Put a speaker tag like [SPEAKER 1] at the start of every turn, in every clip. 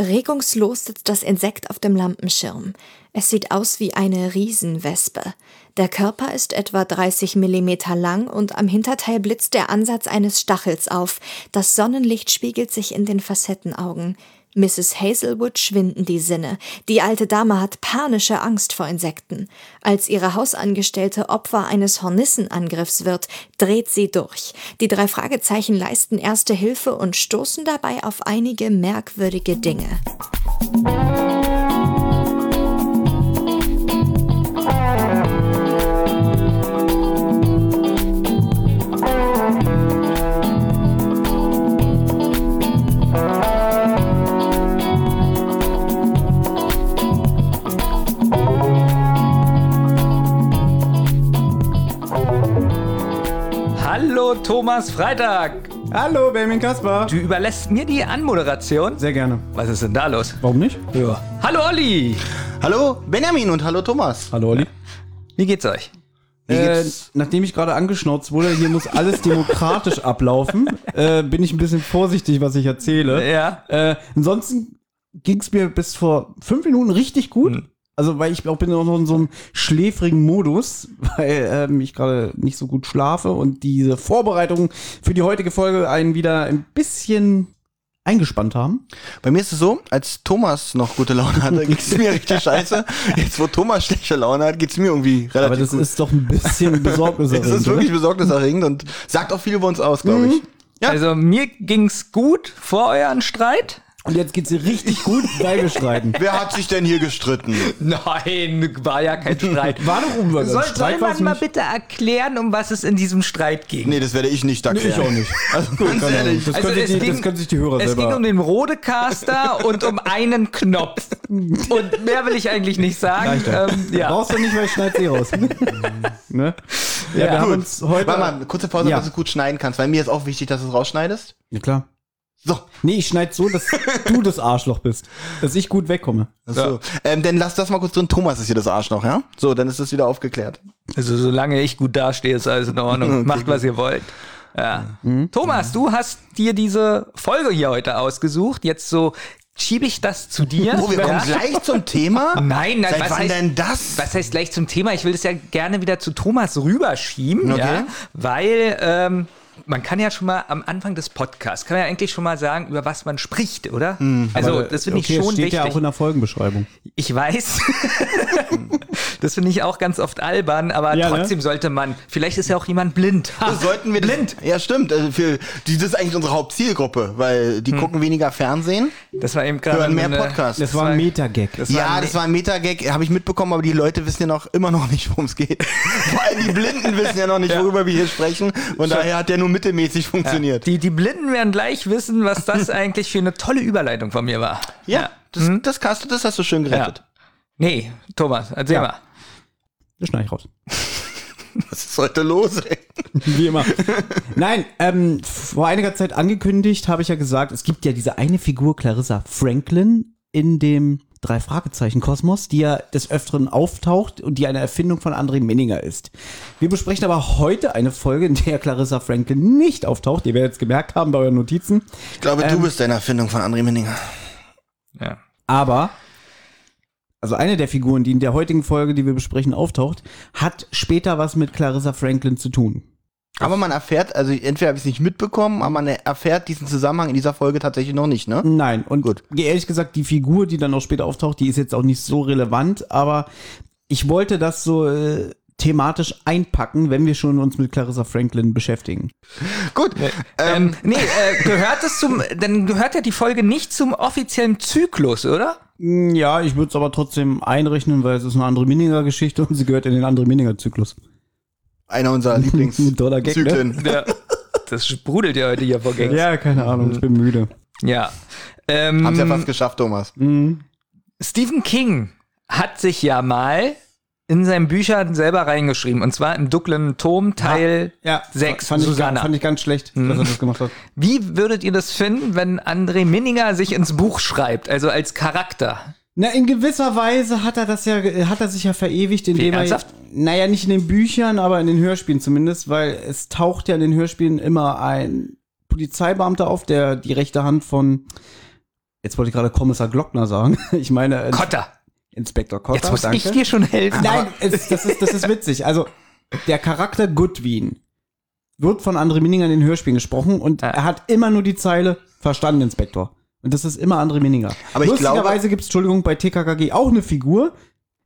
[SPEAKER 1] Regungslos sitzt das Insekt auf dem Lampenschirm. Es sieht aus wie eine Riesenwespe. Der Körper ist etwa 30 Millimeter lang und am Hinterteil blitzt der Ansatz eines Stachels auf. Das Sonnenlicht spiegelt sich in den Facettenaugen. Mrs. Hazelwood schwinden die Sinne. Die alte Dame hat panische Angst vor Insekten. Als ihre Hausangestellte Opfer eines Hornissenangriffs wird, dreht sie durch. Die drei Fragezeichen leisten erste Hilfe und stoßen dabei auf einige merkwürdige Dinge.
[SPEAKER 2] Hallo Thomas Freitag.
[SPEAKER 3] Hallo, Benjamin Kasper.
[SPEAKER 2] Du überlässt mir die Anmoderation.
[SPEAKER 3] Sehr gerne.
[SPEAKER 2] Was ist denn da los?
[SPEAKER 3] Warum nicht?
[SPEAKER 2] Ja. Hallo Olli.
[SPEAKER 4] Hallo Benjamin und hallo Thomas.
[SPEAKER 3] Hallo, Olli.
[SPEAKER 2] Wie geht's euch?
[SPEAKER 4] Wie
[SPEAKER 3] Äh,
[SPEAKER 4] geht's?
[SPEAKER 3] nachdem ich gerade angeschnauzt wurde, hier muss alles demokratisch ablaufen, äh, bin ich ein bisschen vorsichtig, was ich erzähle.
[SPEAKER 2] Ja.
[SPEAKER 3] Äh, ansonsten ging es mir bis vor fünf Minuten richtig gut. Also, weil ich auch bin noch in so einem schläfrigen Modus, weil ähm, ich gerade nicht so gut schlafe und diese Vorbereitungen für die heutige Folge einen wieder ein bisschen eingespannt haben.
[SPEAKER 4] Bei mir ist es so, als Thomas noch gute Laune hatte, ging's mir richtig scheiße. Jetzt, wo Thomas schlechte Laune hat, geht's mir irgendwie relativ
[SPEAKER 3] Aber das
[SPEAKER 4] gut.
[SPEAKER 3] ist doch ein bisschen besorgniserregend.
[SPEAKER 4] es ist
[SPEAKER 3] oder?
[SPEAKER 4] wirklich besorgniserregend und sagt auch viel über uns aus, glaube ich. Ja.
[SPEAKER 2] Also mir ging's gut vor euren Streit.
[SPEAKER 3] Und jetzt geht's dir richtig gut, weil wir streiten.
[SPEAKER 4] Wer hat sich denn hier gestritten?
[SPEAKER 2] Nein, war ja kein Streit.
[SPEAKER 3] War doch Umwelt.
[SPEAKER 2] Soll, soll
[SPEAKER 3] Streit war's
[SPEAKER 2] man mal
[SPEAKER 3] nicht.
[SPEAKER 2] bitte erklären, um was es in diesem Streit ging?
[SPEAKER 4] Nee, das werde ich nicht
[SPEAKER 3] Nee,
[SPEAKER 4] erklären.
[SPEAKER 3] ich auch nicht.
[SPEAKER 4] Also ganz
[SPEAKER 3] Keine Ahnung.
[SPEAKER 4] ehrlich.
[SPEAKER 3] Das, können
[SPEAKER 2] also es
[SPEAKER 3] sich die,
[SPEAKER 2] ging-
[SPEAKER 3] das können sich die Hörer
[SPEAKER 2] Es
[SPEAKER 3] selber.
[SPEAKER 2] ging um den Rodecaster und um einen Knopf. Und mehr will ich eigentlich nicht sagen. Ähm, ja.
[SPEAKER 3] Brauchst du nicht, weil ich schneide sie raus. ne? Ja, wir haben
[SPEAKER 4] Gut.
[SPEAKER 3] uns heute.
[SPEAKER 4] Warte mal, eine kurze Pause,
[SPEAKER 3] Ja.
[SPEAKER 4] dass du es gut schneiden kannst, weil mir ist auch wichtig, dass du es rausschneidest.
[SPEAKER 3] Ja, klar.
[SPEAKER 4] So.
[SPEAKER 3] Nee, ich schneide so, dass du das Arschloch bist. Dass ich gut wegkomme.
[SPEAKER 4] Achso. Ähm, dann lass das mal kurz drin. Thomas ist hier das Arschloch, ja? So, dann ist das wieder aufgeklärt.
[SPEAKER 2] Also solange ich gut dastehe, ist alles in Ordnung. Macht, was ihr wollt. Ja.
[SPEAKER 3] Hm?
[SPEAKER 2] Thomas, du hast dir diese Folge hier heute ausgesucht. Jetzt so schiebe ich das zu dir.
[SPEAKER 4] Oh, wir kommen
[SPEAKER 2] Ja.
[SPEAKER 4] gleich zum Thema?
[SPEAKER 2] Nein, nein,
[SPEAKER 4] Seit
[SPEAKER 2] was
[SPEAKER 4] wann
[SPEAKER 2] heißt-
[SPEAKER 4] denn das?
[SPEAKER 2] Was heißt gleich zum Thema? Ich will das ja gerne wieder zu Thomas rüberschieben,
[SPEAKER 4] Okay.
[SPEAKER 2] ja, weil ähm, man kann ja schon mal am Anfang des Podcasts, kann man ja eigentlich schon mal sagen, über was man spricht, oder?
[SPEAKER 4] Mhm.
[SPEAKER 2] Also das finde
[SPEAKER 3] okay,
[SPEAKER 2] ich
[SPEAKER 3] es
[SPEAKER 2] schon
[SPEAKER 3] steht
[SPEAKER 2] wichtig.
[SPEAKER 3] ja auch in der Folgenbeschreibung.
[SPEAKER 2] ich weiß, das finde ich auch ganz oft albern, aber
[SPEAKER 3] Ja, ne?
[SPEAKER 2] trotzdem sollte man, vielleicht ist ja auch jemand blind.
[SPEAKER 4] Das sollten wir blind. Das, ja, stimmt. Also für, die, das ist eigentlich unsere Hauptzielgruppe, weil die gucken weniger Fernsehen,
[SPEAKER 2] Das war eben gerade äh,
[SPEAKER 4] hören mehr
[SPEAKER 2] eine-
[SPEAKER 4] Podcasts.
[SPEAKER 3] Das war ein Meta-Gag.
[SPEAKER 2] war
[SPEAKER 4] ja,
[SPEAKER 2] ein-
[SPEAKER 4] das war ein Metagag, habe ich mitbekommen, aber die Leute wissen ja noch immer noch nicht, worum es geht. Vor allem die Blinden wissen ja noch nicht, worüber wir hier sprechen. Von daher hat der nur mittelmäßig funktioniert.
[SPEAKER 2] Die, die Blinden werden gleich wissen, was das eigentlich für eine tolle Überleitung von mir war.
[SPEAKER 4] Ja, Hm? das, das, hast du, das hast du schön gerettet.
[SPEAKER 2] Nee, Thomas, erzähl
[SPEAKER 3] Ja.
[SPEAKER 2] mal.
[SPEAKER 3] Das schneide ich raus.
[SPEAKER 4] Was ist heute los, ey?
[SPEAKER 3] Wie immer. Nein, ähm, vor einiger Zeit angekündigt habe ich ja gesagt, es gibt ja diese eine Figur, Clarissa Franklin, in dem Drei-Fragezeichen-Kosmos, die ja des Öfteren auftaucht und die eine Erfindung von André Minninger ist. Wir besprechen aber heute eine Folge, in der Clarissa Franklin nicht auftaucht. Ihr werdet es gemerkt haben bei euren Notizen.
[SPEAKER 4] Ich glaube, du bist deine Erfindung von André Menninger.
[SPEAKER 2] Ja.
[SPEAKER 3] Aber, also eine der Figuren, die in der heutigen Folge, die wir besprechen, auftaucht, hat später was mit Clarissa Franklin zu tun.
[SPEAKER 4] Aber man erfährt, also entweder habe ich es nicht mitbekommen, aber man erfährt diesen Zusammenhang in dieser Folge tatsächlich noch nicht, ne?
[SPEAKER 3] Nein, und
[SPEAKER 4] Gut.
[SPEAKER 3] ehrlich gesagt, die Figur, die dann auch später auftaucht, die ist jetzt auch nicht so relevant, aber ich wollte das so äh, thematisch einpacken, wenn wir schon uns mit Clarissa Franklin beschäftigen.
[SPEAKER 4] Gut.
[SPEAKER 2] Ähm, nee, äh, gehört es zum, dann gehört ja die Folge nicht zum offiziellen Zyklus, oder?
[SPEAKER 3] Mm, Ja, ich würde es aber trotzdem einrechnen, weil es ist eine andere Minninger-Geschichte und sie gehört in den anderen Minninger-Zyklus.
[SPEAKER 4] Einer unserer Lieblings
[SPEAKER 3] Dollar Gag,
[SPEAKER 4] Zyklen.
[SPEAKER 2] Ja. Das sprudelt ja heute hier vor Gangs. Ja.
[SPEAKER 3] keine Ahnung, ich bin müde.
[SPEAKER 2] ja. Ähm,
[SPEAKER 4] Haben ja fast geschafft, Thomas.
[SPEAKER 2] Stephen King hat sich ja mal in seinen Büchern selber reingeschrieben. Und zwar im dunklen Tom Teil 6,
[SPEAKER 3] fand
[SPEAKER 2] Susanna.
[SPEAKER 3] Ich, fand ich ganz schlecht, dass er das gemacht hat.
[SPEAKER 2] Wie würdet ihr das finden, wenn André Minninger sich ins Buch schreibt, also als Charakter?
[SPEAKER 3] Na, in gewisser Weise hat er das ja, hat er sich ja verewigt, indem er,
[SPEAKER 2] ernsthaft?
[SPEAKER 3] naja, nicht in den Büchern, aber in den Hörspielen zumindest, weil es taucht ja in den Hörspielen immer ein Polizeibeamter auf, der die rechte Hand von Jetzt wollte ich gerade Kommissar Glockner sagen. Ich meine äh,
[SPEAKER 2] Kotter.
[SPEAKER 3] Inspektor Kotter.
[SPEAKER 2] Jetzt muss
[SPEAKER 3] danke.
[SPEAKER 2] ich dir schon helfen.
[SPEAKER 3] Nein, es, das, ist, das ist witzig. Also, der Charakter Goodwin wird von André Minninger in den Hörspielen gesprochen und
[SPEAKER 2] Ja.
[SPEAKER 3] er hat immer nur die Zeile verstanden, Inspektor. Und das ist immer André Minninger.
[SPEAKER 4] Aber ich
[SPEAKER 3] Lustigerweise gibt es, Entschuldigung, bei TKKG auch eine Figur,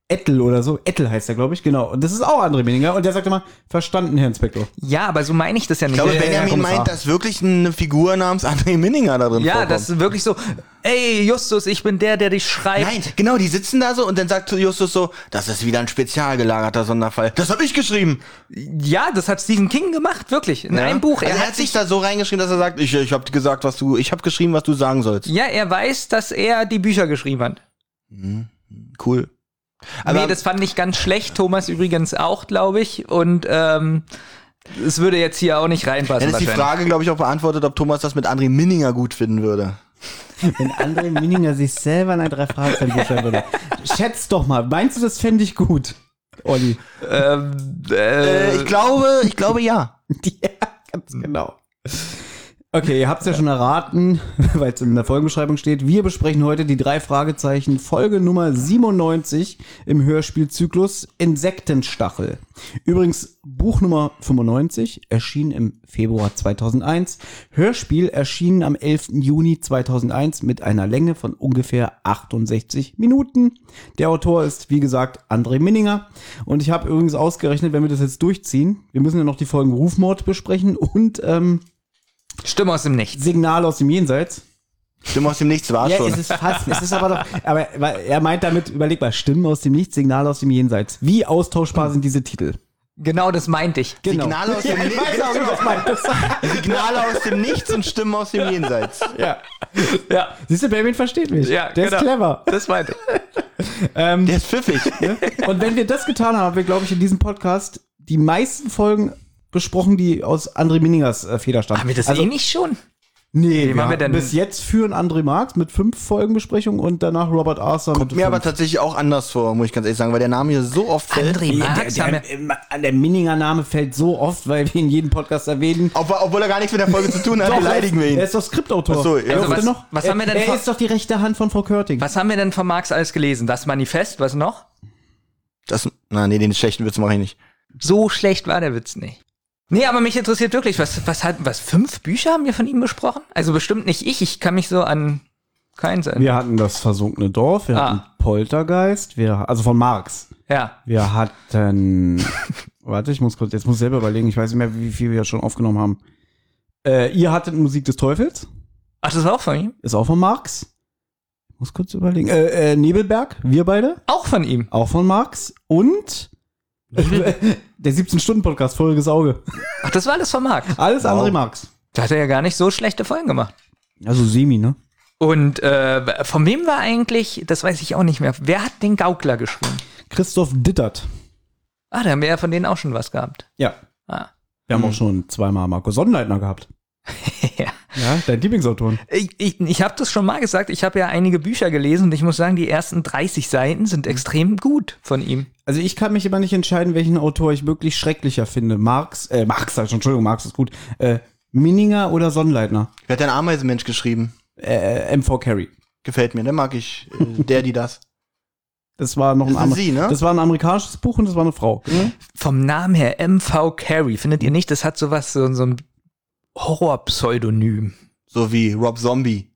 [SPEAKER 3] Ettel oder so. Ettel heißt er, glaube ich, genau. Und das ist auch André Minninger und der sagt immer, verstanden, Herr Inspektor.
[SPEAKER 2] Ja, aber so meine ich das ja nicht.
[SPEAKER 4] Ich glaube,
[SPEAKER 2] Ja, ja, ja.
[SPEAKER 4] Benjamin
[SPEAKER 3] Kommissar.
[SPEAKER 4] meint, dass wirklich eine Figur namens André Minninger da drin
[SPEAKER 2] Ja,
[SPEAKER 4] vorkommt.
[SPEAKER 2] das ist wirklich so, ey Justus, ich bin der, der dich schreibt.
[SPEAKER 4] Nein, genau, die sitzen da so und dann sagt Justus so, das ist wieder ein spezial gelagerter Sonderfall. Das habe ich geschrieben.
[SPEAKER 2] Ja, das hat Stephen King gemacht, wirklich. In einem Buch.
[SPEAKER 4] Also er hat sich da so reingeschrieben, dass er sagt, ich, ich habe gesagt, was du, ich habe geschrieben, was du sagen sollst.
[SPEAKER 2] ja, er weiß, dass er die Bücher geschrieben hat.
[SPEAKER 4] Cool. Aber
[SPEAKER 2] nee, das fand ich ganz schlecht. Thomas übrigens auch, glaube ich. Und ähm, es würde jetzt hier auch nicht reinpassen.
[SPEAKER 4] dann ist die
[SPEAKER 2] wahrscheinlich.
[SPEAKER 4] Frage, glaube ich, auch beantwortet, ob Thomas das mit André Minninger gut finden würde.
[SPEAKER 3] Wenn André Minninger sich selber in ein drei Fragezeichen beschreiben würde. Schätz doch mal, meinst du, das fände ich gut, Olli?
[SPEAKER 2] Ähm,
[SPEAKER 4] Äh, ich glaube, ich glaube ja.
[SPEAKER 3] Ja, ganz genau. Okay, ihr habt es ja schon erraten, weil es in der Folgenbeschreibung steht. Wir besprechen heute die drei Fragezeichen Folge Nummer 97 im Hörspielzyklus Insektenstachel. Übrigens Buch Nummer 95 erschien im Februar 2001. Hörspiel erschien am 11. Juni 2001 mit einer Länge von ungefähr 68 Minuten. Der Autor ist, wie gesagt, André Minninger. Und ich habe übrigens ausgerechnet, wenn wir das jetzt durchziehen, wir müssen ja noch die Folgen Rufmord besprechen und ähm,
[SPEAKER 2] Stimme aus dem Nichts.
[SPEAKER 3] Signal aus dem Jenseits.
[SPEAKER 4] Stimme aus dem Nichts war
[SPEAKER 3] Ja,
[SPEAKER 4] schon.
[SPEAKER 3] es ist fast, es ist aber doch, aber weil er meint damit, überleg mal, Stimmen aus dem Nichts, Signal aus dem Jenseits. Wie austauschbar sind diese Titel?
[SPEAKER 2] Genau, das meinte ich.
[SPEAKER 3] Genau.
[SPEAKER 4] Signale aus dem
[SPEAKER 3] Ich weiß auch, wie du das meintest.
[SPEAKER 4] Signale aus dem Nichts und Stimmen aus dem Jenseits.
[SPEAKER 3] Ja.
[SPEAKER 2] Ja,
[SPEAKER 3] Siehst du, Benjamin versteht mich. Der ist clever.
[SPEAKER 2] genau. Das meinte ich.
[SPEAKER 4] Der ist pfiffig.
[SPEAKER 3] Und wenn wir das getan haben, haben wir, glaube ich, in diesem Podcast die meisten Folgen besprochen, die aus André Minningers äh, Feder stammen.
[SPEAKER 2] Haben wir das eh nicht schon?
[SPEAKER 3] Nee, wir
[SPEAKER 2] machen wir
[SPEAKER 3] hatten
[SPEAKER 2] denn?
[SPEAKER 3] bis jetzt führen André Marx mit fünf Folgenbesprechungen und danach Robert Arthur
[SPEAKER 4] Kommt
[SPEAKER 3] mit
[SPEAKER 4] mir aber
[SPEAKER 3] fünf.
[SPEAKER 4] tatsächlich auch anders vor, muss ich ganz ehrlich sagen, weil der Name hier so oft fällt.
[SPEAKER 2] André
[SPEAKER 3] der,
[SPEAKER 2] Marx haben
[SPEAKER 3] der, der, der Minninger Name fällt so oft, weil wir ihn jeden Podcast erwähnen.
[SPEAKER 4] Obwohl, obwohl er gar nichts mit der Folge zu tun hat, beleidigen wir ihn.
[SPEAKER 3] Er ist doch Skriptautor.
[SPEAKER 4] Ach so, ja.
[SPEAKER 3] Er
[SPEAKER 4] Also
[SPEAKER 3] durfte
[SPEAKER 2] was-
[SPEAKER 3] noch,
[SPEAKER 2] was
[SPEAKER 3] er,
[SPEAKER 2] haben wir denn
[SPEAKER 3] Er
[SPEAKER 2] von-
[SPEAKER 3] ist doch die rechte Hand von Frau Körting.
[SPEAKER 2] Was haben wir denn von Marx alles gelesen? Das Manifest, was noch?
[SPEAKER 4] Das, na, nee, den schlechten Witz mache ich nicht.
[SPEAKER 2] So schlecht war der Witz nicht. Nee, aber mich interessiert wirklich, was, was hat, was, fünf Bücher haben wir von ihm besprochen? Also bestimmt nicht ich, ich kann mich so an keins erinnern.
[SPEAKER 3] Wir hatten das versunkene Dorf, wir
[SPEAKER 2] Ah.
[SPEAKER 3] hatten Poltergeist, wir, also von Marx.
[SPEAKER 2] Ja.
[SPEAKER 3] Wir hatten. warte, ich muss kurz, jetzt muss ich selber überlegen, ich weiß nicht mehr, wie viel wir schon aufgenommen haben. Äh, ihr hattet Musik des Teufels,
[SPEAKER 2] Ach, das war auch von ihm?
[SPEAKER 3] ist auch von Marx. Ich muss kurz überlegen. Äh, äh, Nebelberg, wir beide,
[SPEAKER 2] Auch von ihm.
[SPEAKER 3] auch von Marx. Und der 17-Stunden-Podcast, Folge Auge.
[SPEAKER 2] Ach, das war alles von Marx.
[SPEAKER 3] Alles
[SPEAKER 4] Wow.
[SPEAKER 3] André Marx.
[SPEAKER 2] Da hat er ja gar nicht so schlechte Folgen gemacht.
[SPEAKER 3] Also Semi, ne?
[SPEAKER 2] Und äh, von wem war eigentlich, das weiß ich auch nicht mehr, wer hat den Gaukler geschrieben?
[SPEAKER 3] Christoph Dittert.
[SPEAKER 2] Ah, da haben wir ja von denen auch schon was gehabt.
[SPEAKER 3] Ja.
[SPEAKER 2] Ah.
[SPEAKER 3] Wir haben auch schon zweimal Marco Sonnenleitner gehabt.
[SPEAKER 2] Ja.
[SPEAKER 3] Mhm. Ja, dein Lieblingsautor.
[SPEAKER 2] Ich, ich, ich habe das schon mal gesagt, ich habe ja einige Bücher gelesen und ich muss sagen, die ersten 30 Seiten sind extrem gut von ihm.
[SPEAKER 3] Also ich kann mich immer nicht entscheiden, welchen Autor ich wirklich schrecklicher finde. Marx, äh, Marx, sag ich schon, Entschuldigung, Marx ist gut. Äh, Minninger oder Sonnenleitner?
[SPEAKER 4] Wer hat denn Ameisenmensch geschrieben?
[SPEAKER 3] Äh, MV Carey.
[SPEAKER 4] Gefällt mir, den mag ich. Äh, Der, die das.
[SPEAKER 3] Das war noch ein,
[SPEAKER 4] Das ist
[SPEAKER 3] Amer
[SPEAKER 4] sie, ne?
[SPEAKER 3] das war ein amerikanisches Buch und das war eine Frau.
[SPEAKER 2] Vom Namen her MV Carey, findet ihr nicht? Das hat sowas, so, so ein Horror-Pseudonym.
[SPEAKER 4] So wie Rob Zombie.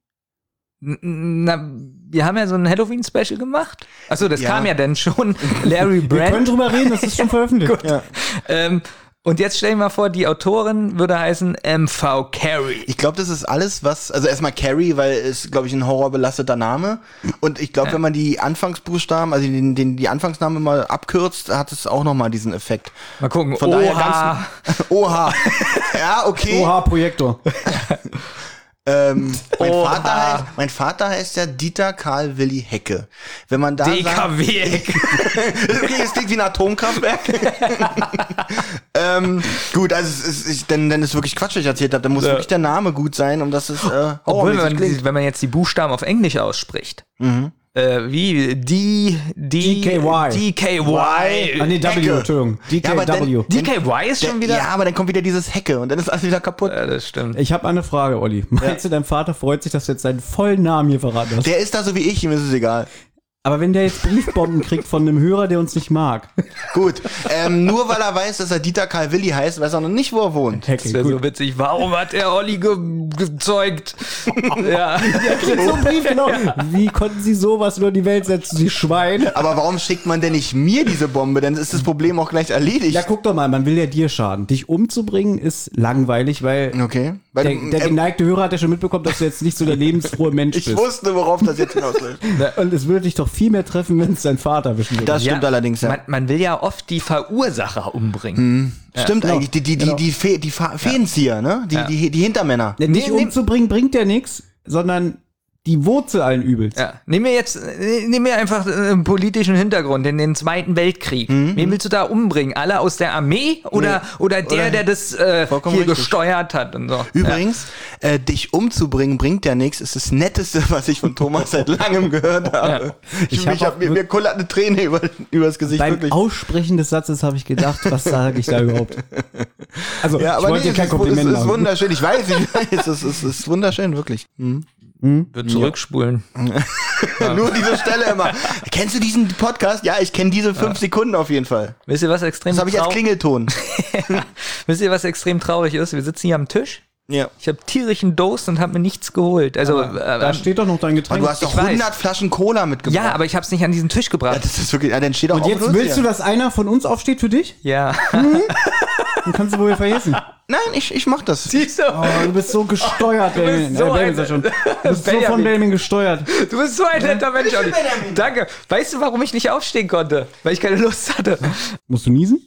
[SPEAKER 2] N- Na, wir haben ja so ein Halloween-Special gemacht. Achso, das
[SPEAKER 4] Ja.
[SPEAKER 2] kam ja dann schon. Larry
[SPEAKER 3] Wir können
[SPEAKER 2] Brand.
[SPEAKER 3] drüber reden, das ist schon veröffentlicht. Ja.
[SPEAKER 2] Ähm, und jetzt stell dir mal vor, die Autorin würde heißen MV Carey.
[SPEAKER 4] Ich glaube, das ist alles, was. Also erstmal Carrie, weil es, glaube ich, ein horrorbelasteter Name. Und ich glaube, wenn man die Anfangsbuchstaben, also den, den, die Anfangsnamen mal abkürzt, hat es auch nochmal diesen Effekt.
[SPEAKER 2] Mal gucken.
[SPEAKER 4] Von daher ganz. Oha. ja, okay.
[SPEAKER 3] Oha, Projektor.
[SPEAKER 4] Ähm, mein,
[SPEAKER 2] Oha.
[SPEAKER 4] Vater heißt, mein Vater heißt ja Dieter Karl Willi Hecke. Wenn man da sagt,
[SPEAKER 2] DKW.
[SPEAKER 4] okay, es klingt wie ein Atomkraftwerk. ähm, gut, also es ist, ich, denn, denn es wirklich Quatsch, was ich erzählt habe, dann muss wirklich der Name gut sein, um das es äh,
[SPEAKER 2] Obwohl, wenn
[SPEAKER 4] horrormäßig
[SPEAKER 2] man,
[SPEAKER 4] klingt. Mhm.
[SPEAKER 2] wenn man jetzt die Buchstaben auf Englisch ausspricht, äh, wie D, D,
[SPEAKER 3] DKY.
[SPEAKER 2] DKY.
[SPEAKER 3] Ah, nee, W,
[SPEAKER 4] Ecke.
[SPEAKER 3] Entschuldigung.
[SPEAKER 4] Äh, Ja, aber dann-
[SPEAKER 3] DKW.
[SPEAKER 2] DKY ist schon wieder.
[SPEAKER 4] Ja, aber dann kommt wieder Äh. dieses Hecke und dann ist alles wieder kaputt.
[SPEAKER 2] Ja, das stimmt.
[SPEAKER 3] Ich habe eine Frage, Olli. Meinst du, dein Vater freut sich, dass du jetzt seinen vollen Namen hier verraten hast?
[SPEAKER 4] Der ist da so wie ich, ihm ist es egal.
[SPEAKER 3] Aber wenn der jetzt Briefbomben kriegt von einem Hörer, der uns nicht mag.
[SPEAKER 4] Gut. Ähm, nur weil er weiß, dass er Dieter Karl Willi heißt, weiß er noch nicht, wo er wohnt.
[SPEAKER 2] Das
[SPEAKER 3] Hecke,
[SPEAKER 2] wäre
[SPEAKER 3] gut.
[SPEAKER 2] so witzig. Warum hat er Olli ge gezeugt? ja.
[SPEAKER 3] So ein Brief, genau. Wie konnten Sie sowas nur in die Welt setzen, Sie Schwein?
[SPEAKER 4] Aber warum schickt man denn nicht mir diese Bombe? Dann ist das Problem auch gleich erledigt.
[SPEAKER 3] Ja, guck doch mal, man will ja dir schaden. Dich umzubringen ist langweilig, weil
[SPEAKER 4] okay. Weil,
[SPEAKER 3] der,
[SPEAKER 4] du-
[SPEAKER 3] der
[SPEAKER 4] ähm,
[SPEAKER 3] geneigte Hörer hat ja schon mitbekommen, dass du jetzt nicht so der lebensfrohe Mensch
[SPEAKER 4] ich
[SPEAKER 3] bist.
[SPEAKER 4] wusste, worauf das jetzt hinausläuft.
[SPEAKER 3] Und es würde dich doch viel mehr treffen, wenn es dein Vater wischen würde.
[SPEAKER 4] Das stimmt allerdings, ja.
[SPEAKER 2] Man, man will ja oft die Verursacher umbringen.
[SPEAKER 4] stimmt
[SPEAKER 3] Genau.
[SPEAKER 4] eigentlich. Die, die, die, die, Fe die Fa Feenzieher, ne? Die, die, die Hintermänner.
[SPEAKER 3] Denn Ne, dich
[SPEAKER 2] Nee, nee.
[SPEAKER 3] umzubringen bringt ja nichts, sondern die Wurzel allen Übels.
[SPEAKER 2] Ja. Nimm mir jetzt, äh, nimm mir einfach äh, einen politischen Hintergrund in den Zweiten Weltkrieg.
[SPEAKER 4] Mhm.
[SPEAKER 2] Wen willst du da umbringen? Alle aus der Armee oder, oder der,
[SPEAKER 4] Oder-
[SPEAKER 2] der das äh, hier
[SPEAKER 4] Vollkommen richtig.
[SPEAKER 2] gesteuert hat und so?
[SPEAKER 4] Übrigens, äh, dich umzubringen bringt ja nichts. Ist das Netteste, was ich von Thomas seit langem gehört habe. Ich,
[SPEAKER 3] Ich
[SPEAKER 4] ich
[SPEAKER 3] hab
[SPEAKER 4] hab
[SPEAKER 3] auch
[SPEAKER 4] mir,
[SPEAKER 3] wirk-
[SPEAKER 4] mir kullert eine Träne über, übers Gesicht.
[SPEAKER 3] Beim
[SPEAKER 4] wirklich.
[SPEAKER 3] Aussprechen des Satzes habe ich gedacht, was sage ich da überhaupt? Also,
[SPEAKER 4] Ja,
[SPEAKER 3] ich
[SPEAKER 4] aber
[SPEAKER 3] wollte dir
[SPEAKER 4] nee, es,
[SPEAKER 3] kein
[SPEAKER 4] ist, es
[SPEAKER 3] Kompliment
[SPEAKER 4] ist
[SPEAKER 3] machen.
[SPEAKER 4] wunderschön. Ich weiß, ich weiß, es ist, es ist wunderschön, wirklich.
[SPEAKER 2] Wird zurückspulen.
[SPEAKER 4] Nur diese Stelle immer. Kennst du diesen Podcast? Ja, ich kenne diese fünf Sekunden auf jeden Fall.
[SPEAKER 2] Wisst ihr, was extrem
[SPEAKER 4] Das habe ich als
[SPEAKER 2] traurig
[SPEAKER 4] Klingelton.
[SPEAKER 2] Wisst ihr, was extrem traurig ist? Wir sitzen hier am Tisch.
[SPEAKER 4] Ja.
[SPEAKER 2] Ich habe tierischen Durst und habe mir nichts geholt. Also, äh,
[SPEAKER 3] Da
[SPEAKER 2] äh,
[SPEAKER 3] steht doch noch dein
[SPEAKER 4] Und
[SPEAKER 3] Getränk.
[SPEAKER 4] du hast doch
[SPEAKER 2] Ich weiß.
[SPEAKER 4] 100 Flaschen Cola mitgebracht.
[SPEAKER 2] ja, aber ich habe es nicht an diesen Tisch
[SPEAKER 4] Ja,
[SPEAKER 2] gebracht.
[SPEAKER 4] das ist wirklich, ja, dann steht auch
[SPEAKER 3] Und jetzt willst du, dass einer von uns aufsteht für dich?
[SPEAKER 2] Ja.
[SPEAKER 3] Dann kannst du wohl vergessen.
[SPEAKER 4] Nein, ich, ich mach das.
[SPEAKER 2] Siehst
[SPEAKER 3] Oh, du bist so gesteuert, Benjamin.
[SPEAKER 2] so
[SPEAKER 3] äh, Benjamin
[SPEAKER 2] ein-
[SPEAKER 3] sag schon. Du bist so von
[SPEAKER 2] Benjamin.
[SPEAKER 3] Benjamin gesteuert.
[SPEAKER 2] Du bist so ein netter Mensch, Olli.
[SPEAKER 4] Benjamin.
[SPEAKER 2] Danke. Weißt du, warum ich nicht aufstehen konnte? Weil ich keine Lust hatte.
[SPEAKER 3] Musst du niesen?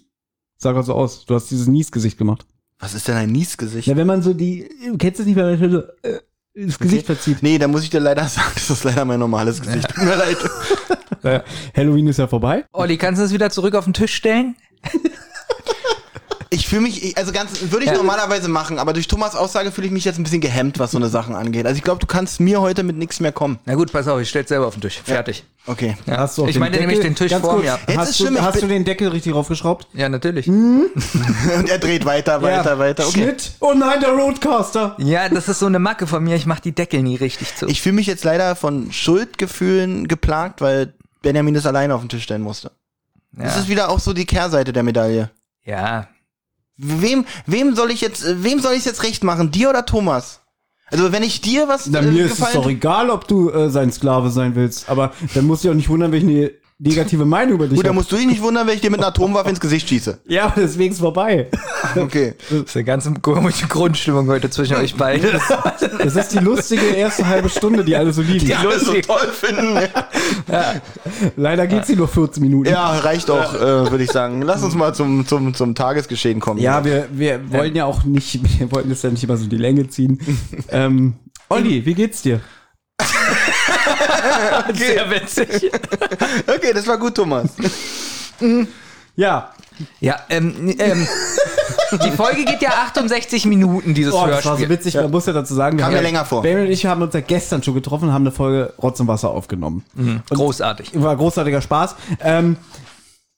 [SPEAKER 3] Sag also aus. Du hast dieses Niesgesicht gemacht.
[SPEAKER 4] Was ist denn ein Niesgesicht?
[SPEAKER 3] Ja, wenn man so die, kennst du es nicht, wenn man so, äh, das Gesicht verzieht.
[SPEAKER 4] Nee, da muss ich dir leider sagen, das ist leider mein normales Gesicht. Tut mir leid.
[SPEAKER 3] Naja, Äh, Halloween ist ja vorbei.
[SPEAKER 2] Olli, kannst du das wieder zurück auf den Tisch stellen?
[SPEAKER 4] Ich fühle mich, ich- also ganz, würde ich normalerweise machen, aber durch Thomas Aussage fühle ich mich jetzt ein bisschen gehemmt, was so eine Sachen angeht. Also ich glaube, du kannst mir heute mit nichts mehr kommen.
[SPEAKER 2] Na gut, pass auf, ich stell's selber auf den Tisch. Fertig.
[SPEAKER 4] Okay.
[SPEAKER 3] Hast du auch
[SPEAKER 2] Ich meine nämlich den Tisch
[SPEAKER 3] ganz
[SPEAKER 2] vor
[SPEAKER 3] kurz,
[SPEAKER 2] mir.
[SPEAKER 4] Jetzt
[SPEAKER 3] hast
[SPEAKER 4] ist
[SPEAKER 3] du,
[SPEAKER 4] schlimm, ich
[SPEAKER 3] hast du
[SPEAKER 4] bin-
[SPEAKER 3] den Deckel richtig raufgeschraubt?
[SPEAKER 2] Ja, natürlich.
[SPEAKER 4] Und er dreht weiter, weiter, weiter. Okay.
[SPEAKER 3] Schnitt. Oh nein, der Roadcaster.
[SPEAKER 2] Ja, das ist so eine Macke von mir. Ich mach die Deckel nie richtig zu.
[SPEAKER 4] Ich fühle mich jetzt leider von Schuldgefühlen geplagt, weil Benjamin das alleine auf den Tisch stellen musste. Das
[SPEAKER 2] ja.
[SPEAKER 4] ist wieder auch so die Kehrseite der Medaille.
[SPEAKER 2] ja.
[SPEAKER 4] Wem, wem soll ich jetzt, äh, wem soll ich jetzt recht machen? Dir oder Thomas? Also wenn ich dir was
[SPEAKER 3] Na,
[SPEAKER 4] äh,
[SPEAKER 3] mir ist es
[SPEAKER 4] gefallen
[SPEAKER 3] doch egal, ob du äh, sein Sklave sein willst. Aber dann musst du dich auch nicht wundern, wenn ich eine negative Meinung über dich
[SPEAKER 4] Gut, dann
[SPEAKER 3] habe.
[SPEAKER 4] musst du dich nicht wundern, wenn ich dir mit einer Atomwaffe ins Gesicht schieße.
[SPEAKER 3] Ja, aber deswegen ist vorbei.
[SPEAKER 4] Okay.
[SPEAKER 2] Das ist eine ganz komische Grundstimmung heute zwischen euch beiden.
[SPEAKER 3] Das ist die lustige erste halbe Stunde, die alle so lieben.
[SPEAKER 2] Ja.
[SPEAKER 4] Alle so toll finden.
[SPEAKER 3] Leider geht sie nur 14 Minuten.
[SPEAKER 4] Ja, reicht auch, äh, würde ich sagen. Lass uns mal zum, zum, zum Tagesgeschehen kommen.
[SPEAKER 3] Ja, wir, wir wollen ja auch nicht, wir wollten es ja nicht immer so die Länge ziehen. ähm, Olli, wie geht's dir?
[SPEAKER 2] Sehr witzig.
[SPEAKER 4] Okay, das war gut, Thomas.
[SPEAKER 3] Ja.
[SPEAKER 2] Ja, ähm, ähm, die Folge geht ja 68 Minuten, dieses
[SPEAKER 3] Oh, das war so
[SPEAKER 2] Hörspiel.
[SPEAKER 3] witzig, man muss ja dazu sagen, wir
[SPEAKER 4] Kam mir länger vor.
[SPEAKER 3] Ben und ich haben uns ja gestern schon getroffen und haben eine Folge Rotz und Wasser aufgenommen.
[SPEAKER 2] Großartig.
[SPEAKER 3] War großartiger Spaß. Ähm,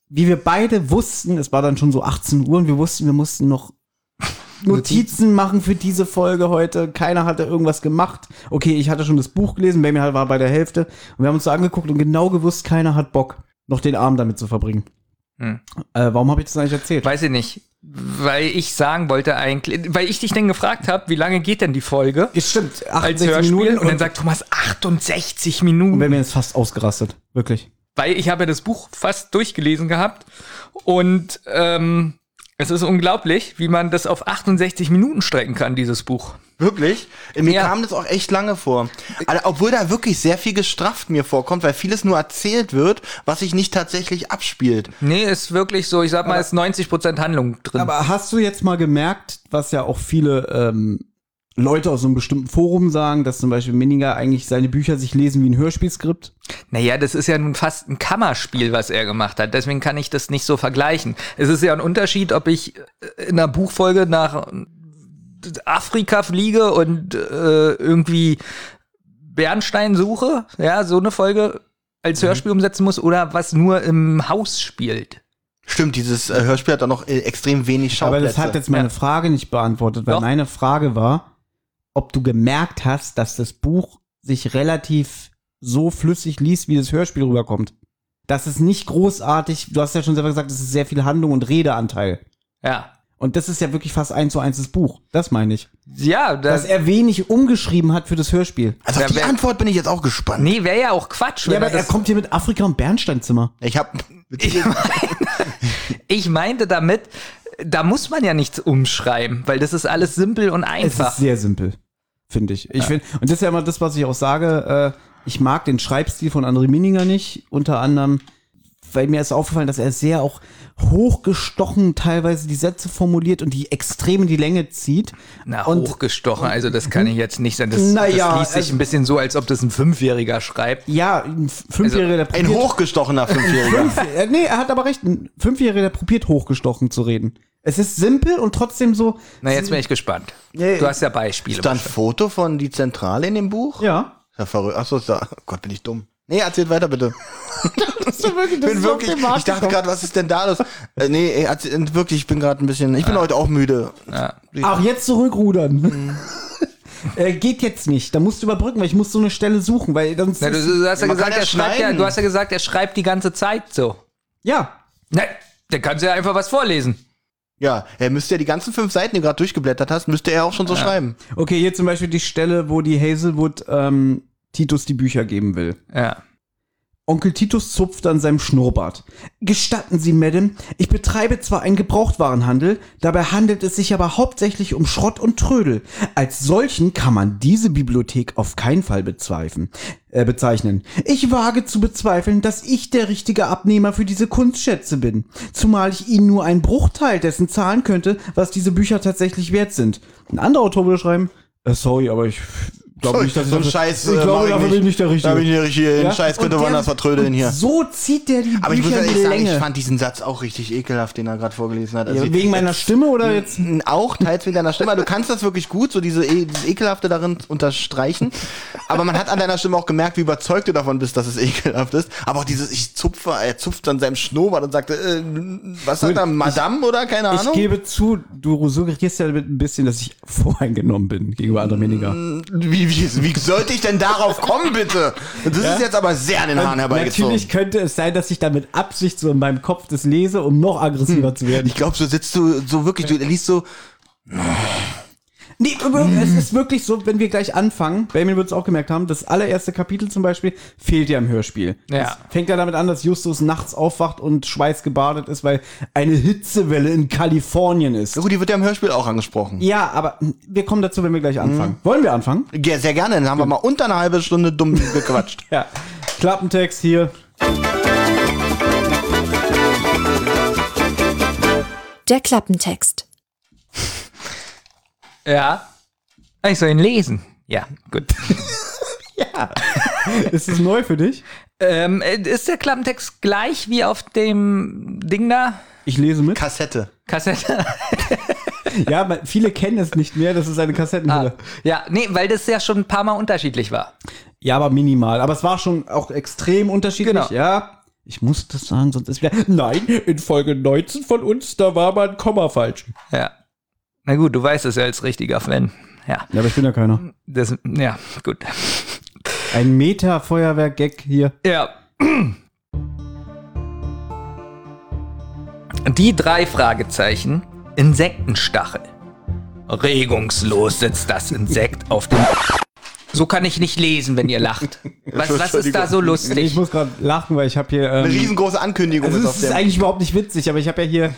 [SPEAKER 3] wie wir beide wussten, es war dann schon so 18 Uhr und wir wussten, wir mussten noch Notizen machen für diese Folge heute. Keiner hatte irgendwas gemacht. Okay, ich hatte schon das Buch gelesen, Benjamin hat- war bei der Hälfte. Und wir haben uns so angeguckt und genau gewusst, keiner hat Bock, noch den Abend damit zu verbringen.
[SPEAKER 2] Hm.
[SPEAKER 3] Äh, warum habe ich das eigentlich erzählt?
[SPEAKER 2] Weiß ich nicht. Weil ich sagen wollte eigentlich, weil ich dich dann gefragt habe, wie lange geht denn die Folge?
[SPEAKER 3] Es stimmt,
[SPEAKER 2] als
[SPEAKER 3] 68
[SPEAKER 2] Hörspiel
[SPEAKER 3] Minuten.
[SPEAKER 2] und dann sagt Thomas 68 Minuten,
[SPEAKER 3] und Benjamin ist fast ausgerastet. Wirklich.
[SPEAKER 2] weil ich habe das Buch fast durchgelesen gehabt und ähm, es ist unglaublich, wie man das auf 68 Minuten strecken kann, dieses Buch.
[SPEAKER 4] Wirklich? Mir
[SPEAKER 2] Ja.
[SPEAKER 4] kam das auch echt lange vor. Also, obwohl da wirklich sehr viel gestrafft mir vorkommt, weil vieles nur erzählt wird, was sich nicht tatsächlich abspielt.
[SPEAKER 2] Nee, ist wirklich so, ich sag mal, ist 90% Handlung drin.
[SPEAKER 3] Aber hast du jetzt mal gemerkt, was ja auch viele ähm, Leute aus so einem bestimmten Forum sagen, dass zum Beispiel Mininger eigentlich seine Bücher sich lesen wie ein Hörspielskript?
[SPEAKER 2] Naja, das ist ja nun fast ein Kammerspiel, was er gemacht hat. Deswegen kann ich das nicht so vergleichen. Es ist ja ein Unterschied, ob ich äh, in einer Buchfolge nach äh, Afrika fliege und äh, irgendwie Bernstein suche, ja, so eine Folge,
[SPEAKER 3] Mhm.
[SPEAKER 2] als Hörspiel umsetzen muss oder was nur im Haus spielt.
[SPEAKER 4] Stimmt, dieses äh, Hörspiel hat da noch äh, extrem wenig
[SPEAKER 3] Aber
[SPEAKER 4] Schauplätze.
[SPEAKER 3] das hat jetzt meine
[SPEAKER 2] Ja.
[SPEAKER 3] Frage nicht beantwortet, weil
[SPEAKER 2] Doch.
[SPEAKER 3] meine Frage war, ob du gemerkt hast, dass das Buch sich relativ so flüssig liest, wie das Hörspiel rüberkommt. Das ist nicht großartig, du hast ja schon selber gesagt, es ist sehr viel Handlung und Redeanteil.
[SPEAKER 2] Ja.
[SPEAKER 3] Und das ist ja wirklich fast eins zu eins das Buch. Das meine ich.
[SPEAKER 2] Ja, das.
[SPEAKER 3] Dass er wenig umgeschrieben hat für das Hörspiel.
[SPEAKER 4] also auf
[SPEAKER 2] Ja,
[SPEAKER 4] die
[SPEAKER 2] wer-
[SPEAKER 4] Antwort bin ich jetzt auch gespannt.
[SPEAKER 2] nee, wäre ja auch Quatsch, wenn
[SPEAKER 3] Ja, aber
[SPEAKER 2] er
[SPEAKER 3] er
[SPEAKER 2] das
[SPEAKER 3] kommt hier mit Afrika und Bernsteinzimmer.
[SPEAKER 4] Ich habe
[SPEAKER 2] Ich meinte damit, da muss man ja nichts umschreiben, weil das ist alles simpel und
[SPEAKER 3] Es ist
[SPEAKER 2] einfach.
[SPEAKER 3] sehr simpel, finde ich. Ich finde, und das ist ja immer das, was ich auch sage, äh, ich mag den Schreibstil von André Mininger nicht, unter anderem, weil mir ist aufgefallen, dass er sehr auch hochgestochen teilweise die Sätze formuliert und die extrem in die Länge zieht.
[SPEAKER 2] Na,
[SPEAKER 3] und
[SPEAKER 2] hochgestochen, also das kann ich jetzt nicht sein. Das,
[SPEAKER 3] Na ja,
[SPEAKER 2] das liest sich
[SPEAKER 3] also-
[SPEAKER 2] ein bisschen so, als ob das ein Fünfjähriger schreibt.
[SPEAKER 3] ja, ein F- Fünfjähriger, der
[SPEAKER 4] Also, ein
[SPEAKER 3] probiert-
[SPEAKER 4] hochgestochener Fünfjähriger.
[SPEAKER 3] Äh, Nee, er hat aber recht, ein Fünfjähriger, der probiert hochgestochen zu reden. Es ist simpel und trotzdem so,
[SPEAKER 2] Na, jetzt bin ich gespannt.
[SPEAKER 3] Nee.
[SPEAKER 2] Du hast ja Beispiele.
[SPEAKER 4] Ist da ein Foto von die Zentrale in dem Buch?
[SPEAKER 3] ja.
[SPEAKER 4] Ja, verrückt. Achso, ist da. Oh Gott, bin ich dumm. Nee, erzählt weiter bitte.
[SPEAKER 3] Das ist wirklich, das
[SPEAKER 4] bin
[SPEAKER 3] ist auf
[SPEAKER 4] wirklich,
[SPEAKER 3] den Markt
[SPEAKER 4] ich dachte
[SPEAKER 3] gekommen.
[SPEAKER 4] gerade, was ist denn da los? Äh, nee, ey, erzähl- wirklich, ich bin gerade ein bisschen, ich bin heute auch müde.
[SPEAKER 3] Auch jetzt zurückrudern. äh, geht jetzt nicht. Da musst du überbrücken, weil ich muss so eine Stelle suchen, weil sonst.
[SPEAKER 2] Na, du, du hast ja
[SPEAKER 4] Man
[SPEAKER 2] gesagt,
[SPEAKER 4] kann ja
[SPEAKER 2] er schreibt ja,
[SPEAKER 4] schneiden.
[SPEAKER 2] du hast ja gesagt, er schreibt die ganze Zeit so.
[SPEAKER 3] ja.
[SPEAKER 2] Na, dann kannst du ja einfach was vorlesen.
[SPEAKER 4] Ja, er müsste ja die ganzen fünf Seiten, die du gerade durchgeblättert hast, müsste er auch schon so schreiben.
[SPEAKER 3] Okay, hier zum Beispiel die Stelle, wo die Hazelwood ähm, Titus die Bücher geben will.
[SPEAKER 2] Ja.
[SPEAKER 3] Onkel Titus zupft an seinem Schnurrbart. Gestatten Sie, Madame, ich betreibe zwar einen Gebrauchtwarenhandel, dabei handelt es sich aber hauptsächlich um Schrott und Trödel. Als solchen kann man diese Bibliothek auf keinen Fall bezweifeln, äh, bezeichnen. Ich wage zu bezweifeln, dass ich der richtige Abnehmer für diese Kunstschätze bin, zumal ich Ihnen nur einen Bruchteil dessen zahlen könnte, was diese Bücher tatsächlich wert sind. Ein anderer Autor würde schreiben, äh, sorry, aber ich glaube nicht, dass ich
[SPEAKER 4] so ein
[SPEAKER 3] dafür-
[SPEAKER 4] Scheiß.
[SPEAKER 3] Ich
[SPEAKER 4] äh, mach
[SPEAKER 3] glaube, dafür bin ich nicht der
[SPEAKER 4] Da
[SPEAKER 3] Richtige.
[SPEAKER 4] bin ich der Richtige. Den
[SPEAKER 3] Ja?
[SPEAKER 4] Scheiß
[SPEAKER 3] Und
[SPEAKER 4] könnte
[SPEAKER 3] der-
[SPEAKER 4] man das vertrödeln
[SPEAKER 3] und
[SPEAKER 4] hier.
[SPEAKER 3] So zieht der die
[SPEAKER 4] Aber ich muss
[SPEAKER 3] Bücher in
[SPEAKER 4] ehrlich
[SPEAKER 3] die
[SPEAKER 4] sagen,
[SPEAKER 3] Länge.
[SPEAKER 4] ich fand diesen Satz auch richtig ekelhaft, den er gerade vorgelesen hat. Also
[SPEAKER 3] ja, wegen meiner Stimme
[SPEAKER 4] Hm.
[SPEAKER 3] oder jetzt?
[SPEAKER 4] N- auch teils mit deiner Stimme. Du kannst das wirklich gut, so diese, E- dieses Ekelhafte darin unterstreichen. Aber man hat an deiner Stimme auch gemerkt, wie überzeugt du davon bist, dass es ekelhaft ist. Aber auch dieses, ich zupfe, er zupft an seinem Schnurrbart und sagte, äh, was sagt er, Madame oder keine
[SPEAKER 3] Ich
[SPEAKER 4] Ahnung?
[SPEAKER 3] gebe zu, du suggerierst ja mit ein bisschen, dass ich voreingenommen bin gegenüber
[SPEAKER 4] Hm,
[SPEAKER 3] anderen weniger.
[SPEAKER 4] wie, wie, wie sollte ich denn darauf kommen, bitte? Das ist jetzt aber sehr an den Haaren
[SPEAKER 3] Äh,
[SPEAKER 4] herbeigezogen.
[SPEAKER 3] Natürlich könnte es sein, dass ich damit Absicht so in meinem Kopf das lese, um noch aggressiver zu werden.
[SPEAKER 4] Hm. Ich glaube, so sitzt du so wirklich, du liest so,
[SPEAKER 3] Nee, aber
[SPEAKER 4] Hm.
[SPEAKER 3] es ist wirklich so, wenn wir gleich anfangen, Benjamin wird es auch gemerkt haben, das allererste Kapitel zum Beispiel fehlt ja im Hörspiel.
[SPEAKER 2] Ja.
[SPEAKER 3] Es fängt ja damit an, dass Justus nachts aufwacht und schweißgebadet ist, weil eine Hitzewelle in Kalifornien ist.
[SPEAKER 4] so, die wird ja im Hörspiel auch angesprochen.
[SPEAKER 3] Ja, aber wir kommen dazu, wenn wir gleich anfangen. Mhm. Wollen wir anfangen?
[SPEAKER 4] Ja, sehr gerne, dann haben wir mal unter eine halbe Stunde dumm gequatscht.
[SPEAKER 3] Ja. Klappentext hier.
[SPEAKER 1] Der Klappentext.
[SPEAKER 2] Ja. Ah, Ich soll ihn lesen. Ja, gut.
[SPEAKER 3] Ist es neu für dich?
[SPEAKER 2] ähm, äh, ist der Klappentext gleich wie auf dem Ding da?
[SPEAKER 3] Ich lese mit.
[SPEAKER 4] Kassette.
[SPEAKER 2] Kassette?
[SPEAKER 3] Ja, man, viele kennen es nicht mehr. Das ist eine Kassettenhülle.
[SPEAKER 2] ja, nee, weil das ja schon ein paar Mal unterschiedlich war.
[SPEAKER 3] Ja, aber minimal. Aber es war schon auch extrem unterschiedlich.
[SPEAKER 2] Genau.
[SPEAKER 3] Ja. Ich muss das sagen, sonst ist wieder. Nein, in Folge 19 von uns, da war mal ein Komma falsch.
[SPEAKER 2] Ja. Na gut, du weißt es ja als richtiger Fan. Ja.
[SPEAKER 3] Ja, aber ich bin ja keiner.
[SPEAKER 2] Das, ja, gut.
[SPEAKER 3] Ein Meta-Feuerwerk-Gag hier.
[SPEAKER 2] Ja. Die drei Fragezeichen. Insektenstachel. Regungslos sitzt das Insekt auf dem. So kann ich nicht lesen, wenn ihr lacht. Was, was ist da so
[SPEAKER 3] Ich
[SPEAKER 2] lustig?
[SPEAKER 3] muss gerade lachen, weil ich habe hier.
[SPEAKER 4] Eine
[SPEAKER 3] Ähm,
[SPEAKER 4] riesengroße Ankündigung
[SPEAKER 3] also
[SPEAKER 4] auf
[SPEAKER 3] es ist
[SPEAKER 4] dem-
[SPEAKER 3] eigentlich überhaupt nicht witzig, aber ich habe ja hier.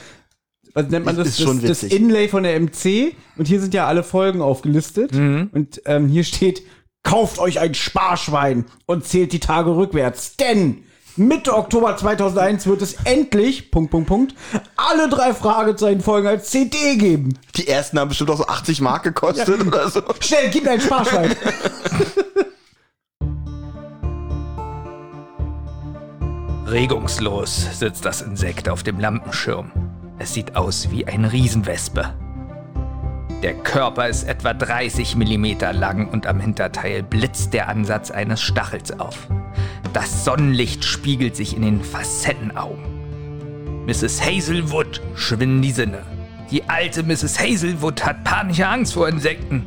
[SPEAKER 3] Was nennt man
[SPEAKER 4] Das
[SPEAKER 3] das?
[SPEAKER 4] ist schon
[SPEAKER 3] das, das
[SPEAKER 4] witzig.
[SPEAKER 3] Inlay von der MC. Und hier sind ja alle Folgen aufgelistet. Und ähm, hier steht: Kauft euch ein Sparschwein und zählt die Tage rückwärts. Denn Mitte Oktober 2001 wird es endlich, Punkt, Punkt, Punkt, alle drei Fragezeichen-Folgen als CD geben.
[SPEAKER 4] Die ersten haben bestimmt auch so 80 Mark gekostet oder so.
[SPEAKER 3] Schnell, gib mir ein Sparschwein.
[SPEAKER 2] Regungslos sitzt das Insekt auf dem Lampenschirm. Es sieht aus wie eine Riesenwespe. Der Körper ist etwa 30 mm lang und am Hinterteil blitzt der Ansatz eines Stachels auf. Das Sonnenlicht spiegelt sich in den Facettenaugen. Mrs. Hazelwood schwinden die Sinne. Die alte Mrs. Hazelwood hat panische Angst vor Insekten.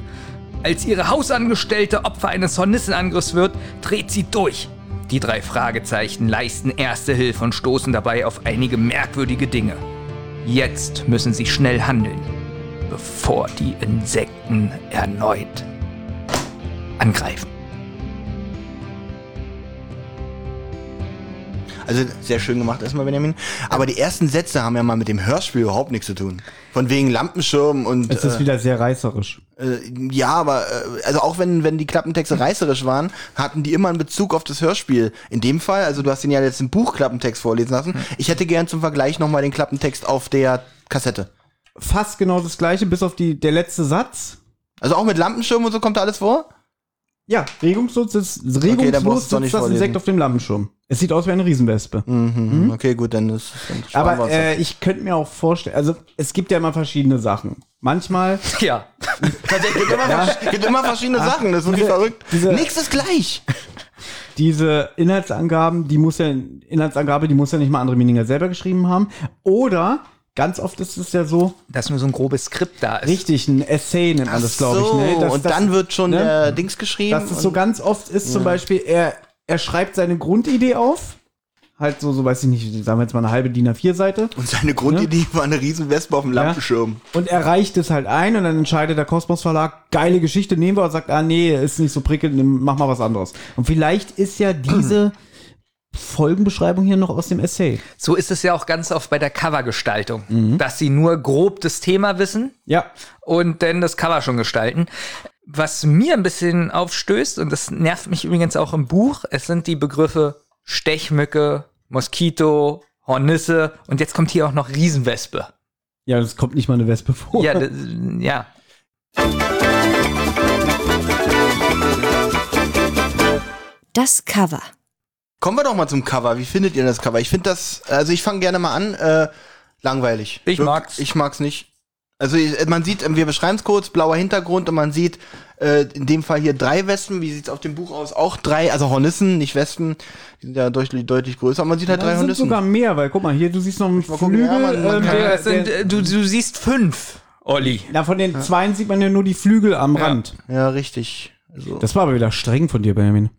[SPEAKER 2] Als ihre Hausangestellte Opfer eines Hornissenangriffs wird, dreht sie durch. Die drei Fragezeichen leisten erste Hilfe und stoßen dabei auf einige merkwürdige Dinge. Jetzt müssen sie schnell handeln, bevor die Insekten erneut angreifen.
[SPEAKER 4] Also sehr schön gemacht erstmal, Benjamin. Aber die ersten Sätze haben ja mal mit dem Hörspiel überhaupt nichts zu tun. Von wegen Lampenschirm und
[SPEAKER 3] Es ist wieder sehr reißerisch.
[SPEAKER 4] äh, ja, aber äh, also auch wenn, wenn die Klappentexte reißerisch waren, hatten die immer einen Bezug auf das Hörspiel. In dem Fall, also du hast den ja jetzt im Buch Klappentext vorlesen lassen. Ich hätte gern zum Vergleich nochmal den Klappentext auf der Kassette.
[SPEAKER 3] Fast genau das gleiche, bis auf die, der letzte Satz.
[SPEAKER 4] Also auch mit Lampenschirm und so kommt da alles vor?
[SPEAKER 3] Ja, regungslos ist,
[SPEAKER 4] Okay, dann
[SPEAKER 3] regungslos
[SPEAKER 4] brauchst du's doch
[SPEAKER 3] sitzt
[SPEAKER 4] nicht
[SPEAKER 3] das
[SPEAKER 4] vorlesen.
[SPEAKER 3] Insekt auf dem Lampenschirm. Es sieht aus wie eine Riesenwespe.
[SPEAKER 4] Mhm. Okay, gut, dann ist dann
[SPEAKER 3] Aber
[SPEAKER 4] sparen wir's.
[SPEAKER 3] äh, ich könnte mir auch vorstellen, also es gibt ja immer verschiedene Sachen. Manchmal,
[SPEAKER 2] Tja,
[SPEAKER 4] gibt, immer, vers- gibt immer verschiedene Sachen, das ist wirklich verrückt.
[SPEAKER 3] diese-
[SPEAKER 4] Nichts ist gleich.
[SPEAKER 3] diese Inhaltsangaben, die muss ja, Inhaltsangabe, die muss ja nicht mal andere Mininger selber geschrieben haben. Oder ganz oft ist es ja so,
[SPEAKER 2] dass nur so ein grobes Skript da ist.
[SPEAKER 3] richtig, ein Essay nennt man das, glaube ich. Ne? Das,
[SPEAKER 4] und
[SPEAKER 3] das,
[SPEAKER 4] dann wird schon
[SPEAKER 3] ne?
[SPEAKER 4] der Dings geschrieben.
[SPEAKER 3] Dass es so
[SPEAKER 4] und-
[SPEAKER 3] ganz oft ist, zum Beispiel, er, er schreibt seine Grundidee auf. Halt so, so weiß ich nicht, sagen wir jetzt mal eine halbe DIN A4-Seite.
[SPEAKER 4] Und seine Grundidee war eine riesen Wespe auf dem Lampenschirm.
[SPEAKER 3] Und er reicht es halt ein und dann entscheidet der Kosmos Verlag, geile Geschichte nehmen wir und sagt, ah nee, ist nicht so prickelnd, nimm- mach mal was anderes. Und vielleicht ist ja diese Folgenbeschreibung hier noch aus dem Essay.
[SPEAKER 2] So ist es ja auch ganz oft bei der Covergestaltung, dass sie nur grob das Thema wissen
[SPEAKER 3] Ja.
[SPEAKER 2] und dann das Cover schon gestalten. Was mir ein bisschen aufstößt, und das nervt mich übrigens auch im Buch, es sind die Begriffe Stechmücke, Moskito, Hornisse und jetzt kommt hier auch noch Riesenwespe.
[SPEAKER 3] Ja, das kommt nicht mal eine Wespe vor.
[SPEAKER 2] Ja, das, ja.
[SPEAKER 1] Das Cover.
[SPEAKER 4] Kommen wir doch mal zum Cover. Wie findet ihr das Cover? Ich finde das, also ich fange gerne mal an, äh, langweilig.
[SPEAKER 2] Ich
[SPEAKER 4] Wirk-
[SPEAKER 2] mag's.
[SPEAKER 4] Ich mag's nicht. Also ich- man sieht, äh, wir beschreiben es kurz, blauer Hintergrund und man sieht äh, in dem Fall hier drei Wespen. Wie sieht's auf dem Buch aus? Auch drei, also Hornissen, nicht Wespen. Die sind ja deutlich, deutlich größer. Aber man sieht halt drei
[SPEAKER 3] das sind
[SPEAKER 4] Hornissen.
[SPEAKER 3] sogar mehr, weil guck mal, hier, du siehst noch einen
[SPEAKER 4] gucken,
[SPEAKER 3] Flügel.
[SPEAKER 4] ja, man- man
[SPEAKER 3] ähm,
[SPEAKER 4] kann-
[SPEAKER 3] der,
[SPEAKER 2] Das sind,
[SPEAKER 3] der,
[SPEAKER 2] äh, du, du siehst fünf, Olli.
[SPEAKER 3] na, von den zweien sieht man ja nur die Flügel am Rand.
[SPEAKER 4] Ja, richtig. Also,
[SPEAKER 3] Das war aber wieder streng von dir, Benjamin.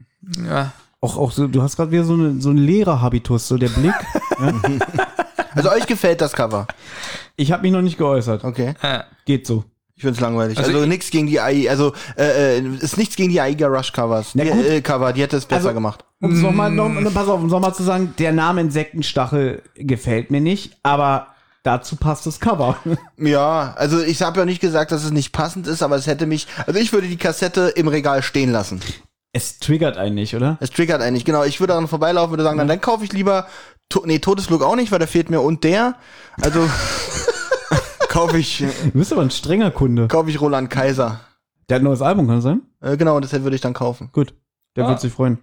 [SPEAKER 2] Ja.
[SPEAKER 3] Auch, auch so, du hast gerade wieder so, eine, so einen Lehrerhabitus, so der Blick.
[SPEAKER 4] also euch gefällt das Cover.
[SPEAKER 3] ich habe mich noch nicht geäußert.
[SPEAKER 4] Okay.
[SPEAKER 2] Äh,
[SPEAKER 3] Geht so.
[SPEAKER 4] Ich find's langweilig.
[SPEAKER 2] Also
[SPEAKER 4] Also,
[SPEAKER 2] ich-
[SPEAKER 4] nichts gegen die AI, also äh, äh, ist nichts gegen die Aiga Rush Covers. Die,
[SPEAKER 3] gut.
[SPEAKER 4] äh, Cover, die hätte es besser
[SPEAKER 3] Also-
[SPEAKER 4] gemacht.
[SPEAKER 3] Um es nochmal, noch, pass auf, um es nochmal zu sagen, der Name Insektenstachel gefällt mir nicht, aber dazu passt das Cover.
[SPEAKER 4] Ja, also ich habe ja nicht gesagt, dass es nicht passend ist, aber es hätte mich, also ich würde die Kassette im Regal stehen lassen.
[SPEAKER 3] Es triggert einen nicht, oder?
[SPEAKER 4] Es triggert eigentlich, genau. Ich würde daran vorbeilaufen, würde sagen, dann, dann kaufe ich lieber, to nee, Todesflug auch nicht, weil da fehlt mir und der. Also kaufe ich,
[SPEAKER 3] Du bist aber ein strenger Kunde.
[SPEAKER 4] kaufe ich Roland Kaiser.
[SPEAKER 3] Der hat ein neues Album, kann das sein?
[SPEAKER 4] Äh, genau, das würde ich dann kaufen.
[SPEAKER 3] Gut. Der
[SPEAKER 2] Ah.
[SPEAKER 3] wird sich freuen.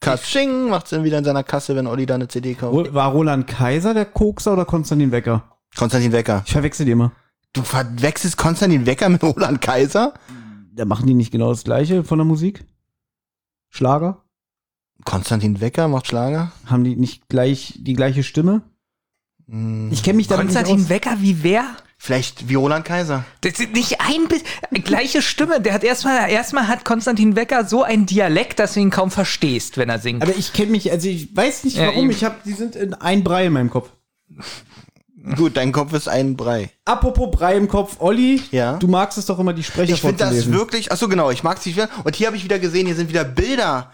[SPEAKER 4] Katsching macht's dann wieder in seiner Kasse, wenn Olli da eine CD kauft.
[SPEAKER 3] Ro- War Roland Kaiser der Kokser oder Konstantin Wecker?
[SPEAKER 4] Konstantin Wecker.
[SPEAKER 3] Ich verwechsel die immer.
[SPEAKER 4] Du verwechselst Konstantin Wecker mit Roland Kaiser?
[SPEAKER 3] Da machen die nicht genau das gleiche von der Musik? Schlager?
[SPEAKER 4] Konstantin Wecker macht Schlager?
[SPEAKER 3] Haben die nicht gleich die gleiche Stimme?
[SPEAKER 2] Mm.
[SPEAKER 4] Hm,
[SPEAKER 3] Ich kenne mich damit nicht
[SPEAKER 2] Konstantin
[SPEAKER 3] aus.
[SPEAKER 2] Wecker wie wer?
[SPEAKER 4] Vielleicht wie Roland Kaiser.
[SPEAKER 2] Das sind nicht ein bi- gleiche Stimme. Der hat erstmal erstmal hat Konstantin Wecker so einen Dialekt, dass du ihn kaum verstehst, wenn er singt.
[SPEAKER 3] Aber ich kenne mich, also ich weiß nicht
[SPEAKER 2] Ja,
[SPEAKER 3] warum,
[SPEAKER 2] eben.
[SPEAKER 3] ich hab, die sind in ein Brei in meinem Kopf.
[SPEAKER 4] Gut, dein Kopf ist ein Brei.
[SPEAKER 3] Apropos Brei im Kopf, Olli,
[SPEAKER 4] Ja?
[SPEAKER 3] du magst es doch immer, die Sprecher
[SPEAKER 4] Ich finde das
[SPEAKER 3] vorzulesen.
[SPEAKER 4] wirklich, achso genau, ich mag es nicht mehr. Und hier habe ich wieder gesehen, hier sind wieder Bilder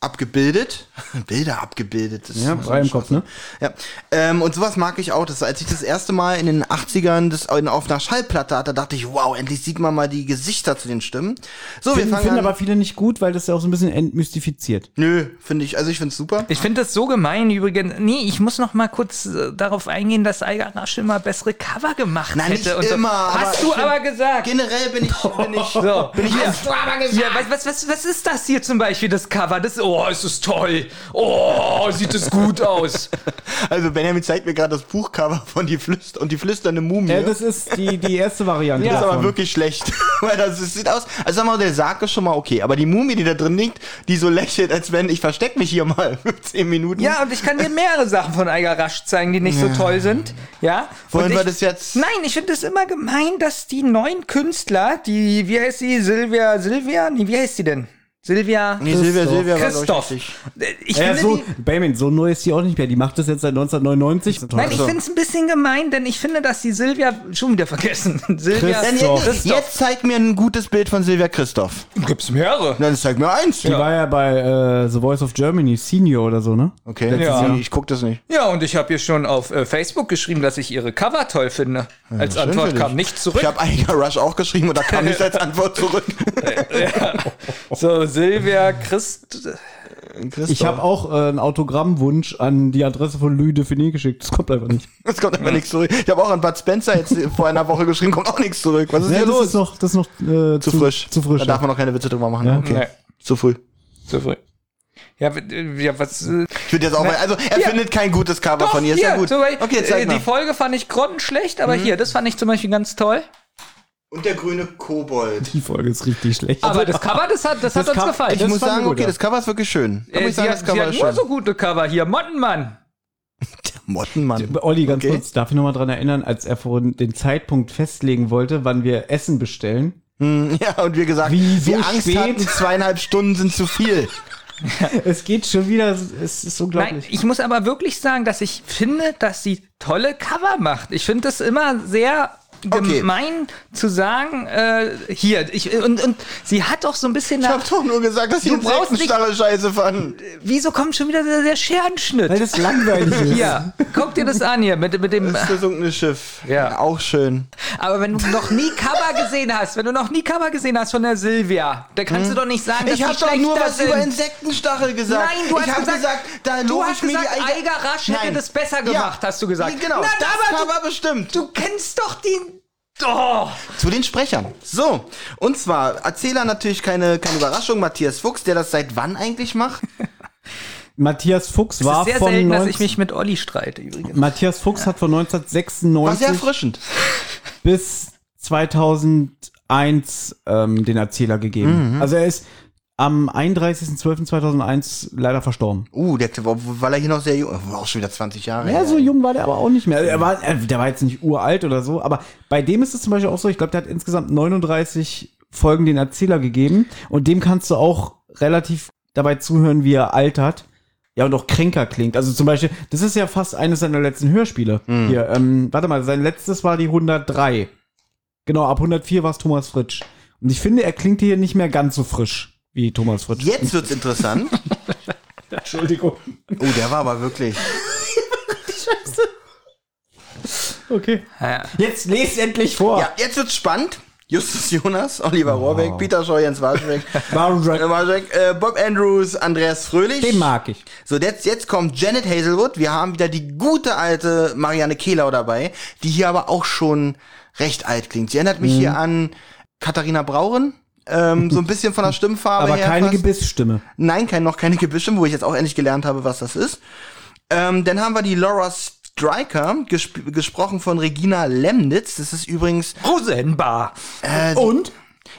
[SPEAKER 4] abgebildet. Bilder abgebildet. Das ist
[SPEAKER 3] Ja,
[SPEAKER 4] so
[SPEAKER 3] Brei im
[SPEAKER 4] ein
[SPEAKER 3] Kopf, ne?
[SPEAKER 4] Schwachsinn. Ja. Ähm, und sowas mag ich auch. Das, als ich das erste Mal in den 80ern das in- auf einer Schallplatte hatte, dachte ich, wow, endlich sieht man mal die Gesichter zu den Stimmen. So, wir
[SPEAKER 3] Finden,
[SPEAKER 4] fangen
[SPEAKER 3] finden
[SPEAKER 4] an.
[SPEAKER 3] aber viele nicht gut, weil das ja auch so ein bisschen entmystifiziert.
[SPEAKER 4] Nö, finde ich, also ich finde es super.
[SPEAKER 2] Ich finde das so gemein übrigens. Nee, ich muss noch mal kurz äh, darauf eingehen, dass Eiger Rasch immer bessere Cover gemacht
[SPEAKER 4] Nein,
[SPEAKER 2] hätte.
[SPEAKER 4] nicht
[SPEAKER 2] und so.
[SPEAKER 4] immer, aber
[SPEAKER 2] Hast
[SPEAKER 4] ich
[SPEAKER 2] du
[SPEAKER 4] find-
[SPEAKER 2] aber gesagt.
[SPEAKER 4] Generell bin ich, bin ich,
[SPEAKER 2] So.
[SPEAKER 4] bin ich
[SPEAKER 2] Ja.
[SPEAKER 4] erst
[SPEAKER 2] Ja, was, was, was, was ist das hier zum Beispiel, das Cover? Das, oh, ist das toll. Oh, sieht es gut aus.
[SPEAKER 4] Also Benjamin zeigt mir gerade das Buchcover von die Flüster und die flüsternde Mumie.
[SPEAKER 3] Ja, Äh, das ist die, die erste Variante.
[SPEAKER 4] Das ist aber
[SPEAKER 3] davon.
[SPEAKER 4] wirklich schlecht. Weil das es sieht aus. Also sag mal, der Sarg ist schon mal okay. Aber die Mumie, die da drin liegt, die so lächelt, als wenn ich versteck mich hier mal für 10 Minuten.
[SPEAKER 2] Ja, und ich kann dir mehrere Sachen von Eiger Rasch zeigen, die nicht so toll sind. Ja.
[SPEAKER 4] Wollen
[SPEAKER 2] und
[SPEAKER 4] wir
[SPEAKER 2] ich,
[SPEAKER 4] das jetzt-
[SPEAKER 2] Nein, ich finde es immer gemein, dass die neuen Künstler, die, wie heißt sie, Silvia, Silvia? Nee, wie heißt sie denn? Silvia.
[SPEAKER 4] Nee, Silvia,
[SPEAKER 3] Christoph.
[SPEAKER 4] Silvia war, glaub ich,
[SPEAKER 2] Christoph.
[SPEAKER 4] richtig.
[SPEAKER 2] Ich
[SPEAKER 3] Ja,
[SPEAKER 2] finde
[SPEAKER 3] Äh, so,
[SPEAKER 2] die,
[SPEAKER 3] Benjamin, so neu ist die auch nicht mehr. Die macht das jetzt seit 1999.
[SPEAKER 2] Nein, ich finde es ein bisschen gemein, denn ich finde, dass die Silvia schon wieder vergessen. Silvia.
[SPEAKER 4] Dann
[SPEAKER 3] Christoph.
[SPEAKER 4] jetzt, jetzt zeig mir ein gutes Bild von Silvia Christoph.
[SPEAKER 2] gibt's mehrere.
[SPEAKER 4] Dann zeig mir eins.
[SPEAKER 3] Die war ja bei äh, The Voice of Germany, Senior oder so, ne?
[SPEAKER 4] Okay,
[SPEAKER 2] Ja.
[SPEAKER 4] Jahr. ich guck das nicht.
[SPEAKER 2] Ja, und ich habe ihr schon auf äh, Facebook geschrieben, dass ich ihre Cover toll finde. Als
[SPEAKER 4] Schön für
[SPEAKER 2] Antwort
[SPEAKER 4] dich.
[SPEAKER 2] kam nichts zurück.
[SPEAKER 4] Ich habe Eiger Rush auch geschrieben und da kam nichts als Antwort zurück.
[SPEAKER 2] So, Silvia Christ.
[SPEAKER 4] Christoph.
[SPEAKER 3] Ich habe auch äh, einen Autogrammwunsch an die Adresse von Louis Define geschickt. Das kommt einfach nicht.
[SPEAKER 4] Es kommt einfach nichts zurück. Ich habe auch an Bud Spencer jetzt vor einer Woche geschrieben, kommt auch nichts zurück. Was ist
[SPEAKER 3] Ja,
[SPEAKER 4] hier
[SPEAKER 3] das
[SPEAKER 4] los?
[SPEAKER 3] ist noch, das ist noch äh,
[SPEAKER 4] zu frisch.
[SPEAKER 3] Zu frisch.
[SPEAKER 4] Da darf man noch keine Witze drüber machen. ne?
[SPEAKER 3] Ja.
[SPEAKER 4] Okay.
[SPEAKER 2] Nee,
[SPEAKER 4] Zu früh.
[SPEAKER 2] zu früh. Ja, w- äh, ja was. äh,
[SPEAKER 4] Ich würde jetzt auch mal, also er
[SPEAKER 2] Ja.
[SPEAKER 4] findet kein gutes Cover von ihr, ist ja gut.
[SPEAKER 2] zum Beispiel,
[SPEAKER 4] Okay, jetzt zeig
[SPEAKER 2] äh, die
[SPEAKER 4] mal. Mhm.
[SPEAKER 2] Folge fand ich grottenschlecht, aber hier, das fand ich zum Beispiel ganz toll.
[SPEAKER 4] Und der grüne Kobold.
[SPEAKER 3] die Folge ist richtig schlecht.
[SPEAKER 4] Also
[SPEAKER 2] Aber das Cover, das hat, das hat uns
[SPEAKER 3] Cover-
[SPEAKER 2] gefallen.
[SPEAKER 4] Ich
[SPEAKER 3] Das
[SPEAKER 4] muss
[SPEAKER 3] fand ich
[SPEAKER 4] sagen,
[SPEAKER 3] gut,
[SPEAKER 4] okay,
[SPEAKER 3] ja.
[SPEAKER 4] das Cover ist wirklich schön. Da
[SPEAKER 2] Äh,
[SPEAKER 4] muss ich sagen,
[SPEAKER 2] sie
[SPEAKER 4] das
[SPEAKER 2] hat, sie
[SPEAKER 4] Cover
[SPEAKER 2] hat
[SPEAKER 4] ist
[SPEAKER 2] nur
[SPEAKER 4] schön.
[SPEAKER 2] so gute Cover hier. Mottenmann.
[SPEAKER 4] Mottenmann.
[SPEAKER 3] Olli, ganz
[SPEAKER 4] Okay.
[SPEAKER 3] kurz, darf ich nochmal dran erinnern, als er vorhin den Zeitpunkt festlegen wollte, wann wir Essen bestellen?
[SPEAKER 4] Ja, und wir gesagt,
[SPEAKER 3] Wie, so
[SPEAKER 4] wir Angst
[SPEAKER 3] spät?
[SPEAKER 4] hatten, zweieinhalb Stunden sind zu viel.
[SPEAKER 3] Es geht schon wieder, es ist
[SPEAKER 2] Nein,
[SPEAKER 3] unglaublich.
[SPEAKER 2] ich muss aber wirklich sagen, dass ich finde, dass sie tolle Cover macht. Ich finde es immer sehr
[SPEAKER 4] Okay.
[SPEAKER 2] gemein zu sagen, äh, hier, ich, und, und sie hat doch so ein bisschen
[SPEAKER 4] Ich
[SPEAKER 2] nach,
[SPEAKER 4] hab doch nur gesagt, dass ich
[SPEAKER 2] Du brauchst
[SPEAKER 4] Insektenstarre Scheiße fand.
[SPEAKER 2] wieso kommt schon wieder der, der
[SPEAKER 3] Weil
[SPEAKER 2] Scherenschnitt?
[SPEAKER 3] das langweilig ist.
[SPEAKER 2] Hier, guck dir das an hier mit, mit dem,
[SPEAKER 4] Das versunkene Schiff.
[SPEAKER 2] Ja.
[SPEAKER 4] Auch schön.
[SPEAKER 2] aber wenn du noch nie Cover gesehen hast, wenn du noch nie Cover gesehen hast von der Silvia, da kannst du doch nicht sagen, dass
[SPEAKER 4] Hm. Ich
[SPEAKER 2] die
[SPEAKER 4] habe doch nur
[SPEAKER 2] schlechter
[SPEAKER 4] was
[SPEAKER 2] sind.
[SPEAKER 4] über Insektenstachel gesagt.
[SPEAKER 2] Nein, du
[SPEAKER 4] ich
[SPEAKER 2] hast
[SPEAKER 4] hab
[SPEAKER 2] gesagt-
[SPEAKER 4] da
[SPEAKER 2] du
[SPEAKER 4] lobe
[SPEAKER 2] hast
[SPEAKER 4] ich mir
[SPEAKER 2] gesagt,
[SPEAKER 4] die
[SPEAKER 2] Eiger Rasch hätte das besser gemacht, hast du gesagt.
[SPEAKER 4] Nee, Genau,
[SPEAKER 2] Na,
[SPEAKER 4] das
[SPEAKER 2] aber du-
[SPEAKER 4] Cover bestimmt.
[SPEAKER 2] Du kennst doch die, oh.
[SPEAKER 4] Zu den Sprechern. So, und zwar Erzähler natürlich keine, keine Überraschung, Matthias Fuchs, der das seit wann eigentlich macht?
[SPEAKER 3] Matthias Fuchs
[SPEAKER 2] Es
[SPEAKER 3] war
[SPEAKER 2] ist sehr
[SPEAKER 3] von
[SPEAKER 2] selten, dass
[SPEAKER 3] 19
[SPEAKER 2] ich mich mit Olli streite übrigens.
[SPEAKER 3] Matthias Fuchs hat von
[SPEAKER 4] War sehr
[SPEAKER 3] 1996
[SPEAKER 4] erfrischend.
[SPEAKER 3] bis 2001 ähm, den Erzähler gegeben.
[SPEAKER 2] Mhm.
[SPEAKER 3] Also er ist am 31.12.2001 leider verstorben.
[SPEAKER 4] Uh, der, weil er hier noch sehr jung, war auch schon wieder 20 Jahre.
[SPEAKER 3] Ja,
[SPEAKER 4] her.
[SPEAKER 3] so jung war der aber auch nicht mehr. Er war, äh, der war jetzt nicht uralt oder so, aber bei dem ist es zum Beispiel auch so, ich glaube, der hat insgesamt 39 Folgen den Erzähler gegeben und dem kannst du auch relativ dabei zuhören, wie er altert. Ja, und auch kränker klingt. Also zum Beispiel, das ist ja fast eines seiner letzten Hörspiele.
[SPEAKER 4] Mhm.
[SPEAKER 3] Hier, ähm, warte mal, sein letztes war die 103. Genau, ab 104 war es Thomas Fritsch. Und ich finde, er klingt hier nicht mehr ganz so frisch wie Thomas Fritsch.
[SPEAKER 4] Jetzt wird's interessant.
[SPEAKER 3] Entschuldigung.
[SPEAKER 4] Oh, der war aber wirklich.
[SPEAKER 3] Okay.
[SPEAKER 2] Ja.
[SPEAKER 3] Jetzt lest endlich vor.
[SPEAKER 4] Ja, jetzt wird's spannend. Justus Jonas, Oliver Rohrbeck, Peter Scheu, Jens Warschbeck,
[SPEAKER 3] Warum
[SPEAKER 4] äh, Warschbeck, äh, Bob Andrews, Andreas Fröhlich.
[SPEAKER 3] Den mag ich.
[SPEAKER 4] So, jetzt, jetzt kommt Janet Hazelwood. Wir haben wieder die gute alte Marianne Kehlau dabei, die hier aber auch schon recht alt klingt. Sie erinnert
[SPEAKER 3] Mhm.
[SPEAKER 4] mich hier an Katharina Brauren. Ähm, so ein bisschen von der Stimmfarbe
[SPEAKER 3] Aber
[SPEAKER 4] her.
[SPEAKER 3] keine
[SPEAKER 4] fast.
[SPEAKER 3] Gebissstimme.
[SPEAKER 4] Nein, kein, noch keine Gebische, wo ich jetzt auch endlich gelernt habe, was das ist. Ähm, dann haben wir die Laura Striker, gesp gesprochen von Regina Lemnitz. Das ist übrigens,
[SPEAKER 2] Rosenbar.
[SPEAKER 3] Äh, Und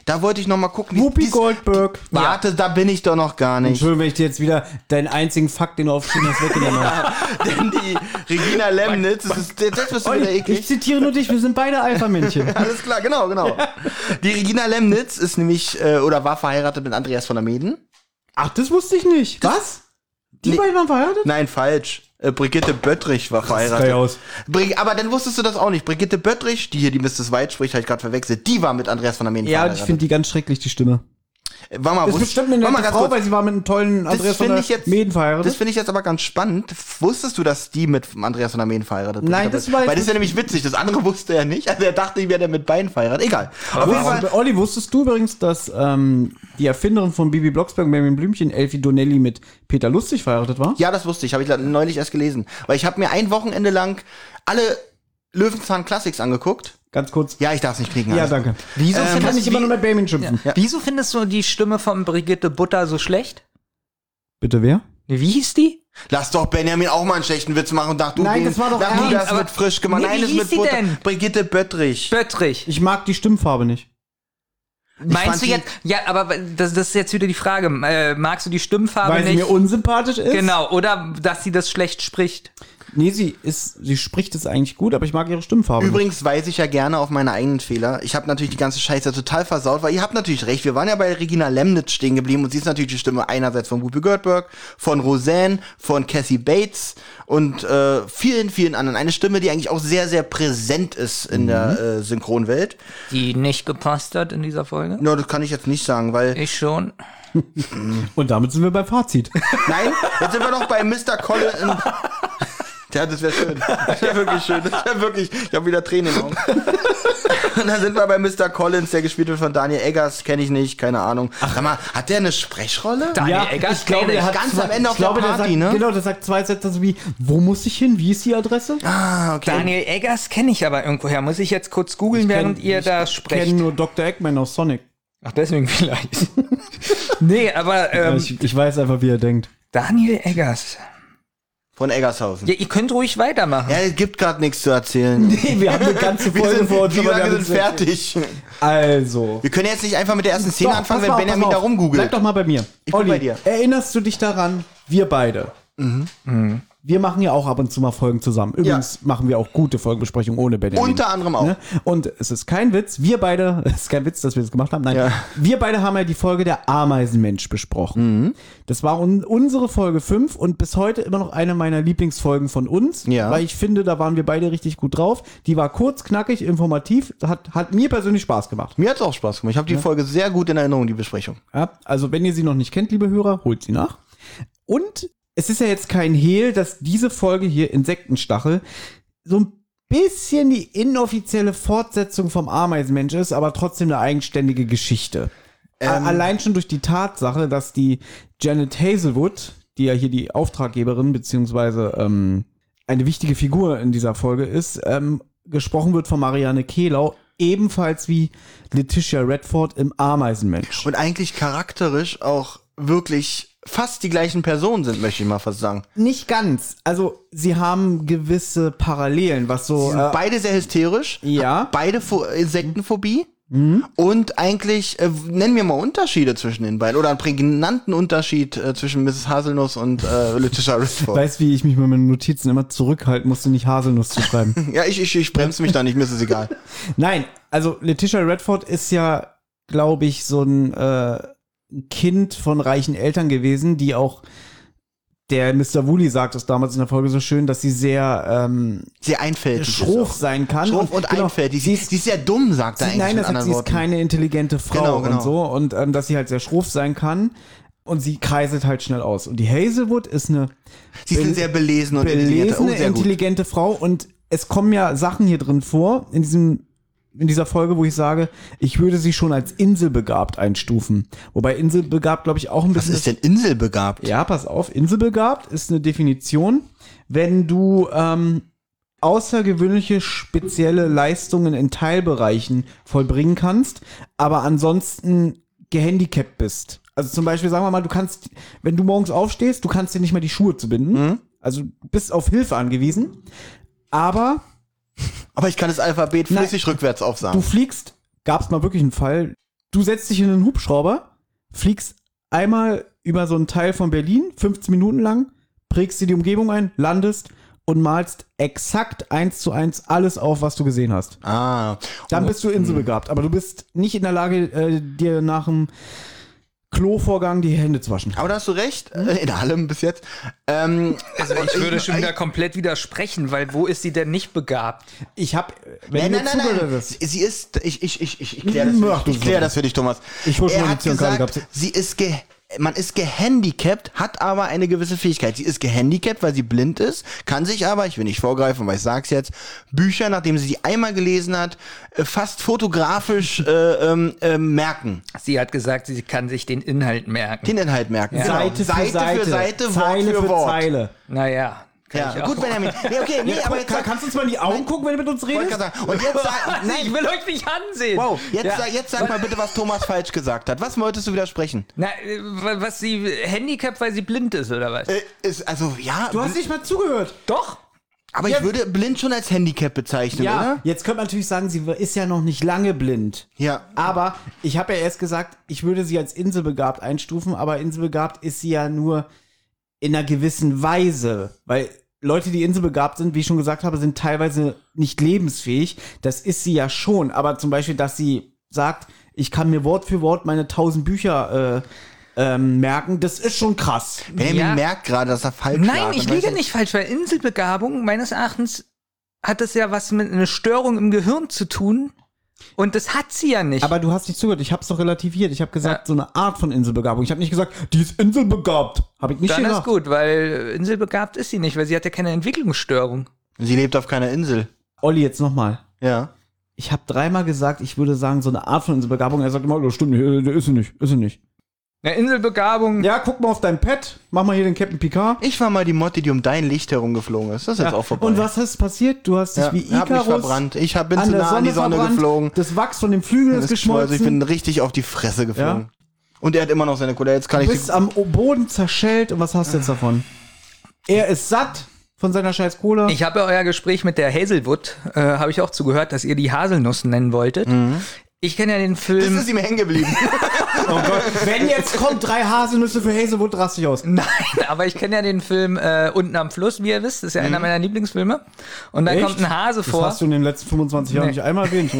[SPEAKER 4] da wollte ich noch mal gucken. die-
[SPEAKER 3] Whoopi
[SPEAKER 4] dies-
[SPEAKER 3] Goldberg.
[SPEAKER 4] Warte, da bin ich doch noch gar nicht.
[SPEAKER 3] Entschuldigung, wenn ich dir jetzt wieder deinen einzigen Fakt, den du aufgeschrieben hast, weggenommen habe.
[SPEAKER 4] Denn die Regina Lemnitz, das ist, jetzt bist du wieder
[SPEAKER 3] Olli,
[SPEAKER 4] eklig.
[SPEAKER 3] ich zitiere nur dich, wir sind beide Alpha-Männchen.
[SPEAKER 4] Alles klar, genau, genau. Die Regina Lemnitz ist nämlich, äh, oder war verheiratet mit Andreas von der Meden.
[SPEAKER 3] Ach, das wusste ich nicht. Was? Die
[SPEAKER 4] Nee.
[SPEAKER 3] beiden waren verheiratet?
[SPEAKER 4] Nein, falsch. Äh, Brigitte Böttrich war verheiratet.
[SPEAKER 3] geil aus.
[SPEAKER 4] Bri aber dann wusstest du das auch nicht. Brigitte Böttrich, die hier die Mrs. White spricht, habe ich gerade verwechselt, die war mit Andreas von der Meden
[SPEAKER 3] Ja, und ich
[SPEAKER 4] verheiratet.
[SPEAKER 3] finde die ganz schrecklich, die Stimme.
[SPEAKER 4] Äh, War mal,
[SPEAKER 3] Das ist
[SPEAKER 4] wusst-
[SPEAKER 3] bestimmt eine
[SPEAKER 4] war mal
[SPEAKER 3] nette
[SPEAKER 4] ganz
[SPEAKER 3] Frau,
[SPEAKER 4] kurz.
[SPEAKER 3] weil sie war mit einem tollen Andreas
[SPEAKER 4] das
[SPEAKER 3] von
[SPEAKER 4] finde
[SPEAKER 3] der
[SPEAKER 4] ich jetzt,
[SPEAKER 3] Meden
[SPEAKER 4] das
[SPEAKER 3] verheiratet.
[SPEAKER 4] finde ich jetzt aber ganz spannend. Wusstest du, dass die mit Andreas von der Meden verheiratet
[SPEAKER 3] Nein,
[SPEAKER 4] Brigitte
[SPEAKER 3] das
[SPEAKER 4] Böttrich?
[SPEAKER 3] war jetzt
[SPEAKER 4] Weil das ist ja nämlich witzig. Das andere wusste er nicht. Also er dachte, ich werde mit beiden verheiratet. Egal. Auf jeden Fall-
[SPEAKER 3] Und, Olli, wusstest du übrigens, dass ähm, die Erfinderin von Bibi Blocksberg und Benjamin Blümchen, Elfie Donnelly, mit Peter Lustig verheiratet war?
[SPEAKER 4] Ja, das wusste ich, habe ich neulich erst gelesen. Weil ich habe mir ein Wochenende lang alle Löwenzahn Classics angeguckt.
[SPEAKER 3] Ganz kurz.
[SPEAKER 4] Ja, also ich darf es nicht knicken.
[SPEAKER 3] Ja,
[SPEAKER 4] alles.
[SPEAKER 3] danke.
[SPEAKER 2] Wieso,
[SPEAKER 3] Ich kann
[SPEAKER 2] findest,
[SPEAKER 3] nicht immer nur mit Benjamin schimpfen.
[SPEAKER 2] wieso findest du die Stimme von Brigitte Butter so schlecht?
[SPEAKER 3] Bitte wer?
[SPEAKER 2] Wie hieß die?
[SPEAKER 4] Lass doch Benjamin auch mal einen schlechten Witz machen und nach du,
[SPEAKER 3] Nein,
[SPEAKER 4] den-
[SPEAKER 3] das war doch
[SPEAKER 4] nach du
[SPEAKER 3] ernst.
[SPEAKER 4] das
[SPEAKER 2] Aber-
[SPEAKER 4] mit frisch gemacht.
[SPEAKER 2] Nee,
[SPEAKER 4] Nein,
[SPEAKER 2] wie
[SPEAKER 4] das
[SPEAKER 2] hieß
[SPEAKER 4] mit
[SPEAKER 2] sie
[SPEAKER 4] Butter.
[SPEAKER 2] denn?
[SPEAKER 4] Brigitte Böttrich.
[SPEAKER 2] Böttrich.
[SPEAKER 3] Ich mag die Stimmfarbe nicht.
[SPEAKER 2] Meinst
[SPEAKER 4] fand
[SPEAKER 2] du
[SPEAKER 4] die-
[SPEAKER 2] jetzt? Ja, aber das, das ist jetzt wieder die Frage. Äh, magst du die Stimmfarbe
[SPEAKER 3] Weil sie
[SPEAKER 2] nicht?
[SPEAKER 3] mir unsympathisch ist?
[SPEAKER 2] genau, oder dass sie das schlecht spricht.
[SPEAKER 3] Nee, sie ist, sie spricht es eigentlich gut, aber ich mag ihre Stimmfarbe. nicht.
[SPEAKER 4] Übrigens weise ich ja gerne auf meine eigenen Fehler. Ich habe natürlich die ganze Scheiße total versaut, weil ihr habt natürlich recht. Wir waren ja bei Regina Lemnitz stehen geblieben und sie ist natürlich die Stimme einerseits von Whoopi Goldberg, von Roseanne, von Cassie Bates und äh, vielen, vielen anderen. Eine Stimme, die eigentlich auch sehr, sehr präsent ist in der äh, Synchronwelt.
[SPEAKER 2] Die nicht gepasst hat in dieser Folge?
[SPEAKER 4] Nur das kann ich jetzt nicht sagen, weil
[SPEAKER 2] Ich schon.
[SPEAKER 3] Und damit sind wir beim Fazit.
[SPEAKER 4] Nein, jetzt sind wir noch bei Mr. Collins. Ja, das wäre schön. Das wäre wirklich schön. Das wäre wirklich. Ich habe wieder Tränen im Auge. Und dann sind wir bei Mr. Collins, der gespielt wird von Daniel Eggers. Kenne ich nicht, keine Ahnung. Sag mal, hat der eine Sprechrolle?
[SPEAKER 2] Daniel Eggers kenn ich.
[SPEAKER 4] ganz am Ende auf
[SPEAKER 3] ich glaube,
[SPEAKER 4] der
[SPEAKER 3] der
[SPEAKER 4] Party,
[SPEAKER 3] sagt,
[SPEAKER 4] ne?
[SPEAKER 3] Genau, der sagt zwei Sätze so wie, wo muss ich hin? Wie ist die Adresse?
[SPEAKER 4] Ah, okay.
[SPEAKER 2] Daniel Eggers kenne ich aber irgendwoher. Muss ich jetzt kurz googeln, während ihr da
[SPEAKER 3] Ich kenne
[SPEAKER 2] sprecht?
[SPEAKER 3] nur Dr. Eggman aus Sonic.
[SPEAKER 2] Ach, deswegen vielleicht. nee, aber ähm,
[SPEAKER 3] ich, ich weiß einfach, wie er denkt.
[SPEAKER 2] Daniel Eggers.
[SPEAKER 4] Von Eggershausen.
[SPEAKER 2] Ja, ihr könnt ruhig weitermachen.
[SPEAKER 4] Ja, es gibt gerade nichts zu erzählen.
[SPEAKER 3] wir haben eine ganze
[SPEAKER 4] Wir
[SPEAKER 3] Folge
[SPEAKER 4] sind,
[SPEAKER 3] vor uns.
[SPEAKER 4] wie
[SPEAKER 3] aber
[SPEAKER 4] gesagt,
[SPEAKER 3] wir
[SPEAKER 4] wir
[SPEAKER 3] haben
[SPEAKER 4] sind
[SPEAKER 3] jetzt-
[SPEAKER 4] fertig.
[SPEAKER 3] Also.
[SPEAKER 4] Wir können jetzt nicht einfach mit der ersten Szene
[SPEAKER 3] Doch,
[SPEAKER 4] anfangen,
[SPEAKER 3] pass
[SPEAKER 4] wenn
[SPEAKER 3] mal auf,
[SPEAKER 4] Benjamin
[SPEAKER 3] pass mal
[SPEAKER 4] da
[SPEAKER 3] auf. Bleib
[SPEAKER 4] rumgoogelt.
[SPEAKER 3] doch mal bei mir.
[SPEAKER 4] Ich bin bei dir. Mhm.
[SPEAKER 3] Erinnerst du dich daran, wir beide? Wir machen ja auch ab und zu mal Folgen zusammen. Übrigens machen wir auch gute Folgenbesprechungen ohne Benjamin.
[SPEAKER 4] Unter anderem auch.
[SPEAKER 3] Ne? Und es ist kein Witz, wir beide, es ist kein Witz, dass wir das gemacht haben, nein,
[SPEAKER 4] Ja.
[SPEAKER 3] wir beide haben ja die Folge der Ameisenmensch besprochen.
[SPEAKER 4] Mhm.
[SPEAKER 3] Das war un unsere Folge 5 und bis heute immer noch eine meiner Lieblingsfolgen von uns,
[SPEAKER 4] Ja.
[SPEAKER 3] weil ich finde, da waren wir beide richtig gut drauf. Die war kurz, knackig, informativ, hat, hat mir persönlich Spaß gemacht.
[SPEAKER 4] Mir hat's auch Spaß gemacht. Ich habe die Folge sehr gut in Erinnerung, die Besprechung.
[SPEAKER 3] Ja, also wenn ihr sie noch nicht kennt, liebe Hörer, holt sie nach. Und es ist ja jetzt kein Hehl, dass diese Folge hier Insektenstachel so ein bisschen die inoffizielle Fortsetzung vom Ameisenmensch ist, aber trotzdem eine eigenständige Geschichte. A- Allein schon durch die Tatsache, dass die Janet Hazelwood, die ja hier die Auftraggeberin beziehungsweise ähm, eine wichtige Figur in dieser Folge ist, ähm, gesprochen wird von Marianne Kehlau, ebenfalls wie Letitia Redford im Ameisenmensch.
[SPEAKER 4] und eigentlich charakterisch auch wirklich fast die gleichen Personen sind, möchte ich mal fast sagen.
[SPEAKER 3] Nicht ganz. Also, sie haben gewisse Parallelen, was so. Äh,
[SPEAKER 4] Beide sehr hysterisch,
[SPEAKER 3] ja. Mhm.
[SPEAKER 4] beide Pho Insektenphobie und eigentlich, äh, nennen wir mal Unterschiede zwischen den beiden oder einen prägnanten Unterschied äh, zwischen Mrs. Haselnuss und äh, Letitia Redford.
[SPEAKER 3] Weißt, wie ich mich mit meinen Notizen immer zurückhalten musste, nicht Haselnuss zu schreiben.
[SPEAKER 4] Ja, ich, ich, ich bremse mich da nicht, mir ist es egal.
[SPEAKER 3] Nein, also Letitia Redford ist ja, glaube ich, so ein äh, Kind von reichen Eltern gewesen, die auch der Mr. Woolley sagt es damals in der Folge so schön, dass sie sehr ähm,
[SPEAKER 4] Sie einfältig. ist
[SPEAKER 3] schroff
[SPEAKER 4] auch.
[SPEAKER 3] sein kann.
[SPEAKER 4] Schroff und
[SPEAKER 3] genau,
[SPEAKER 4] einfältig.
[SPEAKER 3] Sie
[SPEAKER 4] Sie,
[SPEAKER 3] ist
[SPEAKER 4] sie ist sehr dumm, sagt er
[SPEAKER 3] Sie,
[SPEAKER 4] eigentlich
[SPEAKER 3] nein,
[SPEAKER 4] in
[SPEAKER 3] das sagt,
[SPEAKER 4] anderen
[SPEAKER 3] sie ist
[SPEAKER 4] Worten.
[SPEAKER 3] keine intelligente Frau
[SPEAKER 4] Genau, genau.
[SPEAKER 3] und so und ähm, dass sie halt sehr schroff sein kann und sie kreiselt halt schnell aus. Und die Hazelwood ist eine
[SPEAKER 4] Sie ist eine
[SPEAKER 3] bel-
[SPEAKER 4] sehr belesen und intelligente.
[SPEAKER 3] belesene,
[SPEAKER 4] Oh, sehr gut.
[SPEAKER 3] intelligente Frau und es kommen ja Sachen hier drin vor in diesem in dieser Folge, wo ich sage, ich würde sie schon als inselbegabt einstufen. Wobei inselbegabt, glaube ich, auch ein
[SPEAKER 4] Was
[SPEAKER 3] bisschen
[SPEAKER 4] ist denn inselbegabt?
[SPEAKER 3] ja, pass auf, inselbegabt ist eine Definition, wenn du ähm, außergewöhnliche spezielle Leistungen in Teilbereichen vollbringen kannst, aber ansonsten gehandicapt bist. Also zum Beispiel, sagen wir mal, du kannst, wenn du morgens aufstehst, du kannst dir nicht mal die Schuhe zu binden. Also du bist auf Hilfe angewiesen, aber
[SPEAKER 4] Aber ich kann das Alphabet
[SPEAKER 3] Nein.
[SPEAKER 4] flüssig rückwärts aufsagen.
[SPEAKER 3] du fliegst, gab es mal wirklich einen Fall, du setzt dich in einen Hubschrauber, fliegst einmal über so einen Teil von Berlin, 15 Minuten lang, prägst dir die Umgebung ein, landest und malst exakt eins zu eins alles auf, was du gesehen hast.
[SPEAKER 4] Ah,
[SPEAKER 3] Dann bist du inselbegabt, aber du bist nicht in der Lage, äh, dir nach dem Klovorgang die Hände zu waschen.
[SPEAKER 4] Aber da hast du recht,
[SPEAKER 3] Hm?
[SPEAKER 4] äh, in allem bis jetzt. Ähm,
[SPEAKER 2] Also ich würde schon wieder komplett widersprechen, weil wo ist sie denn nicht begabt?
[SPEAKER 3] Ich hab,
[SPEAKER 4] Nein,
[SPEAKER 3] wenn
[SPEAKER 4] nein,
[SPEAKER 3] du
[SPEAKER 4] nein,
[SPEAKER 3] zugehört
[SPEAKER 4] nein.
[SPEAKER 3] hast,
[SPEAKER 4] Sie sie ist. Ich, ich, ich, ich, ich kläre das,
[SPEAKER 3] Ach,
[SPEAKER 4] für
[SPEAKER 3] du
[SPEAKER 4] dich. ich klär
[SPEAKER 3] Sonne.
[SPEAKER 4] das für dich, Thomas.
[SPEAKER 3] Ich hol schon
[SPEAKER 4] er
[SPEAKER 3] mal
[SPEAKER 4] hat
[SPEAKER 3] die Zirkale
[SPEAKER 4] gesagt,
[SPEAKER 3] gehabt.
[SPEAKER 4] sie ist ge man ist gehandicapt, hat aber eine gewisse Fähigkeit. Sie ist gehandicapt, weil sie blind ist, kann sich aber, ich will nicht vorgreifen, weil ich sag's jetzt, Bücher, nachdem sie die einmal gelesen hat, äh, fast fotografisch äh, ähm, ähm, merken.
[SPEAKER 2] Sie hat gesagt, sie kann sich den Inhalt merken.
[SPEAKER 4] Den Inhalt merken. Genau.
[SPEAKER 3] Seite, für Seite,
[SPEAKER 4] Seite, Wort
[SPEAKER 3] Zeile
[SPEAKER 4] für
[SPEAKER 3] für
[SPEAKER 4] Wort.
[SPEAKER 3] Zeile.
[SPEAKER 2] Naja,
[SPEAKER 4] Ja, gut, Benjamin. Nee, okay, nee, aber jetzt sag,
[SPEAKER 3] kannst du uns mal in die Augen gucken, wenn du mit uns
[SPEAKER 4] wollte
[SPEAKER 3] redest?
[SPEAKER 4] gerade sagen. Und jetzt sag,
[SPEAKER 2] ich
[SPEAKER 4] nein,
[SPEAKER 2] will euch nicht ansehen.
[SPEAKER 4] wow, Oh, jetzt,
[SPEAKER 2] Ja.
[SPEAKER 4] sag, jetzt sag mal bitte, was Thomas falsch gesagt hat. Was wolltest du widersprechen?
[SPEAKER 2] Na, äh, wa- was sie Handicap, weil sie blind ist oder was?
[SPEAKER 4] Äh, ist, also, ja,
[SPEAKER 3] Du hast nicht mal zugehört.
[SPEAKER 2] Doch.
[SPEAKER 4] aber ich würde blind schon als Handicap bezeichnen, oder?
[SPEAKER 3] jetzt könnte man natürlich sagen, sie ist ja noch nicht lange blind.
[SPEAKER 4] Ja.
[SPEAKER 3] Aber ich habe ja erst gesagt, ich würde sie als inselbegabt einstufen, aber inselbegabt ist sie ja nur in einer gewissen Weise, weil Leute, die inselbegabt sind, wie ich schon gesagt habe, sind teilweise nicht lebensfähig. Das ist sie ja schon, aber zum Beispiel, dass sie sagt, ich kann mir Wort für Wort meine tausend Bücher äh, ähm, merken, das ist schon krass.
[SPEAKER 4] Benjamin
[SPEAKER 2] Ja.
[SPEAKER 4] merkt gerade, dass er falsch
[SPEAKER 2] Nein,
[SPEAKER 4] lag.
[SPEAKER 2] ich
[SPEAKER 4] Dann
[SPEAKER 2] liege
[SPEAKER 4] weiß
[SPEAKER 2] nicht falsch, weil Inselbegabung meines Erachtens hat das ja was mit einer Störung im Gehirn zu tun. Und das hat sie ja nicht.
[SPEAKER 3] Aber du hast nicht zugehört, ich habe es doch relativiert. Ich habe gesagt, so eine Art von Inselbegabung. Ich habe nicht gesagt, die ist inselbegabt. Habe ich nicht
[SPEAKER 2] Dann
[SPEAKER 3] gesagt.
[SPEAKER 2] ist gut, weil äh, inselbegabt ist sie nicht, weil sie hat ja keine Entwicklungsstörung.
[SPEAKER 4] Sie lebt auf keiner Insel.
[SPEAKER 3] Olli, jetzt nochmal.
[SPEAKER 4] Ja.
[SPEAKER 3] Ich habe dreimal gesagt, ich würde sagen, so eine Art von Inselbegabung. Er sagt immer, das stimmt nicht, äh, ist sie nicht, ist sie nicht.
[SPEAKER 2] Na, Inselbegabung.
[SPEAKER 3] Ja, guck mal auf dein Pad, mach mal hier den Captain Picard.
[SPEAKER 4] Ich war mal die Motte, die um dein Licht herumgeflogen ist. Das ist jetzt auch vorbei.
[SPEAKER 3] Und was ist passiert? Du hast dich
[SPEAKER 4] Ja,
[SPEAKER 3] wie
[SPEAKER 4] ich hab mich
[SPEAKER 3] Icarus
[SPEAKER 4] verbrannt. Ich hab, bin zu nah an die Sonne
[SPEAKER 3] verbrannt.
[SPEAKER 4] geflogen.
[SPEAKER 3] Das Wachs von dem Flügel ist
[SPEAKER 4] Das ist also ich bin
[SPEAKER 3] geschmolzen.
[SPEAKER 4] richtig auf die Fresse geflogen. Und er hat immer noch seine Kohle. Jetzt kann
[SPEAKER 3] Du
[SPEAKER 4] ich
[SPEAKER 3] bist am Boden zerschellt und was hast du jetzt davon? Er ist satt von seiner scheiß Cola.
[SPEAKER 2] Ich habe ja euer Gespräch mit der Hazelwood, äh, habe ich auch zugehört, dass ihr die Haselnuss nennen wolltet. Ich kenne ja den
[SPEAKER 4] Das
[SPEAKER 2] Film.
[SPEAKER 4] ist ihm hängen geblieben.
[SPEAKER 3] Oh Gott. Wenn jetzt kommt, drei Haselnüsse für Hazelwood, raste ich aus.
[SPEAKER 2] Nein, aber ich kenne ja den Film äh, Unten am Fluss, wie ihr wisst. Das ist ja einer meiner Lieblingsfilme. Und da kommt ein Hase vor.
[SPEAKER 3] Das hast du in den letzten 25 Jahren
[SPEAKER 2] Nee.
[SPEAKER 3] nicht einmal erwähnt.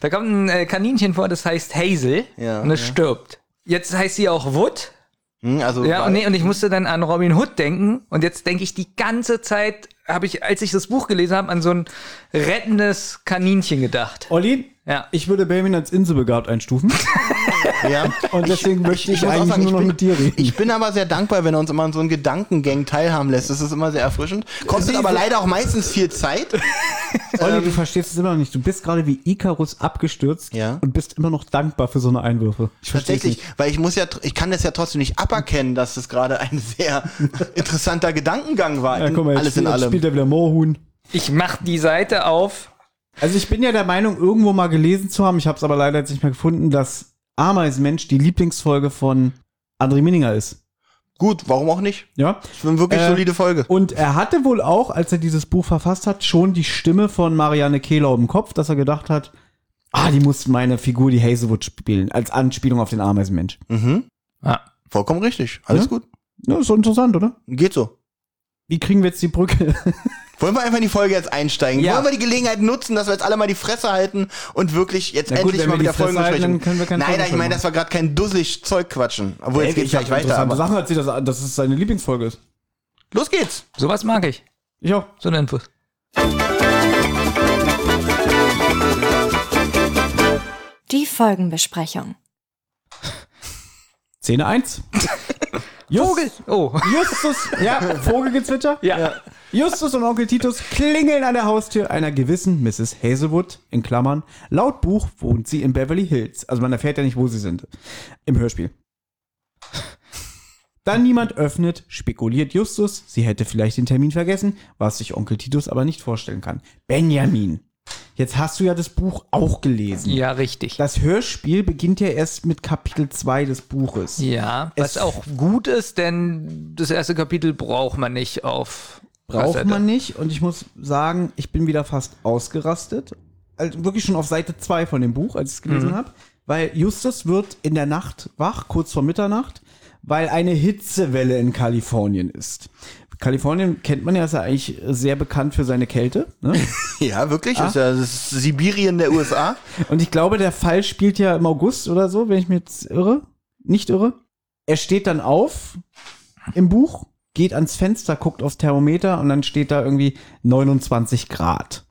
[SPEAKER 2] Da kommt ein äh, Kaninchen vor, das heißt Hazel
[SPEAKER 4] Ja,
[SPEAKER 2] und es
[SPEAKER 4] ja.
[SPEAKER 2] stirbt. Jetzt heißt sie auch Wood.
[SPEAKER 4] Hm, also
[SPEAKER 2] Ja,
[SPEAKER 4] war-
[SPEAKER 2] und, nee, und ich musste dann an Robin Hood denken. Und jetzt denke ich die ganze Zeit, habe ich, als ich das Buch gelesen habe, an so ein rettendes Kaninchen gedacht.
[SPEAKER 3] Olli,
[SPEAKER 2] Ja.
[SPEAKER 3] ich würde Benjamin als inselbegabt einstufen.
[SPEAKER 4] ja.
[SPEAKER 3] Und deswegen möchte ich,
[SPEAKER 4] muss auch
[SPEAKER 3] eigentlich
[SPEAKER 4] sagen,
[SPEAKER 3] nur noch
[SPEAKER 4] bin,
[SPEAKER 3] mit dir reden.
[SPEAKER 4] Ich bin aber sehr dankbar, wenn er uns immer an so einem Gedankengang teilhaben lässt. Das ist immer sehr erfrischend. Kostet
[SPEAKER 3] Sie-
[SPEAKER 4] aber leider auch meistens viel Zeit.
[SPEAKER 3] Olli,
[SPEAKER 4] ähm,
[SPEAKER 3] du verstehst es immer noch nicht. Du bist gerade wie Icarus abgestürzt
[SPEAKER 4] Ja.
[SPEAKER 3] und bist immer noch dankbar für so eine Einwürfe. Ich versteh's
[SPEAKER 4] Tatsächlich,
[SPEAKER 3] nicht.
[SPEAKER 4] weil ich muss ja, tr- ich kann das ja trotzdem nicht aberkennen, dass das gerade ein sehr interessanter Gedankengang war.
[SPEAKER 3] Ja, guck mal, jetzt
[SPEAKER 4] Alles
[SPEAKER 3] spielt,
[SPEAKER 4] in
[SPEAKER 3] jetzt
[SPEAKER 4] allem.
[SPEAKER 3] spielt er wieder Moorhuhn.
[SPEAKER 2] Ich mach die Seite auf.
[SPEAKER 3] Also ich bin ja der Meinung, irgendwo mal gelesen zu haben, ich habe es aber leider jetzt nicht mehr gefunden, dass Ameisenmensch die Lieblingsfolge von André Minninger ist.
[SPEAKER 4] Gut, warum auch nicht?
[SPEAKER 3] Ja?
[SPEAKER 4] Das ist eine wirklich
[SPEAKER 3] Äh,
[SPEAKER 4] solide Folge.
[SPEAKER 3] Und er hatte wohl auch, als er dieses Buch verfasst hat, schon die Stimme von Marianne Kehlau im Kopf, dass er gedacht hat, ah, die muss meine Figur, die Hazelwood, spielen, als Anspielung auf den Ameisenmensch.
[SPEAKER 4] Mhm.
[SPEAKER 2] Ja.
[SPEAKER 4] Vollkommen richtig. Alles
[SPEAKER 3] Ja?
[SPEAKER 4] gut.
[SPEAKER 3] Ja, ist doch interessant, oder?
[SPEAKER 4] Geht so.
[SPEAKER 3] Wie kriegen wir jetzt die Brücke?
[SPEAKER 4] Wollen wir einfach in die Folge jetzt einsteigen?
[SPEAKER 2] Ja.
[SPEAKER 4] Wollen wir die Gelegenheit nutzen, dass wir jetzt alle mal die Fresse halten und wirklich jetzt
[SPEAKER 3] Na gut,
[SPEAKER 4] endlich
[SPEAKER 3] wenn
[SPEAKER 4] mal
[SPEAKER 3] wir die
[SPEAKER 4] wieder Folgen
[SPEAKER 3] Fresse halten,
[SPEAKER 4] besprechen?
[SPEAKER 3] dann können wir keine
[SPEAKER 4] Nein,
[SPEAKER 3] Folgen
[SPEAKER 4] nein, ich meine,
[SPEAKER 3] machen.
[SPEAKER 4] dass wir gerade kein dusselig Zeug quatschen. Obwohl, jetzt geht's
[SPEAKER 3] Ich hab
[SPEAKER 4] gleich weiter.
[SPEAKER 3] interessante
[SPEAKER 4] Aber
[SPEAKER 3] Sachen erzählt, dass, dass es seine Lieblingsfolge ist.
[SPEAKER 4] los geht's.
[SPEAKER 2] Sowas mag ich.
[SPEAKER 3] Ich auch.
[SPEAKER 2] So eine Infos.
[SPEAKER 1] Die Folgenbesprechung.
[SPEAKER 3] Szene 1. Just,
[SPEAKER 2] Vogel. Oh.
[SPEAKER 3] Justus, ja, Vogelgezwitscher.
[SPEAKER 2] Ja.
[SPEAKER 3] Justus und Onkel Titus klingeln an der Haustür einer gewissen Mrs. Hazelwood, in Klammern. Laut Buch wohnt sie in Beverly Hills. Also man erfährt ja nicht, wo sie sind. Im Hörspiel. Dann niemand öffnet, spekuliert Justus, sie hätte vielleicht den Termin vergessen, was sich Onkel Titus aber nicht vorstellen kann. Benjamin, jetzt hast du ja das Buch auch gelesen.
[SPEAKER 2] Ja, richtig.
[SPEAKER 3] Das Hörspiel beginnt ja erst mit Kapitel 2 des Buches.
[SPEAKER 2] Ja, was
[SPEAKER 3] Es-
[SPEAKER 2] auch gut ist, denn das erste Kapitel braucht man nicht auf.
[SPEAKER 3] Braucht
[SPEAKER 2] Kassette.
[SPEAKER 3] man nicht und ich muss sagen, ich bin wieder fast ausgerastet. Also wirklich schon auf Seite 2 von dem Buch, als ich es gelesen habe. Weil Justus wird in der Nacht wach, kurz vor Mitternacht, weil eine Hitzewelle in Kalifornien ist. Kalifornien kennt man ja, ist ja eigentlich sehr bekannt für seine Kälte. Ne?
[SPEAKER 4] Ja, wirklich. Das ist ja das ist Sibirien der USA.
[SPEAKER 3] Und ich glaube, der Fall spielt ja im August oder so, wenn ich mich jetzt irre. Nicht irre. Er steht dann auf im Buch, geht ans Fenster, guckt aufs Thermometer und dann steht da irgendwie 29 Grad.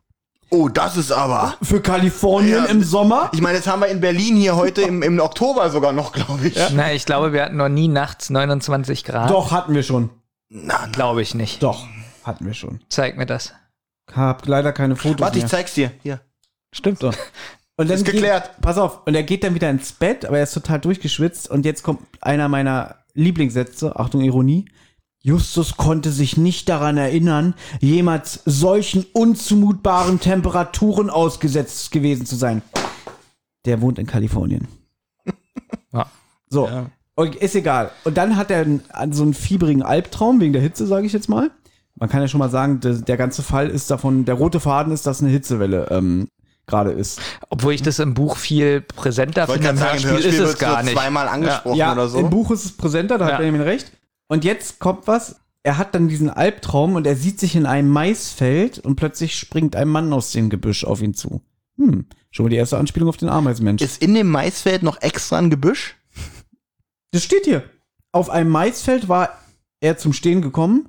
[SPEAKER 4] Oh, das ist aber.
[SPEAKER 3] Für Kalifornien
[SPEAKER 4] Ja.
[SPEAKER 3] im Sommer?
[SPEAKER 4] Ich meine, das haben wir in Berlin hier heute im, im Oktober sogar noch, glaube ich.
[SPEAKER 2] Na, ich glaube, wir hatten noch nie nachts 29 Grad.
[SPEAKER 3] Doch, hatten wir schon.
[SPEAKER 4] Na, na.
[SPEAKER 2] Glaube ich nicht.
[SPEAKER 3] Doch, hatten wir schon.
[SPEAKER 2] Zeig mir das.
[SPEAKER 3] Hab leider keine Fotos
[SPEAKER 4] Warte, ich
[SPEAKER 3] mehr.
[SPEAKER 4] zeig's dir. Hier.
[SPEAKER 2] Stimmt.
[SPEAKER 3] So. Und dann
[SPEAKER 4] Ist geklärt.
[SPEAKER 3] Geht, pass auf, und er geht dann wieder ins Bett, aber er ist total durchgeschwitzt. Und jetzt kommt einer meiner Lieblingssätze, Achtung, Ironie. Justus konnte sich nicht daran erinnern, jemals solchen unzumutbaren Temperaturen ausgesetzt gewesen zu sein. Der wohnt in Kalifornien.
[SPEAKER 2] Ja.
[SPEAKER 3] So, und ist egal. Und dann hat er einen, an so einen fiebrigen Albtraum wegen der Hitze, sage ich jetzt mal. Man kann ja schon mal sagen, der, der ganze Fall ist davon, der rote Faden ist, dass eine Hitzewelle ähm, gerade ist.
[SPEAKER 2] Obwohl ich das im Buch viel präsenter
[SPEAKER 4] wollte
[SPEAKER 2] finde,
[SPEAKER 4] gerade
[SPEAKER 2] im
[SPEAKER 4] sagen, im
[SPEAKER 2] Hörspiel
[SPEAKER 4] Hörspiel
[SPEAKER 2] ist
[SPEAKER 4] wird
[SPEAKER 2] es gar
[SPEAKER 4] so
[SPEAKER 2] nicht.
[SPEAKER 4] zweimal angesprochen
[SPEAKER 3] Ja,
[SPEAKER 4] oder so.
[SPEAKER 3] im Buch ist es präsenter, da hat
[SPEAKER 2] Ja.
[SPEAKER 3] Benjamin recht. Und jetzt kommt was. Er hat dann diesen Albtraum und er sieht sich in einem Maisfeld und plötzlich springt ein Mann aus dem Gebüsch auf ihn zu. Hm, schon mal die erste Anspielung auf den Ameisenmensch.
[SPEAKER 4] Ist in dem Maisfeld noch extra ein Gebüsch?
[SPEAKER 3] Das steht hier. Auf einem Maisfeld war er zum Stehen gekommen.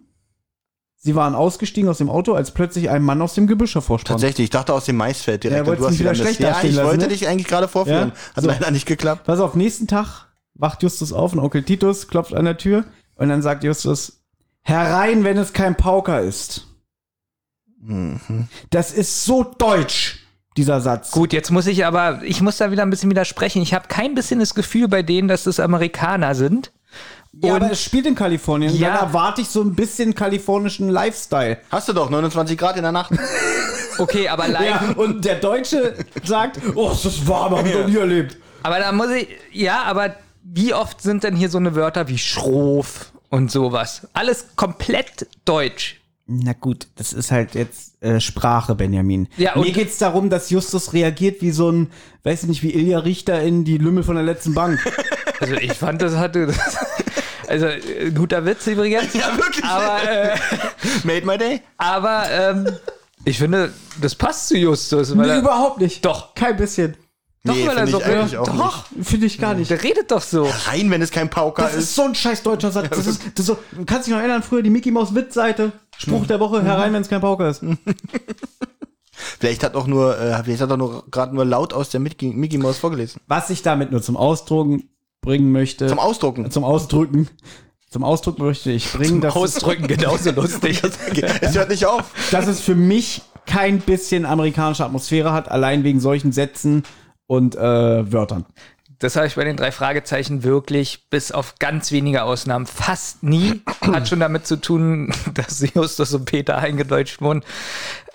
[SPEAKER 3] Sie waren ausgestiegen aus dem Auto, als plötzlich ein Mann aus dem Gebüsch hervorsprang.
[SPEAKER 4] Tatsächlich, ich dachte aus dem Maisfeld
[SPEAKER 3] Ja,
[SPEAKER 4] direkt. und
[SPEAKER 3] wolltest mich wieder
[SPEAKER 4] Mist.
[SPEAKER 3] schlecht
[SPEAKER 4] ja,
[SPEAKER 3] dastehen
[SPEAKER 4] ich
[SPEAKER 3] lassen,
[SPEAKER 4] wollte
[SPEAKER 3] ne?
[SPEAKER 4] dich eigentlich gerade vorführen.
[SPEAKER 3] Ja,
[SPEAKER 4] Hat
[SPEAKER 3] so.
[SPEAKER 4] leider nicht geklappt.
[SPEAKER 3] Pass auf, nächsten Tag wacht Justus auf und Onkel Titus klopft an der Tür und dann sagt Justus, herein, wenn es kein Pauker ist. Das ist so deutsch, dieser Satz.
[SPEAKER 2] Mhm. Gut, jetzt muss ich aber, ich muss da wieder ein bisschen widersprechen. Ich habe kein bisschen das Gefühl bei denen, dass das Amerikaner sind.
[SPEAKER 3] ja,
[SPEAKER 2] und-
[SPEAKER 3] aber es spielt in Kalifornien. Ja.
[SPEAKER 2] Ja.
[SPEAKER 3] Dann erwarte ich so ein bisschen kalifornischen Lifestyle.
[SPEAKER 4] Hast du doch, 29 Grad in der Nacht.
[SPEAKER 2] Okay, aber leider.
[SPEAKER 3] und der Deutsche sagt, oh, es ist warm, hab ich noch nie erlebt.
[SPEAKER 2] Aber da muss ich, ja, aber wie oft sind denn hier so eine Wörter wie schroff und sowas? Alles komplett deutsch.
[SPEAKER 3] Na gut, das ist halt jetzt äh, Sprache, Benjamin.
[SPEAKER 2] Ja,
[SPEAKER 3] Mir
[SPEAKER 2] und-
[SPEAKER 3] geht's darum, dass Justus reagiert wie so ein, weiß nicht, wie Ilja Richter in die Lümmel von der letzten Bank.
[SPEAKER 2] Also ich fand, das hatte, also äh, guter Witz übrigens.
[SPEAKER 4] ja, wirklich.
[SPEAKER 2] Aber, äh,
[SPEAKER 4] Made my day.
[SPEAKER 2] aber ähm, ich finde, das passt zu Justus. Weil
[SPEAKER 3] Nee,
[SPEAKER 2] er,
[SPEAKER 3] überhaupt nicht.
[SPEAKER 2] Doch.
[SPEAKER 3] Kein bisschen.
[SPEAKER 2] doch,
[SPEAKER 4] Nee,
[SPEAKER 2] weil er
[SPEAKER 4] find
[SPEAKER 2] so
[SPEAKER 4] ich eigentlich auch
[SPEAKER 2] doch,
[SPEAKER 3] Finde ich gar nicht.
[SPEAKER 2] der redet doch so.
[SPEAKER 4] Rein, wenn es kein Pauker
[SPEAKER 3] Das ist so ein scheiß deutscher Satz. Das ist, das ist so, kannst dich noch erinnern, früher die Mickey Maus Witzseite. Spruch der Woche,
[SPEAKER 2] Mhm.
[SPEAKER 3] herein, wenn es kein Pauker ist. Hm.
[SPEAKER 4] Vielleicht hat auch nur, äh, vielleicht hat er nur gerade nur laut aus der Mickey, Mickey Mouse vorgelesen.
[SPEAKER 3] Was ich damit nur zum Ausdrucken bringen möchte.
[SPEAKER 4] Zum Ausdrucken.
[SPEAKER 3] zum Ausdrücken. Zum Ausdruck möchte ich bringen, dass,
[SPEAKER 2] Ausdrücken genauso lustig.
[SPEAKER 4] es hört nicht auf.
[SPEAKER 3] Es, dass es für mich kein bisschen amerikanische Atmosphäre hat, allein wegen solchen Sätzen und äh, Wörtern.
[SPEAKER 2] Das habe ich bei den drei Fragezeichen wirklich, bis auf ganz wenige Ausnahmen, fast nie. Hat schon damit zu tun, dass Justus und Peter eingedeutscht wurden.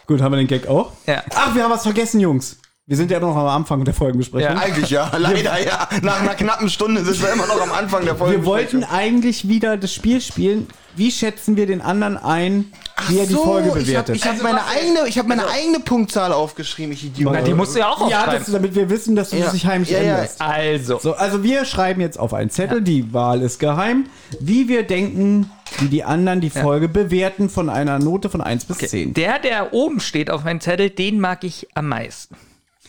[SPEAKER 3] Gut, haben wir den Gag auch?
[SPEAKER 2] Ja.
[SPEAKER 3] Ach, wir haben was vergessen, Jungs. Wir sind ja immer noch am Anfang der Folgenbesprechung.
[SPEAKER 2] Ja.
[SPEAKER 4] Eigentlich ja, leider ja. Nach einer knappen Stunde sind wir immer noch am Anfang der Folge.
[SPEAKER 3] Wir wollten eigentlich wieder das Spiel spielen. Wie schätzen wir den anderen ein, wie er die Folge bewertet?
[SPEAKER 4] Ich habe hab meine eigene, ich habe meine eigene Punktzahl aufgeschrieben, ich Idiot.
[SPEAKER 2] Na, die musst du ja auch
[SPEAKER 3] ja,
[SPEAKER 2] aufschreiben.
[SPEAKER 3] das, damit wir wissen, dass du
[SPEAKER 4] Ja.
[SPEAKER 3] das nicht heimlich
[SPEAKER 4] Ja, ja.
[SPEAKER 3] änderst.
[SPEAKER 2] also,
[SPEAKER 3] So, also wir schreiben jetzt auf einen Zettel, die Wahl ist geheim, wie wir denken, wie die anderen die Folge bewerten von einer Note von 1 bis 10.
[SPEAKER 2] der, der oben steht auf meinem Zettel, den mag ich am meisten.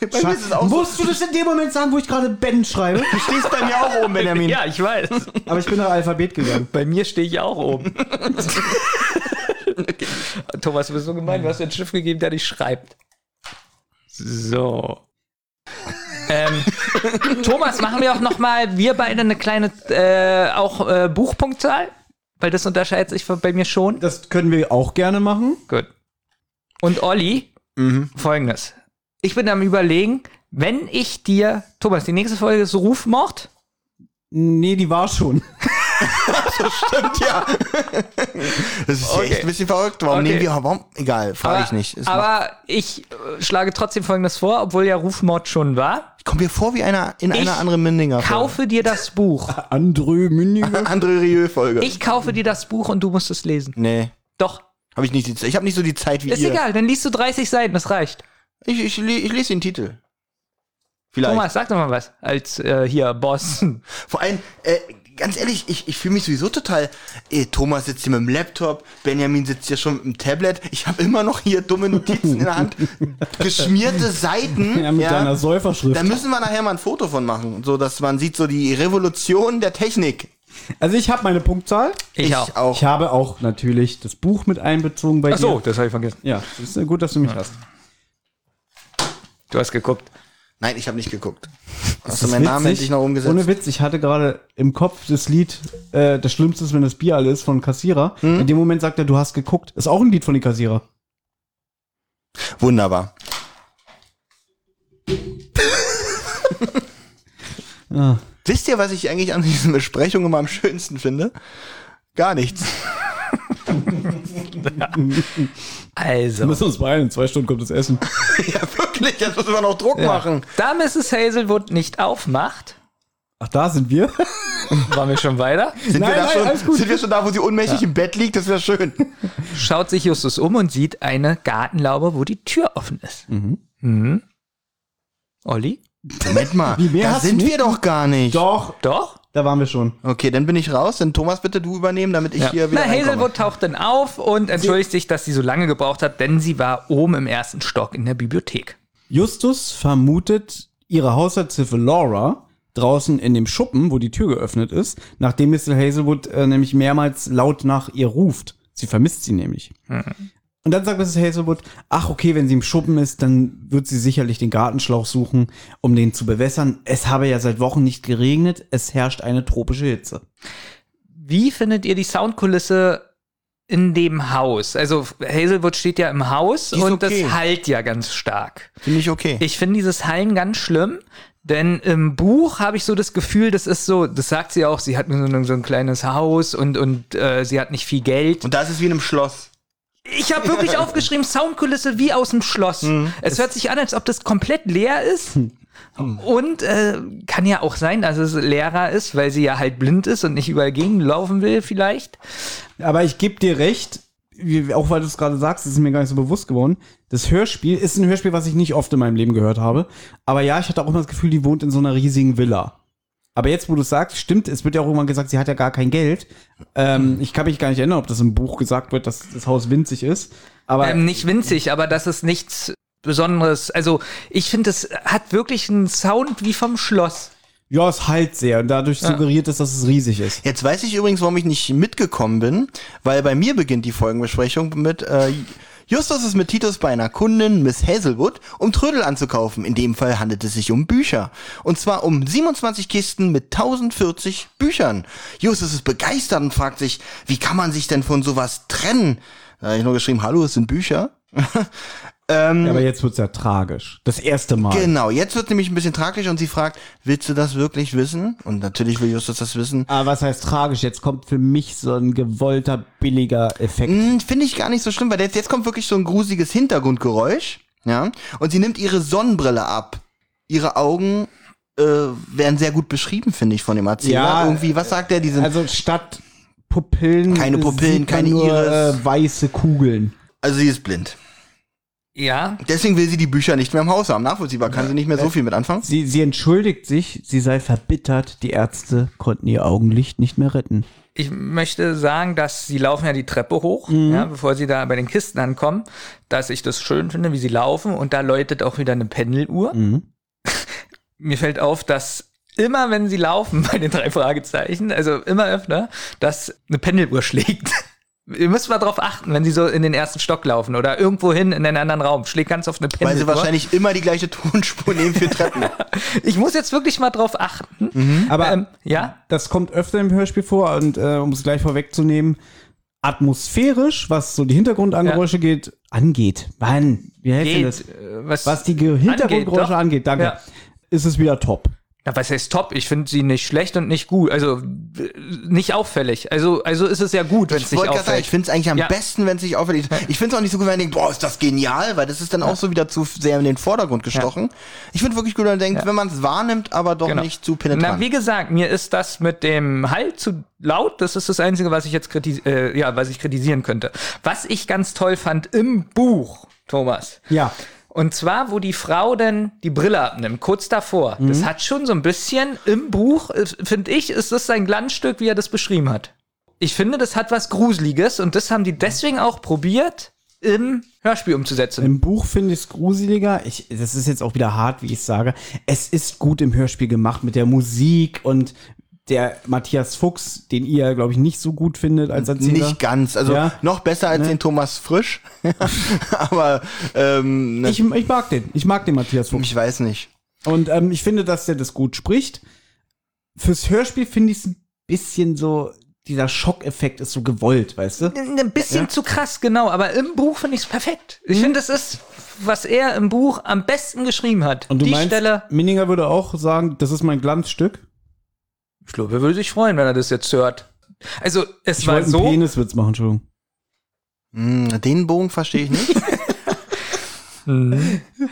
[SPEAKER 4] bei mir ist es auch so.
[SPEAKER 3] Musst du das in dem Moment sagen, wo ich gerade Ben schreibe?
[SPEAKER 4] Du stehst bei mir auch oben, Benjamin.
[SPEAKER 2] Ja, ich weiß.
[SPEAKER 3] Aber ich bin nach Alphabet gegangen.
[SPEAKER 2] Hm. Bei mir stehe ich auch oben. Thomas, du bist so gemein. Du hast mir ein Schiff gegeben, der nicht schreibt. So. ähm, Thomas, machen wir auch noch mal, wir beide eine kleine äh, auch äh, Buchpunktzahl, weil das unterscheidet sich von- bei mir schon.
[SPEAKER 3] Das können wir auch gerne machen.
[SPEAKER 2] Gut. Und Olli, Mhm. folgendes. Ich bin am überlegen, wenn ich dir, Thomas, die nächste Folge ist Rufmord.
[SPEAKER 3] Nee, die war schon.
[SPEAKER 4] Stimmt, ja. Das ist
[SPEAKER 2] Okay.
[SPEAKER 4] echt ein bisschen verrückt. Warum
[SPEAKER 2] Okay.
[SPEAKER 4] nehmen wir, warum? Egal, frage ich
[SPEAKER 2] Aber-
[SPEAKER 4] nicht. Es macht-
[SPEAKER 2] Ah, aber ich äh, schlage trotzdem folgendes vor, obwohl ja Rufmord schon war.
[SPEAKER 4] ich komme mir vor wie einer in
[SPEAKER 2] Ich
[SPEAKER 4] einer anderen Mindinger.
[SPEAKER 2] Kaufe dir das Buch.
[SPEAKER 3] André Münninger.
[SPEAKER 4] Andere Rieu-Folge.
[SPEAKER 2] Ich kaufe dir das Buch und du musst es lesen.
[SPEAKER 4] Nee.
[SPEAKER 2] Doch.
[SPEAKER 4] Habe ich nicht die Zeit. Ich habe nicht so die Zeit wie
[SPEAKER 2] Ist
[SPEAKER 4] ihr.
[SPEAKER 2] egal, dann liest du 30 Seiten, das reicht.
[SPEAKER 4] Ich, ich, le- ich lese den Titel. Vielleicht.
[SPEAKER 2] Thomas, sag doch mal was. Als äh, hier Boss.
[SPEAKER 4] Vor allem, äh, ganz ehrlich, ich, ich fühle mich sowieso total. Äh, Thomas sitzt hier mit dem Laptop, Benjamin sitzt hier schon mit dem Tablet. Ich habe immer noch hier dumme Notizen in der Hand, geschmierte Seiten.
[SPEAKER 3] Ja, mit deiner Säuferschrift.
[SPEAKER 4] da müssen wir nachher mal ein Foto von machen, so dass man sieht so die Revolution der Technik.
[SPEAKER 3] Also ich habe meine Punktzahl.
[SPEAKER 2] Ich auch.
[SPEAKER 3] Ich habe auch natürlich das Buch mit einbezogen bei
[SPEAKER 2] Ach so,
[SPEAKER 3] dir.
[SPEAKER 2] das habe ich vergessen.
[SPEAKER 3] Ja, ist äh, gut, dass du mich hast.
[SPEAKER 2] Du hast geguckt.
[SPEAKER 4] Nein, ich habe nicht geguckt.
[SPEAKER 3] Das
[SPEAKER 4] Hast du meinen Namen endlich noch umgesetzt?
[SPEAKER 3] Ohne Witz, ich hatte gerade im Kopf das Lied äh, Das Schlimmste ist, wenn das Bier alle ist von Kassierer.
[SPEAKER 4] Hm?
[SPEAKER 3] In dem Moment sagt er, du hast geguckt. Ist auch ein Lied von den Kassierer.
[SPEAKER 4] Wunderbar. Wisst ihr, was ich eigentlich an diesen Besprechungen immer am schönsten finde? Gar nichts.
[SPEAKER 2] Also,
[SPEAKER 3] müssen uns beeilen, in zwei Stunden kommt das Essen.
[SPEAKER 4] ja, wirklich, jetzt müssen wir noch Druck machen.
[SPEAKER 2] da Mrs. Hazelwood nicht aufmacht,
[SPEAKER 3] Ach, da sind wir?
[SPEAKER 2] waren wir schon weiter,
[SPEAKER 4] Sind,
[SPEAKER 3] Nein,
[SPEAKER 4] wir da
[SPEAKER 3] nein, alles
[SPEAKER 4] schon,
[SPEAKER 3] gut.
[SPEAKER 4] sind wir schon da, wo sie ohnmächtig im Bett liegt? Das wäre schön.
[SPEAKER 2] schaut sich Justus um und sieht eine Gartenlaube, wo die Tür offen ist. Mhm. Olli?
[SPEAKER 4] Moment mal,
[SPEAKER 3] mehr
[SPEAKER 4] da
[SPEAKER 3] hast du
[SPEAKER 4] sind
[SPEAKER 3] nicht?
[SPEAKER 4] wir doch gar nicht.
[SPEAKER 3] Doch,
[SPEAKER 2] Doch?
[SPEAKER 3] da waren wir schon.
[SPEAKER 4] Okay, dann bin ich raus. Dann Thomas, bitte du übernehmen, damit ich hier wieder
[SPEAKER 2] Na,
[SPEAKER 4] reinkomme.
[SPEAKER 2] Hazelwood taucht dann auf und entschuldigt sich, dass sie so lange gebraucht hat, denn sie war oben im ersten Stock in der Bibliothek.
[SPEAKER 3] Justus vermutet ihre Haushaltshilfe Laura draußen in dem Schuppen, wo die Tür geöffnet ist, nachdem Mr. Hazelwood äh, nämlich mehrmals laut nach ihr ruft. Sie vermisst sie nämlich. Und dann sagt Mrs. Hazelwood, ach okay, wenn sie im Schuppen ist, dann wird sie sicherlich den Gartenschlauch suchen, um den zu bewässern. Es habe ja seit Wochen nicht geregnet, es herrscht eine tropische Hitze.
[SPEAKER 2] Wie findet ihr die Soundkulisse in dem Haus? Also Hazelwood steht ja im Haus
[SPEAKER 4] ist
[SPEAKER 2] und
[SPEAKER 4] okay.
[SPEAKER 2] das hallt ja ganz stark.
[SPEAKER 4] Finde ich okay.
[SPEAKER 2] Ich finde dieses Hallen ganz schlimm, denn im Buch habe ich so das Gefühl, das ist so, das sagt sie auch, sie hat nur so ein- so ein kleines Haus und, und äh, sie hat nicht viel Geld.
[SPEAKER 4] und das ist wie in einem Schloss.
[SPEAKER 2] Ich habe wirklich aufgeschrieben, Soundkulisse wie aus dem Schloss. Mhm. Es hört sich an, als ob das komplett leer ist. Und äh, kann ja auch sein, dass es leerer ist, weil sie ja halt blind ist und nicht überall gegenlaufen will vielleicht.
[SPEAKER 3] Aber ich gebe dir recht, wie, auch weil du es gerade sagst, ist mir gar nicht so bewusst geworden. Das Hörspiel ist ein Hörspiel, was ich nicht oft in meinem Leben gehört habe. Aber ja, ich hatte auch immer das Gefühl, die wohnt in so einer riesigen Villa. Aber jetzt, wo du es sagst, stimmt, es wird ja auch irgendwann gesagt, sie hat ja gar kein Geld. Ähm, ich kann mich gar nicht erinnern, ob das im Buch gesagt wird, dass das Haus winzig ist. Aber
[SPEAKER 2] Ähm, nicht winzig, aber das ist nichts Besonderes. Also ich finde, es hat wirklich einen Sound wie vom Schloss.
[SPEAKER 3] ja, es halt sehr. Und dadurch suggeriert es, dass es riesig ist.
[SPEAKER 4] Jetzt weiß ich übrigens, warum ich nicht mitgekommen bin, weil bei mir beginnt die Folgenbesprechung mit äh, Justus ist mit Titus bei einer Kundin, Miss Hazelwood, um Trödel anzukaufen. In dem Fall handelt es sich um Bücher. Und zwar um 27 Kisten mit 1040 Büchern. Justus ist begeistert und fragt sich, wie kann man sich denn von sowas trennen? Da habe ich nur geschrieben, hallo, es sind Bücher.
[SPEAKER 3] Ja, aber jetzt wird es ja tragisch. Das erste Mal.
[SPEAKER 4] Genau, jetzt wird nämlich ein bisschen tragisch und sie fragt, willst du das wirklich wissen? Und natürlich will Justus das wissen.
[SPEAKER 3] Aber Ah, was heißt tragisch? Jetzt kommt für mich so ein gewollter, billiger Effekt.
[SPEAKER 4] Hm, Finde ich gar nicht so schlimm, weil jetzt, jetzt kommt wirklich so ein gruseliges Hintergrundgeräusch. Ja. Und sie nimmt ihre Sonnenbrille ab. Ihre Augen äh, werden sehr gut beschrieben, finde ich, von dem Erzähler.
[SPEAKER 3] Ja,
[SPEAKER 4] Irgendwie,
[SPEAKER 2] äh,
[SPEAKER 4] was sagt er? Die sind, also,
[SPEAKER 3] Also statt Pupillen.
[SPEAKER 4] Keine Pupillen,
[SPEAKER 3] sieht man
[SPEAKER 4] keine
[SPEAKER 3] nur,
[SPEAKER 4] Iris.
[SPEAKER 3] Äh, weiße Kugeln.
[SPEAKER 4] also sie ist blind.
[SPEAKER 2] Ja,
[SPEAKER 4] Deswegen will sie die Bücher nicht mehr im Haus haben. Nachvollziehbar, kann sie nicht mehr so viel mit anfangen.
[SPEAKER 3] Sie, sie entschuldigt sich, sie sei verbittert, die Ärzte konnten ihr Augenlicht nicht mehr retten.
[SPEAKER 2] ich möchte sagen, dass sie laufen ja die Treppe hoch, ja, bevor sie da bei den Kisten ankommen, dass ich das schön finde, wie sie laufen und da läutet auch wieder eine Pendeluhr. Mir fällt auf, dass immer wenn sie laufen bei den drei Fragezeichen, also immer öfter, dass eine Pendeluhr schlägt. Ihr müsst mal drauf achten, wenn sie so in den ersten Stock laufen oder irgendwo hin in einen anderen Raum. Schlägt ganz oft eine Pendeluhr.
[SPEAKER 4] Weil sie wahrscheinlich immer die gleiche Tonspur nehmen für Treppen.
[SPEAKER 2] ich muss jetzt wirklich mal drauf achten.
[SPEAKER 3] Aber
[SPEAKER 2] Ähm, ja,
[SPEAKER 3] das kommt öfter im Hörspiel vor und äh, um es gleich vorwegzunehmen, atmosphärisch, was so die Hintergrundangeräusche geht, angeht. Mann, wie heißt denn das?
[SPEAKER 2] geht. äh, Was,
[SPEAKER 3] Was die Ge- Hintergrundgeräusche
[SPEAKER 2] doch.
[SPEAKER 3] angeht, danke,
[SPEAKER 2] Ja.
[SPEAKER 3] ist es wieder top.
[SPEAKER 2] Na, was heißt top? Ich finde sie nicht schlecht und nicht gut. Also äh, nicht auffällig. Also, also ist es ja gut, wenn es
[SPEAKER 4] Ich
[SPEAKER 2] nicht
[SPEAKER 4] wollte gerade sagen, ich
[SPEAKER 2] auffällt.
[SPEAKER 4] finde es eigentlich am
[SPEAKER 2] Ja.
[SPEAKER 4] besten, wenn es sich auffällt. Ich- Ich finde es auch nicht so gut, wenn man denkt, boah, ist das genial, weil das ist dann auch so wieder zu sehr in den Vordergrund gestochen. Ich finde wirklich gut, wenn man denkt, wenn man es wahrnimmt, aber doch
[SPEAKER 2] Genau.
[SPEAKER 4] nicht zu
[SPEAKER 2] Na,
[SPEAKER 4] penetrant.
[SPEAKER 2] wie gesagt, mir ist das mit dem Hall zu laut. Das ist das Einzige, was ich jetzt kritis äh, ja, was ich kritisieren könnte. Was ich ganz toll fand im Buch, Thomas.
[SPEAKER 3] Ja.
[SPEAKER 2] Und zwar, wo die Frau denn die Brille abnimmt, kurz davor.
[SPEAKER 3] Mhm.
[SPEAKER 2] Das hat schon so ein bisschen im Buch, finde ich, ist das sein Glanzstück, wie er das beschrieben hat. Ich finde, das hat was Gruseliges und das haben die deswegen auch probiert, im Hörspiel umzusetzen.
[SPEAKER 3] Im Buch finde ich es gruseliger. Ich, das ist jetzt auch wieder hart, wie ich sage. Es ist gut im Hörspiel gemacht mit der Musik und der Matthias Fuchs, den ihr, glaube ich, nicht so gut findet als Erzähler.
[SPEAKER 4] Nicht ganz. Also
[SPEAKER 3] Ja.
[SPEAKER 4] noch besser als den Thomas Frisch. aber ähm, ne,
[SPEAKER 3] Ich, ich mag den. Ich mag den Matthias Fuchs.
[SPEAKER 4] ich weiß nicht.
[SPEAKER 3] Und ähm, ich finde, dass der das gut spricht. Fürs Hörspiel finde ich es ein bisschen so, dieser Schockeffekt ist so gewollt, weißt du?
[SPEAKER 2] Ein bisschen zu krass, genau, aber im Buch finde ich es perfekt.
[SPEAKER 3] Mhm.
[SPEAKER 2] Ich finde, das ist, was er im Buch am besten geschrieben hat.
[SPEAKER 3] Und du
[SPEAKER 2] die
[SPEAKER 3] meinst,
[SPEAKER 2] Stelle.
[SPEAKER 3] Minninger würde auch sagen, das ist mein Glanzstück.
[SPEAKER 2] Ich glaube, er würde sich freuen, wenn er das jetzt hört. Also, es
[SPEAKER 3] Ich
[SPEAKER 2] war
[SPEAKER 3] wollte einen
[SPEAKER 2] so.
[SPEAKER 3] Peniswitz machen, Entschuldigung.
[SPEAKER 4] Hm, Den Bogen verstehe ich nicht.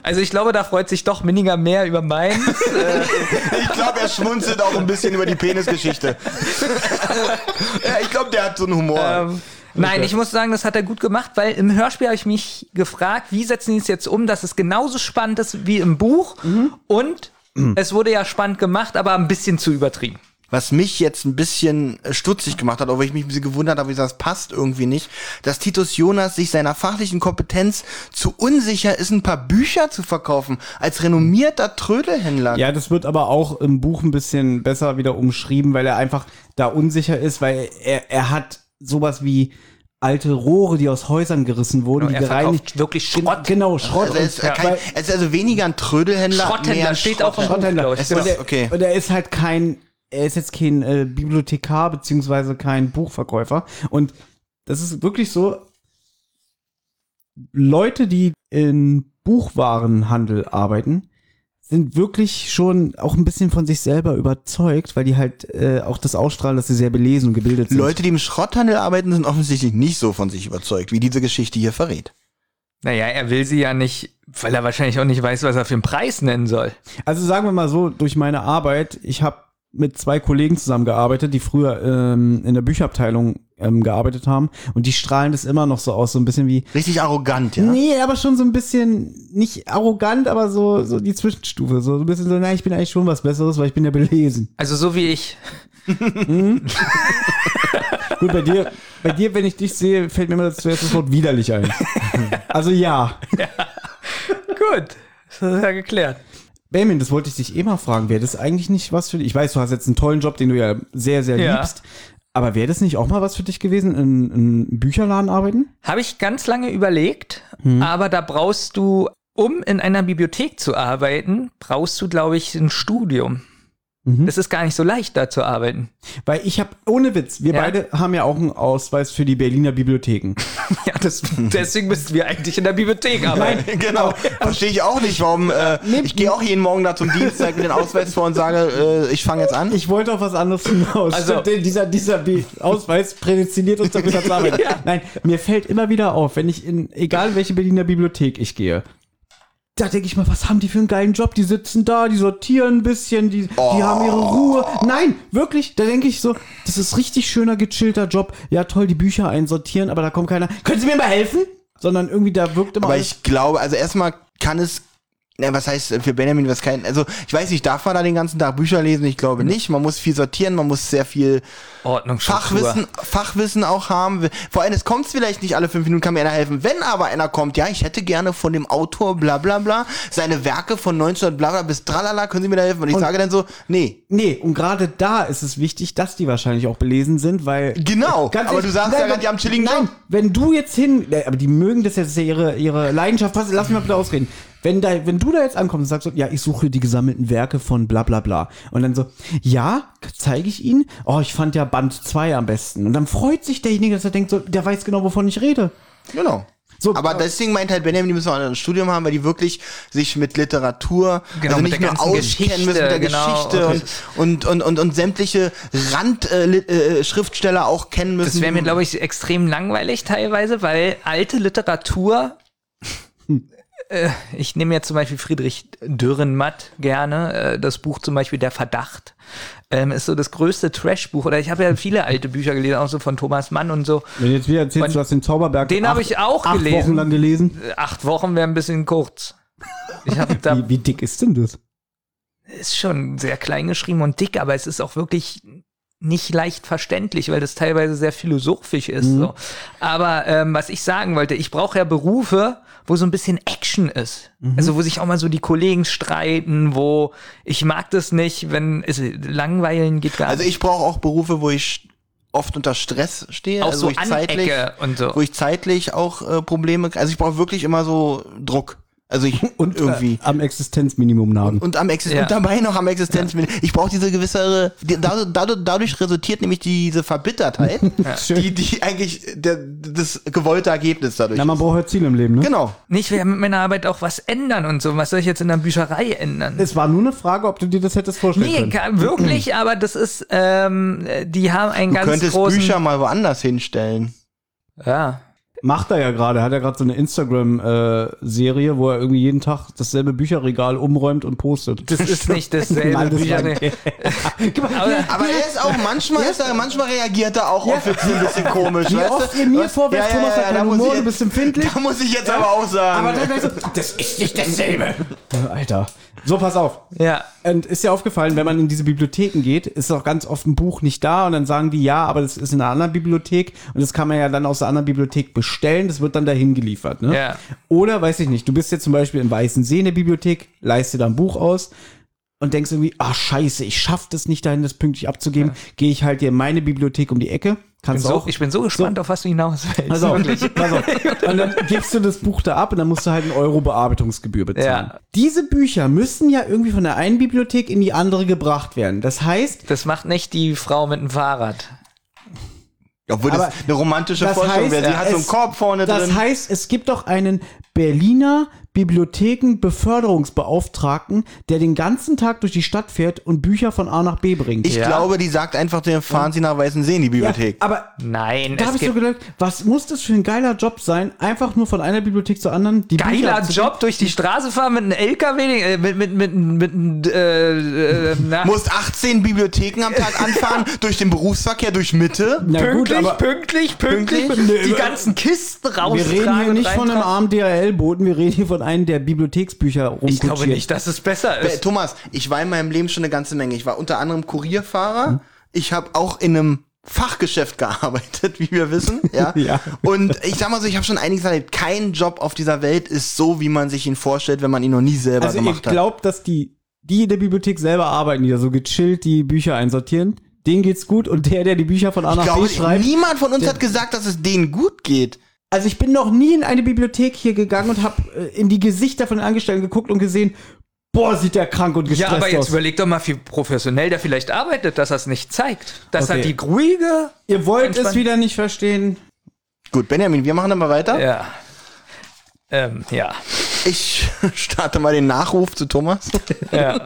[SPEAKER 2] Also ich glaube, da freut sich doch Minninger mehr über meinen.
[SPEAKER 4] Ich glaube, er schmunzelt auch ein bisschen über die Penisgeschichte. ja, ich glaube, der hat so einen Humor.
[SPEAKER 2] Ähm, Nein, ich muss sagen, das hat er gut gemacht, weil im Hörspiel habe ich mich gefragt, wie setzen die es jetzt um, dass es genauso spannend ist wie im Buch. Und es wurde ja spannend gemacht, aber ein bisschen zu übertrieben.
[SPEAKER 4] Was mich jetzt ein bisschen stutzig gemacht hat, obwohl ich mich ein bisschen gewundert habe, wie das passt irgendwie nicht, dass Titus Jonas sich seiner fachlichen Kompetenz zu unsicher ist, ein paar Bücher zu verkaufen, als renommierter Trödelhändler.
[SPEAKER 3] Ja, das wird aber auch im Buch ein bisschen besser wieder umschrieben, weil er einfach da unsicher ist, weil er, er hat sowas wie alte Rohre, die aus Häusern gerissen wurden,
[SPEAKER 2] Genau,
[SPEAKER 3] die
[SPEAKER 2] er verkauft
[SPEAKER 3] gereinigt-
[SPEAKER 2] wirklich
[SPEAKER 3] Gen-
[SPEAKER 2] Schrott.
[SPEAKER 3] Genau, Schrott.
[SPEAKER 4] Also er ist,
[SPEAKER 3] und-
[SPEAKER 4] kein,
[SPEAKER 3] weil-
[SPEAKER 4] er ist also weniger ein Trödelhändler, mehr
[SPEAKER 2] Schrotthändler
[SPEAKER 4] ein
[SPEAKER 2] steht auch im Buch,
[SPEAKER 3] Schrotthändler.
[SPEAKER 2] glaube ich.
[SPEAKER 4] Es ist-
[SPEAKER 2] Genau.
[SPEAKER 3] Und er-
[SPEAKER 4] okay.
[SPEAKER 3] Und er ist halt kein, er ist jetzt kein äh, Bibliothekar beziehungsweise kein Buchverkäufer. Und das ist wirklich so, Leute, die in Buchwarenhandel arbeiten, sind wirklich schon auch ein bisschen von sich selber überzeugt, weil die halt äh, auch das ausstrahlen, dass sie sehr belesen und gebildet sind.
[SPEAKER 4] Leute, die im Schrotthandel arbeiten, sind offensichtlich nicht so von sich überzeugt, wie diese Geschichte hier verrät.
[SPEAKER 2] Naja, er will sie ja nicht, weil er wahrscheinlich auch nicht weiß, was er für einen Preis nennen soll.
[SPEAKER 3] Also sagen wir mal so, durch meine Arbeit, ich habe mit zwei Kollegen zusammengearbeitet, die früher ähm, in der Bücherabteilung ähm, gearbeitet haben und die strahlen das immer noch so aus, so ein bisschen wie,
[SPEAKER 4] Richtig arrogant, ja?
[SPEAKER 3] Nee, aber schon so ein bisschen, nicht arrogant, aber so, so die Zwischenstufe. So ein bisschen so, na, ich bin eigentlich schon was Besseres, weil ich bin ja belesen.
[SPEAKER 2] Also so wie ich.
[SPEAKER 3] Gut, bei dir, bei dir, wenn ich dich sehe, fällt mir immer zuerst das Wort widerlich ein. Also ja.
[SPEAKER 2] Gut, das ist ja geklärt.
[SPEAKER 3] Benjamin, das wollte ich dich eh mal fragen. Wäre das eigentlich nicht was für dich? Ich weiß, du hast jetzt einen tollen Job, den du ja sehr, sehr
[SPEAKER 2] Ja.
[SPEAKER 3] liebst. Aber wäre das nicht auch mal was für dich gewesen, in, in einem Bücherladen arbeiten?
[SPEAKER 2] Habe ich ganz lange überlegt, aber da brauchst du, um in einer Bibliothek zu arbeiten, brauchst du, glaube ich, ein Studium. Das ist gar nicht so leicht, da zu arbeiten.
[SPEAKER 3] Weil ich habe, ohne Witz, wir
[SPEAKER 2] Ja.
[SPEAKER 3] beide haben ja auch einen Ausweis für die Berliner Bibliotheken.
[SPEAKER 2] Ja, das, deswegen müssten wir eigentlich in der Bibliothek arbeiten.
[SPEAKER 4] Genau. Verstehe ich auch nicht, warum. Äh, ich gehe auch jeden Morgen da zum Dienst, zeige mir den Ausweis vor und sage, äh, ich fange jetzt an.
[SPEAKER 3] Ich wollte auf was anderes hinaus.
[SPEAKER 2] Also-
[SPEAKER 3] Stimmt, denn dieser, dieser Bi- Ausweis prädestiniert uns dafür zu arbeiten. Nein, mir fällt immer wieder auf, wenn ich in, egal welche Berliner Bibliothek ich gehe, da denke ich mal, was haben die für einen geilen Job? Die sitzen da, die sortieren ein bisschen, die, die haben ihre
[SPEAKER 4] Oh.
[SPEAKER 3] Ruhe. Nein, wirklich, da denke ich so, das ist richtig schöner, gechillter Job. Ja, toll, die Bücher einsortieren, aber da kommt keiner. Können Sie mir mal helfen? Sondern irgendwie da wirkt immer
[SPEAKER 4] Aber
[SPEAKER 3] alles-
[SPEAKER 4] ich glaube, also erstmal kann es. Na, was heißt äh, für Benjamin, was kein. Also, ich weiß nicht, darf man da den ganzen Tag Bücher lesen? Ich glaube nicht. Man muss viel sortieren, man muss sehr viel
[SPEAKER 2] Ordnung,
[SPEAKER 4] Fachwissen, Fachwissen auch haben. Vor allem, es kommt vielleicht nicht alle fünf Minuten, kann mir einer helfen. Wenn aber einer kommt, ja, ich hätte gerne von dem Autor bla bla bla, seine Werke von 1900 bla bla bis tralala, können Sie mir da helfen? Und ich sage dann so, nee,
[SPEAKER 3] Nee, und gerade da ist es wichtig, dass die wahrscheinlich auch belesen sind, weil.
[SPEAKER 4] Genau, aber du sagst ja gerade, die haben einen chilligen
[SPEAKER 3] Nein,
[SPEAKER 4] Job.
[SPEAKER 3] wenn du jetzt hin. Nee, Aber die mögen das jetzt, das ist ja ihre, ihre Leidenschaft. Pass, lass mich mal bitte ausreden. Wenn, da, wenn du da jetzt ankommst und sagst, so, ja, ich suche die gesammelten Werke von bla bla bla. Und dann so, ja, zeige ich ihnen. Oh, ich fand ja Band 2 am besten. Und dann freut sich derjenige, dass er denkt, so, der weiß genau, wovon ich rede.
[SPEAKER 4] Genau.
[SPEAKER 3] So,
[SPEAKER 4] aber
[SPEAKER 3] äh,
[SPEAKER 4] deswegen meint halt Benjamin, die müssen auch ein Studium haben, weil die wirklich sich mit Literatur,
[SPEAKER 2] Genau,
[SPEAKER 4] also
[SPEAKER 2] mit
[SPEAKER 4] nicht
[SPEAKER 2] der
[SPEAKER 4] nur
[SPEAKER 2] ganzen
[SPEAKER 4] auskennen müssen mit der
[SPEAKER 2] Geschichte, genau,
[SPEAKER 4] Geschichte
[SPEAKER 2] okay.
[SPEAKER 4] und, und, und, und, und sämtliche Randschriftsteller äh, Schriftsteller auch kennen müssen.
[SPEAKER 2] Das wäre mir, glaube ich, extrem langweilig teilweise, weil alte Literatur, äh, ich nehme ja zum Beispiel Friedrich Dürrenmatt gerne, äh, das Buch zum Beispiel Der Verdacht, ähm, ist so das größte Trash-Buch. Oder ich habe ja viele alte Bücher gelesen, auch so von Thomas Mann und so.
[SPEAKER 3] Wenn du jetzt wieder erzählst, du hast den Zauberberg
[SPEAKER 2] Den habe ich auch
[SPEAKER 3] acht
[SPEAKER 2] gelesen.
[SPEAKER 3] Wochen lang gelesen.
[SPEAKER 2] Äh, Acht Wochen wäre ein bisschen kurz. Ich habe da
[SPEAKER 3] Wie, wie dick ist denn das?
[SPEAKER 2] ist schon sehr klein geschrieben und dick, aber es ist auch wirklich nicht leicht verständlich, weil das teilweise sehr philosophisch ist.
[SPEAKER 4] Mhm.
[SPEAKER 2] So. Aber ähm, was ich sagen wollte, ich brauche ja Berufe, wo so ein bisschen Action ist.
[SPEAKER 4] Mhm.
[SPEAKER 2] Also wo sich auch mal so die Kollegen streiten, wo ich mag das nicht, wenn es, langweilen geht gar
[SPEAKER 4] also
[SPEAKER 2] nicht.
[SPEAKER 4] ich brauche auch Berufe, wo ich oft unter Stress stehe,
[SPEAKER 2] auch
[SPEAKER 4] also
[SPEAKER 2] so
[SPEAKER 4] wo ich zeitlich,
[SPEAKER 2] Anecke und so.
[SPEAKER 4] wo ich zeitlich auch äh, Probleme, also ich brauche wirklich immer so Druck. Also ich
[SPEAKER 3] Und
[SPEAKER 4] irgendwie
[SPEAKER 3] Äh, am Existenzminimum nagen.
[SPEAKER 4] und am Existen
[SPEAKER 2] Ja.
[SPEAKER 4] und dabei noch am Existenzminimum. Ich brauche diese gewisse die- dadurch, dadurch- dadurch resultiert nämlich diese Verbittertheit, die die eigentlich der, das gewollte Ergebnis dadurch.
[SPEAKER 3] Na, man
[SPEAKER 4] ist.
[SPEAKER 3] braucht ja Ziele im Leben, ne?
[SPEAKER 4] Genau.
[SPEAKER 2] Nicht, will ja mit meiner Arbeit auch was ändern und so. Was soll ich jetzt in der Bücherei ändern?
[SPEAKER 3] Es war nur eine Frage, ob du dir das hättest vorstellen
[SPEAKER 2] Nee,
[SPEAKER 3] können.
[SPEAKER 2] kann, wirklich, aber das ist, ähm, die haben einen
[SPEAKER 4] Du
[SPEAKER 2] ganz
[SPEAKER 4] könntest
[SPEAKER 2] großen...
[SPEAKER 4] Bücher mal woanders hinstellen.
[SPEAKER 2] ja.
[SPEAKER 3] Macht er ja gerade. Hat er gerade so eine Instagram-Serie, wo er irgendwie jeden Tag dasselbe Bücherregal umräumt und postet.
[SPEAKER 2] Das ist nicht dasselbe.
[SPEAKER 3] Mann, das
[SPEAKER 2] Bücher-
[SPEAKER 3] war
[SPEAKER 2] aber,
[SPEAKER 4] Aber er ist auch manchmal, ist er, manchmal reagiert er auch auf Witze ein bisschen komisch,
[SPEAKER 3] Wie
[SPEAKER 4] weißt
[SPEAKER 3] oft
[SPEAKER 4] du?
[SPEAKER 3] ihr mir
[SPEAKER 4] Was-
[SPEAKER 3] vorwerft, Thomas hat
[SPEAKER 4] da
[SPEAKER 3] keinen
[SPEAKER 4] muss
[SPEAKER 3] Humor,
[SPEAKER 4] ich
[SPEAKER 3] du bist empfindlich.
[SPEAKER 4] Da muss ich jetzt aber auch sagen.
[SPEAKER 3] Aber dann also, das ist nicht dasselbe. Alter. So, pass auf.
[SPEAKER 2] ja.
[SPEAKER 3] Und ist ja aufgefallen, wenn man in diese Bibliotheken geht, ist auch ganz oft ein Buch nicht da und dann sagen die, ja, aber das ist in einer anderen Bibliothek und das kann man ja dann aus der anderen Bibliothek bestellen, das wird dann dahin geliefert. Ne?
[SPEAKER 2] Ja.
[SPEAKER 3] Oder, weiß ich nicht, du bist jetzt zum Beispiel in Weißensee in der Bibliothek, leist dir da ein Buch aus und denkst irgendwie, ah, scheiße, ich schaff das nicht dahin, das pünktlich abzugeben, gehe ich halt dir in meine Bibliothek um die Ecke,
[SPEAKER 2] Bin
[SPEAKER 3] kannst
[SPEAKER 2] so,
[SPEAKER 3] auch.
[SPEAKER 2] ich bin so gespannt, auf was du hinaus willst.
[SPEAKER 3] Pass auf, pass auf. Und dann gibst du das Buch da ab und dann musst du halt einen Euro Bearbeitungsgebühr bezahlen.
[SPEAKER 2] Ja.
[SPEAKER 3] Diese Bücher müssen ja irgendwie von der einen Bibliothek in die andere gebracht werden. Das heißt,
[SPEAKER 2] Das macht nicht die Frau mit dem Fahrrad.
[SPEAKER 4] Obwohl das
[SPEAKER 3] aber
[SPEAKER 4] eine romantische
[SPEAKER 3] das
[SPEAKER 4] Vorstellung
[SPEAKER 3] heißt, äh,
[SPEAKER 4] wäre. Sie hat so einen
[SPEAKER 3] es-
[SPEAKER 4] Korb vorne
[SPEAKER 3] das
[SPEAKER 4] drin.
[SPEAKER 3] heißt, es gibt doch einen Berliner Bibliothekenbeförderungsbeauftragten, der den ganzen Tag durch die Stadt fährt und Bücher von A nach B bringt.
[SPEAKER 4] Ich
[SPEAKER 2] Ja.
[SPEAKER 4] glaube, die sagt einfach, den fahren sie nach Weißensee in die Bibliothek.
[SPEAKER 3] aber
[SPEAKER 2] Nein,
[SPEAKER 3] da
[SPEAKER 2] es
[SPEAKER 3] habe ich so
[SPEAKER 2] gibt
[SPEAKER 3] gedacht, was muss das für ein geiler Job sein, einfach nur von einer Bibliothek zur anderen die
[SPEAKER 2] geiler
[SPEAKER 3] abzu-
[SPEAKER 2] Job, durch die Straße fahren mit einem LKW, äh, mit, mit, mit, mit, mit äh, äh, na,
[SPEAKER 4] Musst 18 Bibliotheken am Tag anfahren, durch den Berufsverkehr, durch Mitte.
[SPEAKER 3] Na
[SPEAKER 2] pünktlich,
[SPEAKER 3] gut, aber
[SPEAKER 2] pünktlich, pünktlich,
[SPEAKER 3] Pünktlich?
[SPEAKER 2] die
[SPEAKER 3] Nee,
[SPEAKER 2] ganzen Kisten
[SPEAKER 3] wir
[SPEAKER 2] raustragen.
[SPEAKER 3] reden hier
[SPEAKER 2] und
[SPEAKER 3] nicht von einem
[SPEAKER 2] reintragen.
[SPEAKER 3] armen DRL-Boten, wir reden hier von einem, der Bibliotheksbücher rumkutschiert.
[SPEAKER 2] Ich glaube nicht, dass es besser
[SPEAKER 4] Äh,
[SPEAKER 2] ist.
[SPEAKER 4] Thomas, ich war in meinem Leben schon eine ganze Menge. Ich war unter anderem Kurierfahrer.
[SPEAKER 3] Hm.
[SPEAKER 4] Ich habe auch in einem Fachgeschäft gearbeitet, wie wir wissen. Ja.
[SPEAKER 3] Ja.
[SPEAKER 4] Und ich sag mal so, ich habe schon einiges erlebt. Kein Job auf dieser Welt ist so, wie man sich ihn vorstellt, wenn man ihn noch nie selber
[SPEAKER 3] Also ihr
[SPEAKER 4] gemacht hat.
[SPEAKER 3] glaubt, dass die, die in der Bibliothek selber arbeiten, die da so gechillt die Bücher einsortieren, denen geht's gut und der, der die Bücher von A
[SPEAKER 4] Ich
[SPEAKER 3] nach B
[SPEAKER 4] glaube,
[SPEAKER 3] schreibt.
[SPEAKER 4] niemand von uns hat gesagt, dass es denen gut geht.
[SPEAKER 3] Also ich bin noch nie in eine Bibliothek hier gegangen und habe äh, in die Gesichter von den Angestellten geguckt und gesehen, boah, sieht der krank und
[SPEAKER 2] Ja,
[SPEAKER 3] gestresst
[SPEAKER 2] aber jetzt
[SPEAKER 3] aus.
[SPEAKER 2] überleg doch mal, wie professionell der vielleicht arbeitet, dass er es nicht zeigt. Dass er
[SPEAKER 3] Okay.
[SPEAKER 2] die ruhige.
[SPEAKER 3] Ihr wollt es
[SPEAKER 2] Entspannt.
[SPEAKER 3] wieder nicht verstehen.
[SPEAKER 4] Gut, Benjamin, wir machen dann mal weiter.
[SPEAKER 2] Ja. Ähm, ja.
[SPEAKER 4] Ich starte mal den Nachruf zu Thomas.
[SPEAKER 2] ja.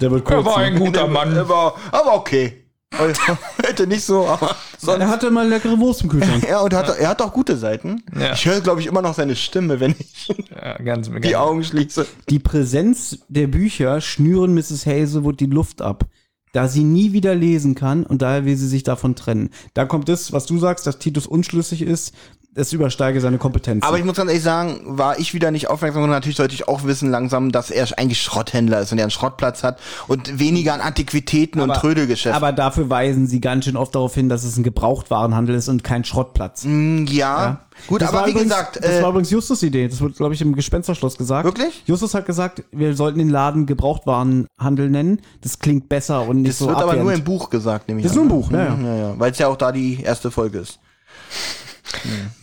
[SPEAKER 3] Der wird kurz.
[SPEAKER 2] guter
[SPEAKER 4] Der war- Aber okay. Heute nicht so, aber sonst.
[SPEAKER 3] Er hatte mal leckere Wurst im Kühlschrank.
[SPEAKER 4] Ja, und hat, er hat auch gute Seiten.
[SPEAKER 2] Ja.
[SPEAKER 4] Ich höre, glaube ich, immer noch seine Stimme, wenn ich
[SPEAKER 2] Ja, ganz
[SPEAKER 4] die
[SPEAKER 2] mega.
[SPEAKER 4] Augen schließe.
[SPEAKER 3] Die Präsenz der Bücher schnüren Mrs. Hazelwood die Luft ab, da sie nie wieder lesen kann und daher will sie sich davon trennen. Da kommt das, was du sagst, dass Titus unschlüssig ist, es übersteige seine Kompetenz.
[SPEAKER 4] Aber ich muss ganz ehrlich sagen, war ich wieder nicht aufmerksam und natürlich sollte ich auch wissen langsam, dass er eigentlich Schrotthändler ist und er einen Schrottplatz hat und weniger an Antiquitäten und Trödelgeschäften.
[SPEAKER 3] aber dafür weisen sie ganz schön oft darauf hin, dass es ein Gebrauchtwarenhandel ist und kein Schrottplatz.
[SPEAKER 4] Ja, Mhm. gut,
[SPEAKER 3] Das
[SPEAKER 4] aber
[SPEAKER 3] war
[SPEAKER 4] wie
[SPEAKER 3] übrigens,
[SPEAKER 4] gesagt,
[SPEAKER 3] das
[SPEAKER 4] äh,
[SPEAKER 3] war übrigens Justus' Idee. Das wird, glaube ich, im Gespensterschloss gesagt.
[SPEAKER 4] Wirklich?
[SPEAKER 3] Justus hat gesagt, wir sollten den Laden Gebrauchtwarenhandel nennen. Das klingt besser und nicht
[SPEAKER 4] es
[SPEAKER 3] so
[SPEAKER 4] wird aber nur im
[SPEAKER 3] abwehrend.
[SPEAKER 4] Buch gesagt, nämlich.
[SPEAKER 3] Das ist nur ein Buch, ne? Ja.
[SPEAKER 4] Ja, ja, weil es ja auch da die erste Folge ist.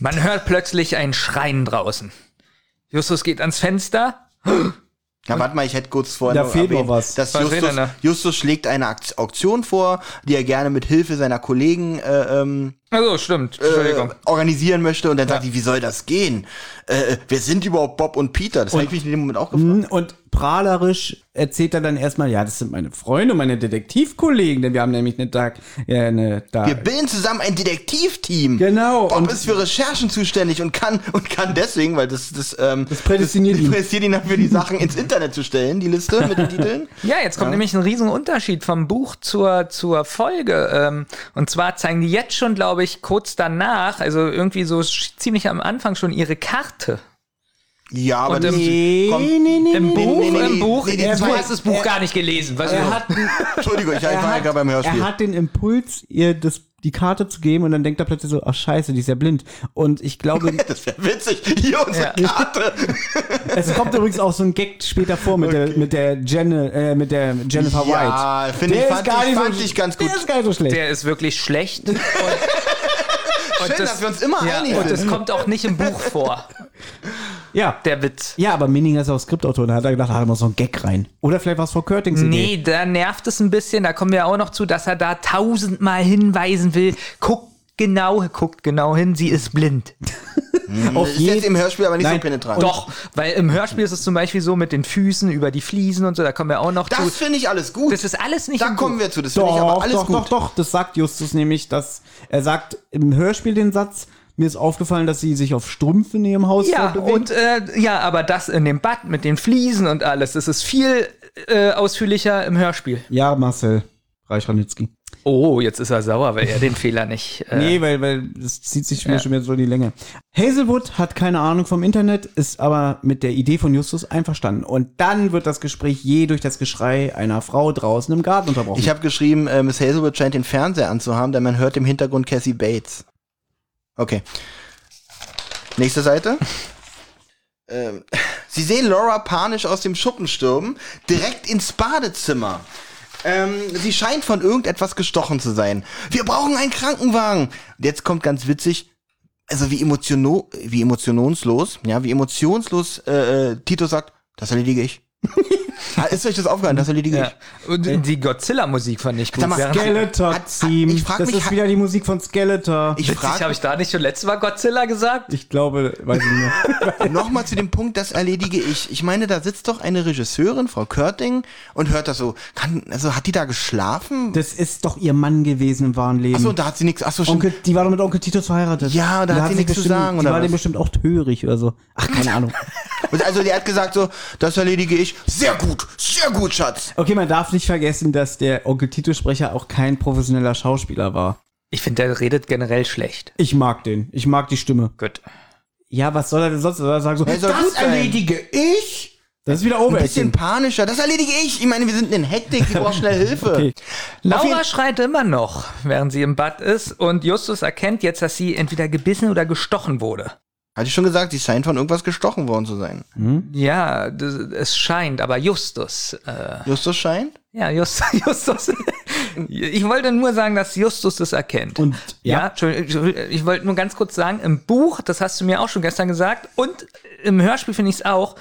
[SPEAKER 2] Man hört plötzlich ein Schreien draußen. Justus geht ans Fenster.
[SPEAKER 4] Ja, warte mal, ich hätte kurz vorhin
[SPEAKER 3] Da
[SPEAKER 4] noch
[SPEAKER 3] fehlt noch
[SPEAKER 4] erwähnt,
[SPEAKER 3] was.
[SPEAKER 4] Dass
[SPEAKER 2] Was fehlt
[SPEAKER 4] Justus,
[SPEAKER 2] denn da?
[SPEAKER 4] Justus schlägt eine Akt- Auktion vor, die er gerne mit Hilfe seiner Kollegen äh, ähm,
[SPEAKER 2] Also stimmt,
[SPEAKER 4] äh,
[SPEAKER 2] Entschuldigung.
[SPEAKER 4] organisieren möchte und dann sagt die, wie soll das gehen? Äh, wer sind überhaupt Bob und Peter? Das habe ich mich in dem Moment auch gefragt.
[SPEAKER 3] Und prahlerisch erzählt er dann erstmal, ja, das sind meine Freunde, und meine Detektivkollegen, denn wir haben nämlich eine Tag, äh, eine Tag.
[SPEAKER 4] Wir bilden zusammen ein Detektivteam.
[SPEAKER 3] Genau,
[SPEAKER 4] Bob
[SPEAKER 3] und-
[SPEAKER 4] ist für Recherchen zuständig und kann und kann deswegen, weil das das ähm, das
[SPEAKER 3] prädestiniert
[SPEAKER 4] das,
[SPEAKER 3] ihn.
[SPEAKER 4] prädestiniert ihn dafür, die Sachen ins Internet zu stellen, die Liste mit den Titeln.
[SPEAKER 2] Ja, jetzt kommt nämlich ein riesen Unterschied vom Buch zur, zur Folge. Ähm, und zwar zeigen die jetzt schon, glaube ich, kurz danach, also irgendwie so sch- ziemlich am Anfang schon ihre Karte.
[SPEAKER 4] Ja, aber
[SPEAKER 2] Und
[SPEAKER 4] das
[SPEAKER 2] im-
[SPEAKER 3] Nee,
[SPEAKER 4] kommt-
[SPEAKER 3] nee, nee, nee,
[SPEAKER 2] Im
[SPEAKER 3] nee,
[SPEAKER 2] Buch,
[SPEAKER 3] nee, nee,
[SPEAKER 2] im
[SPEAKER 4] nee,
[SPEAKER 2] Buch,
[SPEAKER 4] nee, nee,
[SPEAKER 2] du
[SPEAKER 4] nee,
[SPEAKER 2] hast das Buch gar nicht gelesen. Was
[SPEAKER 3] Er
[SPEAKER 2] du-
[SPEAKER 3] hat,
[SPEAKER 4] Entschuldigung, ich
[SPEAKER 3] er
[SPEAKER 4] war
[SPEAKER 3] hat,
[SPEAKER 4] gerade beim Hörspiel.
[SPEAKER 3] er hat den Impuls, ihr das, die Karte zu geben und dann denkt er plötzlich so, ach scheiße, die ist ja blind. Und ich glaube,
[SPEAKER 4] das wäre witzig. Hier unsere Karte.
[SPEAKER 3] es kommt übrigens auch so ein Gag später vor mit der, mit der, Jen, äh, mit der Jennifer
[SPEAKER 4] Ja,
[SPEAKER 3] White.
[SPEAKER 4] finde ich- fand ich- fand ich ganz gut.
[SPEAKER 3] Der ist gar nicht so schlecht.
[SPEAKER 2] der ist wirklich schlecht. Und, und
[SPEAKER 4] Schön, dass wir uns immer
[SPEAKER 2] ja,
[SPEAKER 4] einig
[SPEAKER 2] Und
[SPEAKER 4] sind.
[SPEAKER 2] es kommt auch nicht im Buch vor,
[SPEAKER 3] ja.
[SPEAKER 2] der Witz.
[SPEAKER 3] Ja, aber Minninger ist auch Skriptautor und da hat er gedacht, ah, da muss so ein Gag rein. Oder vielleicht war es vor Körtings Idee.
[SPEAKER 2] Nee, da nervt es ein bisschen, da kommen wir auch noch zu, dass er da tausendmal hinweisen will. Guckt genau, guckt genau hin, sie ist blind.
[SPEAKER 3] Auf
[SPEAKER 4] Ist jetzt
[SPEAKER 3] jeden-
[SPEAKER 4] im Hörspiel aber nicht so
[SPEAKER 3] Nein.
[SPEAKER 4] penetrant.
[SPEAKER 2] Doch, weil im Hörspiel ist es zum Beispiel so mit den Füßen über die Fliesen und so, da kommen wir auch noch zu.
[SPEAKER 4] Das finde ich alles gut.
[SPEAKER 2] Das ist alles nicht
[SPEAKER 4] da
[SPEAKER 2] im
[SPEAKER 4] kommen
[SPEAKER 2] Buch.
[SPEAKER 4] wir zu. Das finde ich aber
[SPEAKER 3] Doch,
[SPEAKER 4] alles
[SPEAKER 3] doch,
[SPEAKER 4] gut.
[SPEAKER 3] doch, doch. Das sagt Justus nämlich, dass er sagt im Hörspiel den Satz, Mir ist aufgefallen, dass sie sich auf Strümpfe in ihrem Haus
[SPEAKER 2] Ja,
[SPEAKER 3] fortbewegt.
[SPEAKER 2] und äh, ja, aber das in dem Bad mit den Fliesen und alles, das ist viel äh, ausführlicher im Hörspiel.
[SPEAKER 3] Ja, Marcel Reichranitzky.
[SPEAKER 2] Oh, jetzt ist er sauer, weil er den Fehler nicht. Äh,
[SPEAKER 3] Nee, weil, weil das zieht sich mir schon wieder so in die Länge. Hazelwood hat keine Ahnung vom Internet, ist aber mit der Idee von Justus einverstanden. Und dann wird das Gespräch je durch das Geschrei einer Frau draußen im Garten unterbrochen.
[SPEAKER 4] Ich habe geschrieben, äh, Miss Hazelwood scheint den Fernseher anzuhaben, denn man hört im Hintergrund Cassie Bates. Okay. Nächste Seite. ähm, Sie sehen Laura panisch aus dem Schuppen stürmen, direkt ins Badezimmer. Ähm, sie scheint von irgendetwas gestochen zu sein. Wir brauchen einen Krankenwagen. Und jetzt kommt ganz witzig, also wie, emotiono wie emotionslos, ja, wie emotionslos äh, äh, Tito sagt, das erledige ich. Ist euch das aufgefallen? Das erledige ich.
[SPEAKER 2] ja. Und die Godzilla-Musik fand ich gut.
[SPEAKER 4] Sag mal,
[SPEAKER 2] ja.
[SPEAKER 4] Skeletor.
[SPEAKER 3] Skeletor
[SPEAKER 4] Hat-
[SPEAKER 3] Team.
[SPEAKER 4] ich frag
[SPEAKER 3] das
[SPEAKER 4] mich,
[SPEAKER 3] ist
[SPEAKER 4] hat-
[SPEAKER 3] wieder die Musik von Skeletor. Ich,
[SPEAKER 4] Ich
[SPEAKER 2] Witzig,
[SPEAKER 4] frage
[SPEAKER 2] habe ich da nicht schon letztes Mal Godzilla gesagt?
[SPEAKER 3] glaube, weiß ich nicht.
[SPEAKER 4] Nochmal zu dem Punkt, das erledige ich. Ich meine, da sitzt doch eine Regisseurin, Frau Körting, und hört das so. Kann, also hat die da geschlafen?
[SPEAKER 3] Das ist doch ihr Mann gewesen im wahren Leben.
[SPEAKER 4] Achso, und da hat sie nichts. Achso, schon.
[SPEAKER 3] Onkel, die war doch mit Onkel Titus verheiratet.
[SPEAKER 4] Ja, da hat sie
[SPEAKER 3] sich
[SPEAKER 4] nichts zu
[SPEAKER 3] bestimmt,
[SPEAKER 4] sagen,
[SPEAKER 3] Die
[SPEAKER 4] oder
[SPEAKER 3] war
[SPEAKER 4] was?
[SPEAKER 3] dem bestimmt auch törig oder so. Ach, keine Ahnung.
[SPEAKER 4] Und also die hat gesagt so, das erledige ich. Sehr gut, sehr gut, Schatz.
[SPEAKER 3] Okay, man darf nicht vergessen, dass der Onkel Titus-Sprecher auch kein professioneller Schauspieler war.
[SPEAKER 2] Ich finde, der redet generell schlecht.
[SPEAKER 3] Ich mag den. Ich mag die Stimme.
[SPEAKER 2] Gut.
[SPEAKER 3] Ja, was soll er denn sonst soll er sagen? So,
[SPEAKER 4] Er soll gut
[SPEAKER 3] das
[SPEAKER 4] sein."
[SPEAKER 3] erledige ich. Das ist wieder
[SPEAKER 4] Ein bisschen
[SPEAKER 3] Overacting.
[SPEAKER 4] panischer. Das erledige ich. Ich meine, wir sind in Hektik, wir brauchen schnell Hilfe.
[SPEAKER 3] Okay.
[SPEAKER 2] Laura schreit immer noch, während sie im Bad ist und Justus erkennt jetzt, dass sie entweder gebissen oder gestochen wurde.
[SPEAKER 4] Hatte ich schon gesagt, sie scheint von irgendwas gestochen worden zu sein.
[SPEAKER 2] Ja, das, es scheint, aber Justus. Äh,
[SPEAKER 3] Ah.
[SPEAKER 4] Justus scheint?
[SPEAKER 2] ja, Just, Justus. ich wollte nur sagen, dass Justus das erkennt.
[SPEAKER 3] Und
[SPEAKER 2] ja,
[SPEAKER 3] ja,
[SPEAKER 2] Entschuldigung, Entschuldigung, ich wollte nur ganz kurz sagen, im Buch, das hast du mir auch schon gestern gesagt, und im Hörspiel finde ich es auch,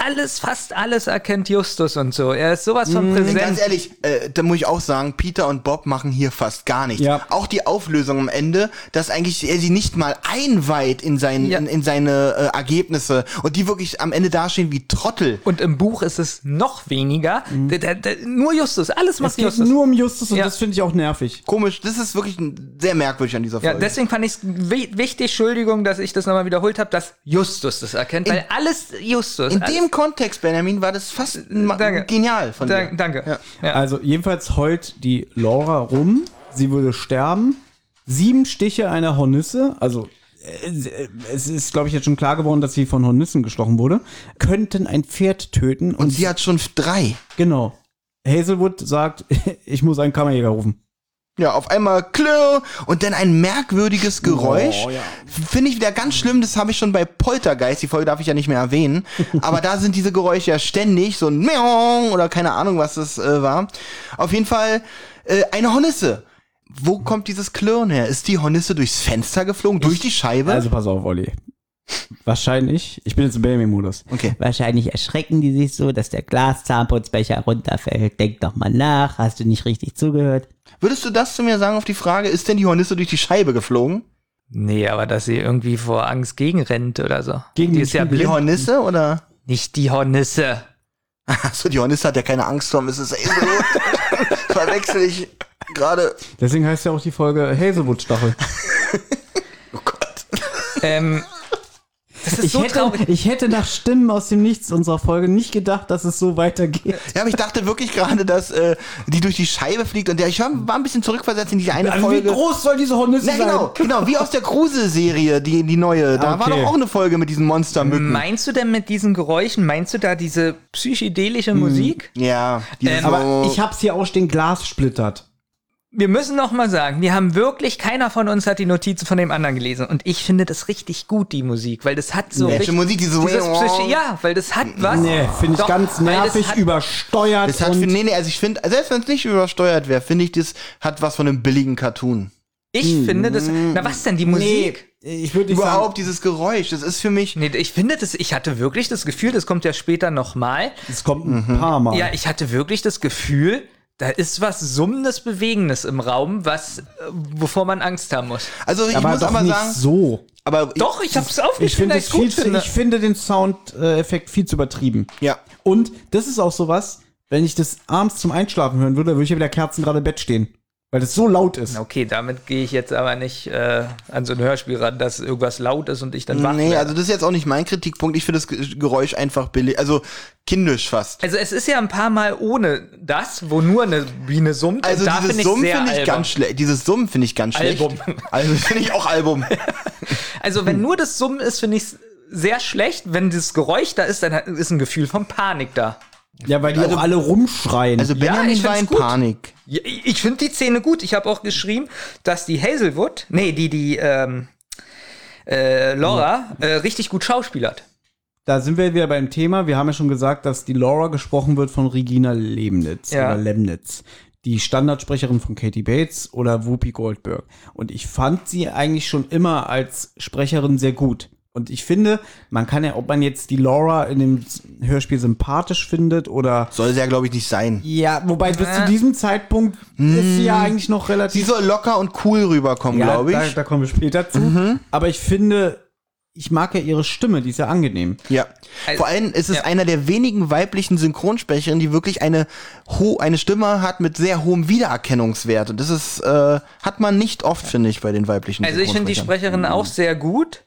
[SPEAKER 2] alles, fast alles erkennt Justus und so. Er ist sowas
[SPEAKER 3] Mhm.
[SPEAKER 2] von
[SPEAKER 4] Ganz
[SPEAKER 2] präsent.
[SPEAKER 4] ehrlich, äh, da muss ich auch sagen, Peter und Bob machen hier fast gar nichts.
[SPEAKER 3] Ja.
[SPEAKER 4] Auch die Auflösung am Ende, dass eigentlich er sie nicht mal einweiht in, sein,
[SPEAKER 2] Ja.
[SPEAKER 4] in, in seine äh, Ergebnisse und die wirklich am Ende dastehen wie Trottel.
[SPEAKER 2] Und im Buch ist es noch weniger. Der- der- der- nur Justus, alles
[SPEAKER 3] Mhm. es
[SPEAKER 2] macht
[SPEAKER 3] geht
[SPEAKER 2] Justus.
[SPEAKER 3] nur um Justus und
[SPEAKER 2] Ja.
[SPEAKER 3] das finde ich auch nervig.
[SPEAKER 4] Komisch, das ist wirklich ein- sehr merkwürdig an dieser
[SPEAKER 2] ja,
[SPEAKER 4] Folge.
[SPEAKER 2] deswegen fand ich es wichtig, Entschuldigung, dass ich das nochmal wiederholt habe, dass Justus das erkennt, weil alles Justus.
[SPEAKER 4] in
[SPEAKER 2] alles-
[SPEAKER 4] dem Kontext, Benjamin, war das fast ma-
[SPEAKER 2] Danke.
[SPEAKER 4] genial von
[SPEAKER 2] Dank-
[SPEAKER 4] dir.
[SPEAKER 2] danke. Ja.
[SPEAKER 3] Also jedenfalls heult die Laura rum. Sie würde sterben. Sieben Stiche einer Hornisse, also äh, es ist, glaube ich, jetzt schon klar geworden, dass sie von Hornissen gestochen wurde, könnten ein Pferd töten.
[SPEAKER 4] Und sie hat schon drei.
[SPEAKER 3] genau. Hazelwood sagt, ich muss einen Kammerjäger rufen.
[SPEAKER 4] Ja, auf einmal klirr und dann ein merkwürdiges Geräusch.
[SPEAKER 3] Oh, ja.
[SPEAKER 4] Finde ich wieder ganz schlimm, das habe ich schon bei Poltergeist, die Folge darf ich ja nicht mehr erwähnen. Aber da sind diese Geräusche ja ständig, so ein Meong oder keine Ahnung, was das äh, war. Auf jeden Fall äh, eine Hornisse. Wo kommt dieses Klirren her? Ist die Hornisse durchs Fenster geflogen? durch die Scheibe?
[SPEAKER 3] Also pass auf, Olli. Wahrscheinlich, ich bin jetzt im Baby-Modus.
[SPEAKER 4] Okay.
[SPEAKER 5] Wahrscheinlich erschrecken die sich so, dass der Glaszahnputzbecher runterfällt. Denk doch mal nach, hast du nicht richtig zugehört?
[SPEAKER 4] Würdest du das zu mir sagen auf die Frage, ist denn die Hornisse durch die Scheibe geflogen?
[SPEAKER 2] Nee, aber dass sie irgendwie vor Angst gegenrennt oder so.
[SPEAKER 3] Gegen
[SPEAKER 2] die
[SPEAKER 3] den
[SPEAKER 2] ist ja
[SPEAKER 3] Spiegel.
[SPEAKER 4] Die
[SPEAKER 2] blind.
[SPEAKER 4] Hornisse oder?
[SPEAKER 2] Nicht die Hornisse.
[SPEAKER 4] Achso, die Hornisse hat ja keine Angst vor Mrs. Hazelwood. Verwechsel ich gerade.
[SPEAKER 3] Deswegen heißt ja auch die Folge Hazelwood-Stachel.
[SPEAKER 4] Oh Gott.
[SPEAKER 2] ähm, das ist
[SPEAKER 3] Ich,
[SPEAKER 2] so
[SPEAKER 3] hätte,
[SPEAKER 2] traurig.
[SPEAKER 3] ich hätte nach Stimmen aus dem Nichts unserer Folge nicht gedacht, dass es so weitergeht.
[SPEAKER 4] Ja, aber ich dachte wirklich gerade, dass äh, die durch die Scheibe fliegt und der, ich war war ein bisschen zurückversetzt in die eine Folge.
[SPEAKER 3] Also groß soll diese Hornisse
[SPEAKER 4] Na genau, genau, wie aus der Kruse-Serie, die, die neue. Da war
[SPEAKER 3] Ah, Okay.
[SPEAKER 4] doch auch eine Folge mit diesen Monstermücken.
[SPEAKER 2] Meinst du denn mit diesen Geräuschen, meinst du da diese psychedelische Musik?
[SPEAKER 4] Ja, dieses
[SPEAKER 2] Ähm,
[SPEAKER 4] so-
[SPEAKER 3] Aber ich hab's hier auch stehen, Glas splittert.
[SPEAKER 2] Wir müssen noch mal sagen, wir haben wirklich, keiner von uns hat die Notizen von dem anderen gelesen. Und ich finde das richtig gut, die Musik, weil das hat so
[SPEAKER 4] Welche
[SPEAKER 2] richtig,
[SPEAKER 4] Musik? Diese-
[SPEAKER 2] dieses Psyche, Ja, weil das hat was.
[SPEAKER 3] Nee, finde ich
[SPEAKER 2] Doch,
[SPEAKER 3] ganz
[SPEAKER 2] weil das
[SPEAKER 3] nervig,
[SPEAKER 2] hat-
[SPEAKER 3] übersteuert
[SPEAKER 4] das hat für,
[SPEAKER 3] und
[SPEAKER 4] nee, nee, also ich finde, selbst wenn es nicht übersteuert wäre, finde ich, das hat was von einem billigen Cartoon. Hm.
[SPEAKER 2] Ich finde das, na was denn, die Musik?
[SPEAKER 3] ich würde nicht
[SPEAKER 4] Überhaupt dieses Geräusch, das ist für mich.
[SPEAKER 2] Nee, ich finde das, ich hatte wirklich das Gefühl, das kommt ja später nochmal.
[SPEAKER 3] sagen, es kommt ein
[SPEAKER 4] Mhm.
[SPEAKER 3] paar Mal.
[SPEAKER 2] Ja, ich hatte wirklich das Gefühl, da ist was Summendes, Bewegendes im Raum, was, äh, wovor man Angst haben muss.
[SPEAKER 4] Also ich
[SPEAKER 3] aber
[SPEAKER 4] muss
[SPEAKER 3] doch
[SPEAKER 4] aber
[SPEAKER 3] nicht
[SPEAKER 4] sagen,
[SPEAKER 3] so.
[SPEAKER 4] aber ich-
[SPEAKER 2] Doch, ich hab's aufgeschrieben,
[SPEAKER 3] Ich finde
[SPEAKER 2] dass
[SPEAKER 3] es
[SPEAKER 2] ich's
[SPEAKER 3] viel zu, ich finde den Soundeffekt viel zu übertrieben.
[SPEAKER 4] ja.
[SPEAKER 3] Und das ist auch sowas, wenn ich das abends zum Einschlafen hören würde, würde ich ja mit der Kerzen gerade im Bett stehen. Weil es so laut ist.
[SPEAKER 2] Okay, damit gehe ich jetzt aber nicht äh, an so ein Hörspiel ran, dass irgendwas laut ist und ich dann wach
[SPEAKER 4] Nee,
[SPEAKER 2] werde.
[SPEAKER 4] also das ist jetzt auch nicht mein Kritikpunkt. Ich finde das Ge- Geräusch einfach billig, also kindisch fast.
[SPEAKER 2] Also es ist ja ein paar Mal ohne das, wo nur eine Biene summt.
[SPEAKER 4] Also
[SPEAKER 2] und da
[SPEAKER 4] dieses
[SPEAKER 2] finde ich
[SPEAKER 4] Summen
[SPEAKER 2] sehr
[SPEAKER 4] finde ich
[SPEAKER 2] albern.
[SPEAKER 4] ganz schlecht. Dieses Summen finde ich ganz schlecht.
[SPEAKER 2] Album.
[SPEAKER 4] Also finde ich auch Album.
[SPEAKER 2] Also wenn nur das Summen ist, finde ich es sehr schlecht. Wenn das Geräusch da ist, dann hat- ist ein Gefühl von Panik da.
[SPEAKER 3] Ja, weil die auch alle rumschreien.
[SPEAKER 4] Also
[SPEAKER 2] Ja,
[SPEAKER 4] Benjamin
[SPEAKER 2] ich
[SPEAKER 4] war
[SPEAKER 2] find's
[SPEAKER 4] in
[SPEAKER 2] gut.
[SPEAKER 4] Panik.
[SPEAKER 2] Ja, Ich ich finde die Szene gut. Ich habe auch geschrieben, dass die Hazelwood, nee, die, die, ähm, äh, Laura, äh, richtig gut schauspielert.
[SPEAKER 3] da sind wir wieder beim Thema. Wir haben ja schon gesagt, dass die Laura gesprochen wird von Regina Lemnitz
[SPEAKER 2] Ja.
[SPEAKER 3] oder Lemnitz. Die Standardsprecherin von Katie Bates oder Whoopi Goldberg. Und ich fand sie eigentlich schon immer als Sprecherin sehr gut. Und ich finde, man kann ja, ob man jetzt die Laura in dem Hörspiel sympathisch findet oder.
[SPEAKER 4] Soll sie ja, glaube ich, nicht sein.
[SPEAKER 3] Ja, wobei bis zu diesem Zeitpunkt ist sie ja eigentlich noch
[SPEAKER 4] Sie
[SPEAKER 3] relativ
[SPEAKER 4] soll locker und cool rüberkommen, glaube
[SPEAKER 3] da,
[SPEAKER 4] ich.
[SPEAKER 3] da kommen wir später zu. Aber ich finde, ich mag ja ihre Stimme, die ist ja angenehm.
[SPEAKER 4] Ja.
[SPEAKER 2] Also-
[SPEAKER 4] Vor allem ist es
[SPEAKER 2] ja.
[SPEAKER 4] einer der wenigen weiblichen Synchronsprecherinnen, die wirklich eine, ho eine Stimme hat mit sehr hohem Wiedererkennungswert. Und das ist, äh, hat man nicht oft, finde ich, bei den weiblichen
[SPEAKER 2] Also ich finde die
[SPEAKER 4] Synchronsprechern.
[SPEAKER 2] Sprecherin auch sehr gut.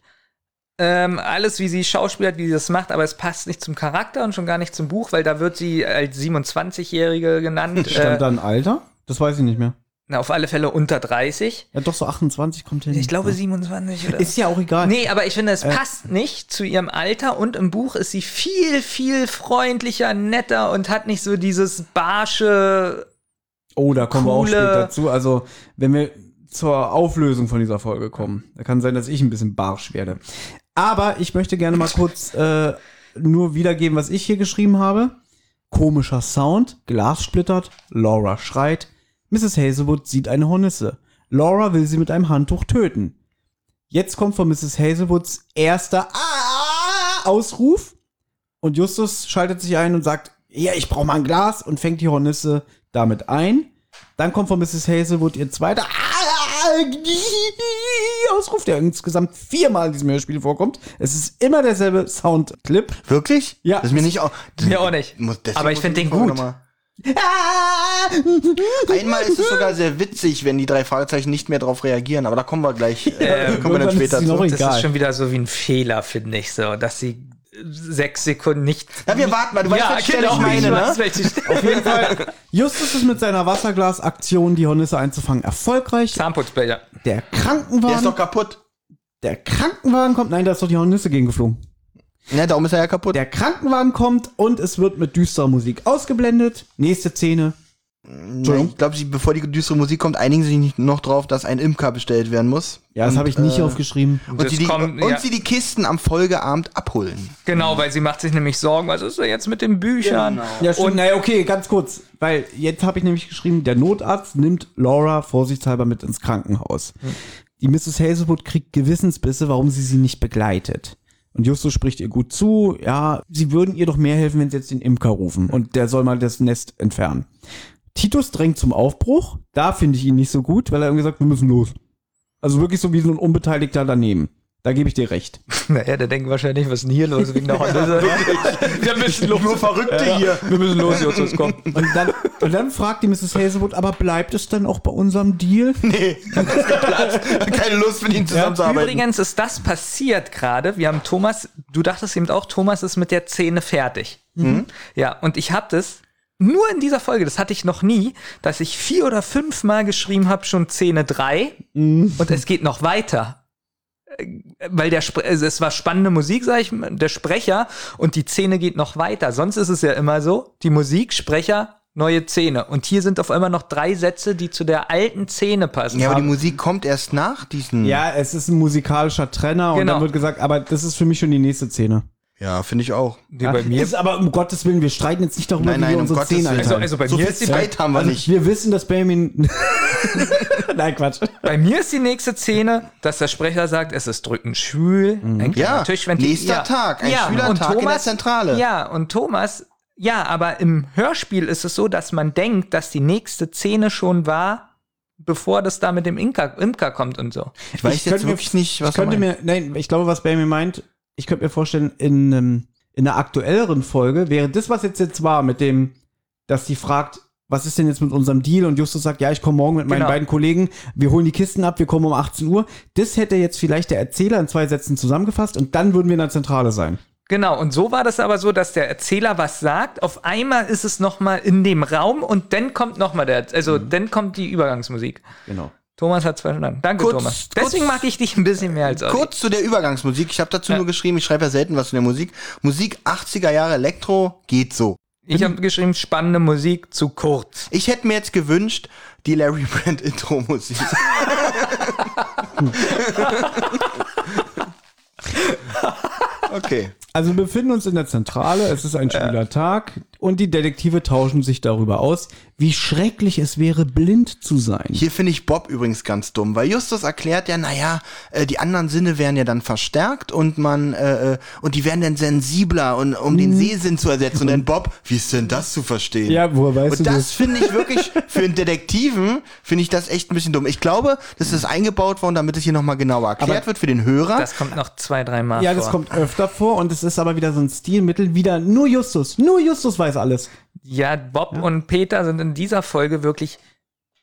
[SPEAKER 2] Ähm, alles, wie sie schauspielert, wie sie das macht, aber es passt nicht zum Charakter und schon gar nicht zum Buch, weil da wird sie als 27-Jährige genannt.
[SPEAKER 3] Stand
[SPEAKER 2] äh,
[SPEAKER 3] da ein Alter? Das weiß ich nicht mehr.
[SPEAKER 2] na, auf alle Fälle unter 30.
[SPEAKER 3] Ja, doch so 28 kommt hin.
[SPEAKER 2] Ich glaube
[SPEAKER 3] ja.
[SPEAKER 2] 27 oder
[SPEAKER 3] ist ja auch egal.
[SPEAKER 2] Nee, aber ich finde, es
[SPEAKER 4] Äh.
[SPEAKER 2] passt nicht zu ihrem Alter und im Buch ist sie viel, viel freundlicher, netter und hat nicht so dieses barsche.
[SPEAKER 3] Oh, da kommen wir auch
[SPEAKER 2] coole-
[SPEAKER 3] später zu. Also, wenn wir zur Auflösung von dieser Folge kommen, da kann sein, dass ich ein bisschen barsch werde. Aber ich möchte gerne mal kurz äh, nur wiedergeben, was ich hier geschrieben habe. Komischer Sound, Glas splittert, Laura schreit, Mrs. Hazelwood sieht eine Hornisse. Laura will sie mit einem Handtuch töten. Jetzt kommt von Mrs. Hazelwoods erster "Ah!" Ausruf und Justus schaltet sich ein und sagt, ja, ich brauche mal ein Glas und fängt die Hornisse damit ein. Dann kommt von Mrs. Hazelwood ihr zweiter "Ah!" Ausruf, der insgesamt viermal in diesem Hörspiel vorkommt. Es ist immer derselbe Soundclip.
[SPEAKER 4] Wirklich?
[SPEAKER 3] Ja.
[SPEAKER 4] Das ist mir nicht auch.
[SPEAKER 2] Mir auch nicht.
[SPEAKER 4] Muss- deswegen
[SPEAKER 2] Aber ich
[SPEAKER 4] muss
[SPEAKER 2] find
[SPEAKER 4] die
[SPEAKER 2] den
[SPEAKER 4] Folge
[SPEAKER 2] gut.
[SPEAKER 4] noch mal- Ah! Einmal ist es sogar sehr witzig, wenn die drei Fragezeichen nicht mehr drauf reagieren, aber da kommen wir gleich, äh, kommen wir
[SPEAKER 3] irgendwann
[SPEAKER 4] dann
[SPEAKER 3] ist
[SPEAKER 4] später
[SPEAKER 3] sie
[SPEAKER 4] zu.
[SPEAKER 3] noch-
[SPEAKER 2] Das
[SPEAKER 3] Egal.
[SPEAKER 2] ist schon wieder so wie ein Fehler, finde ich, so, dass sie äh, sechs Sekunden nicht. genau.
[SPEAKER 4] Ja, wir warten mal, du weißt, welche Stelle ich meine,
[SPEAKER 2] ich
[SPEAKER 4] ne?
[SPEAKER 2] weiß, welche Stelle.
[SPEAKER 3] Auf jeden Fall, Justus ist mit seiner Wasserglasaktion, die Hornisse einzufangen, erfolgreich.
[SPEAKER 2] Zahnputzbecher.
[SPEAKER 3] Der
[SPEAKER 4] Der ist
[SPEAKER 3] Krankenwagen,
[SPEAKER 4] doch kaputt.
[SPEAKER 3] der Krankenwagen kommt, nein, da ist doch die Hornisse gegen geflogen.
[SPEAKER 4] Ja, Ne, darum ist er ja kaputt.
[SPEAKER 3] Der Krankenwagen kommt und es wird mit düsterer Musik ausgeblendet. Nächste Szene. Entschuldigung.
[SPEAKER 4] ich glaube, sie- bevor die düstere Musik kommt, einigen sie sich noch drauf, dass ein Imker bestellt werden muss.
[SPEAKER 3] Ja, das habe ich nicht aufgeschrieben.
[SPEAKER 4] Und, sie die,
[SPEAKER 2] kommt-
[SPEAKER 4] und
[SPEAKER 2] ja.
[SPEAKER 4] sie die Kisten am Folgeabend abholen.
[SPEAKER 2] Genau, weil sie macht sich nämlich Sorgen, was ist denn jetzt mit den Büchern?
[SPEAKER 4] Genau.
[SPEAKER 3] Ja, stimmt.
[SPEAKER 2] Und-
[SPEAKER 3] naja, okay, ganz kurz. Weil jetzt habe ich nämlich geschrieben, der Notarzt nimmt Laura vorsichtshalber mit ins Krankenhaus. Die Mrs. Hazelwood kriegt Gewissensbisse, warum sie sie nicht begleitet. Und Justus spricht ihr gut zu. Ja, sie würden ihr doch mehr helfen, wenn sie jetzt den Imker rufen. Und der soll mal das Nest entfernen. Titus drängt zum Aufbruch. Da finde ich ihn nicht so gut, weil er irgendwie sagt, wir müssen los. Also wirklich so wie so ein Unbeteiligter daneben. Da gebe ich dir recht.
[SPEAKER 2] Naja, der denkt wahrscheinlich, was ist denn hier los wegen der Hornisse? wir müssen los.
[SPEAKER 4] Nur Verrückte hier.
[SPEAKER 2] Wir müssen los, Justus, komm.
[SPEAKER 3] Und dann, und dann fragt die Mrs. Hazelwood, aber bleibt es denn auch bei unserem Deal?
[SPEAKER 4] Keine Lust, mit ihnen zusammenzuarbeiten.
[SPEAKER 2] Übrigens ist das passiert gerade. Wir haben Thomas, du dachtest eben auch, Thomas ist mit der Szene fertig.
[SPEAKER 4] Mhm.
[SPEAKER 2] Mhm. Ja, und ich habe das nur in dieser Folge, das hatte ich noch nie, dass ich vier oder fünf Mal geschrieben habe, schon Szene drei
[SPEAKER 4] Mhm.
[SPEAKER 2] und es geht noch weiter. Äh, Weil der Spre also es war spannende Musik, sag ich, der Sprecher und die Szene geht noch weiter. Sonst ist es ja immer so, die Musik, Sprecher, neue Szene. Und hier sind auf einmal noch drei Sätze, die zu der alten Szene passen.
[SPEAKER 4] Ja, aber die Musik kommt erst nach diesen.
[SPEAKER 3] Ja, es ist ein musikalischer Trenner und
[SPEAKER 2] Genau.
[SPEAKER 3] dann wird gesagt, aber das ist für mich schon die nächste Szene.
[SPEAKER 4] ja finde ich auch.
[SPEAKER 3] Ja, ist aber um Gottes Willen, wir streiten jetzt nicht darüber,
[SPEAKER 4] Nein,
[SPEAKER 3] wie
[SPEAKER 4] nein,
[SPEAKER 3] wir
[SPEAKER 4] um
[SPEAKER 3] unsere
[SPEAKER 4] Gottes
[SPEAKER 3] Szenen
[SPEAKER 4] Willen.
[SPEAKER 3] einteilen.
[SPEAKER 2] Also bei
[SPEAKER 4] So
[SPEAKER 2] mir
[SPEAKER 4] viel
[SPEAKER 2] ist die
[SPEAKER 4] Zeit haben wir
[SPEAKER 3] Also,
[SPEAKER 4] nicht.
[SPEAKER 3] wir wissen, dass Benjamin. nein, Quatsch.
[SPEAKER 2] Bei mir ist die nächste Szene, dass der Sprecher sagt, es ist drückend schwül. Ein kleiner
[SPEAKER 4] Mhm. Ja,
[SPEAKER 2] Tischventil.
[SPEAKER 4] nächster Tag, ein schwüler
[SPEAKER 2] und
[SPEAKER 4] Tag in der Zentrale.
[SPEAKER 2] Ja, und Thomas, ja, aber im Hörspiel ist es so, dass man denkt, dass die nächste Szene schon war, bevor das da mit dem Imker, Imker kommt und so.
[SPEAKER 4] Ich weiß jetzt
[SPEAKER 3] könnte mir-
[SPEAKER 4] wirklich nicht, was
[SPEAKER 3] ich könnte
[SPEAKER 4] er
[SPEAKER 3] mir,
[SPEAKER 4] meint.
[SPEAKER 3] nein, ich glaube, was Benjamin meint, ich könnte mir vorstellen, in, ähm, in einer aktuelleren Folge wäre das, was jetzt jetzt war, mit dem, dass sie fragt, was ist denn jetzt mit unserem Deal? Und Justus sagt, ja, ich komme morgen mit meinen
[SPEAKER 2] Genau.
[SPEAKER 3] beiden Kollegen, wir holen die Kisten ab, wir kommen um 18 Uhr. Das hätte jetzt vielleicht der Erzähler in zwei Sätzen zusammengefasst und dann würden wir in der Zentrale sein.
[SPEAKER 2] Genau, und so war das aber so, dass der Erzähler was sagt, auf einmal ist es nochmal in dem Raum und dann kommt nochmal der, also
[SPEAKER 4] Mhm.
[SPEAKER 2] dann kommt die Übergangsmusik.
[SPEAKER 3] Genau.
[SPEAKER 2] Thomas hat es verstanden. Danke,
[SPEAKER 4] Kurz-
[SPEAKER 2] Thomas.
[SPEAKER 4] kurz-
[SPEAKER 2] Deswegen mag ich dich ein bisschen mehr als Olli.
[SPEAKER 4] Kurz zu der Übergangsmusik. Ich habe dazu nur geschrieben, ich schreibe ja selten was zu der Musik. Musik 80er Jahre Elektro geht so.
[SPEAKER 2] Ich habe geschrieben, spannende Musik zu kurz.
[SPEAKER 4] Ich hätte mir jetzt gewünscht, die Larry Brand Intro Musik. okay.
[SPEAKER 3] Also wir befinden uns in der Zentrale, es ist ein
[SPEAKER 4] Äh.
[SPEAKER 3] schwüler Tag und die Detektive tauschen sich darüber aus, wie schrecklich es wäre, blind zu sein.
[SPEAKER 4] Hier finde ich Bob übrigens ganz dumm, weil Justus erklärt ja, naja, äh, die anderen Sinne werden ja dann verstärkt und man äh, äh, und die werden dann sensibler und um den Sehsinn zu ersetzen. Und dann Bob, wie ist denn das zu verstehen?
[SPEAKER 3] Mhm. Ja, woher weißt du
[SPEAKER 4] und das?
[SPEAKER 3] das?
[SPEAKER 4] finde ich wirklich für einen Detektiven finde ich das echt ein bisschen dumm. Ich glaube, das ist eingebaut worden, damit es hier nochmal genauer erklärt wird für den Hörer.
[SPEAKER 2] Das kommt noch zwei, dreimal
[SPEAKER 3] Ja, das
[SPEAKER 2] vor.
[SPEAKER 3] kommt öfter vor und es ist aber wieder so ein Stilmittel, wieder nur Justus, nur Justus weiß alles.
[SPEAKER 2] Ja, Bob und Peter sind in dieser Folge wirklich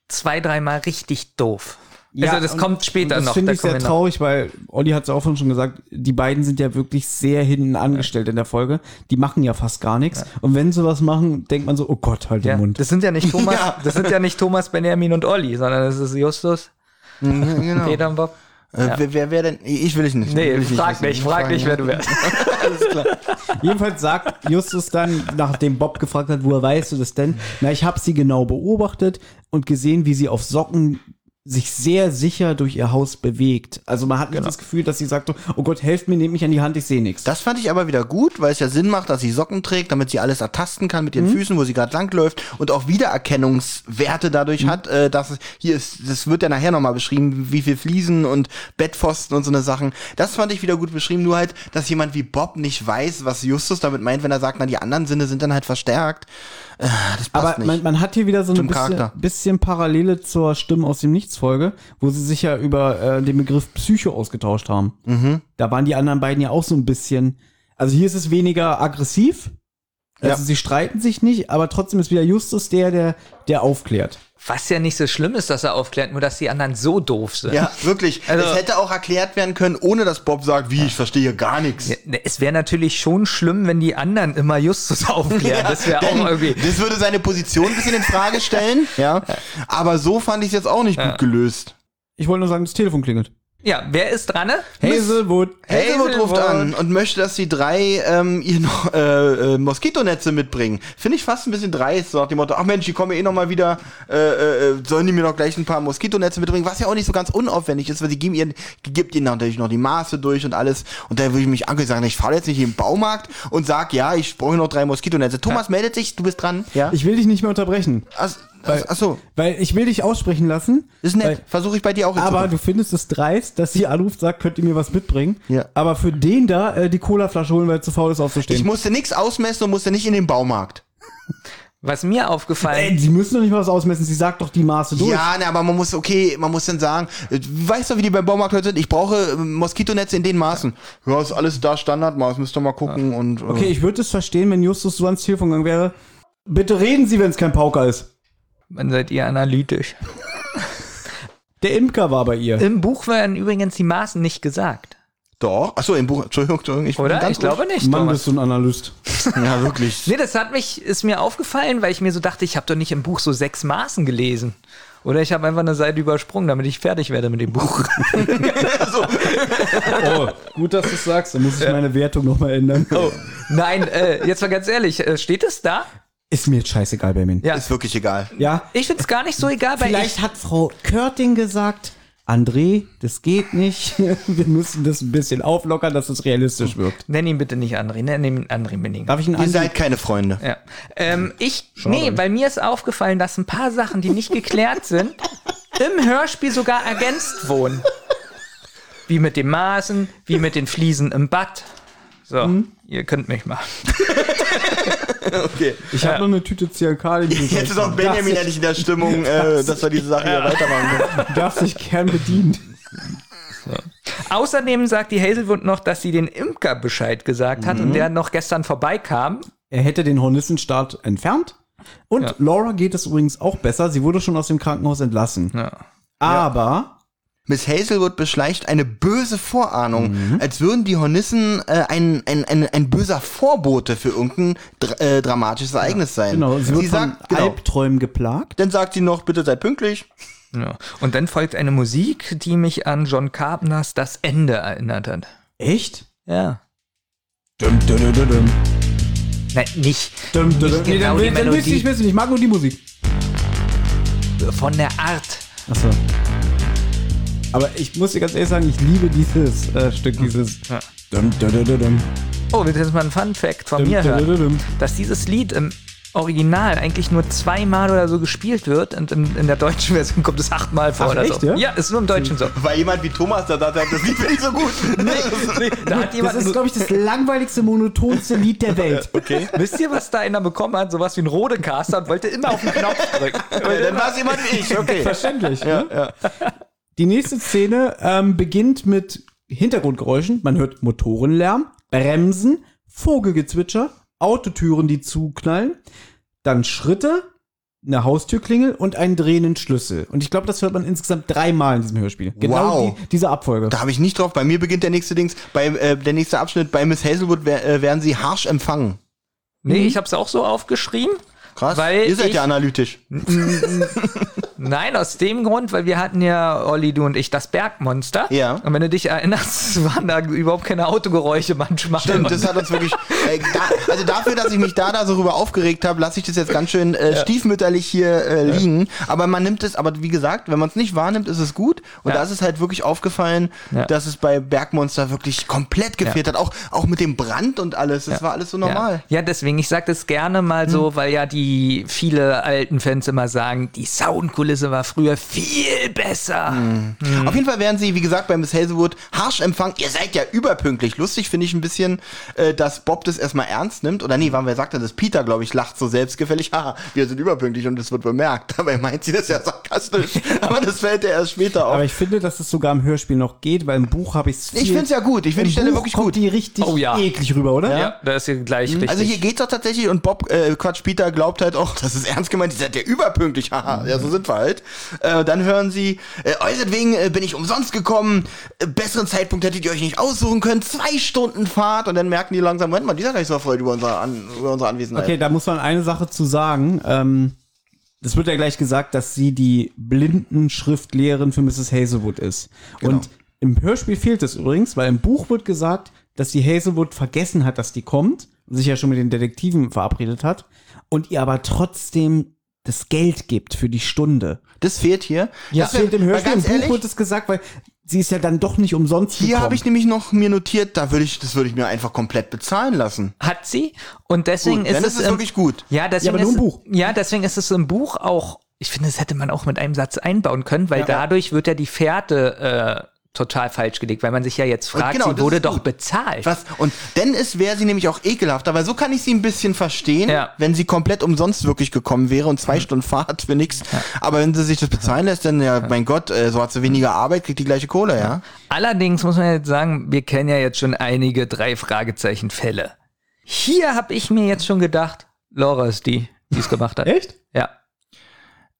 [SPEAKER 2] zwei, dreimal richtig doof. also das
[SPEAKER 3] und-
[SPEAKER 2] kommt später
[SPEAKER 3] und das
[SPEAKER 2] noch.
[SPEAKER 3] finde
[SPEAKER 2] da
[SPEAKER 3] ich
[SPEAKER 2] kommen
[SPEAKER 3] sehr
[SPEAKER 2] wir noch.
[SPEAKER 3] traurig, weil Olli hat es auch vorhin schon gesagt, die beiden sind ja wirklich sehr hinten angestellt in der Folge. Die machen ja fast gar nichts. Und wenn sie was machen, denkt man so, oh Gott, halt
[SPEAKER 2] Ja,
[SPEAKER 3] den Mund.
[SPEAKER 2] das sind ja nicht Thomas, das sind ja nicht Thomas, Benjamin und Olli, sondern das ist Justus,
[SPEAKER 4] genau.
[SPEAKER 3] Oh.
[SPEAKER 2] Peter und Bob.
[SPEAKER 4] Äh, wer, wer, wer denn? Ich will ich nicht.
[SPEAKER 2] Nee,
[SPEAKER 4] will ich
[SPEAKER 2] frag
[SPEAKER 4] wissen.
[SPEAKER 2] nicht, frag nicht, wer du wärst.
[SPEAKER 3] Jedenfalls sagt Justus dann, nachdem Bob gefragt hat, woher weißt du das denn? Na, ich habe sie genau beobachtet und gesehen, wie sie auf Socken sich sehr sicher durch ihr Haus bewegt. Also man hat nicht das Gefühl, dass sie sagt, oh Gott, helft mir, nehmt mich an die Hand, ich sehe nichts.
[SPEAKER 4] Das fand ich aber wieder gut, weil es ja Sinn macht, dass sie Socken trägt, damit sie alles ertasten kann mit
[SPEAKER 2] Mhm.
[SPEAKER 4] ihren Füßen, wo sie gerade langläuft und auch Wiedererkennungswerte dadurch
[SPEAKER 2] Mhm.
[SPEAKER 4] hat. Äh, dass es- hier ist, das wird ja nachher nochmal beschrieben, wie viel Fliesen und Bettpfosten und so eine Sachen. Das fand ich wieder gut beschrieben, nur halt, dass jemand wie Bob nicht weiß, was Justus damit meint, wenn er sagt, na die anderen Sinne sind dann halt verstärkt. Äh, das passt
[SPEAKER 3] Aber
[SPEAKER 4] nicht.
[SPEAKER 3] man, man hat hier wieder so eine
[SPEAKER 4] Zum
[SPEAKER 3] bisschen,
[SPEAKER 4] Charakter.
[SPEAKER 3] bisschen Parallele zur Stimmen aus dem Nichts-Folge, wo sie sich ja über äh, den Begriff Psycho ausgetauscht haben.
[SPEAKER 4] Mhm.
[SPEAKER 3] Da waren die anderen beiden ja auch so ein bisschen. Also hier ist es weniger aggressiv. Also
[SPEAKER 4] Ja.
[SPEAKER 3] sie streiten sich nicht, aber trotzdem ist wieder Justus der, der, der aufklärt.
[SPEAKER 2] Was ja nicht so schlimm ist, dass er aufklärt, nur dass die anderen so doof sind.
[SPEAKER 4] ja, wirklich.
[SPEAKER 2] Also-
[SPEAKER 4] es hätte auch erklärt werden können, ohne dass Bob sagt, wie, ich verstehe gar nichts.
[SPEAKER 2] Ne, Es wäre natürlich schon schlimm, wenn die anderen immer Justus aufklären. das wäre auch
[SPEAKER 4] Denn
[SPEAKER 2] irgendwie.
[SPEAKER 4] Das würde seine Position ein bisschen in Frage stellen, ja. Aber so fand ich es jetzt auch nicht gut gelöst.
[SPEAKER 3] Ich wollte nur sagen, das Telefon klingelt.
[SPEAKER 2] Ja, wer ist dran? ne?
[SPEAKER 3] Hazelwood.
[SPEAKER 4] Hazelwood ruft an und möchte, dass sie drei ähm, ihr noch, äh, äh, Moskitonetze mitbringen. Finde ich fast ein bisschen dreist, so nach dem Motto, ach Mensch, die kommen ja eh nochmal wieder, äh, äh, sollen die mir noch gleich ein paar Moskitonetze mitbringen, was ja auch nicht so ganz unaufwendig ist, weil sie geben ihren, gibt ihnen natürlich noch die Maße durch und alles. Und da würde ich mich angesagt, ich fahre jetzt nicht in den Baumarkt und sag, ja, ich brauche noch drei Moskitonetze. Thomas meldet sich, du bist dran. Ja.
[SPEAKER 3] Ich will dich nicht mehr unterbrechen,
[SPEAKER 4] Ach, ach, ach so,
[SPEAKER 3] weil ich will dich aussprechen lassen.
[SPEAKER 4] ist
[SPEAKER 3] Weil-
[SPEAKER 4] nett. Versuche ich bei dir auch in
[SPEAKER 3] Aber
[SPEAKER 4] Zukunft.
[SPEAKER 3] du findest es dreist, dass sie anruft, sagt, könnt ihr mir was mitbringen?
[SPEAKER 4] Ja.
[SPEAKER 3] Aber für den da äh, die Colaflasche holen, weil er zu faul ist aufzustehen.
[SPEAKER 4] Ich musste nichts ausmessen und musste nicht in den Baumarkt.
[SPEAKER 2] Was mir aufgefallen
[SPEAKER 3] Ey, sie müssen doch nicht mal was ausmessen, sie sagt doch die Maße durch.
[SPEAKER 4] Ja, ne, aber man muss, okay, man muss dann sagen, äh, weißt du, wie die beim Baumarkt heute sind? Ich brauche äh, Moskitonetze in den Maßen. Ja, ist alles da, Standardmaß, müsst ihr mal gucken und. Äh.
[SPEAKER 3] Okay, ich würde es verstehen, wenn Justus so ans Telefon gegangen wäre. Bitte reden Sie, wenn es kein Pauker ist.
[SPEAKER 2] Wann seid ihr analytisch?
[SPEAKER 3] Der Imker war bei ihr.
[SPEAKER 2] Im Buch werden übrigens die Maßen nicht gesagt,
[SPEAKER 4] Doch. Achso, im Buch. Entschuldigung, Entschuldigung, ich bin
[SPEAKER 2] oder?
[SPEAKER 4] ganz
[SPEAKER 2] Ich glaube nicht.
[SPEAKER 3] Mann,
[SPEAKER 2] Thomas.
[SPEAKER 3] bist du ein Analyst.
[SPEAKER 4] Ja, wirklich.
[SPEAKER 2] Nee, das hat mich, ist mir aufgefallen, weil ich mir so dachte, ich habe doch nicht im Buch so sechs Maßen gelesen. Oder ich habe einfach eine Seite übersprungen, damit ich fertig werde mit dem Buch.
[SPEAKER 3] Oh, gut, dass du es sagst. Dann muss ich meine Wertung nochmal ändern.
[SPEAKER 4] Oh.
[SPEAKER 2] Nein, äh, jetzt mal ganz ehrlich, äh, steht es da?
[SPEAKER 3] Ist mir jetzt scheißegal, Benjamin.
[SPEAKER 2] Ja.
[SPEAKER 4] Ist wirklich egal.
[SPEAKER 3] ja?
[SPEAKER 2] Ich find's gar nicht so egal, weil ich,
[SPEAKER 3] Vielleicht hat Frau Körting gesagt, André, das geht nicht. Wir müssen das ein bisschen auflockern, dass es realistisch wirkt.
[SPEAKER 2] nenn ihn bitte nicht André, nenn ihn André Minning.
[SPEAKER 3] Darf ich einen
[SPEAKER 4] Ihr
[SPEAKER 3] Andi-
[SPEAKER 4] seid keine Freunde.
[SPEAKER 2] Ja. Ähm, ich, nee, bei mir ist aufgefallen, dass ein paar Sachen, die nicht geklärt sind, im Hörspiel sogar ergänzt wurden. Wie mit den Maßen, wie mit den Fliesen im Bad. So, ihr könnt mich mal.
[SPEAKER 4] Okay.
[SPEAKER 3] Ich habe noch eine Tüte Ziankali.
[SPEAKER 4] Jetzt ist auch Benjamin endlich in der Stimmung, äh, dass wir diese Sache hier weitermachen können.
[SPEAKER 3] Darf sich gern bedient.
[SPEAKER 2] Außerdem sagt die Hazelwood noch, dass sie den Imker Bescheid gesagt hat und der noch gestern vorbeikam.
[SPEAKER 3] Er hätte den Hornissenstart entfernt Und
[SPEAKER 2] Ja.
[SPEAKER 3] Laura geht es übrigens auch besser. Sie wurde schon aus dem Krankenhaus entlassen.
[SPEAKER 2] Ja.
[SPEAKER 3] Aber
[SPEAKER 4] Miss Hazelwood beschleicht eine böse Vorahnung,
[SPEAKER 3] Mhm.
[SPEAKER 4] als würden die Hornissen äh, ein, ein, ein, ein böser Vorbote für irgendein dr äh, dramatisches Ereignis sein.
[SPEAKER 3] genau, sie wird von
[SPEAKER 4] genau,
[SPEAKER 3] Albträumen geplagt.
[SPEAKER 4] dann sagt sie noch, bitte seid pünktlich.
[SPEAKER 2] Ja. Und dann folgt eine Musik, die mich an John Carpenters Das Ende erinnert hat.
[SPEAKER 3] Echt?
[SPEAKER 2] Ja.
[SPEAKER 3] Dum, dum, dum, dum, dum.
[SPEAKER 2] Nein, nicht.
[SPEAKER 3] Dum, dum, dum.
[SPEAKER 2] Nicht
[SPEAKER 3] Nee,
[SPEAKER 2] genau
[SPEAKER 3] dann,
[SPEAKER 2] die
[SPEAKER 3] will- dann willst du
[SPEAKER 2] Melodie.
[SPEAKER 3] nicht wissen. Ich mag nur die Musik.
[SPEAKER 2] Von der Art.
[SPEAKER 3] Achso. Aber ich muss dir ganz ehrlich sagen, ich liebe dieses äh, Stück, dieses.
[SPEAKER 2] Ja.
[SPEAKER 3] Dum, dum, dum, dum, dum.
[SPEAKER 2] Oh, willst du jetzt mal ein Fun Fact von
[SPEAKER 3] Dum,
[SPEAKER 2] mir
[SPEAKER 3] dum, dum,
[SPEAKER 2] hören?
[SPEAKER 3] dum.
[SPEAKER 2] Dass dieses Lied im Original eigentlich nur zweimal oder so gespielt wird und in, in der deutschen Version kommt es achtmal vor
[SPEAKER 3] Ach,
[SPEAKER 2] oder
[SPEAKER 3] echt,
[SPEAKER 2] so.
[SPEAKER 3] ja?
[SPEAKER 2] ja, ist nur im Deutschen so.
[SPEAKER 4] Weil jemand wie Thomas da sagt, das lief mir nicht so gut.
[SPEAKER 2] Nee, da hat
[SPEAKER 3] Das
[SPEAKER 2] jemand
[SPEAKER 3] ist,
[SPEAKER 2] so,
[SPEAKER 3] glaube ich, das langweiligste, monotonste Lied der Welt.
[SPEAKER 2] wisst ihr, was da einer bekommen hat? Sowas wie ein Rodecaster und wollte immer auf den Knopf drücken.
[SPEAKER 4] Ja, Äh, dann war es jemand wie ich, okay.
[SPEAKER 3] Verständlich. ne? Die nächste Szene ähm, beginnt mit Hintergrundgeräuschen. Man hört Motorenlärm, Bremsen, Vogelgezwitscher, Autotüren, die zuknallen, dann Schritte, eine Haustürklingel und einen drehenden Schlüssel. Und ich glaube, das hört man insgesamt dreimal in diesem Hörspiel. Genau
[SPEAKER 4] Wow.
[SPEAKER 3] die, diese Abfolge.
[SPEAKER 4] Da habe ich nicht drauf. Bei mir beginnt der nächste Dings, bei äh, der nächste Abschnitt bei Miss Hazelwood wer, äh, werden sie harsch empfangen.
[SPEAKER 2] Nee,
[SPEAKER 3] Mhm.
[SPEAKER 2] ich hab's auch so aufgeschrieben.
[SPEAKER 4] Krass.
[SPEAKER 2] Weil
[SPEAKER 4] Ihr seid
[SPEAKER 2] ich-
[SPEAKER 4] ja analytisch.
[SPEAKER 2] Nein, aus dem Grund, weil wir hatten ja, Olli, du und ich, das Bergmonster.
[SPEAKER 4] Ja.
[SPEAKER 2] Und wenn du dich erinnerst, waren da überhaupt keine Autogeräusche manchmal.
[SPEAKER 4] Stimmt,
[SPEAKER 2] Und-
[SPEAKER 4] das hat uns wirklich. Äh, da, also dafür, dass ich mich da da so rüber aufgeregt habe, lasse ich das jetzt ganz schön äh, stiefmütterlich hier äh, liegen. Aber man nimmt es, aber wie gesagt, wenn man es nicht wahrnimmt, ist es gut. Und
[SPEAKER 2] Ja.
[SPEAKER 4] da ist es halt wirklich aufgefallen,
[SPEAKER 2] Ja.
[SPEAKER 4] dass es bei Bergmonster wirklich komplett gefehlt hat. Auch, auch mit dem Brand und alles. Das war alles so normal. Hm.
[SPEAKER 2] Ja, ja deswegen, ich sage das gerne mal so, weil ja die viele alten Fans immer sagen, die Soundkulisse war früher viel besser.
[SPEAKER 4] Hm. Auf jeden Fall werden sie, wie gesagt, bei Miss Hazelwood harsch empfangen. Ihr seid ja überpünktlich. Lustig finde ich ein bisschen, äh, dass Bob das erstmal ernst nimmt. Oder nee, wann wer sagt denn das? Peter, glaube ich, lacht so selbstgefällig. Haha, wir sind überpünktlich und es wird bemerkt. Dabei meint sie das ja sarkastisch. Aber das fällt ja erst später auf.
[SPEAKER 3] Aber ich finde, dass es sogar im Hörspiel noch geht, weil im Buch habe ich es
[SPEAKER 4] Ich find's ja gut. Ich find die Stelle wirklich gut.
[SPEAKER 3] die richtig
[SPEAKER 2] Oh ja.
[SPEAKER 3] eklig rüber, oder?
[SPEAKER 2] Ja, da ist hier gleich richtig.
[SPEAKER 4] also hier geht's doch tatsächlich und Bob, äh, Quatsch, Peter glaubt halt auch, das ist ernst gemeint, ihr seid ja überpünktlich, haha, ja, so sind wir halt. Äh, dann hören sie, äh, euretwegen äh, bin ich umsonst gekommen, äh, besseren Zeitpunkt hättet ihr euch nicht aussuchen können, zwei Stunden Fahrt und dann merken die langsam, Moment mal, die sind gar nicht so erfreut über unsere, An über unsere Anwesenheit.
[SPEAKER 3] Okay, da muss man eine Sache zu sagen. Ähm, es wird ja gleich gesagt, dass sie die Blindenschriftlehrerin für Mrs. Hazelwood ist.
[SPEAKER 4] Genau.
[SPEAKER 3] Und im Hörspiel fehlt es übrigens, weil im Buch wird gesagt, dass die Hazelwood vergessen hat, dass die kommt, und sich ja schon mit den Detektiven verabredet hat, und ihr aber trotzdem das Geld gibt für die Stunde.
[SPEAKER 4] Das fehlt hier.
[SPEAKER 3] das fehlt im
[SPEAKER 4] weil
[SPEAKER 3] Hörspiel, im
[SPEAKER 4] ganz
[SPEAKER 3] Buch
[SPEAKER 4] ehrlich,
[SPEAKER 3] wird es gesagt, weil sie ist ja dann doch nicht umsonst
[SPEAKER 4] Hier
[SPEAKER 3] gekommen.
[SPEAKER 4] habe ich nämlich noch mir notiert, da würde ich, das würde ich mir einfach komplett bezahlen lassen.
[SPEAKER 2] hat sie und deswegen
[SPEAKER 4] Gut,
[SPEAKER 2] ist
[SPEAKER 4] dann
[SPEAKER 2] es
[SPEAKER 4] ist es
[SPEAKER 3] ähm,
[SPEAKER 2] im-
[SPEAKER 4] wirklich gut.
[SPEAKER 2] Ja, deswegen
[SPEAKER 3] Ja, aber nur
[SPEAKER 2] ist,
[SPEAKER 3] im Buch.
[SPEAKER 2] ja, deswegen ist es im Buch auch. Ich finde, das hätte man auch mit einem Satz einbauen können, weil dadurch wird ja die Fährte äh, total falsch gelegt, weil man sich ja jetzt fragt,
[SPEAKER 4] genau,
[SPEAKER 2] sie
[SPEAKER 4] das
[SPEAKER 2] wurde
[SPEAKER 4] ist
[SPEAKER 2] doch
[SPEAKER 4] gut.
[SPEAKER 2] bezahlt.
[SPEAKER 4] Was? Und dann ist, wäre sie nämlich auch ekelhaft. Aber so kann ich sie ein bisschen verstehen,
[SPEAKER 2] Ja.
[SPEAKER 4] wenn sie komplett umsonst wirklich gekommen wäre und zwei Stunden Fahrt für nichts. Aber wenn sie sich das bezahlen lässt, dann ja, mein Gott, äh, so hat sie weniger Arbeit, kriegt die gleiche Kohle, ja?
[SPEAKER 2] Allerdings muss man jetzt sagen, wir kennen ja jetzt schon einige drei Fragezeichen Fälle. Hier habe ich mir jetzt schon gedacht, Laura ist die, die es gemacht hat.
[SPEAKER 3] Echt?
[SPEAKER 2] Ja.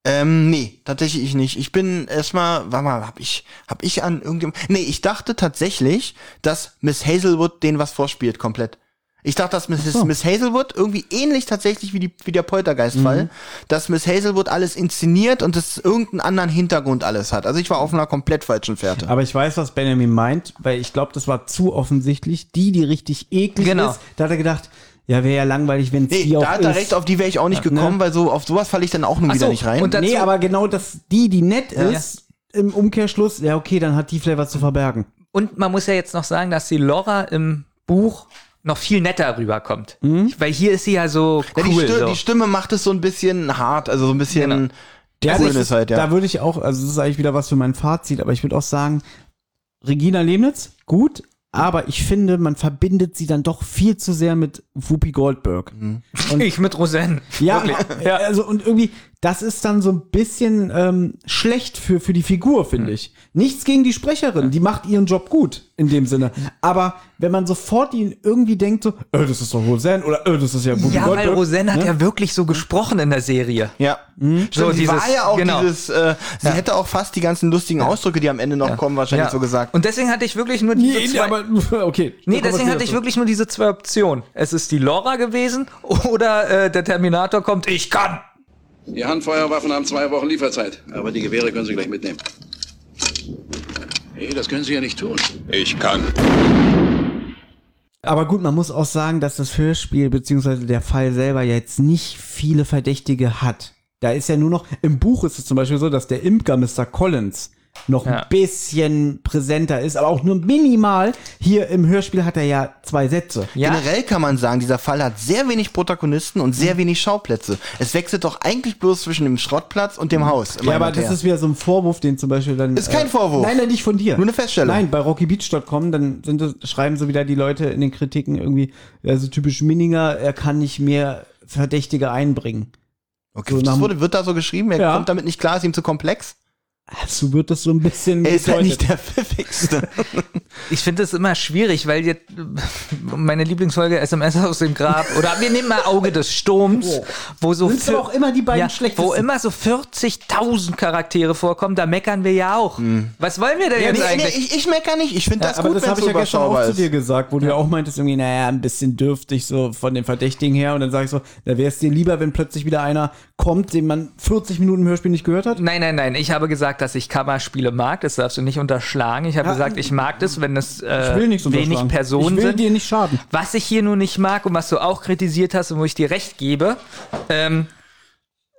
[SPEAKER 4] Ähm, nee, tatsächlich ich nicht. Ich bin erstmal, warte mal, hab ich, hab ich an irgendjemand. Nee, ich dachte tatsächlich, dass Miss Hazelwood den was vorspielt, komplett. Ich dachte, dass Miss, Miss Hazelwood irgendwie ähnlich tatsächlich wie, die, wie der Poltergeistfall,
[SPEAKER 2] Mhm.
[SPEAKER 4] dass Miss Hazelwood alles inszeniert und es irgendeinen anderen Hintergrund alles hat. Also ich war auf einer komplett falschen Fährte.
[SPEAKER 3] ne- Aber ich weiß, was Benjamin meint, weil ich glaube, das war zu offensichtlich. Die, die richtig eklig
[SPEAKER 2] Genau.
[SPEAKER 3] ist, da hat er gedacht, ja, wäre ja langweilig, wenn es
[SPEAKER 4] nee,
[SPEAKER 3] die auch
[SPEAKER 4] da hat er
[SPEAKER 3] ist.
[SPEAKER 4] recht, auf die wäre ich auch nicht gekommen, weil so auf sowas falle ich dann auch nun
[SPEAKER 2] ne? Ach
[SPEAKER 4] wieder
[SPEAKER 2] so,
[SPEAKER 4] nicht rein.
[SPEAKER 2] und dann-
[SPEAKER 3] nee,
[SPEAKER 2] dazu.
[SPEAKER 3] aber genau das, die, die nett ist, im Umkehrschluss, ja, okay, dann hat die vielleicht was zu verbergen.
[SPEAKER 2] Und man muss ja jetzt noch sagen, dass die Laura im Buch noch viel netter rüberkommt. Weil hier ist sie ja so
[SPEAKER 4] Mhm.
[SPEAKER 2] cool.
[SPEAKER 4] Ja, die, Stimme,
[SPEAKER 2] so.
[SPEAKER 4] die Stimme macht es so ein bisschen hart, also so ein bisschen
[SPEAKER 2] Genau.
[SPEAKER 4] Coolness
[SPEAKER 3] das-
[SPEAKER 4] halt, ja.
[SPEAKER 3] Da würde Also ich auch, also das ist eigentlich wieder was für mein Fazit, aber ich würde auch sagen, Regina Lebnitz, gut, aber ich finde, man verbindet sie dann doch viel zu sehr mit Whoopi Goldberg.
[SPEAKER 2] ich mit Rosennen.
[SPEAKER 3] Ja,
[SPEAKER 2] Wirklich.
[SPEAKER 3] ja, also und irgendwie, Das ist dann so ein bisschen ähm, schlecht für, für die Figur,
[SPEAKER 2] Hm.
[SPEAKER 3] finde ich. Nichts gegen die Sprecherin, die macht ihren Job gut, in dem Sinne. Aber wenn man sofort ihn irgendwie denkt, so, äh, das ist doch Roseanne oder äh, das ist ja Bobby
[SPEAKER 2] Ja,
[SPEAKER 3] Goldberg,
[SPEAKER 2] weil
[SPEAKER 4] ne?
[SPEAKER 2] Roseanne hat ja wirklich so gesprochen in der Serie.
[SPEAKER 4] Ja.
[SPEAKER 2] So
[SPEAKER 4] So, sie
[SPEAKER 2] dieses-
[SPEAKER 4] war ja auch
[SPEAKER 2] genau.
[SPEAKER 4] dieses, äh, sie hätte auch fast die ganzen lustigen Ausdrücke, die am Ende noch kommen, wahrscheinlich so gesagt.
[SPEAKER 2] Und deswegen hatte ich wirklich nur diese
[SPEAKER 3] Nee, nee,
[SPEAKER 2] zwei.
[SPEAKER 3] aber okay.
[SPEAKER 2] Nee,
[SPEAKER 3] Da kommen wir
[SPEAKER 2] deswegen hatte
[SPEAKER 3] später
[SPEAKER 2] ich
[SPEAKER 3] zu.
[SPEAKER 2] wirklich nur diese zwei Optionen. Es ist die Laura gewesen oder äh, der Terminator kommt, ich kann.
[SPEAKER 6] Die Handfeuerwaffen haben zwei Wochen Lieferzeit, aber die Gewehre können Sie gleich mitnehmen. Hey, das können Sie ja nicht tun.
[SPEAKER 7] Ich kann.
[SPEAKER 3] Aber gut, man muss auch sagen, dass das Hörspiel beziehungsweise der Fall selber ja jetzt nicht viele Verdächtige hat. Da ist ja nur noch, im Buch ist es zum Beispiel so, dass der Imker Mr. Collins noch
[SPEAKER 2] Ja.
[SPEAKER 3] ein bisschen präsenter ist, aber auch nur minimal. Hier im Hörspiel hat er ja zwei Sätze.
[SPEAKER 2] Ja.
[SPEAKER 4] Generell kann man sagen, dieser Fall hat sehr wenig Protagonisten und
[SPEAKER 3] Mhm.
[SPEAKER 4] sehr wenig Schauplätze. Es wechselt doch eigentlich bloß zwischen dem Schrottplatz und dem Haus. immer
[SPEAKER 3] Mhm. Ja,
[SPEAKER 4] hin
[SPEAKER 3] aber
[SPEAKER 4] und
[SPEAKER 3] das
[SPEAKER 4] her.
[SPEAKER 3] ist wieder so ein Vorwurf, den zum Beispiel dann. äh,
[SPEAKER 4] Ist kein Vorwurf.
[SPEAKER 3] Nein, nein, nicht von dir.
[SPEAKER 4] Nur eine Feststellung.
[SPEAKER 3] Nein, bei RockyBeach.com, dann sind, das- schreiben so wieder die Leute in den Kritiken irgendwie, also typisch Minninger, er kann nicht mehr Verdächtige einbringen.
[SPEAKER 4] okay,
[SPEAKER 3] so
[SPEAKER 4] das
[SPEAKER 3] nach-
[SPEAKER 4] wurde, wird da so geschrieben, er
[SPEAKER 3] Ja.
[SPEAKER 4] kommt damit nicht klar, ist ihm zu komplex.
[SPEAKER 3] So wird das so ein bisschen.
[SPEAKER 4] Er ist halt
[SPEAKER 3] gedeutet.
[SPEAKER 4] nicht der pfiffigste.
[SPEAKER 2] Ich finde es immer schwierig, weil jetzt meine Lieblingsfolge SMS aus dem Grab oder wir nehmen mal Auge des Sturms, wo so
[SPEAKER 3] Sind's
[SPEAKER 2] vier-
[SPEAKER 3] aber auch immer die beiden
[SPEAKER 2] ja,
[SPEAKER 3] schlechtesten.
[SPEAKER 2] wo immer so 40.000 Charaktere vorkommen, da meckern wir ja auch. Was wollen wir denn
[SPEAKER 4] nee,
[SPEAKER 2] jetzt
[SPEAKER 4] nee,
[SPEAKER 2] eigentlich?
[SPEAKER 4] ich, ich meckere nicht, ich finde das
[SPEAKER 3] aber
[SPEAKER 4] gut,
[SPEAKER 3] das
[SPEAKER 4] wenn's
[SPEAKER 3] habe ich ja gestern auch
[SPEAKER 4] überschaubar
[SPEAKER 3] zu dir
[SPEAKER 4] ist.
[SPEAKER 3] gesagt, wo du ja auch meintest, irgendwie, naja, ein bisschen dürftig so von den Verdächtigen her. Und dann sag ich so, da wäre es dir lieber, wenn plötzlich wieder einer kommt, den man 40 Minuten im Hörspiel nicht gehört hat.
[SPEAKER 2] Nein, nein, nein. Ich habe gesagt, dass ich Kammerspiele mag. Das darfst du nicht unterschlagen. Ich habe gesagt, ich mag das, wenn es äh,
[SPEAKER 3] Ich will nichts
[SPEAKER 2] wenig
[SPEAKER 3] unterschlagen.
[SPEAKER 2] Personen
[SPEAKER 3] Ich will
[SPEAKER 2] sind.
[SPEAKER 3] dir nicht schaden.
[SPEAKER 2] Was ich hier nur nicht mag und was du auch kritisiert hast und wo ich dir recht gebe, ähm,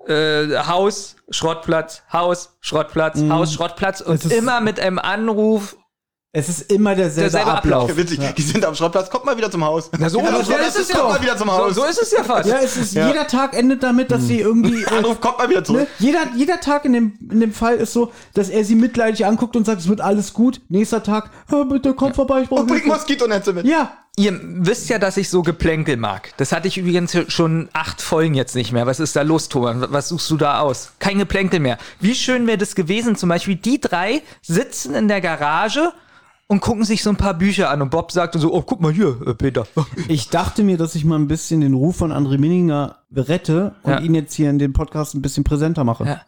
[SPEAKER 2] äh, Haus, Schrottplatz, Haus, Schrottplatz, Haus, Schrottplatz
[SPEAKER 3] Es
[SPEAKER 2] und
[SPEAKER 3] ist-
[SPEAKER 2] immer mit einem Anruf.
[SPEAKER 3] Es ist immer derselbe,
[SPEAKER 2] Derselbe Ablauf.
[SPEAKER 3] Ablauf.
[SPEAKER 4] Ja, witzig, die sind am Schrottplatz, kommt mal wieder zum Haus.
[SPEAKER 2] Na, so,
[SPEAKER 4] Die sind am
[SPEAKER 2] so
[SPEAKER 4] Schrottplatz,
[SPEAKER 2] ist es
[SPEAKER 4] kommt mal
[SPEAKER 2] ja.
[SPEAKER 4] wieder zum
[SPEAKER 2] So,
[SPEAKER 4] Haus.
[SPEAKER 2] so ist es ja fast.
[SPEAKER 3] Ja, es ist, jeder Tag endet damit, dass sie irgendwie. äh,
[SPEAKER 4] Anruf, kommt mal wieder Hm. zurück.
[SPEAKER 3] Ne? Jeder, jeder Tag in dem, in dem Fall ist so, dass er sie mitleidig anguckt und sagt, es wird alles gut. Nächster Tag, "Ah, bitte komm vorbei, ich brauche
[SPEAKER 4] Und bring
[SPEAKER 3] Hilfe."
[SPEAKER 4] Moskitonetze mit.
[SPEAKER 3] Ja,
[SPEAKER 2] Ihr wisst ja, dass ich so Geplänkel mag. Das hatte ich übrigens schon acht Folgen jetzt nicht mehr. Was ist da los, Thomas? Was suchst du da aus? Kein Geplänkel mehr. Wie schön wäre das gewesen, zum Beispiel die drei sitzen in der Garage und gucken sich so ein paar Bücher an und Bob sagt und so, oh, guck mal hier, äh, Peter.
[SPEAKER 3] Ich dachte mir, dass ich mal ein bisschen den Ruf von André Minninger rette und
[SPEAKER 2] Ja.
[SPEAKER 3] ihn jetzt hier in dem Podcast ein bisschen präsenter mache.
[SPEAKER 2] Ja.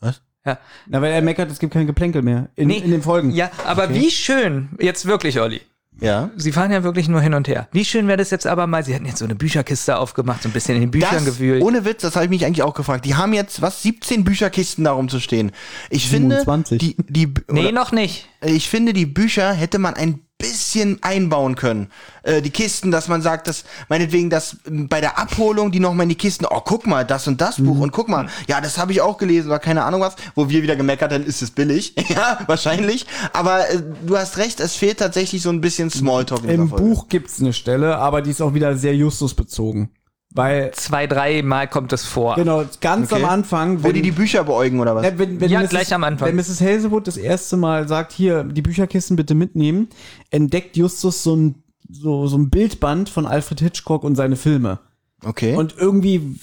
[SPEAKER 4] Was?
[SPEAKER 2] Ja.
[SPEAKER 3] Na, weil er meckert, es gibt kein Geplänkel mehr in,
[SPEAKER 2] Nee.
[SPEAKER 3] in den Folgen.
[SPEAKER 2] Ja, aber wie schön, jetzt wirklich, Olli.
[SPEAKER 4] Ja.
[SPEAKER 2] Sie fahren ja wirklich nur hin und her. Wie schön wäre das jetzt aber mal, sie hätten jetzt so eine Bücherkiste aufgemacht, so ein bisschen in den Büchern
[SPEAKER 4] Das,
[SPEAKER 2] gewühlt.
[SPEAKER 4] ohne Witz, das habe ich mich eigentlich auch gefragt. Die haben jetzt, was, 17 Bücherkisten darum zu stehen. Ich
[SPEAKER 3] 27.
[SPEAKER 4] finde, die, die,
[SPEAKER 2] Nee, noch nicht.
[SPEAKER 4] ich finde, die Bücher hätte man ein bisschen einbauen können. Äh, die Kisten, dass man sagt, dass meinetwegen, dass ähm, bei der Abholung die nochmal in die Kisten, oh, guck mal, das und das
[SPEAKER 3] Mhm.
[SPEAKER 4] Buch und guck mal, ja, das habe ich auch gelesen oder keine Ahnung was, wo wir wieder gemeckert haben, ist es billig. ja, wahrscheinlich. Aber äh, du hast recht, es fehlt tatsächlich so ein bisschen Smalltalk in
[SPEAKER 3] Im
[SPEAKER 4] dieser Folge.
[SPEAKER 3] Buch gibt's eine Stelle, aber die ist auch wieder sehr Justus bezogen. Weil,
[SPEAKER 2] Zwei, drei Mal kommt das vor.
[SPEAKER 3] genau, ganz
[SPEAKER 4] Okay.
[SPEAKER 3] am Anfang,
[SPEAKER 4] Wo die die Bücher beäugen oder was?
[SPEAKER 3] Äh, wenn, wenn
[SPEAKER 2] Ja,
[SPEAKER 3] Mrs.
[SPEAKER 2] gleich am Anfang.
[SPEAKER 3] Wenn Mrs. Hazelwood das erste Mal sagt, hier, die Bücherkisten bitte mitnehmen, entdeckt Justus so ein, so, so ein Bildband von Alfred Hitchcock und seine Filme.
[SPEAKER 4] Okay.
[SPEAKER 3] Und irgendwie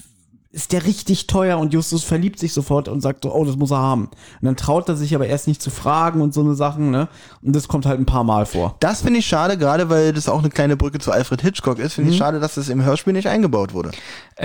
[SPEAKER 3] ist der richtig teuer und Justus verliebt sich sofort und sagt so, oh, das muss er haben. Und dann traut er sich aber erst nicht zu fragen und so eine Sachen, ne? Und das kommt halt ein paar Mal vor.
[SPEAKER 4] das finde ich schade, gerade weil das auch eine kleine Brücke zu Alfred Hitchcock ist.
[SPEAKER 3] Mhm.
[SPEAKER 4] Finde ich schade, dass das im Hörspiel nicht eingebaut wurde.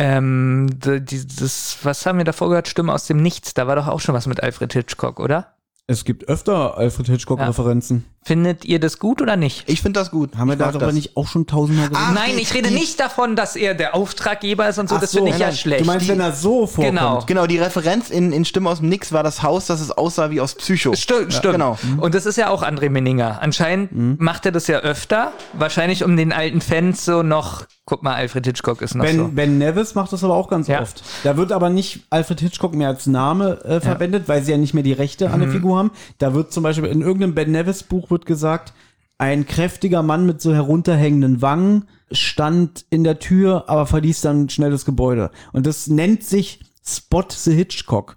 [SPEAKER 2] Ähm, d- dieses, was haben wir davor gehört? Stimme aus dem Nichts. Da war doch auch schon was mit Alfred Hitchcock, oder?
[SPEAKER 3] Es gibt öfter Alfred Hitchcock-Referenzen.
[SPEAKER 2] Findet ihr das gut oder nicht?
[SPEAKER 4] Ich finde das gut.
[SPEAKER 3] Haben wir
[SPEAKER 4] ich mag
[SPEAKER 3] darüber
[SPEAKER 4] das.
[SPEAKER 3] nicht auch schon tausendmal gesehen?
[SPEAKER 4] Ach,
[SPEAKER 2] Nein,
[SPEAKER 4] die-
[SPEAKER 2] ich rede
[SPEAKER 4] die-
[SPEAKER 2] nicht davon, dass er der Auftraggeber ist und so.
[SPEAKER 3] Ach
[SPEAKER 2] das finde ich
[SPEAKER 3] nein,
[SPEAKER 2] ja
[SPEAKER 3] nein.
[SPEAKER 2] schlecht.
[SPEAKER 3] Du meinst, wenn er so vorkommt?
[SPEAKER 2] Genau.
[SPEAKER 4] Genau, die Referenz in, in Stimme aus dem Nix war das Haus, dass es aussah wie aus Psycho.
[SPEAKER 2] Stimmt,
[SPEAKER 4] Ja,
[SPEAKER 2] stimmt. Mhm.
[SPEAKER 4] Genau.
[SPEAKER 2] Und das ist ja auch André Menninger. Anscheinend macht er das ja öfter. Wahrscheinlich um den alten Fans so noch, guck mal, Alfred Hitchcock ist noch
[SPEAKER 3] Ben,
[SPEAKER 2] so.
[SPEAKER 3] ben Nevis macht das aber auch ganz
[SPEAKER 2] Ja.
[SPEAKER 3] oft. Da wird aber nicht Alfred Hitchcock mehr als Name äh, verwendet, weil sie ja nicht mehr die Rechte an
[SPEAKER 2] Mhm.
[SPEAKER 3] der Figur haben. Da wird zum Beispiel in irgendeinem Ben Nevis Buch wird gesagt, ein kräftiger Mann mit so herunterhängenden Wangen stand in der Tür, aber verließ dann schnell das Gebäude. Und das nennt sich Spot the Hitchcock,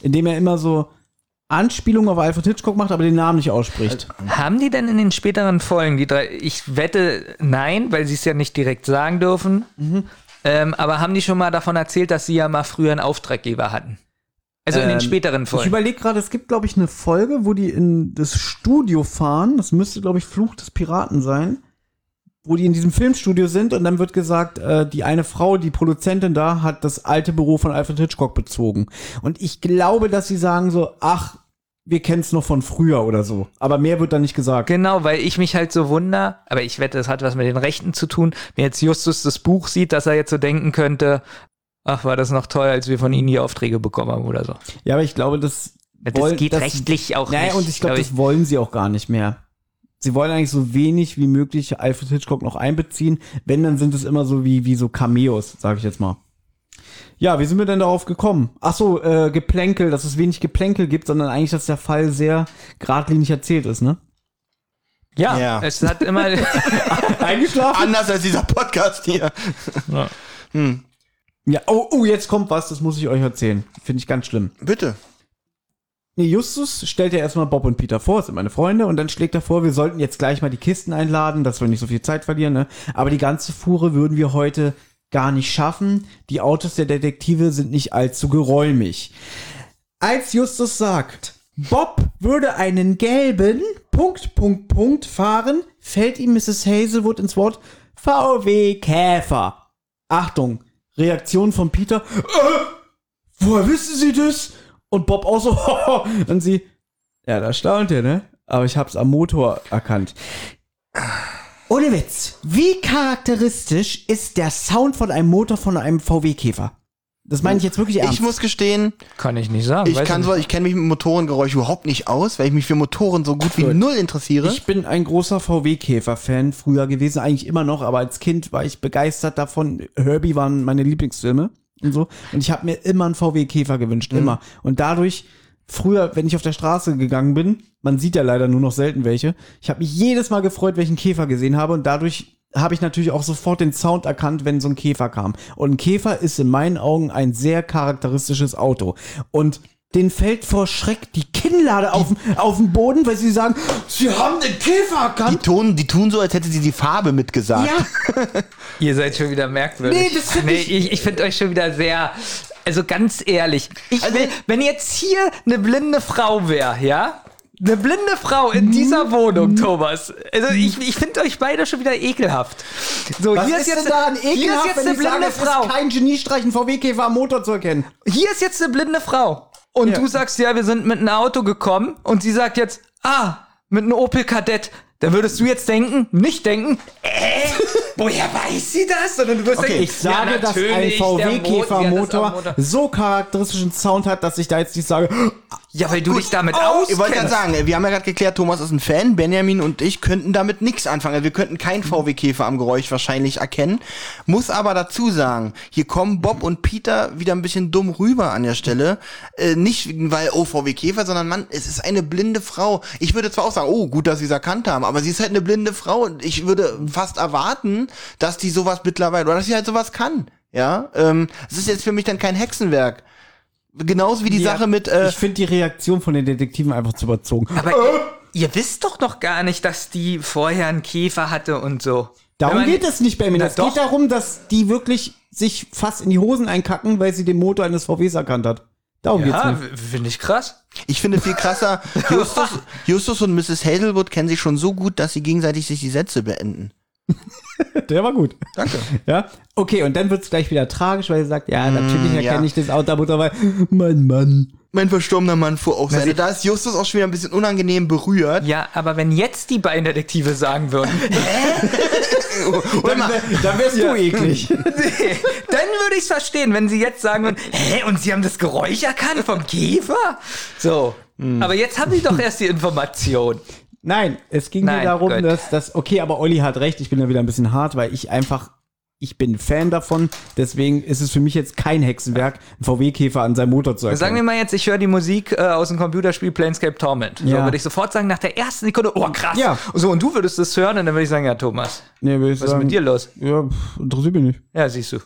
[SPEAKER 3] indem er immer so Anspielungen auf Alfred Hitchcock macht, aber den Namen nicht ausspricht.
[SPEAKER 2] Haben die denn in den späteren Folgen die drei, ich wette, nein, weil sie es ja nicht direkt sagen dürfen, Ähm, aber haben die schon mal davon erzählt, dass sie ja mal früher einen Auftraggeber hatten? Also in den
[SPEAKER 3] Ähm,
[SPEAKER 2] späteren
[SPEAKER 3] Ich
[SPEAKER 2] Folgen.
[SPEAKER 3] überlege gerade, es gibt, glaube ich, eine Folge, wo die in das Studio fahren. Das müsste, glaube ich, Fluch des Piraten sein. Wo die in diesem Filmstudio sind und dann wird gesagt, äh, die eine Frau, die Produzentin da, hat das alte Büro von Alfred Hitchcock bezogen. Und ich glaube, dass sie sagen so, ach, wir kennen es noch von früher oder so. Aber mehr wird da nicht gesagt.
[SPEAKER 2] Genau, weil ich mich halt so wunder, aber ich wette, es hat was mit den Rechten zu tun. Wenn jetzt Justus das Buch sieht, dass er jetzt so denken könnte, ach, war das noch toll, als wir von ihnen die Aufträge bekommen haben oder so.
[SPEAKER 3] Ja, aber ich glaube, das,
[SPEAKER 2] Das
[SPEAKER 3] wollen-
[SPEAKER 2] geht rechtlich auch
[SPEAKER 3] Naja,
[SPEAKER 2] nicht,
[SPEAKER 3] und ich glaube,
[SPEAKER 2] glaub
[SPEAKER 3] das wollen sie auch gar nicht mehr. Sie wollen eigentlich so wenig wie möglich Alfred Hitchcock noch einbeziehen. Wenn, dann sind es immer so wie, wie so Cameos, sage ich jetzt mal. Ja, wie sind wir denn darauf gekommen? Ach so, äh, Geplänkel, dass es wenig Geplänkel gibt, sondern eigentlich, dass der Fall sehr geradlinig erzählt ist, ne?
[SPEAKER 2] Ja,
[SPEAKER 4] Ja.
[SPEAKER 2] es hat immer.
[SPEAKER 3] Eingeschlafen?
[SPEAKER 4] Anders als dieser Podcast hier.
[SPEAKER 3] Ja, oh, oh, jetzt kommt was, das muss ich euch erzählen. Finde ich ganz schlimm.
[SPEAKER 4] Bitte.
[SPEAKER 3] Nee, Justus stellt ja erstmal Bob und Peter vor, das sind meine Freunde, und dann schlägt er vor, wir sollten jetzt gleich mal die Kisten einladen, dass wir nicht so viel Zeit verlieren, ne? Aber die ganze Fuhre würden wir heute gar nicht schaffen. Die Autos der Detektive sind nicht allzu geräumig. Als Justus sagt, Bob würde einen gelben Punkt, Punkt, Punkt fahren, fällt ihm Mrs. Hazelwood ins Wort VW Käfer. Achtung, Reaktion von Peter. Äh, woher wissen Sie das? Und Bob auch so, und sie, ja, da staunt ihr, ne? Aber ich hab's am Motor erkannt. Ohne Witz, wie charakteristisch ist der Sound von einem Motor von einem VW-Käfer? Das meine ich jetzt wirklich ernst.
[SPEAKER 4] Ich muss gestehen,
[SPEAKER 2] kann ich nicht sagen.
[SPEAKER 4] ich
[SPEAKER 2] weiß
[SPEAKER 4] kann
[SPEAKER 2] nicht.
[SPEAKER 4] so, ich kenne mich mit Motorengeräusch überhaupt nicht aus, weil ich mich für Motoren so gut wie null interessiere.
[SPEAKER 3] Ich bin ein großer VW-Käfer-Fan früher gewesen, eigentlich immer noch, aber als Kind war ich begeistert davon. Herbie waren meine Lieblingsfilme und so. Und ich habe mir immer einen VW-Käfer gewünscht, immer. Und dadurch, früher, wenn ich auf der Straße gegangen bin, man sieht ja leider nur noch selten welche, ich habe mich jedes Mal gefreut, welchen Käfer gesehen habe und dadurch habe ich natürlich auch sofort den Sound erkannt, wenn so ein Käfer kam. Und ein Käfer ist in meinen Augen ein sehr charakteristisches Auto. Und den fällt vor Schreck die Kinnlade auf, den- auf den Boden, weil sie sagen, sie haben den Käfer
[SPEAKER 4] die,
[SPEAKER 3] erkannt.
[SPEAKER 4] tun, die tun so, als hätte sie die Farbe mitgesagt.
[SPEAKER 3] Ja,
[SPEAKER 2] Ihr seid schon wieder merkwürdig.
[SPEAKER 3] Nee, das find ich-
[SPEAKER 2] ich, ich finde euch schon wieder sehr. Also ganz ehrlich, ich
[SPEAKER 3] Also
[SPEAKER 2] will, wenn jetzt hier eine blinde Frau wäre, ja? Eine blinde Frau in
[SPEAKER 3] Mhm.
[SPEAKER 2] dieser Wohnung, Thomas. Also ich, ich finde euch beide schon wieder ekelhaft. So,
[SPEAKER 3] was
[SPEAKER 2] hier
[SPEAKER 3] ist
[SPEAKER 2] ist jetzt,
[SPEAKER 3] denn daran
[SPEAKER 2] hier ist
[SPEAKER 3] ekelhaft,
[SPEAKER 2] jetzt
[SPEAKER 3] wenn
[SPEAKER 2] eine
[SPEAKER 3] ich sage,
[SPEAKER 2] blinde
[SPEAKER 3] es
[SPEAKER 2] Frau.
[SPEAKER 3] ist kein Geniestreich, einen VW-Käfer am Motor zu erkennen?
[SPEAKER 2] Hier ist jetzt eine blinde Frau. Und
[SPEAKER 3] Ja.
[SPEAKER 2] du sagst, ja, wir sind mit einem Auto gekommen. Und sie sagt jetzt, ah, mit einem Opel Kadett. Dann würdest du jetzt denken, nicht denken, äh, woher weiß sie das? Sondern du wirst
[SPEAKER 4] Okay,
[SPEAKER 2] denken,
[SPEAKER 3] Ich sage,
[SPEAKER 2] ja,
[SPEAKER 3] dass ein
[SPEAKER 2] natürlich, der Mo- ja, das am
[SPEAKER 3] VW-Käfermotor
[SPEAKER 2] Motor. Äh.
[SPEAKER 3] so charakteristischen Sound hat, dass ich da jetzt nicht sage,
[SPEAKER 2] Ja, weil du dich damit
[SPEAKER 4] Ich wollte gerade
[SPEAKER 2] auskennst.
[SPEAKER 4] sagen, wir haben ja gerade geklärt, Thomas ist ein Fan, Benjamin und ich könnten damit nichts anfangen. Also wir könnten keinen VW-Käfer am Geräusch wahrscheinlich erkennen. Muss aber dazu sagen, hier kommen Bob und Peter wieder ein bisschen dumm rüber an der Stelle. Äh, nicht weil, oh, VW-Käfer, sondern Mann, es ist eine blinde Frau. Ich würde zwar auch sagen, oh, gut, dass sie es erkannt haben, aber sie ist halt eine blinde Frau und ich würde fast erwarten, dass die sowas mittlerweile, oder dass sie halt sowas kann. Ja, ähm, es ist jetzt für mich dann kein Hexenwerk. Genauso wie die Sache mit, äh,
[SPEAKER 3] ich finde die Reaktion von den Detektiven einfach zu überzogen.
[SPEAKER 2] Aber ihr, ihr wisst doch noch gar nicht, dass die vorher einen Käfer hatte und so. Wenn
[SPEAKER 3] Darum
[SPEAKER 2] man-
[SPEAKER 3] geht es nicht, Benjamin.
[SPEAKER 2] Na
[SPEAKER 3] Es
[SPEAKER 2] doch.
[SPEAKER 3] geht darum, dass die wirklich sich fast in die Hosen einkacken, weil sie den Motor eines VWs erkannt hat. Darum
[SPEAKER 2] Ja,
[SPEAKER 3] geht's nicht.
[SPEAKER 2] Ah, finde ich krass.
[SPEAKER 4] Ich finde viel krasser, Justus, Justus und Mrs. Hazelwood kennen sich schon so gut, dass sie gegenseitig sich die Sätze beenden.
[SPEAKER 3] Der war gut.
[SPEAKER 4] Danke.
[SPEAKER 3] Ja. Okay, und dann wird's gleich wieder tragisch, weil sie sagt, ja,
[SPEAKER 2] Mm,
[SPEAKER 3] natürlich
[SPEAKER 4] ja.
[SPEAKER 3] erkenne ich das Auto am Motor, weil, mein Mann.
[SPEAKER 4] Mein verstorbener Mann fuhr auch seine. Da ist Justus auch schon wieder ein bisschen unangenehm berührt.
[SPEAKER 2] Ja, aber wenn jetzt die beiden Detektive sagen würden,
[SPEAKER 4] Oder mal,
[SPEAKER 3] Dann wärst du eklig.
[SPEAKER 2] Nee, dann würde ich es verstehen, wenn sie jetzt sagen würden, hä, und sie haben das Geräusch erkannt vom Käfer? So. hm. Aber jetzt haben sie doch erst die Information.
[SPEAKER 3] Nein, es ging
[SPEAKER 2] Nein,
[SPEAKER 3] mir darum,
[SPEAKER 2] gut.
[SPEAKER 3] dass das, okay, aber Olli hat recht, ich bin da wieder ein bisschen hart, weil ich einfach, ich bin Fan davon, deswegen ist es für mich jetzt kein Hexenwerk, einen VW-Käfer an seinem Motor zu erkennen.
[SPEAKER 2] Sagen wir mal jetzt, ich höre die Musik äh, aus dem Computerspiel Planescape Torment. So
[SPEAKER 3] Ja.
[SPEAKER 2] würde ich sofort sagen, nach der ersten Sekunde, oh krass.
[SPEAKER 3] Ja.
[SPEAKER 2] So, und du würdest das hören und dann würde ich sagen, ja, Thomas,
[SPEAKER 3] nee, will ich
[SPEAKER 2] was ist mit dir los?
[SPEAKER 3] Ja, pff, interessiert mich nicht.
[SPEAKER 2] Ja, siehst du.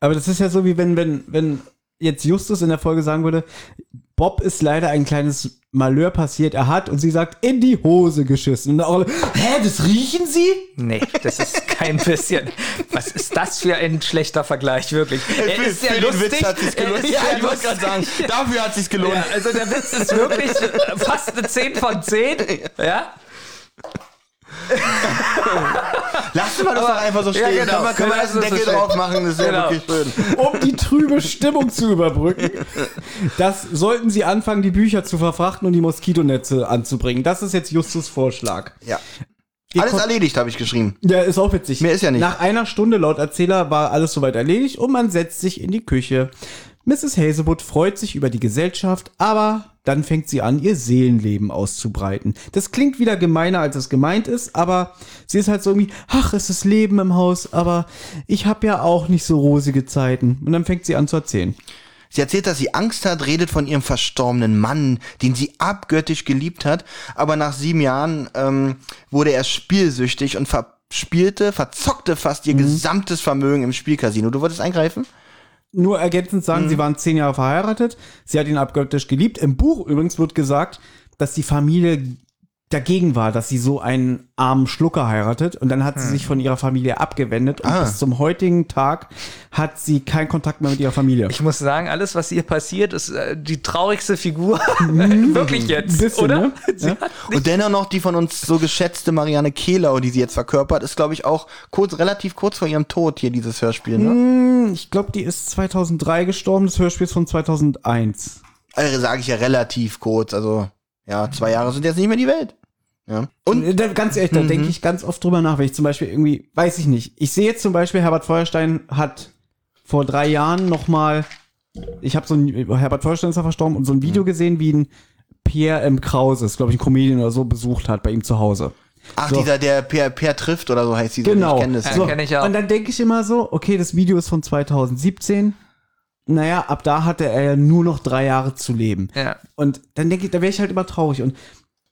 [SPEAKER 3] Aber das ist ja so, wie wenn, wenn, wenn jetzt Justus in der Folge sagen würde, Bob ist leider ein kleines Malheur passiert. Er hat, und sie sagt, in die Hose geschissen. Und alle, hä, das riechen sie?
[SPEAKER 2] Nee, das ist kein bisschen. Was ist das für ein schlechter Vergleich, wirklich? Er
[SPEAKER 4] Für-
[SPEAKER 2] ist sehr
[SPEAKER 4] für den
[SPEAKER 2] lustig.
[SPEAKER 4] Witz hat sich's
[SPEAKER 2] Er
[SPEAKER 4] gelohnt.
[SPEAKER 2] ist
[SPEAKER 4] Ja,
[SPEAKER 2] sehr
[SPEAKER 4] ich wollte gerade sagen,
[SPEAKER 2] lustig.
[SPEAKER 4] dafür hat sich's gelohnt.
[SPEAKER 2] Ja, also der Witz ist wirklich fast eine 10 von 10. Ja?
[SPEAKER 4] Lass mal das doch einfach so
[SPEAKER 2] ja,
[SPEAKER 4] stehen.
[SPEAKER 2] genau.
[SPEAKER 4] Können wir, können wir
[SPEAKER 2] Ja,
[SPEAKER 4] erst einen
[SPEAKER 2] das ist
[SPEAKER 4] Deckel
[SPEAKER 2] so schön.
[SPEAKER 4] drauf machen, das ist
[SPEAKER 2] Genau.
[SPEAKER 4] ja wirklich schön.
[SPEAKER 3] Um die trübe Stimmung zu überbrücken. Das sollten sie anfangen, die Bücher zu verfrachten und die Moskitonetze anzubringen. Das ist jetzt Justus Vorschlag.
[SPEAKER 4] Ja.
[SPEAKER 3] Ihr
[SPEAKER 4] Alles
[SPEAKER 3] kommt-
[SPEAKER 4] erledigt, habe ich geschrieben.
[SPEAKER 3] Ja, ist auch witzig.
[SPEAKER 4] Mehr ist ja nicht.
[SPEAKER 3] Nach einer Stunde laut Erzähler war alles soweit erledigt und man setzt sich in die Küche. Mrs. Hazelwood freut sich über die Gesellschaft, aber dann fängt sie an, ihr Seelenleben auszubreiten. Das klingt wieder gemeiner, als es gemeint ist, aber sie ist halt so irgendwie, ach, es ist Leben im Haus, aber ich habe ja auch nicht so rosige Zeiten. Und dann fängt sie an zu erzählen.
[SPEAKER 4] Sie erzählt, dass sie Angst hat, redet von ihrem verstorbenen Mann, den sie abgöttisch geliebt hat, aber nach sieben Jahren ähm, wurde er spielsüchtig und verspielte, verzockte fast
[SPEAKER 3] Mhm.
[SPEAKER 4] ihr gesamtes Vermögen im Spielcasino. Du wolltest eingreifen?
[SPEAKER 3] nur ergänzend sagen,
[SPEAKER 2] Mhm.
[SPEAKER 3] sie waren zehn Jahre verheiratet, sie hat ihn abgöttisch geliebt. Im Buch übrigens wird gesagt, dass die Familie dagegen war, dass sie so einen armen Schlucker heiratet und dann hat
[SPEAKER 2] Hm.
[SPEAKER 3] sie sich von ihrer Familie abgewendet und
[SPEAKER 2] Ah.
[SPEAKER 3] bis zum heutigen Tag hat sie keinen Kontakt mehr mit ihrer Familie.
[SPEAKER 2] Ich muss sagen, alles, was ihr passiert, ist äh, die traurigste Figur. wirklich jetzt,
[SPEAKER 3] bisschen,
[SPEAKER 2] oder?
[SPEAKER 3] ne?
[SPEAKER 2] Sie
[SPEAKER 3] Ja.
[SPEAKER 2] hat
[SPEAKER 4] Und dennoch noch die von uns so geschätzte Marianne Kehlau, die sie jetzt verkörpert, ist, glaube ich, auch kurz, relativ kurz vor ihrem Tod hier dieses Hörspiel. Ne?
[SPEAKER 3] Mhm. Ich glaube, die ist 2003 gestorben, das Hörspiel ist von 2001.
[SPEAKER 4] Also sage ich ja relativ kurz. Also ja, zwei Jahre sind jetzt nicht mehr die Welt. Ja. Und
[SPEAKER 3] Und Äh, da, ganz ehrlich, da denke ich ganz oft drüber nach, wenn ich zum Beispiel irgendwie, weiß ich nicht, ich sehe jetzt zum Beispiel, Herbert Feuerstein hat vor drei Jahren nochmal, ich habe so ein, Herbert Feuerstein ist ja verstorben, und so ein Video gesehen, wie ihn Pierre M. Krause, ist glaube ich ein Comedian oder so, besucht hat bei ihm zu Hause.
[SPEAKER 4] ach,
[SPEAKER 3] So.
[SPEAKER 4] dieser, der Per, per trifft oder so heißt dieser.
[SPEAKER 3] Genau.
[SPEAKER 4] Ich kenne das.
[SPEAKER 2] Ja, kenn ich auch.
[SPEAKER 3] Und dann denke ich immer so, okay, das Video ist von 2017. Naja, ab da hatte er ja nur noch drei Jahre zu leben.
[SPEAKER 2] Ja.
[SPEAKER 3] Und dann denke ich, da wäre ich halt immer traurig. Und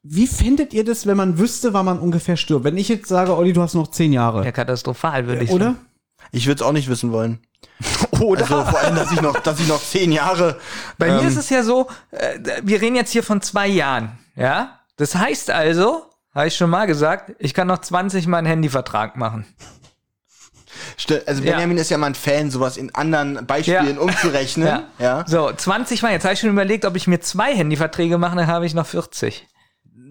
[SPEAKER 3] wie fändet ihr das, wenn man wüsste, wann man ungefähr stirbt? Wenn ich jetzt sage, Olli, du hast noch zehn Jahre,
[SPEAKER 2] Ja, katastrophal, würde ich
[SPEAKER 3] oder?
[SPEAKER 4] Ich würde es auch nicht wissen wollen. Oder? Also, vor allem, dass ich noch, dass ich noch zehn Jahre.
[SPEAKER 2] Bei mir ist es ja so, äh, wir reden jetzt hier von zwei Jahren, ja? Das heißt also, habe ich schon mal gesagt, ich kann noch 20 Mal einen Handyvertrag machen.
[SPEAKER 4] Sti- Also
[SPEAKER 2] Ja.
[SPEAKER 4] Benjamin ist ja mal ein Fan, sowas in anderen Beispielen
[SPEAKER 2] Ja.
[SPEAKER 4] umzurechnen.
[SPEAKER 2] Ja.
[SPEAKER 4] Ja.
[SPEAKER 2] So, 20 Mal. Jetzt habe ich schon überlegt, ob ich mir zwei Handyverträge mache, dann habe ich noch 40.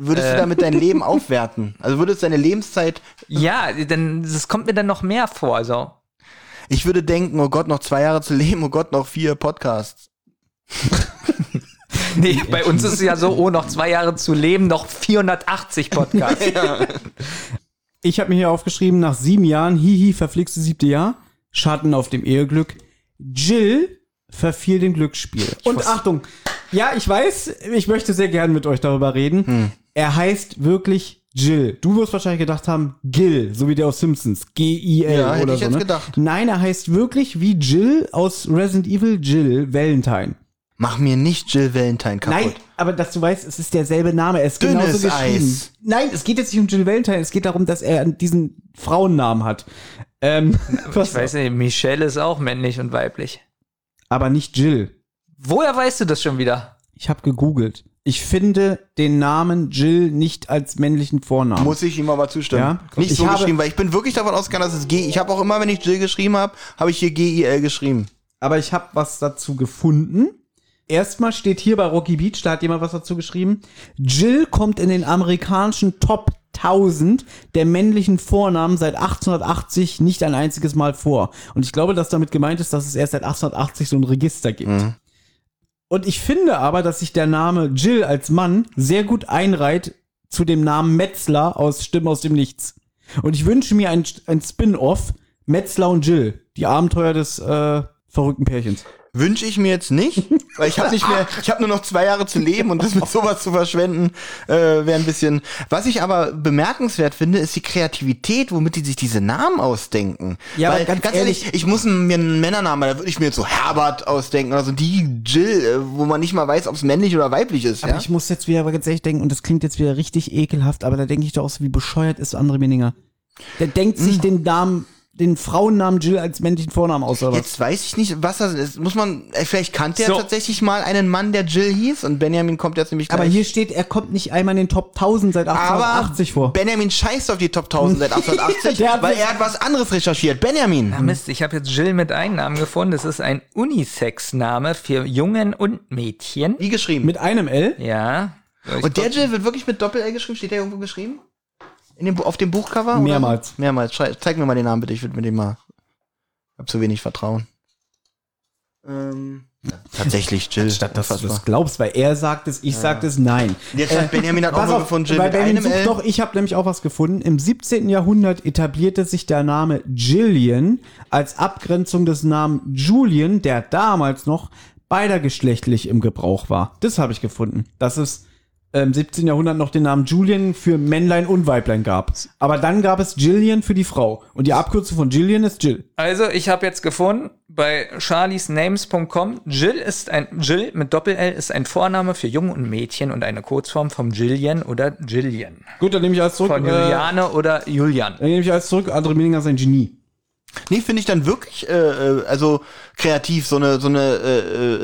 [SPEAKER 4] Würdest du damit dein Leben aufwerten? Also würdest du deine Lebenszeit.
[SPEAKER 2] Ja, denn das kommt mir dann noch mehr vor, also. so.
[SPEAKER 4] Ich würde denken, oh Gott, noch zwei Jahre zu leben, oh Gott, noch vier Podcasts.
[SPEAKER 2] Nee, bei uns ist es ja so, oh, noch zwei Jahre zu leben, noch 480 Podcasts.
[SPEAKER 3] Ich habe mir hier aufgeschrieben, nach sieben Jahren, hihi, verflixte siebte Jahr, Schatten auf dem Eheglück, Jill verfiel dem Glücksspiel. Und Achtung, ja, ich weiß, ich möchte sehr gern mit euch darüber reden.
[SPEAKER 4] Hm.
[SPEAKER 3] Er heißt wirklich Jill. Du wirst wahrscheinlich gedacht haben, Gil, so wie der aus Simpsons. G-I-L
[SPEAKER 4] Ja, hätte
[SPEAKER 3] oder
[SPEAKER 4] ich
[SPEAKER 3] so.
[SPEAKER 4] jetzt
[SPEAKER 3] ne?
[SPEAKER 4] gedacht.
[SPEAKER 3] Nein, er heißt wirklich wie Jill aus Resident Evil, Jill Valentine.
[SPEAKER 4] Mach mir nicht Jill Valentine kaputt.
[SPEAKER 3] Nein, aber dass du weißt, es ist derselbe Name. Er ist genauso
[SPEAKER 4] Dünnes
[SPEAKER 3] geschrieben.
[SPEAKER 4] Eis.
[SPEAKER 3] Nein, es geht jetzt nicht um Jill Valentine. Es geht darum, dass er diesen Frauennamen hat. Ähm,
[SPEAKER 2] Ich weiß nicht, Michelle ist auch männlich und weiblich.
[SPEAKER 3] aber nicht Jill.
[SPEAKER 2] Woher weißt du das schon wieder?
[SPEAKER 3] Ich habe gegoogelt. Ich finde den Namen Jill nicht als männlichen Vornamen.
[SPEAKER 4] Muss ich ihm aber zustimmen.
[SPEAKER 3] Ja.
[SPEAKER 4] Nicht
[SPEAKER 3] Ich
[SPEAKER 4] so
[SPEAKER 3] habe-
[SPEAKER 4] geschrieben, weil ich bin wirklich davon ausgegangen, dass es G. E Ich habe auch immer, wenn ich Jill geschrieben habe, habe ich hier G-I-L geschrieben.
[SPEAKER 3] aber ich habe was dazu gefunden. Erstmal steht hier bei Rocky Beach, da hat jemand was dazu geschrieben. Jill kommt in den amerikanischen Top 1000 der männlichen Vornamen seit 1880 nicht ein einziges Mal vor. Und ich glaube, dass damit gemeint ist, dass es erst seit 1880 so ein Register gibt. Und ich finde aber, dass sich der Name Jill als Mann sehr gut einreiht zu dem Namen Metzler aus Stimmen aus dem Nichts. Und ich wünsche mir ein, ein Spin-off Metzler und Jill, die Abenteuer des äh, verrückten Pärchens.
[SPEAKER 4] Wünsche ich mir jetzt nicht, weil ich habe nicht mehr, ich habe nur noch zwei Jahre zu leben und das mit sowas zu verschwenden, äh, wäre ein bisschen. Was ich aber bemerkenswert finde, ist die Kreativität, womit die sich diese Namen ausdenken.
[SPEAKER 3] Ja,
[SPEAKER 4] weil,
[SPEAKER 3] aber ganz ehrlich-
[SPEAKER 4] ich muss mir einen Männernamen, da würde ich mir jetzt so Herbert ausdenken oder so die Jill, äh, wo man nicht mal weiß, ob es männlich oder weiblich ist.
[SPEAKER 3] Aber
[SPEAKER 4] Ja?
[SPEAKER 3] ich muss jetzt wieder aber ganz ehrlich denken, und das klingt jetzt wieder Hm. richtig ekelhaft, aber da denke ich doch auch so, wie bescheuert ist André Meninger. Der denkt sich den Namen den Frauennamen Jill als männlichen Vornamen aus, oder was?
[SPEAKER 4] Jetzt weiß ich nicht, was das ist. Muss man, äh, vielleicht kannte
[SPEAKER 2] So.
[SPEAKER 4] er tatsächlich mal einen Mann, der Jill hieß und Benjamin kommt jetzt nämlich
[SPEAKER 3] Aber
[SPEAKER 4] gleich.
[SPEAKER 3] hier steht, er kommt nicht einmal in den Top 1000 seit
[SPEAKER 4] Aber
[SPEAKER 3] 1880 vor.
[SPEAKER 4] Benjamin scheißt auf die Top 1000 seit 1880,
[SPEAKER 3] Der hat
[SPEAKER 4] weil
[SPEAKER 3] sich-
[SPEAKER 4] er hat was anderes recherchiert. Benjamin.
[SPEAKER 2] Ah, Mist, ich habe jetzt Jill mit Einnamen gefunden. Das ist ein Unisex-Name für Jungen und Mädchen.
[SPEAKER 4] Wie geschrieben.
[SPEAKER 3] Mit einem L?
[SPEAKER 2] Ja. Ich
[SPEAKER 4] und der Jill wird wirklich mit Doppel-L geschrieben? Steht der irgendwo geschrieben? In dem, Bu- auf dem Buchcover? oder?
[SPEAKER 3] Mehrmals.
[SPEAKER 4] Mehrmals. Schrei, zeig mir mal den Namen bitte, ich würde mir den mal. Ich hab zu wenig Vertrauen. Ähm, tatsächlich, Jill.
[SPEAKER 3] Statt dass du
[SPEAKER 4] Unfassbar.
[SPEAKER 3] das glaubst, weil er sagt es, ich sag es, nein.
[SPEAKER 4] Jetzt sagt Benjamin hat auch
[SPEAKER 3] Äh, Pass
[SPEAKER 4] nur
[SPEAKER 3] auf,
[SPEAKER 4] gefunden, Jill
[SPEAKER 3] weil
[SPEAKER 4] mit
[SPEAKER 3] Benjamin
[SPEAKER 4] einem
[SPEAKER 3] sucht
[SPEAKER 4] L.
[SPEAKER 3] doch, ich habe nämlich auch was gefunden. Im 17. Jahrhundert etablierte sich der Name Jillian als Abgrenzung des Namen Julian, der damals noch beidergeschlechtlich im Gebrauch war. Das habe ich gefunden. Dass es ähm, im 17. Jahrhundert noch den Namen Julian für Männlein und Weiblein gab. Aber dann gab es Jillian für die Frau. Und die Abkürzung von Jillian ist Jill.
[SPEAKER 2] Also, ich habe jetzt gefunden bei charliesnames.com, Jill ist ein Jill mit Doppel-L ist ein Vorname für Jungen und Mädchen und eine Kurzform vom Jillian oder Jillian.
[SPEAKER 3] Gut, dann nehme ich alles zurück.
[SPEAKER 2] Von
[SPEAKER 3] Äh,
[SPEAKER 2] Juliane oder Julian.
[SPEAKER 3] dann nehme ich alles zurück. Andre Mininger ist ein Genie.
[SPEAKER 4] Nee, finde ich dann wirklich, äh, äh, also kreativ, so eine, so eine äh,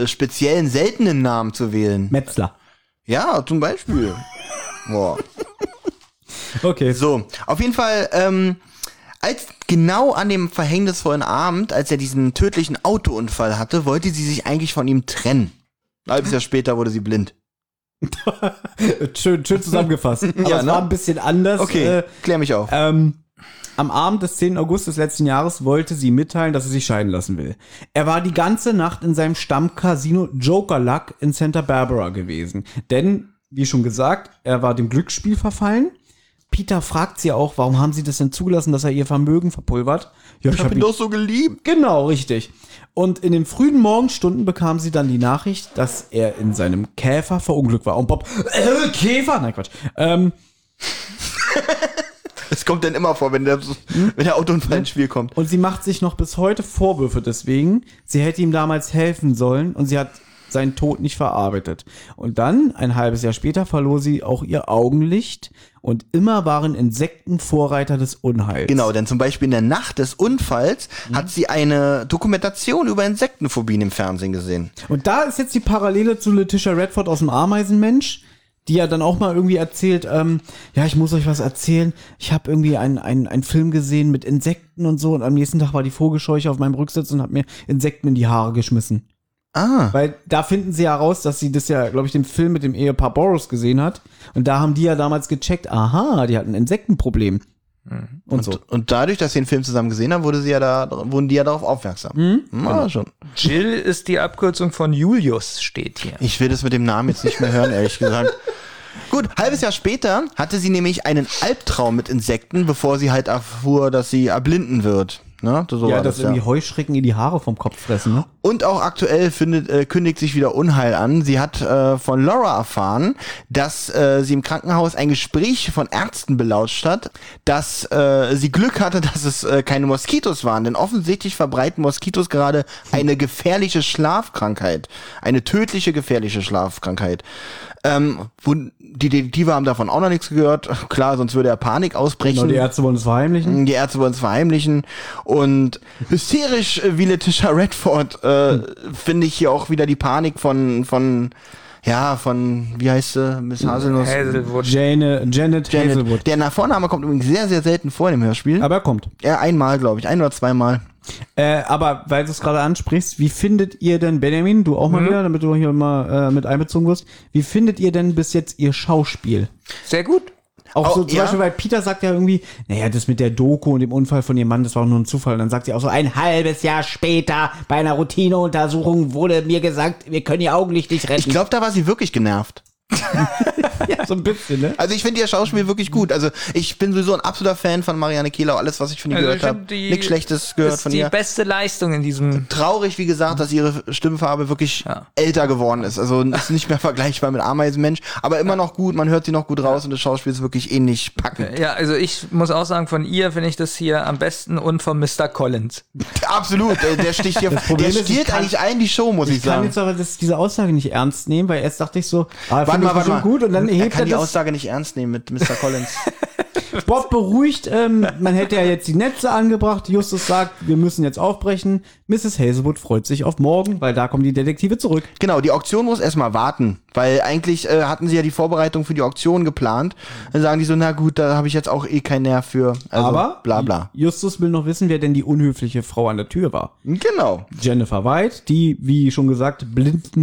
[SPEAKER 4] äh, speziellen, seltenen Namen zu wählen.
[SPEAKER 3] Metzler.
[SPEAKER 4] Ja, zum Beispiel. Boah.
[SPEAKER 3] Okay.
[SPEAKER 4] So, auf jeden Fall, ähm, als genau an dem verhängnisvollen Abend, als er diesen tödlichen Autounfall hatte, wollte sie sich eigentlich von ihm trennen. Ein halbes Jahr später wurde sie blind.
[SPEAKER 3] äh, Schön, schön zusammengefasst. Aber
[SPEAKER 4] Ja,
[SPEAKER 3] es
[SPEAKER 4] ne?
[SPEAKER 3] war ein bisschen anders.
[SPEAKER 4] Okay,
[SPEAKER 3] Äh,
[SPEAKER 4] klär mich auf.
[SPEAKER 3] ähm, am Abend des 10. August des letzten Jahres wollte sie mitteilen, dass sie sich scheiden lassen will. Er war die ganze Nacht in seinem Stammcasino Joker Luck in Santa Barbara gewesen. Denn, wie schon gesagt, er war dem Glücksspiel verfallen. Peter fragt sie auch, warum haben sie das denn zugelassen, dass er ihr Vermögen verpulvert? Ja, ich, hab ihn-
[SPEAKER 4] so geliebt.
[SPEAKER 3] Genau, richtig. Und in den frühen Morgenstunden bekam sie dann die Nachricht, dass er in seinem Käfer verunglückt war. Und Bob, äh, Käfer? Nein, Quatsch. Ähm,
[SPEAKER 4] Es kommt dann immer vor, wenn der,
[SPEAKER 3] Hm?
[SPEAKER 4] wenn der Autounfall ins Spiel kommt.
[SPEAKER 3] und sie macht sich noch bis heute Vorwürfe deswegen. Sie hätte ihm damals helfen sollen und sie hat seinen Tod nicht verarbeitet. Und dann, ein halbes Jahr später, verlor sie auch ihr Augenlicht und immer waren Insekten Vorreiter des Unheils.
[SPEAKER 4] Genau, denn zum Beispiel in der Nacht des Unfalls
[SPEAKER 3] Hm?
[SPEAKER 4] hat sie eine Dokumentation über Insektenphobien im Fernsehen gesehen.
[SPEAKER 3] Und da ist jetzt die Parallele zu Letitia Redford aus dem Ameisenmensch, die ja dann auch mal irgendwie erzählt, ähm, ja, ich muss euch was erzählen. Ich habe irgendwie einen, einen, einen Film gesehen mit Insekten und so und am nächsten Tag war die Vogelscheuche auf meinem Rücksitz und hat mir Insekten in die Haare geschmissen.
[SPEAKER 4] Ah.
[SPEAKER 3] Weil da finden sie ja raus, dass sie das ja, glaube ich, den Film mit dem Ehepaar Boris gesehen hat. Und da haben die ja damals gecheckt, aha, die hatten ein Insektenproblem. Und so.
[SPEAKER 4] Mhm. Und dadurch, dass sie den Film zusammen gesehen haben, wurde sie ja da, wurden die ja darauf aufmerksam.
[SPEAKER 3] Hm?
[SPEAKER 4] Mhm.
[SPEAKER 3] Genau.
[SPEAKER 4] Ah, schon.
[SPEAKER 2] Jill ist die Abkürzung von Julius, steht hier.
[SPEAKER 4] Ich will das mit dem Namen jetzt nicht mehr hören, ehrlich gesagt. Gut, halbes Jahr später hatte sie nämlich einen Albtraum mit Insekten, bevor sie halt erfuhr, dass sie erblinden wird. Ne? So
[SPEAKER 3] Ja,
[SPEAKER 4] war
[SPEAKER 3] dass
[SPEAKER 4] das,
[SPEAKER 3] irgendwie Heuschrecken ihr die Haare vom Kopf fressen, ne?
[SPEAKER 4] Und auch aktuell findet, äh, kündigt sich wieder Unheil an. Sie hat äh, von Laura erfahren, dass äh, sie im Krankenhaus ein Gespräch von Ärzten belauscht hat, dass äh, sie Glück hatte, dass es äh, keine Moskitos waren. Denn offensichtlich verbreiten Moskitos gerade eine gefährliche Schlafkrankheit. Eine tödliche, gefährliche Schlafkrankheit. Ähm, wo, die Detektive haben davon auch noch nichts gehört. Klar, sonst würde er Panik
[SPEAKER 3] Genau,
[SPEAKER 4] ausbrechen.
[SPEAKER 3] die Ärzte wollen es verheimlichen.
[SPEAKER 4] Die Ärzte wollen es verheimlichen. Und hysterisch äh, wie Letitia Redford äh, finde ich hier auch wieder die Panik von, von, ja, von, wie heißt sie, Miss Haselnuss?
[SPEAKER 2] Hazelwood.
[SPEAKER 3] Jane, Janet,
[SPEAKER 4] Janet.
[SPEAKER 3] Hazelwood.
[SPEAKER 4] Der Na- Vorname kommt übrigens sehr, sehr selten vor in dem Hörspiel.
[SPEAKER 3] Aber er kommt.
[SPEAKER 4] ja, einmal, glaube ich, ein oder zweimal.
[SPEAKER 3] Äh, aber weil du es gerade ansprichst, wie findet ihr denn, Benjamin, du auch mal
[SPEAKER 4] Mhm.
[SPEAKER 3] wieder, damit du hier mal äh, mit einbezogen wirst, wie findet ihr denn bis jetzt ihr Schauspiel?
[SPEAKER 2] Sehr gut.
[SPEAKER 3] Auch so
[SPEAKER 4] Oh,
[SPEAKER 3] zum
[SPEAKER 4] ja.
[SPEAKER 3] Beispiel, weil Peter sagt ja irgendwie, naja, das mit der Doku und dem Unfall von ihrem Mann, das war nur ein Zufall. Und dann sagt sie auch so, ein halbes Jahr später bei einer Routineuntersuchung wurde mir gesagt, wir können ihr Augenlicht nicht
[SPEAKER 4] Ich
[SPEAKER 3] retten.
[SPEAKER 4] glaube, da war sie wirklich genervt.
[SPEAKER 3] so ein bisschen, ne?
[SPEAKER 4] Also ich finde ihr Schauspiel wirklich gut. Also ich bin sowieso ein absoluter Fan von Marianne Kehler. Alles, was ich von ihr
[SPEAKER 2] Also ich
[SPEAKER 4] gehört habe,
[SPEAKER 2] find, die
[SPEAKER 4] nichts Schlechtes gehört
[SPEAKER 2] ist
[SPEAKER 4] von
[SPEAKER 2] die
[SPEAKER 4] ihr.
[SPEAKER 2] beste Leistung in diesem.
[SPEAKER 4] traurig, wie gesagt, dass ihre Stimmfarbe wirklich
[SPEAKER 2] Ja.
[SPEAKER 4] älter geworden ist. Also ist nicht mehr vergleichbar mit Ameisenmensch, aber immer noch gut, man hört sie noch gut raus und das Schauspiel ist wirklich ähnlich packend.
[SPEAKER 2] Ja, also ich muss auch sagen, von ihr finde ich das hier am besten und von Mr. Collins.
[SPEAKER 4] Absolut, äh, der sticht hier, der
[SPEAKER 3] Problem ist, ich
[SPEAKER 4] stiehlt
[SPEAKER 3] kann-
[SPEAKER 4] eigentlich ein die Show, muss ich,
[SPEAKER 3] Ich kann
[SPEAKER 4] sagen.
[SPEAKER 3] jetzt aber das, diese Aussage nicht ernst nehmen, weil erst dachte ich so, ah, find ich bestimmt gut und dann
[SPEAKER 4] er
[SPEAKER 3] hebt
[SPEAKER 4] kann
[SPEAKER 3] er
[SPEAKER 4] die
[SPEAKER 3] das
[SPEAKER 4] Aussage nicht ernst nehmen mit Mr. Collins.
[SPEAKER 3] Bob beruhigt, ähm, man hätte ja jetzt die Netze angebracht. Justus sagt, wir müssen jetzt aufbrechen. Mrs. Hazelwood freut sich auf morgen, weil da kommen die Detektive zurück.
[SPEAKER 4] Genau, die Auktion muss erstmal warten, weil eigentlich äh, hatten sie ja die Vorbereitung für die Auktion geplant. Dann sagen die so, na gut, da habe ich jetzt auch eh keinen Nerv für. Also,
[SPEAKER 3] Aber
[SPEAKER 4] bla bla.
[SPEAKER 3] Justus will noch wissen, wer denn die unhöfliche Frau an der Tür war.
[SPEAKER 4] Genau.
[SPEAKER 3] Jennifer White, die, wie schon gesagt,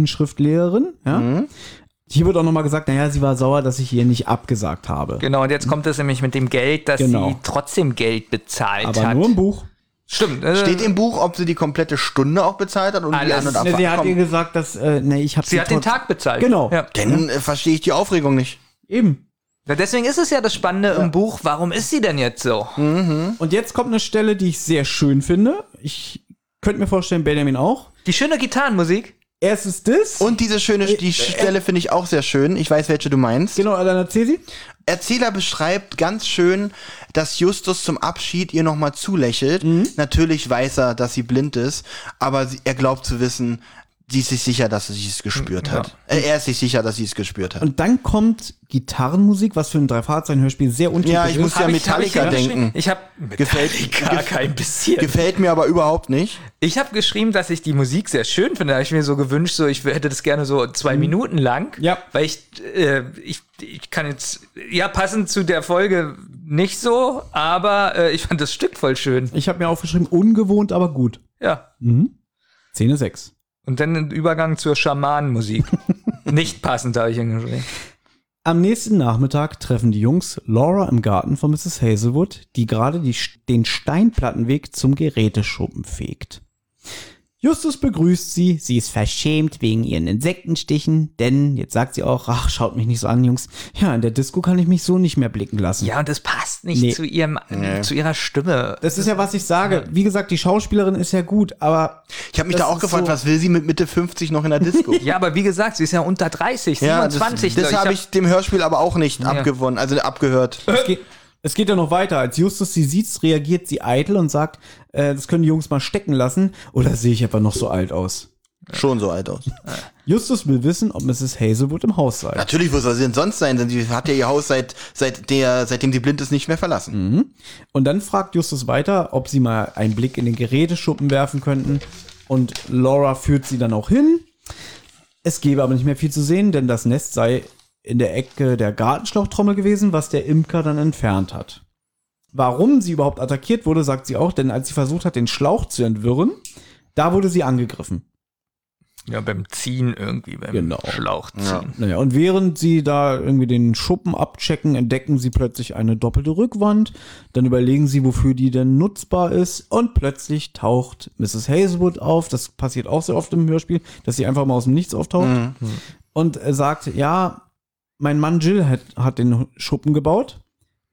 [SPEAKER 3] Blindenschriftlehrerin. Ja?
[SPEAKER 4] Mhm.
[SPEAKER 3] Hier wird auch nochmal gesagt, naja, sie war sauer, dass ich ihr nicht abgesagt habe.
[SPEAKER 2] Genau, und jetzt kommt es nämlich mit dem Geld, dass
[SPEAKER 3] Genau.
[SPEAKER 2] sie trotzdem Geld bezahlt
[SPEAKER 3] Aber
[SPEAKER 2] hat.
[SPEAKER 3] nur im Buch.
[SPEAKER 2] Stimmt. äh,
[SPEAKER 4] Steht im Buch, ob sie die komplette Stunde auch bezahlt hat und wie
[SPEAKER 2] Alles.
[SPEAKER 4] an und
[SPEAKER 3] Ne,
[SPEAKER 4] ab.
[SPEAKER 3] sie hat
[SPEAKER 4] Komm,
[SPEAKER 3] ihr gesagt, dass, äh, nee, ich habe
[SPEAKER 2] sie hat den Tag bezahlt.
[SPEAKER 3] Genau.
[SPEAKER 2] Ja.
[SPEAKER 4] Dann äh, verstehe ich die Aufregung nicht.
[SPEAKER 3] Eben.
[SPEAKER 2] Ja, deswegen ist es ja das Spannende im Buch, warum ist sie denn jetzt so?
[SPEAKER 3] Und jetzt kommt eine Stelle, die ich sehr schön finde. Ich könnte mir vorstellen, Benjamin auch.
[SPEAKER 2] Die schöne Gitarrenmusik.
[SPEAKER 3] Erstens das.
[SPEAKER 4] Und diese schöne die Stelle finde ich auch sehr schön. Ich weiß, welche du meinst.
[SPEAKER 3] genau, dann erzähl sie.
[SPEAKER 4] Erzähler beschreibt ganz schön, dass Justus zum Abschied ihr nochmal zulächelt. Natürlich weiß er, dass sie blind ist, aber sie, er glaubt zu wissen, sie ist sich sicher, dass sie es gespürt hat. Äh, er ist sich sicher, dass sie es gespürt hat.
[SPEAKER 3] Und dann kommt Gitarrenmusik, was für ein Dreifahrzeichen-Hörspiel sehr untypisch
[SPEAKER 4] Ja, ich muss
[SPEAKER 3] ist.
[SPEAKER 4] ja
[SPEAKER 2] Hab ich- hab ich
[SPEAKER 4] Metallica
[SPEAKER 2] gar nicht-
[SPEAKER 4] denken.
[SPEAKER 2] Ich habe Metallica kein bisschen.
[SPEAKER 4] Gefällt mir aber überhaupt nicht.
[SPEAKER 2] Ich habe geschrieben, dass ich die Musik sehr schön finde. Da habe ich mir so gewünscht, so ich hätte das gerne so zwei Minuten lang.
[SPEAKER 3] Mhm. Ja.
[SPEAKER 2] Weil ich, äh, ich, ich kann jetzt, ja, passend zu der Folge nicht so, aber äh, ich fand das Stück voll schön.
[SPEAKER 3] Ich habe mir aufgeschrieben, ungewohnt, aber gut.
[SPEAKER 2] Ja.
[SPEAKER 3] Szene 6.
[SPEAKER 2] Und dann den Übergang zur Schamanenmusik. nicht passend, habe ich hingeschrieben.
[SPEAKER 3] Am nächsten Nachmittag treffen die Jungs Laura im Garten von Mrs. Hazelwood, die gerade die, den Steinplattenweg zum Geräteschuppen fegt. Justus begrüßt sie, sie ist verschämt wegen ihren Insektenstichen, denn jetzt sagt sie auch, ach, schaut mich nicht so an, Jungs. Ja, in der Disco kann ich mich so nicht mehr blicken lassen.
[SPEAKER 2] Ja, und das passt nicht
[SPEAKER 3] Nee.
[SPEAKER 2] zu ihrem, zu ihrer Stimme.
[SPEAKER 3] Das ist ja, was ich sage. Wie gesagt, die Schauspielerin ist ja gut, aber
[SPEAKER 4] Ich habe mich
[SPEAKER 3] Das
[SPEAKER 4] da auch
[SPEAKER 3] ist
[SPEAKER 4] gefragt,
[SPEAKER 3] so-
[SPEAKER 4] was will sie mit Mitte 50 noch in der Disco?
[SPEAKER 2] Ja, aber wie gesagt, sie ist ja unter 30,
[SPEAKER 4] Ja,
[SPEAKER 2] 27.
[SPEAKER 4] das, das habe ich dem Hörspiel aber auch nicht abgewonnen, also abgehört.
[SPEAKER 3] es geht, es geht ja noch weiter. Als Justus sie sieht, reagiert sie eitel und sagt, äh, das können die Jungs mal stecken lassen. Oder sehe ich etwa noch so alt aus?
[SPEAKER 4] Schon so alt aus.
[SPEAKER 3] Justus will wissen, ob Mrs. Hazelwood im Haus sei.
[SPEAKER 4] Natürlich, wo soll sie denn sonst sein? Denn sie hat ja ihr Haus seit, seit der, seitdem sie blind ist nicht mehr verlassen.
[SPEAKER 3] Und dann fragt Justus weiter, ob sie mal einen Blick in den Geräteschuppen werfen könnten. Und Laura führt sie dann auch hin. Es gäbe aber nicht mehr viel zu sehen, denn das Nest sei in der Ecke der Gartenschlauchtrommel gewesen, was der Imker dann entfernt hat. Warum sie überhaupt attackiert wurde, sagt sie auch, denn als sie versucht hat, den Schlauch zu entwirren, da wurde sie angegriffen.
[SPEAKER 2] ja, beim Ziehen irgendwie, beim
[SPEAKER 3] Genau.
[SPEAKER 2] Schlauchziehen.
[SPEAKER 3] Naja, und während sie da irgendwie den Schuppen abchecken, entdecken sie plötzlich eine doppelte Rückwand. Dann überlegen sie, wofür die denn nutzbar ist. Und plötzlich taucht Mrs. Hazelwood auf. Das passiert auch sehr oft im Hörspiel, dass sie einfach mal aus dem Nichts auftaucht. Und äh, sagt, ja, mein Mann Jill hat, hat den Schuppen gebaut.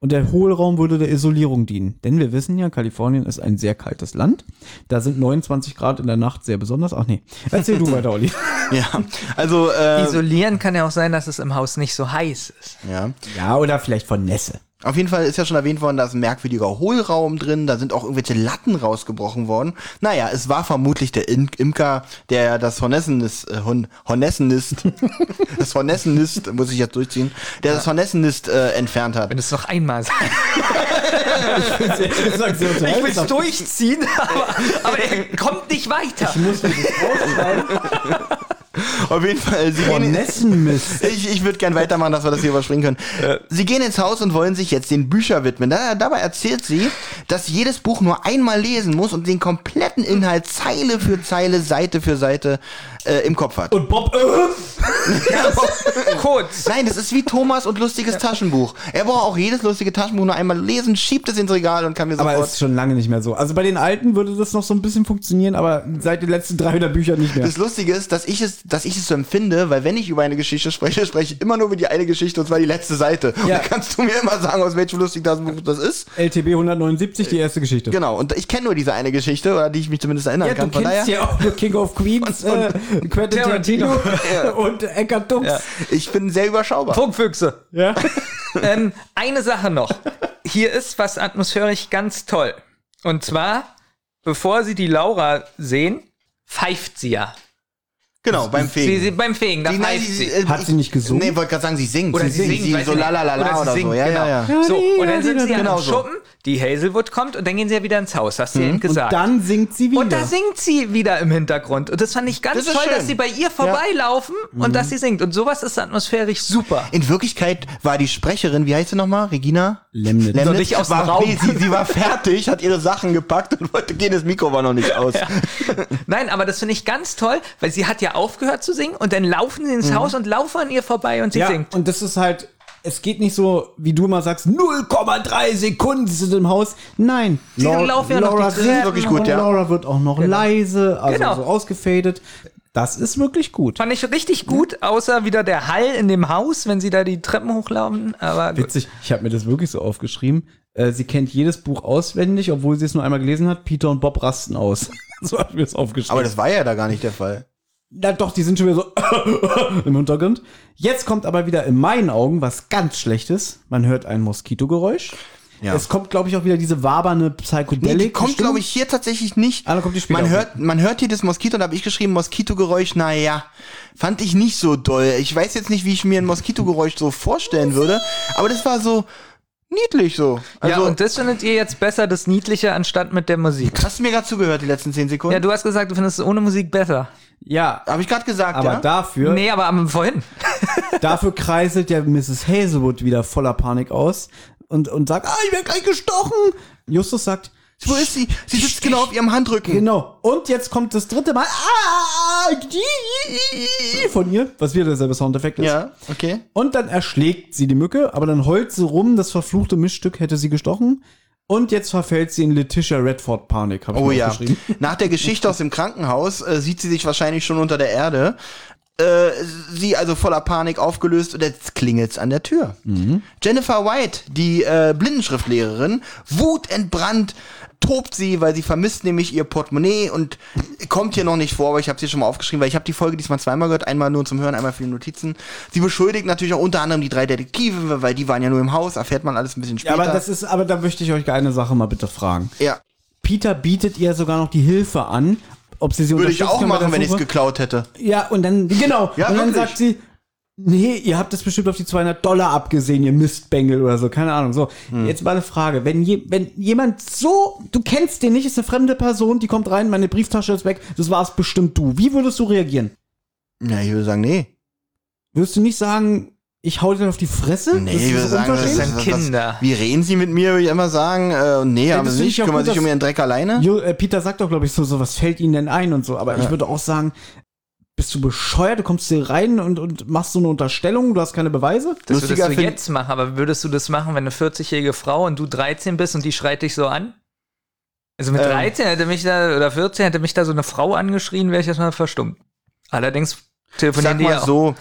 [SPEAKER 3] Und der Hohlraum würde der Isolierung dienen. Denn wir wissen ja, Kalifornien ist ein sehr kaltes Land. Da sind 29 Grad in der Nacht sehr besonders. Ach nee, erzähl du weiter, Olli.
[SPEAKER 4] Ja, also, äh,
[SPEAKER 2] Isolieren kann ja auch sein, dass es im Haus nicht so heiß ist.
[SPEAKER 4] ja.
[SPEAKER 3] Ja, oder vielleicht von Nässe.
[SPEAKER 4] Auf jeden Fall ist ja schon erwähnt worden, da ist ein merkwürdiger Hohlraum drin, da sind auch irgendwelche Latten rausgebrochen worden. Naja, es war vermutlich der Im Imker, der ja das Hornessennist, äh, Hon Hornessennist, das Hornessennist, muss ich jetzt durchziehen, der das Hornessennist äh, entfernt hat.
[SPEAKER 2] Wenn es noch einmal sagt.
[SPEAKER 3] Ich
[SPEAKER 2] Ich will
[SPEAKER 3] will's
[SPEAKER 2] es durchziehen, aber, aber er kommt nicht weiter.
[SPEAKER 4] Auf jeden Fall, sie gehen,
[SPEAKER 3] Nessenmist.
[SPEAKER 4] Ich, ich würde gern weitermachen, dass wir das hier überspringen können. Sie gehen ins Haus und wollen sich jetzt den Büchern widmen. Da, dabei erzählt sie, dass jedes Buch nur einmal lesen muss und den kompletten Inhalt Zeile für Zeile, Seite für Seite äh, im Kopf hat.
[SPEAKER 3] Und Bob, äh,
[SPEAKER 2] Kurz.
[SPEAKER 4] Nein, das ist wie Thomas und lustiges Taschenbuch. Er braucht auch jedes lustige Taschenbuch nur einmal lesen, schiebt es ins Regal und kann mir
[SPEAKER 3] aber
[SPEAKER 4] sofort...
[SPEAKER 3] ist schon lange nicht mehr so. Also bei den alten würde das noch so ein bisschen funktionieren, aber seit den letzten 300 Büchern nicht mehr.
[SPEAKER 4] Das Lustige ist, dass ich es, dass ich es so empfinde, weil wenn ich über eine Geschichte spreche, spreche ich immer nur über die eine Geschichte und zwar die letzte Seite. Und
[SPEAKER 3] Ja.
[SPEAKER 4] dann kannst du mir immer sagen, aus welchem lustigen Taschenbuch das ist.
[SPEAKER 3] LTB 179, die erste Geschichte.
[SPEAKER 4] Genau, und ich kenne nur diese eine Geschichte, oder die ich mich zumindest erinnern
[SPEAKER 3] Ja, du
[SPEAKER 4] kann. Von
[SPEAKER 3] kennst
[SPEAKER 4] daher,
[SPEAKER 3] ja auch nur King of Queens,
[SPEAKER 2] Und-
[SPEAKER 3] äh, Quentin Tarantino
[SPEAKER 4] Ja.
[SPEAKER 3] und Eckart Dux. Ja.
[SPEAKER 4] ich bin sehr überschaubar.
[SPEAKER 2] Funkfüchse.
[SPEAKER 3] Ja.
[SPEAKER 2] ähm, eine Sache noch. Hier ist was atmosphärisch ganz toll. Und zwar, bevor sie die Laura sehen, pfeift sie ja.
[SPEAKER 4] Genau, beim
[SPEAKER 2] Sie,
[SPEAKER 4] Fegen.
[SPEAKER 2] sie, beim Fegen, da
[SPEAKER 4] Die- nein,
[SPEAKER 2] pfeift
[SPEAKER 4] sie-
[SPEAKER 2] sie.
[SPEAKER 4] äh,
[SPEAKER 3] Hat sie nicht gesungen?
[SPEAKER 4] Nee, wollte gerade sagen, sie singt.
[SPEAKER 2] Oder sie, singen,
[SPEAKER 4] sie
[SPEAKER 2] weiß
[SPEAKER 4] so
[SPEAKER 2] ich nicht.
[SPEAKER 4] lalalala oder,
[SPEAKER 2] singen,
[SPEAKER 4] so. Ja,
[SPEAKER 2] genau.
[SPEAKER 4] ja, ja.
[SPEAKER 2] So, und dann sind sie ja
[SPEAKER 4] Genau
[SPEAKER 2] am
[SPEAKER 4] so. Mhm.
[SPEAKER 2] Schuppen, die Hazelwood kommt und dann gehen sie ja wieder ins Haus, hast du ja eben gesagt.
[SPEAKER 3] Dann singt sie wieder.
[SPEAKER 2] und da singt sie wieder im Hintergrund. Und das fand ich ganz
[SPEAKER 4] Das ist
[SPEAKER 2] toll,
[SPEAKER 4] schön. Mhm.
[SPEAKER 2] dass sie bei ihr vorbeilaufen und dass sie singt. Und sowas ist atmosphärisch super.
[SPEAKER 4] In Wirklichkeit war die Sprecherin, wie heißt sie nochmal? Regina?
[SPEAKER 3] Lemnitz.
[SPEAKER 4] Lemnitz
[SPEAKER 2] So, nicht aus dem
[SPEAKER 4] war,
[SPEAKER 2] Raum.
[SPEAKER 4] Nee, sie, sie war fertig, hat ihre Sachen gepackt und wollte gehen, das Mikro war noch nicht aus.
[SPEAKER 2] Nein, aber das finde ich ganz toll, weil sie hat ja aufgehört zu singen und dann laufen sie ins
[SPEAKER 4] Mhm.
[SPEAKER 2] Haus und laufen an ihr vorbei und sie
[SPEAKER 3] ja,
[SPEAKER 2] singt.
[SPEAKER 3] und das ist halt, es geht nicht so, wie du immer sagst, 0,3 Sekunden sie sind im Haus. Nein.
[SPEAKER 2] Sie laufen ja noch die Treppen
[SPEAKER 3] singt
[SPEAKER 4] wirklich gut,
[SPEAKER 3] und
[SPEAKER 4] ja.
[SPEAKER 3] Laura wird auch noch leise, also
[SPEAKER 2] Genau.
[SPEAKER 3] so ausgefadet. Das ist wirklich gut.
[SPEAKER 2] Fand ich richtig gut, außer wieder der Hall in dem Haus, wenn sie da die Treppen hochlaufen. Aber gut.
[SPEAKER 3] Witzig, ich habe mir das wirklich so aufgeschrieben. Äh, sie kennt jedes Buch auswendig, obwohl sie es nur einmal gelesen hat. Peter und Bob rasten aus. so habe ich mir das aufgeschrieben.
[SPEAKER 4] Aber das war ja da gar nicht der Fall.
[SPEAKER 3] Na doch, die sind schon wieder so im Hintergrund. Jetzt kommt aber wieder in meinen Augen was ganz Schlechtes. Man hört ein Moskitogeräusch.
[SPEAKER 4] Ja.
[SPEAKER 3] Es kommt, glaube ich, auch wieder diese wabernde
[SPEAKER 4] Nee,
[SPEAKER 3] Psychedelic.
[SPEAKER 4] die kommt,
[SPEAKER 3] Stimme.
[SPEAKER 4] glaube ich, hier tatsächlich nicht.
[SPEAKER 3] Ah, dann kommt die später
[SPEAKER 4] man,
[SPEAKER 3] auch
[SPEAKER 4] hört, man hört hier das Moskito und da habe ich geschrieben, Moskitogeräusch, naja, fand ich nicht so doll. Ich weiß jetzt nicht, wie ich mir ein Moskitogeräusch so vorstellen würde, aber das war so niedlich so.
[SPEAKER 2] ja,
[SPEAKER 4] Also,
[SPEAKER 2] und das findet ihr jetzt besser, das Niedliche, anstatt mit der Musik.
[SPEAKER 4] hast du mir gerade zugehört, die letzten zehn Sekunden?
[SPEAKER 2] Ja, du hast gesagt, du findest es ohne Musik besser.
[SPEAKER 3] Ja,
[SPEAKER 4] habe ich gerade gesagt,
[SPEAKER 3] aber
[SPEAKER 4] ja?
[SPEAKER 3] dafür,
[SPEAKER 2] Nee, aber am vorhin.
[SPEAKER 3] dafür kreiselt der Mrs. Hazelwood wieder voller Panik aus und, und sagt, ah, ich werde gleich gestochen. Justus sagt,
[SPEAKER 4] Wo ist sie? Sie sitzt genau auf ihrem Handrücken.
[SPEAKER 3] Genau. Und jetzt kommt das dritte Mal ah, von ihr, was wieder derselbe Soundeffekt ist.
[SPEAKER 4] Ja, okay.
[SPEAKER 3] Und dann erschlägt sie die Mücke, aber dann heult sie rum, das verfluchte Missstück hätte sie gestochen. Und jetzt verfällt sie in Letitia Redford Panik, habe ich
[SPEAKER 4] Oh
[SPEAKER 3] mir
[SPEAKER 4] ja.
[SPEAKER 3] aufgeschrieben.
[SPEAKER 4] Nach der Geschichte aus dem Krankenhaus äh, sieht sie sich wahrscheinlich schon unter der Erde. Äh, sie also voller Panik aufgelöst und jetzt klingelt's an der Tür. Jennifer White, die äh, Blindenschriftlehrerin, wutentbrannt tobt sie, weil sie vermisst nämlich ihr Portemonnaie und kommt hier noch nicht vor, aber ich habe sie schon mal aufgeschrieben, weil ich habe die Folge diesmal zweimal gehört, einmal nur zum Hören, einmal für die Notizen. Sie beschuldigt natürlich auch unter anderem die drei Detektive, weil die waren ja nur im Haus, erfährt man alles ein bisschen
[SPEAKER 3] Ja,
[SPEAKER 4] später.
[SPEAKER 3] aber das ist, aber da möchte ich euch eine Sache mal bitte fragen.
[SPEAKER 4] ja.
[SPEAKER 3] Peter bietet ihr sogar noch die Hilfe an, ob sie sie
[SPEAKER 4] Würde ich
[SPEAKER 3] unterstützen
[SPEAKER 4] auch
[SPEAKER 3] kann bei der
[SPEAKER 4] machen, wenn ich es
[SPEAKER 3] Suche.
[SPEAKER 4] geklaut hätte.
[SPEAKER 3] Ja, und dann, genau.
[SPEAKER 4] Ja,
[SPEAKER 3] und dann
[SPEAKER 4] wirklich.
[SPEAKER 3] sagt sie, nee, ihr habt das bestimmt auf die 200 Dollar abgesehen, ihr Mistbengel oder so, keine Ahnung. So,
[SPEAKER 4] Hm.
[SPEAKER 3] jetzt mal eine Frage. Wenn, je, wenn jemand so, du kennst den nicht, ist eine fremde Person, die kommt rein, meine Brieftasche ist weg, das war's bestimmt du. Wie würdest du reagieren?
[SPEAKER 4] Ja, ich würde sagen, nee.
[SPEAKER 3] Würdest du nicht sagen, ich hau dir auf die Fresse?
[SPEAKER 4] Nee,
[SPEAKER 3] Das ist
[SPEAKER 4] ich würde sagen,
[SPEAKER 3] unverschämt?
[SPEAKER 2] das sind Kinder.
[SPEAKER 4] Wie reden sie mit mir, würde ich immer sagen. Äh, nee, haben
[SPEAKER 3] das
[SPEAKER 4] sie
[SPEAKER 3] finde
[SPEAKER 4] nicht.
[SPEAKER 3] ich auch
[SPEAKER 4] Kümmern
[SPEAKER 3] gut,
[SPEAKER 4] sich um
[SPEAKER 3] dass-
[SPEAKER 4] ihren Dreck alleine.
[SPEAKER 3] Jo, äh, Peter sagt doch, glaube ich, so, so, was fällt ihnen denn ein und so. Aber ich würde auch sagen, bist du bescheuert? Du kommst hier rein und, und machst so eine Unterstellung, du hast keine Beweise?
[SPEAKER 2] Das würdest
[SPEAKER 4] Lustiger
[SPEAKER 2] du
[SPEAKER 4] find-
[SPEAKER 2] jetzt machen, aber würdest du das machen, wenn eine 40-jährige Frau und du 13 bist und die schreit dich so an? Also mit
[SPEAKER 4] Ähm.
[SPEAKER 2] 13 hätte mich da, oder 14 hätte mich da so eine Frau angeschrien, wäre ich erstmal verstummt. Allerdings
[SPEAKER 4] Ich
[SPEAKER 2] telefonieren
[SPEAKER 4] sag
[SPEAKER 2] die
[SPEAKER 4] mal
[SPEAKER 2] ja auch.
[SPEAKER 4] so.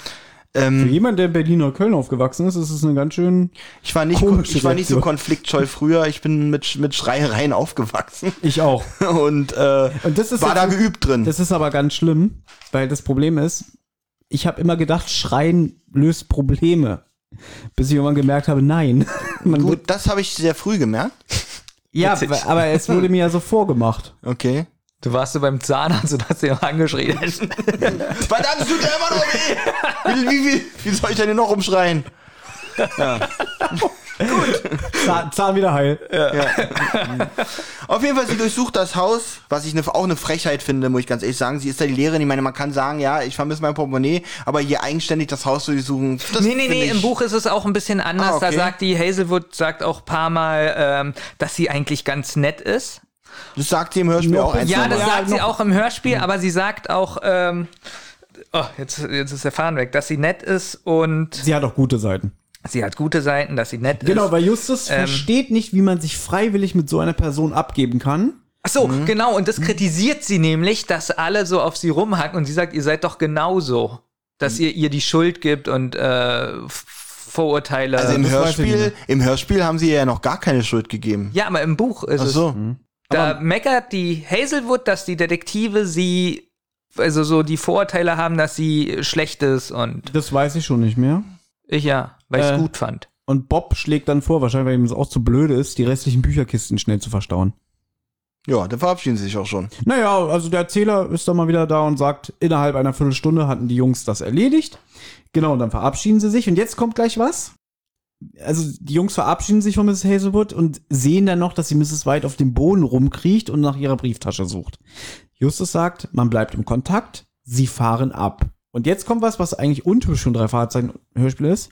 [SPEAKER 3] Für
[SPEAKER 4] Ähm,
[SPEAKER 3] jemand, der in Berlin oder Köln aufgewachsen ist, ist es eine ganz schön.
[SPEAKER 4] ich war nicht,
[SPEAKER 3] komische
[SPEAKER 4] ich war nicht so
[SPEAKER 3] Reaktion.
[SPEAKER 4] konfliktscheu früher. Ich bin mit, Sch- mit Schreiereien aufgewachsen
[SPEAKER 3] Ich auch.
[SPEAKER 4] und, äh,
[SPEAKER 3] Und das ist
[SPEAKER 4] war da
[SPEAKER 3] jetzt-
[SPEAKER 4] geübt drin.
[SPEAKER 3] Das ist aber ganz schlimm, weil das Problem ist, ich habe immer gedacht, Schreien löst Probleme. Bis ich irgendwann gemerkt habe, nein. Man
[SPEAKER 4] Gut,
[SPEAKER 3] wird-
[SPEAKER 4] das habe ich sehr früh gemerkt.
[SPEAKER 3] ja, aber- aber es wurde mir ja so vorgemacht.
[SPEAKER 4] Okay.
[SPEAKER 2] Du warst so beim Zahnarzt und hast sie auch angeschrien.
[SPEAKER 4] Verdammt, es tut ja immer noch weh. Wie, wie, wie, wie soll ich denn hier noch umschreien?
[SPEAKER 3] Zahn, Zahn wieder heil.
[SPEAKER 4] Auf jeden Fall, sie durchsucht das Haus, was ich ne, auch eine Frechheit finde, muss ich ganz ehrlich sagen. Sie ist da die Lehrerin. Ich meine, man kann sagen, ja, ich vermisse mein Portemonnaie, aber hier eigenständig das Haus zu durchsuchen, das
[SPEAKER 2] Nee, nee,
[SPEAKER 4] finde
[SPEAKER 2] nee,
[SPEAKER 4] ich-
[SPEAKER 2] im Buch ist es auch ein bisschen anders.
[SPEAKER 4] Ah, okay.
[SPEAKER 2] Da sagt die Hazelwood, sagt auch ein paar Mal, ähm, dass sie eigentlich ganz nett ist.
[SPEAKER 4] Das sagt sie im Hörspiel
[SPEAKER 3] Noch-
[SPEAKER 4] auch eins
[SPEAKER 2] Ja,
[SPEAKER 4] nochmal.
[SPEAKER 2] das sagt sie
[SPEAKER 3] noch-
[SPEAKER 2] auch im Hörspiel,
[SPEAKER 4] Mhm.
[SPEAKER 2] aber sie sagt auch, ähm, oh, jetzt, jetzt ist der Faden weg, dass sie nett ist und
[SPEAKER 3] Sie hat auch gute Seiten.
[SPEAKER 2] sie hat gute Seiten, dass sie nett
[SPEAKER 3] Genau,
[SPEAKER 2] ist.
[SPEAKER 3] weil Justus
[SPEAKER 4] Ähm.
[SPEAKER 3] versteht nicht, wie man sich freiwillig mit so einer Person abgeben kann.
[SPEAKER 2] Ach so,
[SPEAKER 4] Mhm.
[SPEAKER 2] genau, und das kritisiert sie nämlich, dass alle so auf sie rumhacken und sie sagt, ihr seid doch genauso, dass ihr ihr die Schuld gibt und äh, F- Vorurteile.
[SPEAKER 4] Also im
[SPEAKER 3] das weiß ich
[SPEAKER 4] Hörspiel,
[SPEAKER 3] nicht.
[SPEAKER 4] im Hörspiel haben sie ihr ja noch gar keine Schuld gegeben.
[SPEAKER 2] ja, aber im Buch ist
[SPEAKER 4] Ach
[SPEAKER 2] es
[SPEAKER 4] so.
[SPEAKER 2] Da meckert die Hazelwood, dass die Detektive sie, also so die Vorurteile haben, dass sie schlecht ist und
[SPEAKER 3] Das weiß ich schon nicht mehr.
[SPEAKER 2] ich ja, weil ich es
[SPEAKER 3] Äh.
[SPEAKER 2] gut fand.
[SPEAKER 3] Und Bob schlägt dann vor, wahrscheinlich weil ihm das auch zu blöde ist, die restlichen Bücherkisten schnell zu verstauen.
[SPEAKER 4] Ja, dann verabschieden sie sich auch schon.
[SPEAKER 3] Naja, also der Erzähler ist dann mal wieder da und sagt, innerhalb einer Viertelstunde hatten die Jungs das erledigt. Genau, und dann verabschieden sie sich. Und jetzt kommt gleich was. Also die Jungs verabschieden sich von Mrs. Hazelwood und sehen dann noch, dass sie Mrs. White auf dem Boden rumkriecht und nach ihrer Brieftasche sucht. Justus sagt, man bleibt im Kontakt, sie fahren ab. Und jetzt kommt was, was eigentlich untypisch schon drei Fahrzeichen Hörspiel ist.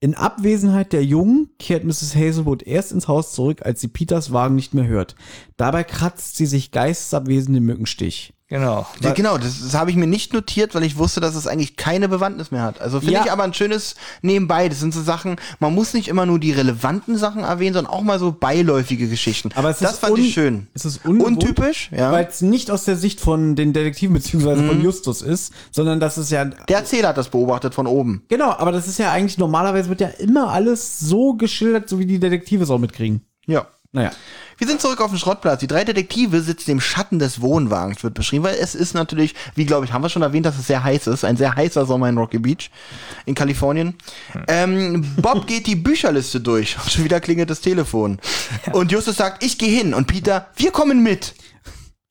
[SPEAKER 3] In Abwesenheit der Jungen kehrt Mrs. Hazelwood erst ins Haus zurück, als sie Peters Wagen nicht mehr hört. Dabei kratzt sie sich geistesabwesend den Mückenstich.
[SPEAKER 2] Genau.
[SPEAKER 4] Ja, genau, das, das habe ich mir nicht notiert, weil ich wusste, dass es eigentlich keine Bewandtnis mehr hat. Also finde
[SPEAKER 3] Ja.
[SPEAKER 4] ich aber ein schönes Nebenbei. Das sind so Sachen, man muss nicht immer nur die relevanten Sachen erwähnen, sondern auch mal so beiläufige Geschichten.
[SPEAKER 3] Aber es
[SPEAKER 4] das
[SPEAKER 3] ist
[SPEAKER 4] fand
[SPEAKER 3] un-
[SPEAKER 4] ich schön.
[SPEAKER 3] es ist ungewohnt,
[SPEAKER 4] untypisch, ja. Mhm.
[SPEAKER 3] Weil es nicht aus der Sicht von den Detektiven beziehungsweise von Justus ist, sondern das ist ja.
[SPEAKER 4] der Erzähler hat das beobachtet von oben.
[SPEAKER 3] Genau, aber das ist ja eigentlich normalerweise wird ja immer alles so geschildert, so wie die Detektive es auch mitkriegen.
[SPEAKER 4] Ja.
[SPEAKER 3] Naja.
[SPEAKER 4] Wir sind zurück auf dem Schrottplatz. Die drei Detektive sitzen im Schatten des Wohnwagens, wird beschrieben, weil es ist natürlich, wie glaube ich, haben wir schon erwähnt, dass es sehr heiß ist. Ein sehr heißer Sommer in Rocky Beach in Kalifornien.
[SPEAKER 2] Hm.
[SPEAKER 4] Ähm, Bob geht die Bücherliste durch. Und schon wieder klingelt das Telefon. Und Justus sagt, ich gehe hin. Und Peter, wir kommen mit.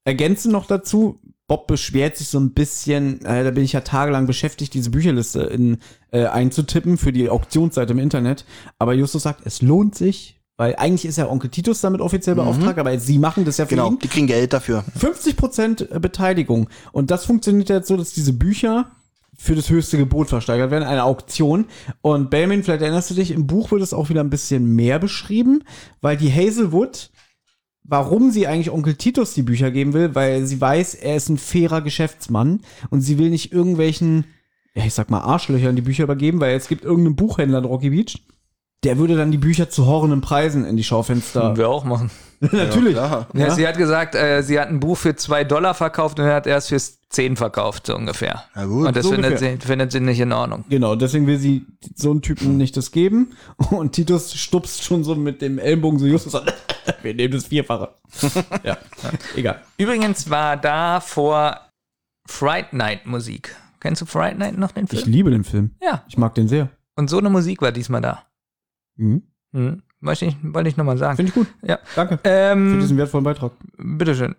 [SPEAKER 3] Ergänzend noch dazu, Bob beschwert sich so ein bisschen, äh, da bin ich ja tagelang beschäftigt, diese Bücherliste in, äh, einzutippen für die Auktionsseite im Internet. Aber Justus sagt, es lohnt sich, weil eigentlich ist ja Onkel Titus damit offiziell beauftragt, aber sie machen das ja für
[SPEAKER 4] Genau,
[SPEAKER 2] Hm?
[SPEAKER 3] ihn.
[SPEAKER 4] die kriegen Geld dafür.
[SPEAKER 3] 50% Beteiligung. Und das funktioniert jetzt so, dass diese Bücher für das höchste Gebot versteigert werden, eine Auktion. Und Belmin, vielleicht erinnerst du dich, im Buch wird es auch wieder ein bisschen mehr beschrieben, weil die Hazelwood, warum sie eigentlich Onkel Titus die Bücher geben will, weil sie weiß, er ist ein fairer Geschäftsmann und sie will nicht irgendwelchen, ja, ich sag mal, Arschlöchern die Bücher übergeben, weil es gibt irgendeinen Buchhändler in Rocky Beach, der würde dann die Bücher zu horrenden Preisen in die Schaufenster.
[SPEAKER 2] Können wir auch machen.
[SPEAKER 3] Natürlich.
[SPEAKER 2] Ja. sie hat gesagt, äh, sie hat ein Buch für 2 Dollar verkauft und er hat erst für 10 verkauft, so ungefähr.
[SPEAKER 4] Na gut,
[SPEAKER 2] und das
[SPEAKER 3] so
[SPEAKER 2] findet,
[SPEAKER 3] ungefähr.
[SPEAKER 2] sie, findet sie nicht in Ordnung.
[SPEAKER 3] Genau, deswegen will sie so einen Typen nicht das geben. Und Titus stupst schon so mit dem Ellenbogen so Justus an. Wir nehmen das Vierfache. ja, egal.
[SPEAKER 2] Übrigens war da vor Fright Night Musik. Kennst du Fright Night noch den Film?
[SPEAKER 3] Ich liebe den Film.
[SPEAKER 2] ja.
[SPEAKER 3] Ich mag den sehr.
[SPEAKER 2] Und so eine Musik war diesmal da.
[SPEAKER 3] Mhm.
[SPEAKER 2] Hm. Wollte ich, wollte ich nochmal sagen.
[SPEAKER 3] Finde ich gut.
[SPEAKER 2] ja.
[SPEAKER 3] Danke für
[SPEAKER 2] Ähm,
[SPEAKER 3] diesen wertvollen Beitrag.
[SPEAKER 2] bitteschön.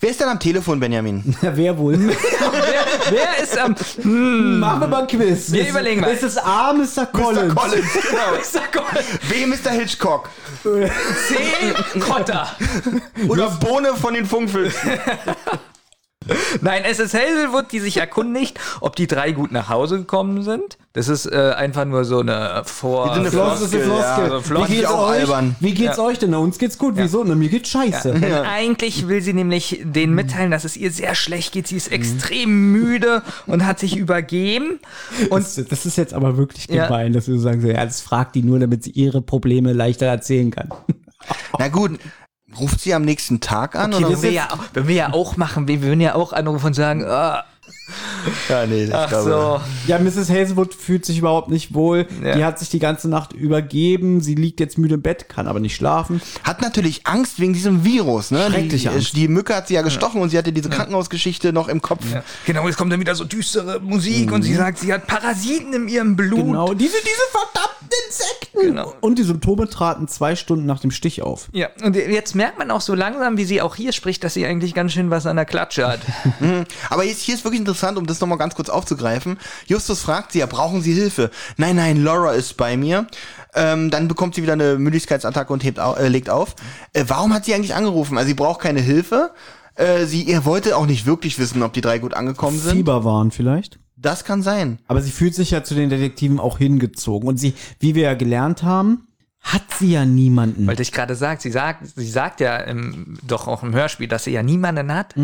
[SPEAKER 4] Wer ist denn am Telefon, Benjamin?
[SPEAKER 3] Ja, wer wohl?
[SPEAKER 2] Wer ist am. Hm,
[SPEAKER 3] Machen wir mal ein Quiz.
[SPEAKER 2] Wir
[SPEAKER 3] Ist-
[SPEAKER 2] überlegen mal.
[SPEAKER 3] Ist es A, Mr. Collins?
[SPEAKER 4] Collins. genau.
[SPEAKER 2] ich sag Gott,
[SPEAKER 4] Wem ist der Hitchcock?
[SPEAKER 2] C. Kotter.
[SPEAKER 4] Oder Bohne von den Funkfilmen?
[SPEAKER 2] Nein, es ist Hazelwood, die sich erkundigt, ob die drei gut nach Hause gekommen sind. Das ist äh, einfach nur so eine Vor.
[SPEAKER 4] Wie so eine
[SPEAKER 3] Floss ist eine
[SPEAKER 4] Floskel,
[SPEAKER 3] Floskel.
[SPEAKER 4] ja, so Floskel.
[SPEAKER 3] Wie geht's
[SPEAKER 4] Auch
[SPEAKER 3] euch?
[SPEAKER 4] albern.
[SPEAKER 3] Wie geht's euch denn? Na, uns geht's gut. Wieso? Na, mir geht's scheiße.
[SPEAKER 2] Denn eigentlich will sie nämlich denen mitteilen, dass es ihr sehr schlecht geht. Sie ist extrem müde und hat sich übergeben. Und
[SPEAKER 3] Das, das ist jetzt aber wirklich
[SPEAKER 2] Ja.
[SPEAKER 3] gemein, dass wir so sagen, so, ja, das fragt die nur, damit sie ihre Probleme leichter erzählen kann.
[SPEAKER 4] Na gut, ruft sie am nächsten Tag an?
[SPEAKER 2] okay,
[SPEAKER 4] oder?
[SPEAKER 2] wenn, wir ja, wenn wir ja auch machen, wir würden ja auch anrufen und sagen, ah,
[SPEAKER 4] Ja, nee, das
[SPEAKER 2] ach so.
[SPEAKER 3] Ja, Mrs. Hazelwood fühlt sich überhaupt nicht wohl.
[SPEAKER 2] Ja.
[SPEAKER 3] Die hat sich die ganze Nacht übergeben. Sie liegt jetzt müde im Bett, kann aber nicht schlafen.
[SPEAKER 4] Hat natürlich Angst wegen diesem Virus, ne?
[SPEAKER 3] Schreckliche
[SPEAKER 4] die,
[SPEAKER 3] Angst.
[SPEAKER 4] die Mücke hat sie ja gestochen und sie hatte diese Krankenhausgeschichte noch im Kopf.
[SPEAKER 2] Genau, jetzt kommt dann wieder so düstere Musik und sie sagt, sie hat Parasiten in ihrem Blut.
[SPEAKER 3] Genau, diese, diese verdammten Insekten!
[SPEAKER 2] Genau.
[SPEAKER 3] Und die Symptome traten zwei Stunden nach dem Stich auf.
[SPEAKER 2] Ja, und jetzt merkt man auch so langsam, wie sie auch hier spricht, dass sie eigentlich ganz schön was an der Klatsche hat.
[SPEAKER 4] Aber jetzt, hier ist wirklich interessant, um das nochmal ganz kurz aufzugreifen. Justus fragt sie ja, brauchen Sie Hilfe? Nein, nein, Laura ist bei mir. Ähm, dann bekommt sie wieder eine Müdigkeitsattacke und hebt au äh, legt auf. Äh, warum hat sie eigentlich angerufen? Also sie braucht keine Hilfe. Äh, sie ihr wollte auch nicht wirklich wissen, ob die drei gut angekommen sind.
[SPEAKER 3] Fieber waren vielleicht.
[SPEAKER 4] Das kann sein.
[SPEAKER 3] Aber sie fühlt sich ja zu den Detektiven auch hingezogen. Und sie, wie wir ja gelernt haben, hat sie ja niemanden.
[SPEAKER 2] Wollte ich gerade sagen, sie sagt, sie sagt ja im, doch auch im Hörspiel, dass sie ja niemanden hat.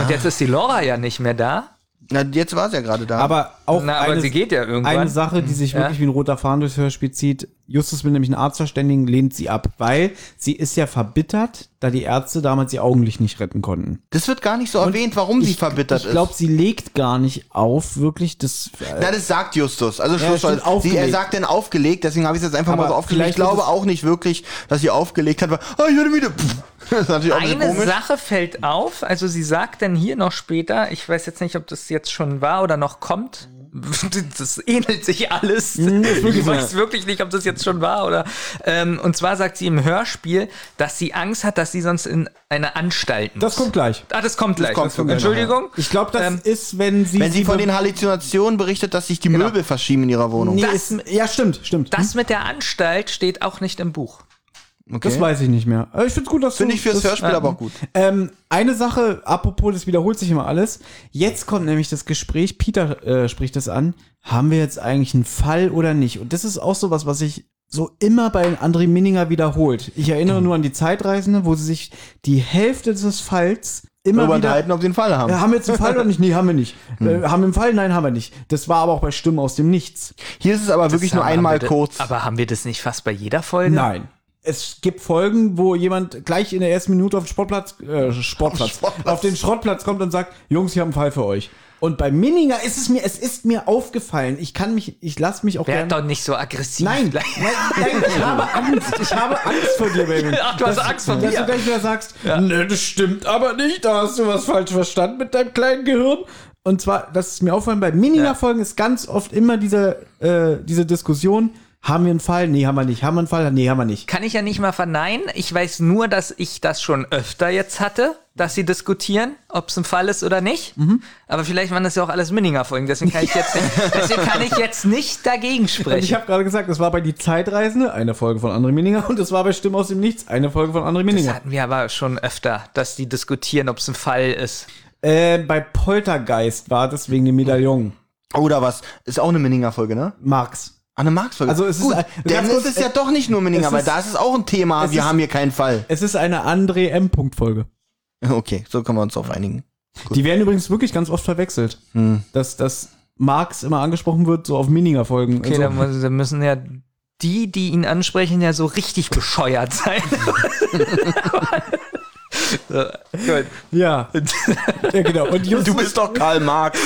[SPEAKER 2] Und jetzt ist die Laura Mhm. ja nicht mehr da.
[SPEAKER 4] Na, jetzt war sie ja gerade da.
[SPEAKER 3] aber auch
[SPEAKER 2] Na, aber
[SPEAKER 3] eine-
[SPEAKER 2] sie geht ja irgendwann. Hm.
[SPEAKER 3] Eine Sache, die sich wirklich wie ein roter Faden durchs Hörspiel zieht. Justus will nämlich einen Arzt verständigen, lehnt sie ab, weil sie ist ja verbittert, da die Ärzte damals ihr Augenlicht nicht retten konnten.
[SPEAKER 4] das wird gar nicht so erwähnt, warum sie verbittert
[SPEAKER 3] Ich glaube,
[SPEAKER 4] ist.
[SPEAKER 3] sie legt gar nicht auf, wirklich das. äh,
[SPEAKER 4] Na, das sagt Justus. Also Schluss,
[SPEAKER 3] stimmt,
[SPEAKER 4] weil sie, er
[SPEAKER 3] aufgelegt.
[SPEAKER 4] sagt denn aufgelegt, deswegen habe ich es jetzt einfach
[SPEAKER 3] Aber
[SPEAKER 4] mal so aufgelegt. Ich
[SPEAKER 3] vielleicht wird
[SPEAKER 4] glaube
[SPEAKER 3] es-
[SPEAKER 4] auch nicht wirklich, dass sie aufgelegt hat, weil, ah, ich werde müde. Pff. Das ist natürlich auch
[SPEAKER 3] Also
[SPEAKER 4] ein bisschen
[SPEAKER 2] Eine
[SPEAKER 4] komisch.
[SPEAKER 2] Sache fällt auf, also sie sagt dann hier noch später, ich weiß jetzt nicht, ob das jetzt schon war oder noch kommt, das ähnelt sich alles. ich weiß wirklich nicht, ob das jetzt schon war oder. Ähm, und zwar sagt sie im Hörspiel, dass sie Angst hat, dass sie sonst in eine Anstalt muss.
[SPEAKER 3] Das kommt gleich.
[SPEAKER 2] Ah, das kommt gleich.
[SPEAKER 4] kommt
[SPEAKER 2] Das kommt
[SPEAKER 4] gleich.
[SPEAKER 2] Entschuldigung.
[SPEAKER 3] Ich glaube, das
[SPEAKER 2] Ähm,
[SPEAKER 3] ist, wenn sie.
[SPEAKER 4] Wenn sie von den Halluzinationen berichtet, dass sich die Möbel verschieben in ihrer Wohnung.
[SPEAKER 3] Genau. Nee,
[SPEAKER 2] Das-
[SPEAKER 3] ist, ja, stimmt, stimmt. Hm?
[SPEAKER 2] das mit der Anstalt steht auch nicht im Buch.
[SPEAKER 4] Okay.
[SPEAKER 3] das weiß ich nicht mehr. Aber ich finde gut, dass du-
[SPEAKER 4] Finde ich fürs
[SPEAKER 3] das-
[SPEAKER 4] Hörspiel aber auch gut.
[SPEAKER 3] Ähm, eine Sache, apropos, das wiederholt sich immer alles. Jetzt kommt nämlich das Gespräch, Peter äh, spricht das an. Haben wir jetzt eigentlich einen Fall oder nicht? Und das ist auch sowas, was sich so immer bei André Minninger wiederholt. Ich erinnere nur an die Zeitreisende, wo sie sich die Hälfte des Falls immer
[SPEAKER 4] Darüber
[SPEAKER 3] wieder
[SPEAKER 4] unterhalten, ob sie einen Fall haben. Hm.
[SPEAKER 3] Ja, haben wir jetzt einen Fall oder nicht? Nee, haben wir nicht. Äh, haben wir einen Fall? Nein, haben wir nicht. Das war aber auch bei Stimmen aus dem Nichts.
[SPEAKER 4] Hier ist es aber wirklich nur
[SPEAKER 2] Aber
[SPEAKER 4] einmal
[SPEAKER 2] haben wir
[SPEAKER 4] kurz.
[SPEAKER 2] Das, aber haben wir das nicht fast bei jeder Folge?
[SPEAKER 3] Nein. Es gibt Folgen, wo jemand gleich in der ersten Minute auf den Sportplatz, äh, Sportplatz,
[SPEAKER 4] Sportplatz.
[SPEAKER 3] auf den Schrottplatz kommt und sagt, Jungs, ich habe einen Fall für euch. Und bei Minninger ist es mir, es ist mir aufgefallen. Ich kann mich, ich lasse mich auch
[SPEAKER 2] Wär
[SPEAKER 3] gerne.
[SPEAKER 2] doch nicht so aggressiv.
[SPEAKER 3] Ähm, Nein, nein,
[SPEAKER 2] gleich.
[SPEAKER 3] nein, ich habe Angst. Ich habe Angst vor dir, Baby.
[SPEAKER 2] Ach, du hast Angst vor
[SPEAKER 3] dass
[SPEAKER 2] mir.
[SPEAKER 3] du gleich wieder sagst, ne, das stimmt aber nicht, da hast du was falsch verstanden mit deinem kleinen Gehirn. Und zwar, das ist mir auffallen, bei Minninger-Folgen ist ganz oft immer diese, äh, diese Diskussion, haben wir einen Fall? Nee, haben wir nicht. Haben wir einen Fall? Nee, haben wir nicht.
[SPEAKER 2] Kann ich ja nicht mal verneinen. Ich weiß nur, dass ich das schon öfter jetzt hatte, dass sie diskutieren, ob es ein Fall ist oder nicht.
[SPEAKER 3] Mhm.
[SPEAKER 2] Aber vielleicht waren das ja auch alles Minninger-Folgen. Deswegen kann ich jetzt nicht, deswegen kann ich jetzt nicht dagegen
[SPEAKER 3] Und ich
[SPEAKER 2] sprechen.
[SPEAKER 3] habe gerade gesagt, das war bei Die Zeitreisende eine Folge von André Minninger und das war bei Stimme aus dem Nichts eine Folge von André
[SPEAKER 2] Das
[SPEAKER 3] Minninger.
[SPEAKER 2] hatten wir aber schon öfter, dass die diskutieren, ob es ein Fall ist.
[SPEAKER 3] Äh, bei Poltergeist war das wegen dem Medaillon.
[SPEAKER 4] Oder was? Ist auch eine Minninger-Folge, ne?
[SPEAKER 3] Marx.
[SPEAKER 4] Ah, eine Marx-Folge.
[SPEAKER 3] Also es ist
[SPEAKER 4] Gut,
[SPEAKER 3] ein-
[SPEAKER 4] dann
[SPEAKER 3] ganz
[SPEAKER 4] ist
[SPEAKER 3] kurz,
[SPEAKER 4] es ja
[SPEAKER 3] äh,
[SPEAKER 4] doch nicht nur Minninger,
[SPEAKER 3] es
[SPEAKER 4] weil
[SPEAKER 3] ist-
[SPEAKER 4] da ist es auch ein Thema.
[SPEAKER 3] es
[SPEAKER 4] Wir
[SPEAKER 3] ist-
[SPEAKER 4] haben hier keinen Fall.
[SPEAKER 3] Es ist eine André M. Punkt Folge.
[SPEAKER 4] Okay, so können wir uns drauf einigen.
[SPEAKER 3] Die werden übrigens wirklich ganz oft verwechselt.
[SPEAKER 2] Hm.
[SPEAKER 3] Dass, dass Marx immer angesprochen wird, so auf Minninger-Folgen.
[SPEAKER 2] Okay,
[SPEAKER 3] Also,
[SPEAKER 2] dann muss- dann müssen ja die, die ihn ansprechen, ja so richtig bescheuert sein. so, gut.
[SPEAKER 3] ja. ja, genau. Und Justus,
[SPEAKER 4] doch Karl Marx.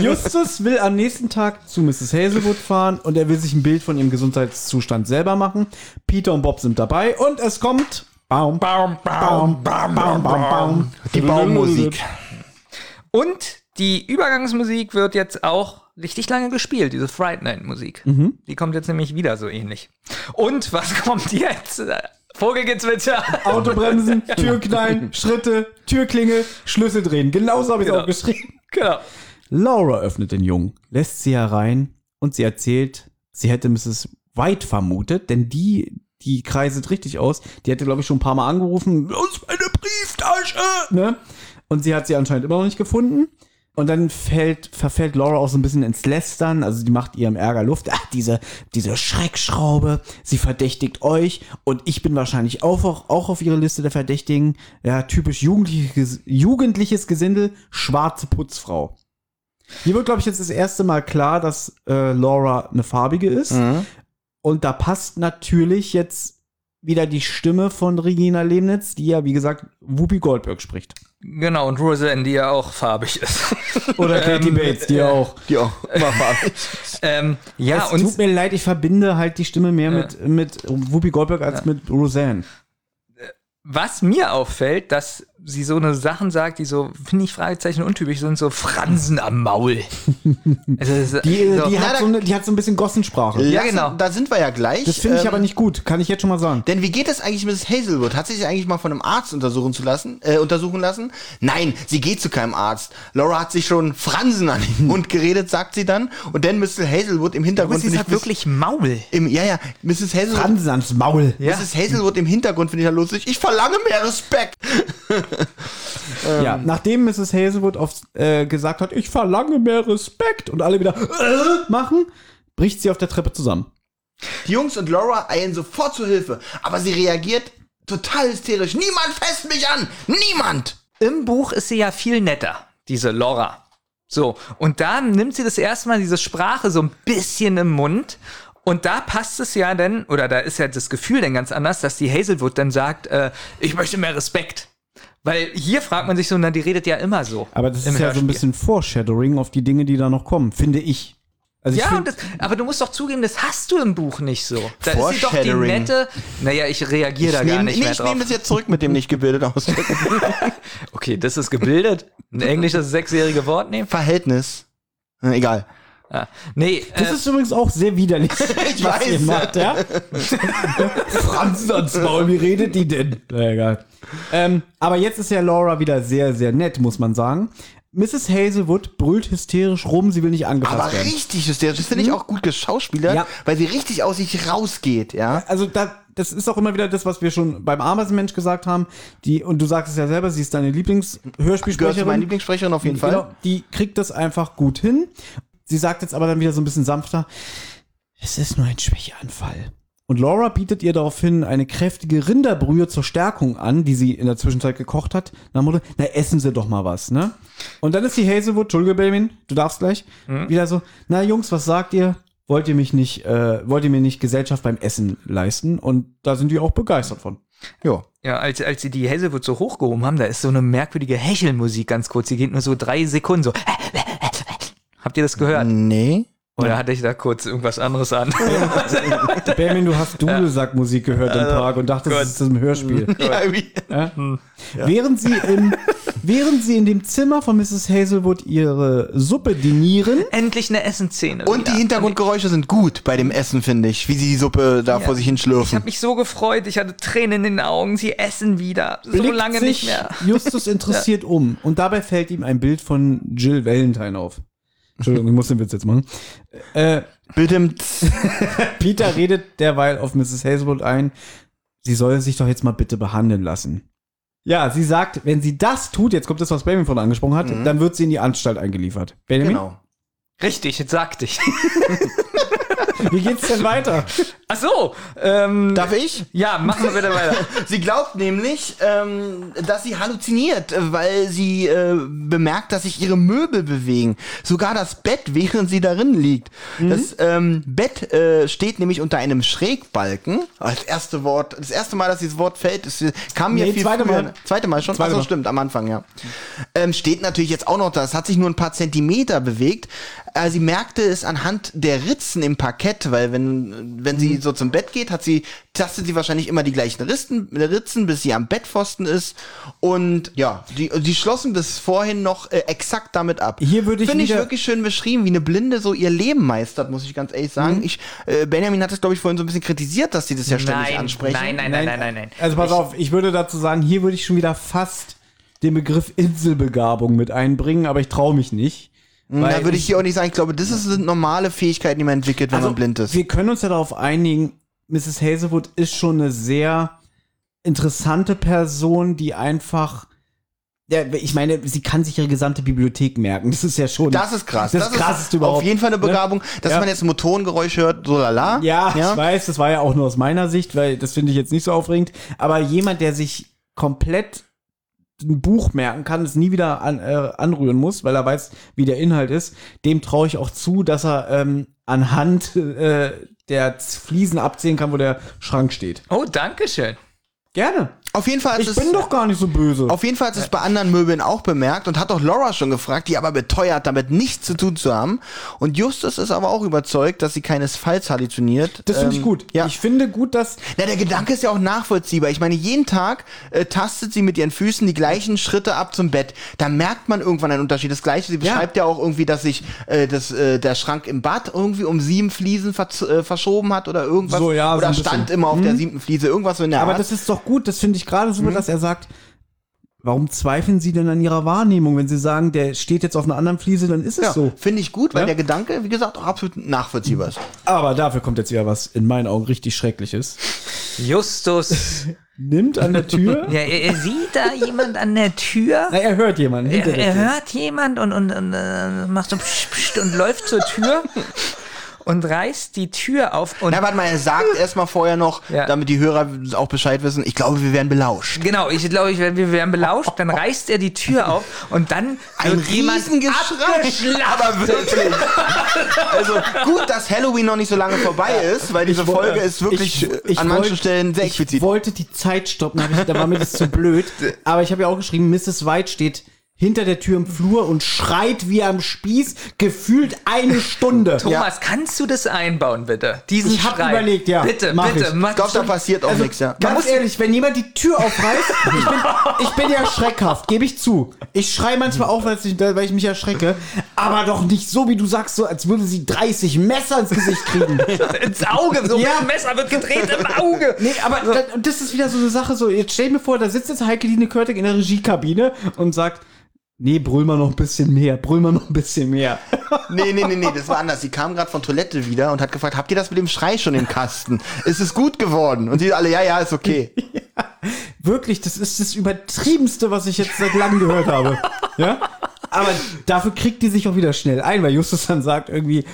[SPEAKER 3] Justus will am nächsten Tag zu Mrs. Hazelwood fahren und er will sich ein Bild von ihrem Gesundheitszustand selber machen. Peter und Bob sind dabei und es kommt. Baum, baum, baum, baum, baum, baum.
[SPEAKER 4] Die Baummusik.
[SPEAKER 2] Und die Übergangsmusik wird jetzt auch richtig lange gespielt, diese Fright Night Musik.
[SPEAKER 3] Mhm.
[SPEAKER 2] Die kommt jetzt nämlich wieder so ähnlich. Und was kommt jetzt? Vogelgezwitscher.
[SPEAKER 3] Autobremsen, Tür knallen, Schritte, Türklinge, Schlüssel drehen. Genauso habe ich es
[SPEAKER 2] Genau.
[SPEAKER 3] auch geschrieben.
[SPEAKER 2] genau.
[SPEAKER 3] Laura öffnet den Jungen, lässt sie herein und sie erzählt, sie hätte Mrs. White vermutet, denn die, die kreiset richtig aus. Die hätte, glaube ich, schon ein paar Mal angerufen, "Wo ist meine Brieftasche! Ne? Und sie hat sie anscheinend immer noch nicht gefunden. Und dann fällt, verfällt Laura auch so ein bisschen ins Lästern, also die macht ihrem Ärger Luft. Ach, diese, diese Schreckschraube, sie verdächtigt euch und ich bin wahrscheinlich auch, auch, auch auf ihre Liste der Verdächtigen. Ja, typisch jugendliches, jugendliches Gesindel, schwarze Putzfrau. Hier wird, glaube ich, jetzt das erste Mal klar, dass äh, Laura eine farbige ist.
[SPEAKER 2] Mhm.
[SPEAKER 3] Und da passt natürlich jetzt wieder die Stimme von Regina Lebnitz, die ja, wie gesagt, Whoopi Goldberg spricht.
[SPEAKER 2] Genau, und Roseanne, die ja auch farbig ist.
[SPEAKER 3] Oder Katie Bates, die auch.
[SPEAKER 4] Die auch immer farbig.
[SPEAKER 2] ähm, äh, ja,
[SPEAKER 3] es
[SPEAKER 2] und
[SPEAKER 3] tut mir leid, ich verbinde halt die Stimme mehr mit, mit Whoopi Goldberg als mit Roseanne.
[SPEAKER 2] Was mir auffällt, dass sie so eine Sachen sagt, die so, finde ich, Fragezeichen untypisch sind, so Fransen am Maul. also, das ist-
[SPEAKER 3] Die, äh,
[SPEAKER 2] so,
[SPEAKER 3] die, hat so eine, die hat so ein bisschen Gossensprache.
[SPEAKER 2] Ja,
[SPEAKER 4] Lass-
[SPEAKER 2] genau.
[SPEAKER 4] Da sind wir ja gleich.
[SPEAKER 3] Das finde ich
[SPEAKER 4] Ähm,
[SPEAKER 3] aber nicht gut, kann ich jetzt schon mal sagen.
[SPEAKER 4] Denn wie geht es eigentlich Mrs. Hazelwood? Hat sie sich eigentlich mal von einem Arzt untersuchen zu lassen, äh, untersuchen lassen? Nein, sie geht zu keinem Arzt. Laura hat sich schon Fransen an den Mund geredet, sagt sie dann. Und dann Mrs. Hazelwood im
[SPEAKER 2] aber
[SPEAKER 4] Hintergrund
[SPEAKER 2] sie
[SPEAKER 4] finde
[SPEAKER 2] sagt
[SPEAKER 4] ich-
[SPEAKER 2] wirklich Maul.
[SPEAKER 4] im, ja, ja, Mrs. Hazelwood.
[SPEAKER 3] Fransen ans Maul.
[SPEAKER 4] Mrs. Hazelwood im Hintergrund finde ich ja lustig. Ich verlange mehr Respekt.
[SPEAKER 3] Ja, Ähm, nachdem Mrs. Hazelwood auf, äh, gesagt hat, ich verlange mehr Respekt und alle wieder äh, machen, bricht sie auf der Treppe zusammen.
[SPEAKER 4] Die Jungs und Laura eilen sofort zur Hilfe, aber sie reagiert total hysterisch. Niemand fest mich an! Niemand!
[SPEAKER 2] Im Buch ist sie ja viel netter, diese Laura. So, und da nimmt sie das erste Mal diese Sprache so ein bisschen im Mund. Und da passt es ja dann, oder da ist ja das Gefühl dann ganz anders, dass die Hazelwood dann sagt, äh, ich möchte mehr Respekt. Weil hier fragt man sich so, na, die redet ja immer so.
[SPEAKER 3] Aber das
[SPEAKER 2] im
[SPEAKER 3] ist ja so
[SPEAKER 2] Hörspiel.
[SPEAKER 3] ein bisschen Foreshadowing auf die Dinge, die da noch kommen, finde ich. Also ich
[SPEAKER 2] Ja, und
[SPEAKER 3] finde,
[SPEAKER 2] das, aber du musst doch zugeben, das hast du im Buch nicht so. Da ist sie doch die
[SPEAKER 4] Foreshadowing.
[SPEAKER 2] nette. Naja, ich reagiere da gar
[SPEAKER 4] nehme-
[SPEAKER 2] nicht
[SPEAKER 4] nee,
[SPEAKER 2] mehr
[SPEAKER 4] ich
[SPEAKER 2] drauf.
[SPEAKER 4] nehme das jetzt zurück mit dem nicht gebildet ausdrücken.
[SPEAKER 2] Okay, das ist gebildet. Ein englisches sechsjährige Wort nehmen.
[SPEAKER 4] Verhältnis. Na, egal.
[SPEAKER 2] Ah, nee,
[SPEAKER 3] Das ist übrigens auch sehr widerlich,
[SPEAKER 4] Ich
[SPEAKER 3] was ihr
[SPEAKER 4] weiß.
[SPEAKER 3] macht, ja? Franz ans Maul, wie redet die denn? Na egal. Ähm, aber jetzt ist ja Laura wieder sehr, sehr nett, muss man sagen. Mrs. Hazelwood brüllt hysterisch rum, sie will nicht angefasst
[SPEAKER 4] Aber
[SPEAKER 3] werden.
[SPEAKER 4] richtig hysterisch. Das finde ich auch gut geschauspielert,
[SPEAKER 3] Ja.
[SPEAKER 4] weil sie richtig aus sich rausgeht, ja.
[SPEAKER 3] Also da, das ist auch immer wieder das, was wir schon beim Ameisenmensch gesagt haben. Die, und du sagst es ja selber, sie ist deine
[SPEAKER 4] Gehört zu meinen
[SPEAKER 3] Lieblingshörspielsprecherin.
[SPEAKER 4] Lieblingssprechern auf jeden
[SPEAKER 3] Genau,
[SPEAKER 4] Fall.
[SPEAKER 3] die kriegt das einfach gut hin. Sie sagt jetzt aber dann wieder so ein bisschen sanfter, es ist nur ein Schwächeanfall. Und Laura bietet ihr daraufhin eine kräftige Rinderbrühe zur Stärkung an, die sie in der Zwischenzeit gekocht hat. Na, Mutter, na, essen Sie doch mal was, ne? Und dann ist die Hazelwood, Entschuldige, Benjamin, du darfst gleich, wieder so, na, Jungs, was sagt ihr? Wollt ihr mich nicht, äh, wollt ihr mir nicht Gesellschaft beim Essen leisten? Und da sind die auch begeistert von.
[SPEAKER 4] Ja.
[SPEAKER 2] Ja, als, als sie die Hazelwood so hochgehoben haben, da ist so eine merkwürdige Hechelmusik ganz kurz. Die geht nur so drei Sekunden so. Habt ihr das gehört?
[SPEAKER 4] Mhm. Nee.
[SPEAKER 2] Oder hatte ich da kurz irgendwas anderes an?
[SPEAKER 3] Benjamin, du hast Dudelsackmusik gehört im Park und dachtest, es ist im Hörspiel.
[SPEAKER 4] Ja, wie,
[SPEAKER 3] Während, sie im, während sie in dem Zimmer von Mrs. Hazelwood ihre Suppe dinieren,
[SPEAKER 2] Endlich eine Essenszene.
[SPEAKER 4] Und die Hintergrundgeräusche sind gut bei dem Essen, finde ich, wie sie die Suppe da vor sich
[SPEAKER 2] Ich habe
[SPEAKER 4] hinschlürfen.
[SPEAKER 2] mich so gefreut, ich hatte Tränen in den Augen. Sie essen wieder. So
[SPEAKER 3] blickt
[SPEAKER 2] lange
[SPEAKER 3] sich
[SPEAKER 2] nicht mehr.
[SPEAKER 3] Justus interessiert um und dabei fällt ihm ein Bild von Jill Valentine auf. Entschuldigung, ich muss den Witz jetzt machen.
[SPEAKER 4] Bitte.
[SPEAKER 3] Peter redet derweil auf Mrs. Hazelwood ein, sie soll sich doch jetzt mal bitte behandeln lassen. Ja, sie sagt, wenn sie das tut, jetzt kommt das, was Benjamin vorhin angesprochen hat, dann wird sie in die Anstalt eingeliefert. Benjamin,
[SPEAKER 4] Genau.
[SPEAKER 2] Richtig, jetzt sagte ich.
[SPEAKER 3] wie geht's denn weiter?
[SPEAKER 2] Ach so. Ähm,
[SPEAKER 4] Darf ich?
[SPEAKER 2] ja, machen wir wieder weiter.
[SPEAKER 4] Sie glaubt nämlich, ähm, dass sie halluziniert, äh, weil sie äh, bemerkt, dass sich ihre Möbel bewegen. Sogar das Bett, während sie darin liegt.
[SPEAKER 3] Mhm.
[SPEAKER 4] Das ähm, Bett äh, steht nämlich unter einem Schrägbalken. Ah, Das erste Wort, das erste Mal, dass dieses Wort fällt, ist, kam mir
[SPEAKER 3] Nee,
[SPEAKER 4] viel
[SPEAKER 3] zweite
[SPEAKER 4] früher.
[SPEAKER 3] Mal.
[SPEAKER 4] Zweite Mal schon?
[SPEAKER 3] Zweite
[SPEAKER 4] Achso,
[SPEAKER 3] Mal.
[SPEAKER 4] stimmt, am Anfang, ja. Ähm, steht natürlich jetzt auch noch da. Es hat sich nur ein paar Zentimeter bewegt. Äh, sie merkte es anhand der Ritzen im Parkett, weil wenn, wenn
[SPEAKER 3] Mhm.
[SPEAKER 4] sie so zum Bett geht, hat sie, tastet sie wahrscheinlich immer die gleichen Risten, äh, Ritzen, bis sie am Bettpfosten ist. Und ja, die, die schlossen bis vorhin noch äh, exakt damit ab.
[SPEAKER 3] Hier würde ich
[SPEAKER 4] Finde ich
[SPEAKER 3] wieder-
[SPEAKER 4] wirklich schön beschrieben, wie eine Blinde so ihr Leben meistert, muss ich ganz ehrlich sagen.
[SPEAKER 3] Mhm.
[SPEAKER 4] Ich, äh, Benjamin hat es, glaube ich, vorhin so ein bisschen kritisiert, dass sie das ja ständig
[SPEAKER 2] Nein,
[SPEAKER 4] ansprechen.
[SPEAKER 2] nein, nein, nein, nein, nein, nein.
[SPEAKER 3] Also pass auf, ich würde dazu sagen, hier würde ich schon wieder fast den Begriff Inselbegabung mit einbringen, aber ich traue mich nicht.
[SPEAKER 4] Mhm. Da würde ich hier auch nicht sagen, ich glaube, das ist- sind normale Fähigkeiten, die man entwickelt, wenn man blind ist.
[SPEAKER 3] Also, Wir können uns ja darauf einigen, Mrs. Hazelwood ist schon eine sehr interessante Person, die einfach. Ja, ich meine, sie kann sich ihre gesamte Bibliothek merken. Das ist ja schon.
[SPEAKER 4] Das ist krass.
[SPEAKER 3] Das, das krasseste überhaupt.
[SPEAKER 4] Auf jeden Fall eine
[SPEAKER 3] ne?
[SPEAKER 4] Begabung, dass
[SPEAKER 3] Ja.
[SPEAKER 4] man jetzt ein Motorengeräusch hört, so lala.
[SPEAKER 3] Ja, ich weiß, das war ja auch nur aus meiner Sicht, weil das finde ich jetzt nicht so aufregend. Aber jemand, der sich komplett ein Buch merken kann, es nie wieder an, äh, anrühren muss, weil er weiß, wie der Inhalt ist, dem traue ich auch zu, dass er ähm, anhand äh, der Z- Fliesen abzählen kann, wo der Schrank steht.
[SPEAKER 2] Oh, danke schön.
[SPEAKER 3] Gerne.
[SPEAKER 4] Auf jeden Fall hat
[SPEAKER 3] Ich
[SPEAKER 4] es,
[SPEAKER 3] bin doch gar nicht so böse.
[SPEAKER 4] auf jeden Fall hat es bei anderen Möbeln auch bemerkt und hat auch Laura schon gefragt, die aber beteuert, damit nichts zu tun zu haben. Und Justus ist aber auch überzeugt, dass sie keinesfalls halluziniert.
[SPEAKER 3] das finde ich
[SPEAKER 4] Ähm,
[SPEAKER 3] gut.
[SPEAKER 4] Ja.
[SPEAKER 3] Ich finde gut, dass
[SPEAKER 4] Na, der Gedanke ist ja auch nachvollziehbar. Ich meine, jeden Tag äh, tastet sie mit ihren Füßen die gleichen Schritte ab zum Bett. Da merkt man irgendwann einen Unterschied. Das Gleiche, sie beschreibt ja, auch irgendwie, dass sich äh, das, äh, der Schrank im Bad irgendwie um sieben Fliesen verz- äh, verschoben hat oder irgendwas.
[SPEAKER 3] So, ja, so
[SPEAKER 4] oder
[SPEAKER 3] ein bisschen. Hm?
[SPEAKER 4] stand immer auf der siebten Fliese. Irgendwas so in der
[SPEAKER 3] Aber
[SPEAKER 4] Art.
[SPEAKER 3] das ist doch gut, das finde ich gerade super, dass er sagt, warum zweifeln Sie denn an Ihrer Wahrnehmung? Wenn Sie sagen, der steht jetzt auf einer anderen Fliese, dann ist es
[SPEAKER 4] ja,
[SPEAKER 3] so.
[SPEAKER 4] Finde ich gut, weil
[SPEAKER 3] Ja.
[SPEAKER 4] der Gedanke, wie gesagt, auch absolut nachvollziehbar ist.
[SPEAKER 3] Aber dafür kommt jetzt wieder was in meinen Augen richtig Schreckliches.
[SPEAKER 2] Justus.
[SPEAKER 3] Nimmt an der Tür.
[SPEAKER 2] Ja, er, er sieht da jemand an der Tür.
[SPEAKER 3] Na, er hört jemanden hinter
[SPEAKER 2] Er,
[SPEAKER 3] der
[SPEAKER 2] er
[SPEAKER 3] Tür.
[SPEAKER 2] hört jemand und, und, und äh, macht so psch, psch, und läuft zur Tür und reißt die Tür auf und
[SPEAKER 4] Na, warte mal, er sagt erstmal vorher noch,
[SPEAKER 2] Ja.
[SPEAKER 4] damit die Hörer auch Bescheid wissen, ich glaube, wir werden belauscht.
[SPEAKER 2] genau, ich glaube, ich, wir werden belauscht, dann reißt er die Tür auf und dann
[SPEAKER 4] Ein
[SPEAKER 2] wird jemand
[SPEAKER 4] Riesengeschrei. Aber wirklich. also gut, dass Halloween noch nicht so lange vorbei ist, weil diese Folge ist wirklich
[SPEAKER 3] Ich-
[SPEAKER 4] äh,
[SPEAKER 3] ich
[SPEAKER 4] an manchen
[SPEAKER 3] wollt-
[SPEAKER 4] Stellen sehr
[SPEAKER 3] Ich
[SPEAKER 4] explizit.
[SPEAKER 3] wollte die Zeit stoppen, hab ich, da war mir das zu blöd. Aber ich habe ja auch geschrieben, Mrs. White steht hinter der Tür im Flur und schreit wie am Spieß, gefühlt eine Stunde.
[SPEAKER 2] Thomas, kannst du das einbauen, bitte? Diesen
[SPEAKER 3] Ich hab
[SPEAKER 2] Schrei.
[SPEAKER 3] überlegt, ja.
[SPEAKER 2] Bitte,
[SPEAKER 3] Mach
[SPEAKER 2] bitte,
[SPEAKER 3] ich.
[SPEAKER 2] mach
[SPEAKER 4] Ich glaube, da
[SPEAKER 2] schon.
[SPEAKER 4] passiert auch
[SPEAKER 3] Also
[SPEAKER 4] nichts, ja.
[SPEAKER 3] Ganz ehrlich, wenn jemand die Tür aufreißt, ich bin, ich bin ja schreckhaft, gebe ich zu. Ich schreie manchmal auch, weil ich, weil ich mich erschrecke, aber doch nicht so, wie du sagst, so als würde sie 30 Messer ins Gesicht kriegen.
[SPEAKER 2] ins Auge. So
[SPEAKER 3] Ja.
[SPEAKER 2] ein Messer wird gedreht im Auge.
[SPEAKER 3] Nee, aber das, und das ist wieder so eine Sache, so, jetzt stell dir vor, da sitzt jetzt Heikeline Körting in der Regiekabine und sagt, nee, brüll mal noch ein bisschen mehr, brüll mal noch ein bisschen mehr.
[SPEAKER 4] Nee, nee, nee, nee, das war anders. Sie kam gerade von Toilette wieder und hat gefragt, habt ihr das mit dem Schrei schon im Kasten? Ist es gut geworden? Und sie alle, ja, ja, ist okay.
[SPEAKER 3] Wirklich, das ist das Übertriebenste, was ich jetzt seit langem gehört habe. Ja? Aber dafür kriegt die sich auch wieder schnell ein, weil Justus dann sagt irgendwie,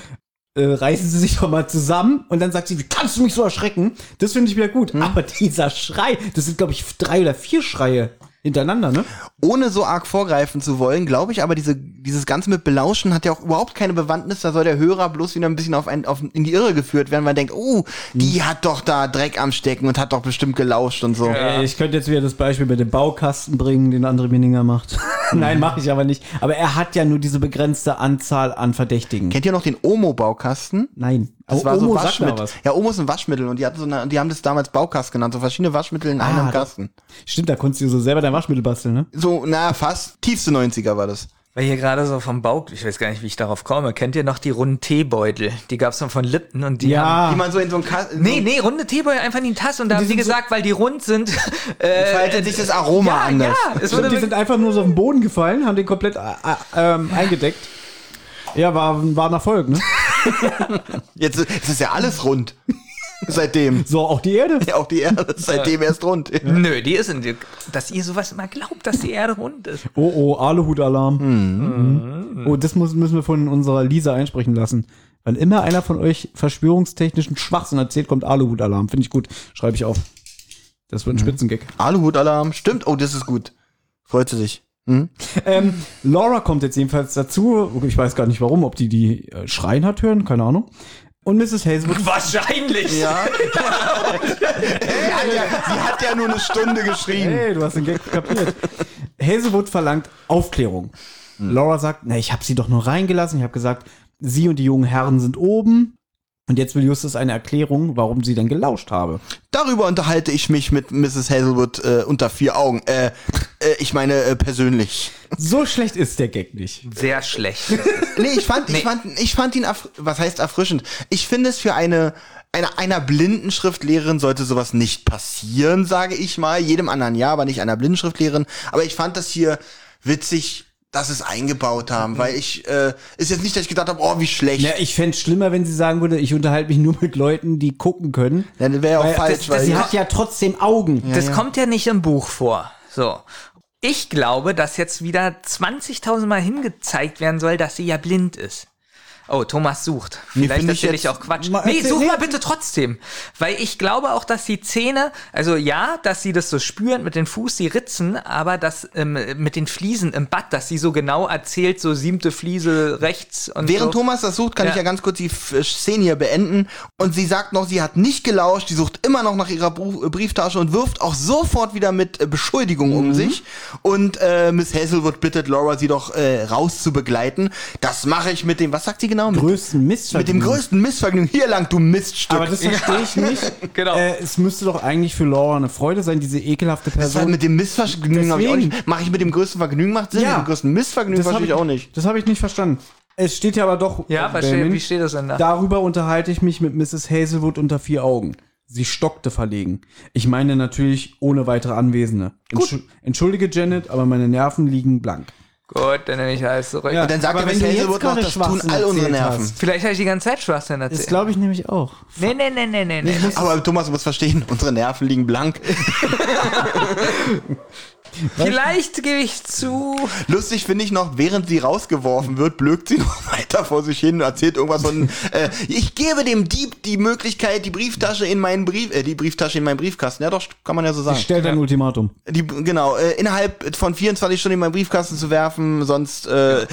[SPEAKER 3] äh, reißen sie sich doch mal zusammen und dann sagt sie, wie kannst du mich so erschrecken? Das finde ich wieder gut. Aber dieser Schrei, das sind, glaube ich, drei oder vier Schreie hintereinander, ne?
[SPEAKER 4] Ohne so arg vorgreifen zu wollen, glaube ich aber, diese, dieses Ganze mit Belauschen hat ja auch überhaupt keine Bewandtnis. Da soll der Hörer bloß wieder ein bisschen auf ein, auf, in die Irre geführt werden, weil er denkt, oh, die hat doch da Dreck am Stecken und hat doch bestimmt gelauscht und so.
[SPEAKER 3] Äh, Ich könnte jetzt wieder das Beispiel mit dem Baukasten bringen, den André Mininger macht. Nein, mache ich aber nicht. Aber er hat ja nur diese begrenzte Anzahl an Verdächtigen.
[SPEAKER 4] Kennt ihr noch den Omo-Baukasten?
[SPEAKER 3] Nein.
[SPEAKER 4] Das
[SPEAKER 3] O-
[SPEAKER 4] war so
[SPEAKER 3] Oh, Omo, sag mal
[SPEAKER 4] Waschmittel.
[SPEAKER 3] was.
[SPEAKER 4] Ja, Omo ist ein Waschmittel und die hatten so eine, die haben das damals Baukasten genannt, so verschiedene Waschmittel in einem
[SPEAKER 3] Ah,
[SPEAKER 4] Kasten.
[SPEAKER 3] Stimmt, da konntest du so selber dein Waschmittel basteln, ne?
[SPEAKER 4] So, na, fast. Tiefste 90er war das.
[SPEAKER 2] Weil hier gerade so vom Bauch, ich weiß gar nicht, wie ich darauf komme. Kennt ihr noch die runden Teebeutel? Die gab's noch von Lipton und die haben
[SPEAKER 3] Ah.
[SPEAKER 4] Die man so in so einem Kasten.
[SPEAKER 2] Nee, nee, runde Teebeutel einfach in die Tasse und da haben sie gesagt, weil die rund sind, äh,
[SPEAKER 4] Faltet sich das Aroma
[SPEAKER 2] ja,
[SPEAKER 4] anders.
[SPEAKER 2] ja, es
[SPEAKER 3] Stimmt,
[SPEAKER 2] wurde
[SPEAKER 3] die sind einfach nur so auf den Boden gefallen, haben den komplett äh, äh, ähm, eingedeckt. Ja, war, war ein Erfolg, ne?
[SPEAKER 4] Jetzt es ist ja alles rund. seitdem.
[SPEAKER 3] So, auch die Erde.
[SPEAKER 4] Ja, auch die Erde ist seitdem erst rund.
[SPEAKER 2] Nö, die ist in die, dass ihr sowas immer glaubt, dass die Erde rund ist.
[SPEAKER 3] Oh, oh, Aluhut-Alarm. Mhm. Oh, das muss, müssen wir von unserer Lisa einsprechen lassen. Wann immer einer von euch verschwörungstechnischen Schwachsinn erzählt, kommt Aluhut-Alarm. Finde ich gut. Schreibe ich auf. Das wird ein Spitzengag.
[SPEAKER 4] Aluhut-Alarm. Stimmt. Oh, das ist gut. Freut sie sich. Hm?
[SPEAKER 3] Ähm, Laura kommt jetzt jedenfalls dazu. Ich weiß gar nicht warum, ob die die äh, schreien hat hören, keine Ahnung. Und Mrs. Hazelwood
[SPEAKER 2] Wahrscheinlich.
[SPEAKER 4] Ja. sie, hat ja, sie hat ja nur eine Stunde geschrien.
[SPEAKER 3] Hey, du hast den Gag kapiert. Hazelwood verlangt Aufklärung. Laura sagt, na, ich habe sie doch nur reingelassen. Ich habe gesagt, sie und die jungen Herren sind oben. Und jetzt will Justus eine Erklärung, warum sie denn gelauscht habe.
[SPEAKER 4] Darüber unterhalte ich mich mit Mrs. Hazelwood äh, unter vier Augen. Äh, äh, ich meine äh, persönlich.
[SPEAKER 3] So schlecht ist der Gag nicht.
[SPEAKER 2] Sehr schlecht.
[SPEAKER 4] Nee, ich fand, Ich fand, ich fand ihn, erf was heißt erfrischend? Ich finde es für eine, eine, einer blinden Schriftlehrerin sollte sowas nicht passieren, sage ich mal. Jedem anderen ja, aber nicht einer blinden Schriftlehrerin. Aber ich fand das hier witzig, dass sie es eingebaut haben, weil ich, äh, ist jetzt nicht, dass ich gedacht habe, oh, wie schlecht.
[SPEAKER 3] Ja, ich fänd's schlimmer, wenn sie sagen würde, ich unterhalte mich nur mit Leuten, die gucken können.
[SPEAKER 4] Dann wäre ja auch
[SPEAKER 3] Weil
[SPEAKER 4] falsch,
[SPEAKER 3] das,
[SPEAKER 4] weil
[SPEAKER 3] das, sie hat ja trotzdem Augen.
[SPEAKER 2] Das kommt ja nicht im Buch vor. So. Ich glaube, dass jetzt wieder 20.000 Mal hingezeigt werden soll, dass sie ja blind ist. Oh, Thomas sucht. Vielleicht
[SPEAKER 4] finde ich
[SPEAKER 2] erzähle ich
[SPEAKER 4] jetzt-
[SPEAKER 2] auch Quatsch.
[SPEAKER 3] Mal
[SPEAKER 2] Nee,
[SPEAKER 3] erzähl-
[SPEAKER 2] such
[SPEAKER 3] nee.
[SPEAKER 2] mal bitte trotzdem. Weil ich glaube auch, dass die Zähne, also ja, dass sie das so spüren mit den Fuß, die Ritzen, aber das ähm, mit den Fliesen im Bad, dass sie so genau erzählt, so siebte Fliese rechts und
[SPEAKER 4] Während
[SPEAKER 2] so.
[SPEAKER 4] Thomas das sucht, kann
[SPEAKER 2] Ja.
[SPEAKER 4] ich ja ganz kurz die F- äh, Szene hier beenden. Und sie sagt noch, sie hat nicht gelauscht, sie sucht immer noch nach ihrer Bru- äh, Brieftasche und wirft auch sofort wieder mit äh, Beschuldigungen
[SPEAKER 3] Mhm.
[SPEAKER 4] um sich. Und äh, Miss Hazelwood bittet Laura, sie doch äh, raus zu begleiten. Das mache ich mit dem, was sagt sie genau? Mit,
[SPEAKER 3] Größten
[SPEAKER 4] mit
[SPEAKER 3] Missvergnügen.
[SPEAKER 4] dem größten Missvergnügen. Hier lang, du Miststück.
[SPEAKER 3] Aber das verstehe ich nicht.
[SPEAKER 2] Genau.
[SPEAKER 3] äh, es müsste doch eigentlich für Laura eine Freude sein, diese ekelhafte
[SPEAKER 4] das war
[SPEAKER 3] Person.
[SPEAKER 4] mit dem Missvergnügen habe ich auch
[SPEAKER 3] Deswegen.
[SPEAKER 4] nicht. Mache ich mit dem größten Vergnügen macht Sinn,
[SPEAKER 3] Ja.
[SPEAKER 4] mit dem größten Missvergnügen
[SPEAKER 3] hab
[SPEAKER 4] verstehe ich auch nicht.
[SPEAKER 3] Das habe ich nicht verstanden. Es steht ja aber doch.
[SPEAKER 2] Ja,
[SPEAKER 3] äh,
[SPEAKER 2] was steht-
[SPEAKER 3] Benjamin,
[SPEAKER 2] wie steht das denn da?
[SPEAKER 3] Darüber unterhalte ich mich mit Mrs. Hazelwood unter vier Augen. Sie stockte verlegen. Ich meine natürlich ohne weitere Anwesende. Entsch Entschuldige, Janet, aber meine Nerven liegen blank.
[SPEAKER 2] Gut, dann nehme ich alles zurück.
[SPEAKER 3] Ja.
[SPEAKER 4] Und dann sagt
[SPEAKER 3] Aber
[SPEAKER 4] er, Miss
[SPEAKER 3] wenn du jetzt
[SPEAKER 4] Hazelwood noch,
[SPEAKER 3] gerade
[SPEAKER 4] das tun
[SPEAKER 3] Schwachsinn
[SPEAKER 4] all unsere
[SPEAKER 3] erzählt
[SPEAKER 4] Nerven.
[SPEAKER 3] hast.
[SPEAKER 2] Vielleicht habe ich die ganze Zeit Schwachsinn
[SPEAKER 3] Das
[SPEAKER 2] erzählt.
[SPEAKER 3] glaube ich nämlich auch.
[SPEAKER 2] Nee, nee, nee, nee, nee, nee.
[SPEAKER 4] Aber Thomas, du musst verstehen, unsere Nerven liegen blank.
[SPEAKER 2] Vielleicht gebe ich zu.
[SPEAKER 4] Lustig finde ich noch, während sie rausgeworfen wird, blökt sie noch weiter vor sich hin und erzählt irgendwas von, äh, ich gebe dem Dieb die Möglichkeit, die Brieftasche in meinen Brief, äh, die Brieftasche in meinen Briefkasten, ja doch, kann man ja so sagen.
[SPEAKER 3] Ich stell dein Ultimatum.
[SPEAKER 4] Die, genau, äh, innerhalb von 24 Stunden in meinen Briefkasten zu werfen, sonst, äh,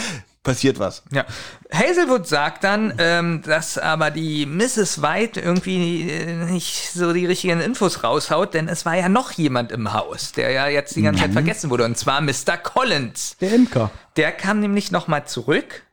[SPEAKER 4] passiert was.
[SPEAKER 2] Ja. Hazelwood sagt dann, ähm, dass aber die Mrs. White irgendwie äh, nicht so die richtigen Infos raushaut, denn es war ja noch jemand im Haus, der ja jetzt die
[SPEAKER 3] Mhm.
[SPEAKER 2] ganze Zeit vergessen wurde, und zwar Mr. Collins.
[SPEAKER 3] Der Imker.
[SPEAKER 2] Der kam nämlich nochmal zurück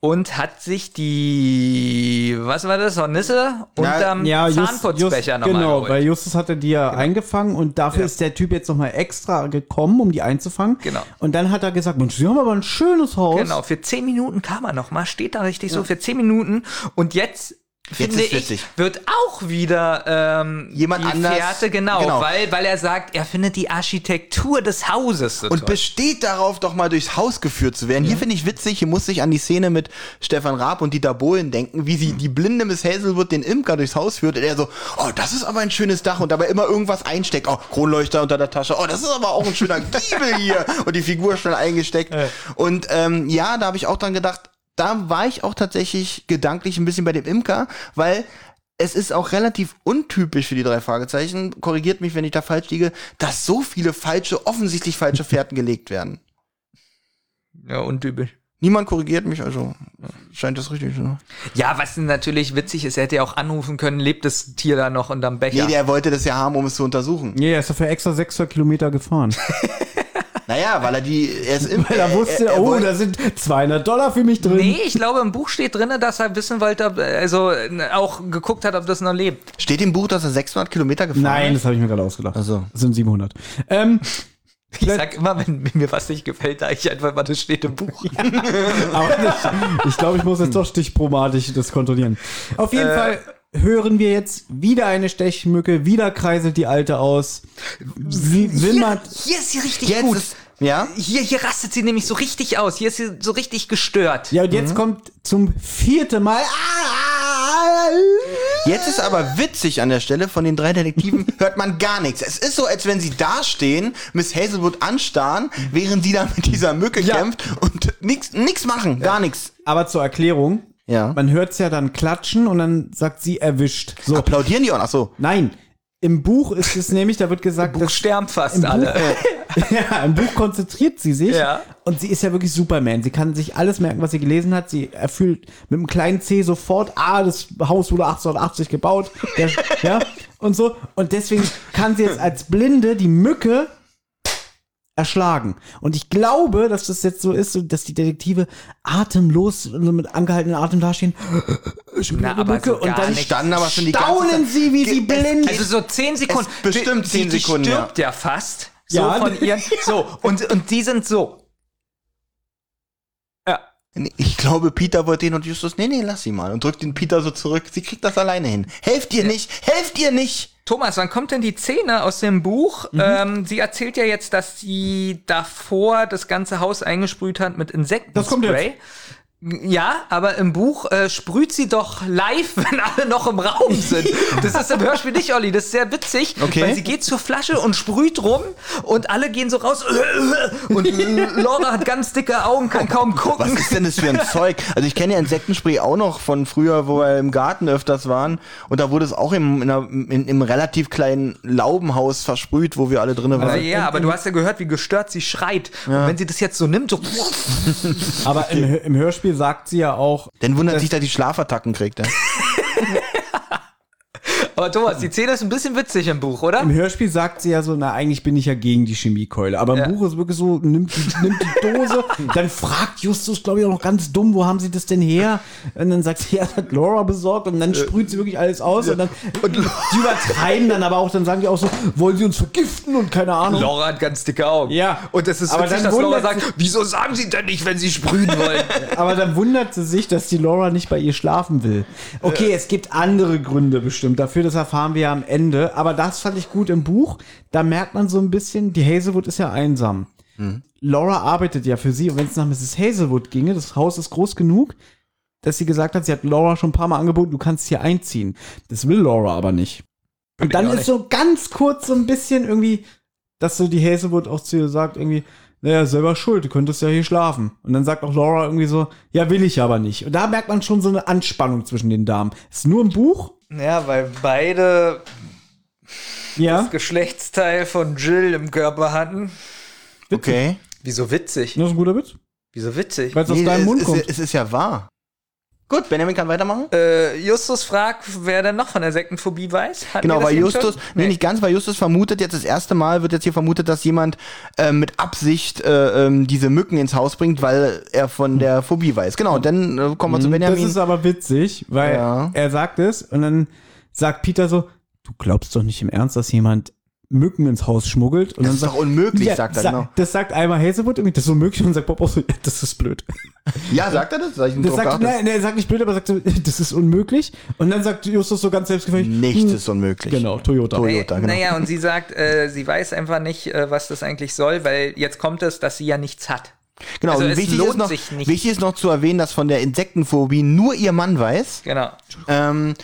[SPEAKER 2] und hat sich die, was war das, Hornisse unterm
[SPEAKER 3] Ja, Just, Just,
[SPEAKER 2] Zahnputzbecher nochmal Genau.
[SPEAKER 3] genau,
[SPEAKER 2] geholt.
[SPEAKER 3] weil Justus hatte die ja eingefangen und dafür ist der Typ jetzt nochmal extra gekommen, um die einzufangen.
[SPEAKER 2] Genau.
[SPEAKER 3] Und dann hat er gesagt, Mensch, Sie haben aber ein schönes Haus.
[SPEAKER 2] Genau, für 10 Minuten kam er nochmal, steht da richtig so, für 10 Minuten. Und jetzt, finde
[SPEAKER 4] ist
[SPEAKER 2] ich,
[SPEAKER 4] witzig.
[SPEAKER 2] wird auch wieder ähm,
[SPEAKER 4] Jemand
[SPEAKER 2] die
[SPEAKER 4] anders-
[SPEAKER 2] Fährte, genau,
[SPEAKER 4] genau.
[SPEAKER 2] Weil, weil er sagt, er findet die Architektur des Hauses so
[SPEAKER 4] Und
[SPEAKER 2] toll.
[SPEAKER 4] besteht darauf, doch mal durchs Haus geführt zu werden. Hier finde ich witzig, hier muss ich an die Szene mit Stefan Raab und Dieter Bohlen denken, wie sie
[SPEAKER 2] Hm.
[SPEAKER 4] die blinde Miss Hazelwood den Imker durchs Haus führt und er so, oh, das ist aber ein schönes Dach und dabei immer irgendwas einsteckt. Oh, Kronleuchter unter der Tasche. Oh, das ist aber auch ein schöner Giebel hier. Und die Figur schnell eingesteckt. Und ähm, ja, da habe ich auch dran gedacht, da war ich auch tatsächlich gedanklich ein bisschen bei dem Imker, weil es ist auch relativ untypisch für die drei Fragezeichen, korrigiert mich, wenn ich da falsch liege, dass so viele falsche, offensichtlich falsche Fährten gelegt werden.
[SPEAKER 2] ja, untypisch.
[SPEAKER 4] Niemand korrigiert mich, also scheint das richtig ne? zu sein.
[SPEAKER 2] Ja, was natürlich witzig ist, er hätte ja auch anrufen können, lebt das Tier da noch unterm
[SPEAKER 4] Nee,
[SPEAKER 2] Becher.
[SPEAKER 4] der wollte das ja haben, um es zu untersuchen.
[SPEAKER 3] Nee, er ist dafür extra 600 Kilometer gefahren.
[SPEAKER 4] Naja, weil er die, er ist im,
[SPEAKER 3] Weil er wusste,
[SPEAKER 4] er
[SPEAKER 3] oh,
[SPEAKER 4] wollte-
[SPEAKER 3] da sind 200 Dollar für mich drin.
[SPEAKER 2] Nee, ich glaube, im Buch steht drin, dass er wissen wollte, ob, also äh, auch geguckt hat, ob das noch lebt.
[SPEAKER 4] steht im Buch, dass er 600 Kilometer gefahren
[SPEAKER 3] Nein,
[SPEAKER 4] ist.
[SPEAKER 3] das habe ich mir gerade ausgedacht.
[SPEAKER 4] so.
[SPEAKER 3] Das sind 700. Ähm,
[SPEAKER 2] Ich sag immer, wenn mir was nicht gefällt, da ich einfach mal, das steht im Buch.
[SPEAKER 3] aber nicht. ich glaube, ich muss jetzt doch stichprobatisch das kontrollieren. Auf jeden
[SPEAKER 4] Äh.
[SPEAKER 3] Fall hören wir jetzt wieder eine Stechmücke, wieder kreiselt die Alte aus. Sie
[SPEAKER 2] Hier,
[SPEAKER 3] wimmert.
[SPEAKER 2] hier ist sie richtig
[SPEAKER 4] Jetzt
[SPEAKER 2] gut.
[SPEAKER 4] ist, ja?
[SPEAKER 2] Hier, hier rastet sie nämlich so richtig aus. Hier ist sie so richtig gestört.
[SPEAKER 3] Ja, und jetzt
[SPEAKER 4] Mhm.
[SPEAKER 3] kommt zum vierten Mal. Ah, ah, ah,
[SPEAKER 4] Jetzt ist aber witzig an der Stelle, von den drei Detektiven hört man gar nichts. Es ist so, als wenn sie dastehen, Miss Hazelwood anstarren, während sie da mit dieser Mücke kämpft und nichts nix machen, gar nichts.
[SPEAKER 3] Aber zur Erklärung.
[SPEAKER 4] Ja.
[SPEAKER 3] Man hört es ja dann klatschen und dann sagt sie erwischt. So.
[SPEAKER 4] Applaudieren die auch, ach so.
[SPEAKER 3] Nein. Im Buch ist es nämlich, da wird gesagt,
[SPEAKER 2] Buch
[SPEAKER 3] dass
[SPEAKER 2] sterben fast
[SPEAKER 3] Im
[SPEAKER 2] alle.
[SPEAKER 3] Buch, äh, ja, im Buch konzentriert sie sich
[SPEAKER 2] Ja.
[SPEAKER 3] und sie ist ja wirklich Superman. Sie kann sich alles merken, was sie gelesen hat. Sie erfüllt mit einem kleinen C sofort, ah, das Haus wurde 1880 gebaut. Der, ja, und so. Und deswegen kann sie jetzt als Blinde die Mücke erschlagen. Und ich glaube, dass das jetzt so ist, so, dass die Detektive atemlos so mit angehaltenem Atem dastehen. Schon wieder
[SPEAKER 2] Na,
[SPEAKER 3] eine
[SPEAKER 2] aber so
[SPEAKER 3] und
[SPEAKER 2] gar
[SPEAKER 3] dann
[SPEAKER 2] nicht.
[SPEAKER 4] Standen aber schon die ganze
[SPEAKER 3] staunen
[SPEAKER 4] Zeit-
[SPEAKER 3] sie, wie sie
[SPEAKER 4] Ge- es-
[SPEAKER 3] blind
[SPEAKER 2] Also so zehn Sekunden.
[SPEAKER 4] Es bestimmt
[SPEAKER 2] Die-
[SPEAKER 4] zehn
[SPEAKER 2] die
[SPEAKER 4] Sekunden,
[SPEAKER 2] stirbt ja, fast. So
[SPEAKER 3] Ja.
[SPEAKER 2] von ihren. So. Und, und die sind so. Ja.
[SPEAKER 4] Nee, Ich glaube, Peter wollte den und Justus, nee, nee, lass sie mal. Und drückt den Peter so zurück. Sie kriegt das alleine hin. Helft ihr nicht, helft ihr nicht.
[SPEAKER 2] Thomas, wann kommt denn die Szene aus dem Buch? Ähm, sie erzählt ja jetzt, dass sie davor das ganze Haus eingesprüht hat mit Insektenspray.
[SPEAKER 3] Das kommt
[SPEAKER 2] Ja, aber im Buch äh, sprüht sie doch live, wenn alle noch im Raum sind. Das ist im Hörspiel nicht, Olli. Das ist sehr witzig,
[SPEAKER 4] Okay.
[SPEAKER 2] weil sie geht zur Flasche und sprüht rum und alle gehen so raus. Und Laura hat ganz dicke Augen, kann kaum
[SPEAKER 4] Was
[SPEAKER 2] gucken.
[SPEAKER 4] ist denn das für ein Zeug? Also ich kenne ja Insektenspray auch noch von früher, wo wir im Garten öfters waren. Und da wurde es auch im, in einer, in, im relativ kleinen Laubenhaus versprüht, wo wir alle drinnen waren.
[SPEAKER 2] Also, ja, aber du hast ja gehört, wie gestört sie schreit. Und wenn sie das jetzt so nimmt, so.
[SPEAKER 3] Aber im, Hö- im Hörspiel sagt sie ja auch,
[SPEAKER 4] Dann wundert sich, dass die Schlafattacken kriegt. Ja.
[SPEAKER 2] Aber Thomas, die Szene ist ein bisschen witzig im Buch, oder?
[SPEAKER 3] Im Hörspiel sagt sie ja so, na, eigentlich bin ich ja gegen die Chemiekeule. Aber im
[SPEAKER 2] Ja.
[SPEAKER 3] Buch ist wirklich so, nimmt die, nimmt die Dose, dann fragt Justus, glaube ich, auch noch ganz dumm, wo haben sie das denn her? Und dann sagt sie, ja, das hat Laura besorgt und
[SPEAKER 2] Äh.
[SPEAKER 3] dann sprüht sie wirklich alles aus und dann, die übertreiben dann aber auch, dann sagen die auch so, wollen sie uns vergiften und keine Ahnung.
[SPEAKER 2] Laura hat ganz dicke Augen.
[SPEAKER 3] Ja.
[SPEAKER 2] Und es ist
[SPEAKER 3] Aber
[SPEAKER 2] witzig,
[SPEAKER 3] dann
[SPEAKER 2] dass Laura
[SPEAKER 3] wundert
[SPEAKER 2] sagt, wieso sagen sie denn nicht, wenn sie sprühen wollen?
[SPEAKER 3] Aber dann wundert sie sich, dass die Laura nicht bei ihr schlafen will. Okay,
[SPEAKER 2] Äh.
[SPEAKER 3] es gibt andere Gründe bestimmt dafür, das erfahren wir ja am Ende. Aber das fand ich gut im Buch. Da merkt man so ein bisschen, die Hazelwood ist ja einsam.
[SPEAKER 2] Mhm.
[SPEAKER 3] Laura arbeitet ja für sie und wenn es nach Mrs. Hazelwood ginge, das Haus ist groß genug, dass sie gesagt hat, sie hat Laura schon ein paar Mal angeboten, du kannst hier einziehen. Das will Laura aber nicht. Und dann
[SPEAKER 2] auch
[SPEAKER 3] ist
[SPEAKER 2] nicht.
[SPEAKER 3] so ganz kurz so ein bisschen irgendwie, dass so die Hazelwood auch zu ihr sagt, irgendwie, naja, selber schuld, du könntest ja hier schlafen. Und dann sagt auch Laura irgendwie so, ja, will ich aber nicht. Und da merkt man schon so eine Anspannung zwischen den Damen. Ist nur im Buch,
[SPEAKER 2] ja, weil beide
[SPEAKER 3] ja.
[SPEAKER 2] Geschlechtsteil von Jill im Körper hatten.
[SPEAKER 4] Okay.
[SPEAKER 2] Wieso witzig?
[SPEAKER 3] Das ist ein guter Witz.
[SPEAKER 2] Wieso witzig?
[SPEAKER 3] Weil es aus deinem
[SPEAKER 4] es,
[SPEAKER 3] Mund
[SPEAKER 4] es,
[SPEAKER 3] kommt.
[SPEAKER 4] Es ist ja wahr. Gut, Benjamin kann weitermachen.
[SPEAKER 2] Äh, Justus fragt, wer denn noch von der Sektenphobie weiß. Hatten wir
[SPEAKER 4] Genau,
[SPEAKER 2] das
[SPEAKER 4] weil
[SPEAKER 2] eben
[SPEAKER 4] Justus,
[SPEAKER 2] schon?
[SPEAKER 4] nee. nicht ganz, weil Justus vermutet jetzt das erste Mal, wird jetzt hier vermutet, dass jemand äh, mit Absicht äh, ähm, diese Mücken ins Haus bringt, weil er von der Phobie weiß. Genau, dann äh, kommen wir zu
[SPEAKER 3] Hm, Das
[SPEAKER 4] Benjamin.
[SPEAKER 3] ist aber witzig, weil
[SPEAKER 4] Ja.
[SPEAKER 3] er sagt es und dann sagt Peter so, du glaubst doch nicht im Ernst, dass jemand Mücken ins Haus schmuggelt. Und
[SPEAKER 4] das
[SPEAKER 3] dann
[SPEAKER 4] ist doch
[SPEAKER 3] sagt
[SPEAKER 4] unmöglich,
[SPEAKER 3] Ja,
[SPEAKER 4] sagt er,
[SPEAKER 3] sa-
[SPEAKER 4] genau.
[SPEAKER 3] Das sagt einmal Hazelwood irgendwie, das ist unmöglich und sagt Bob auch so, ja, das ist blöd.
[SPEAKER 4] Ja, sagt er das? Sag ich ihm
[SPEAKER 3] Das
[SPEAKER 4] drauf
[SPEAKER 3] sagt,
[SPEAKER 4] geachtet?
[SPEAKER 3] nein, nein, er sagt nicht blöd, aber sagt so, das ist unmöglich. Und dann sagt Justus so ganz selbstgefällig,
[SPEAKER 4] Nichts
[SPEAKER 3] hm,
[SPEAKER 4] ist unmöglich.
[SPEAKER 3] Genau, Toyota.
[SPEAKER 4] Toy-
[SPEAKER 2] Nee,
[SPEAKER 4] Toyota, genau.
[SPEAKER 2] Naja, und sie sagt, äh, sie weiß einfach nicht, äh, was das eigentlich soll, weil jetzt kommt es, dass sie ja nichts hat.
[SPEAKER 4] Genau,
[SPEAKER 2] Also
[SPEAKER 4] und
[SPEAKER 2] es
[SPEAKER 4] wichtig,
[SPEAKER 2] lohnt
[SPEAKER 4] ist noch,
[SPEAKER 2] sich nicht.
[SPEAKER 4] wichtig ist noch zu erwähnen, dass von der Insektenphobie nur ihr Mann weiß.
[SPEAKER 2] Genau.
[SPEAKER 4] Ähm,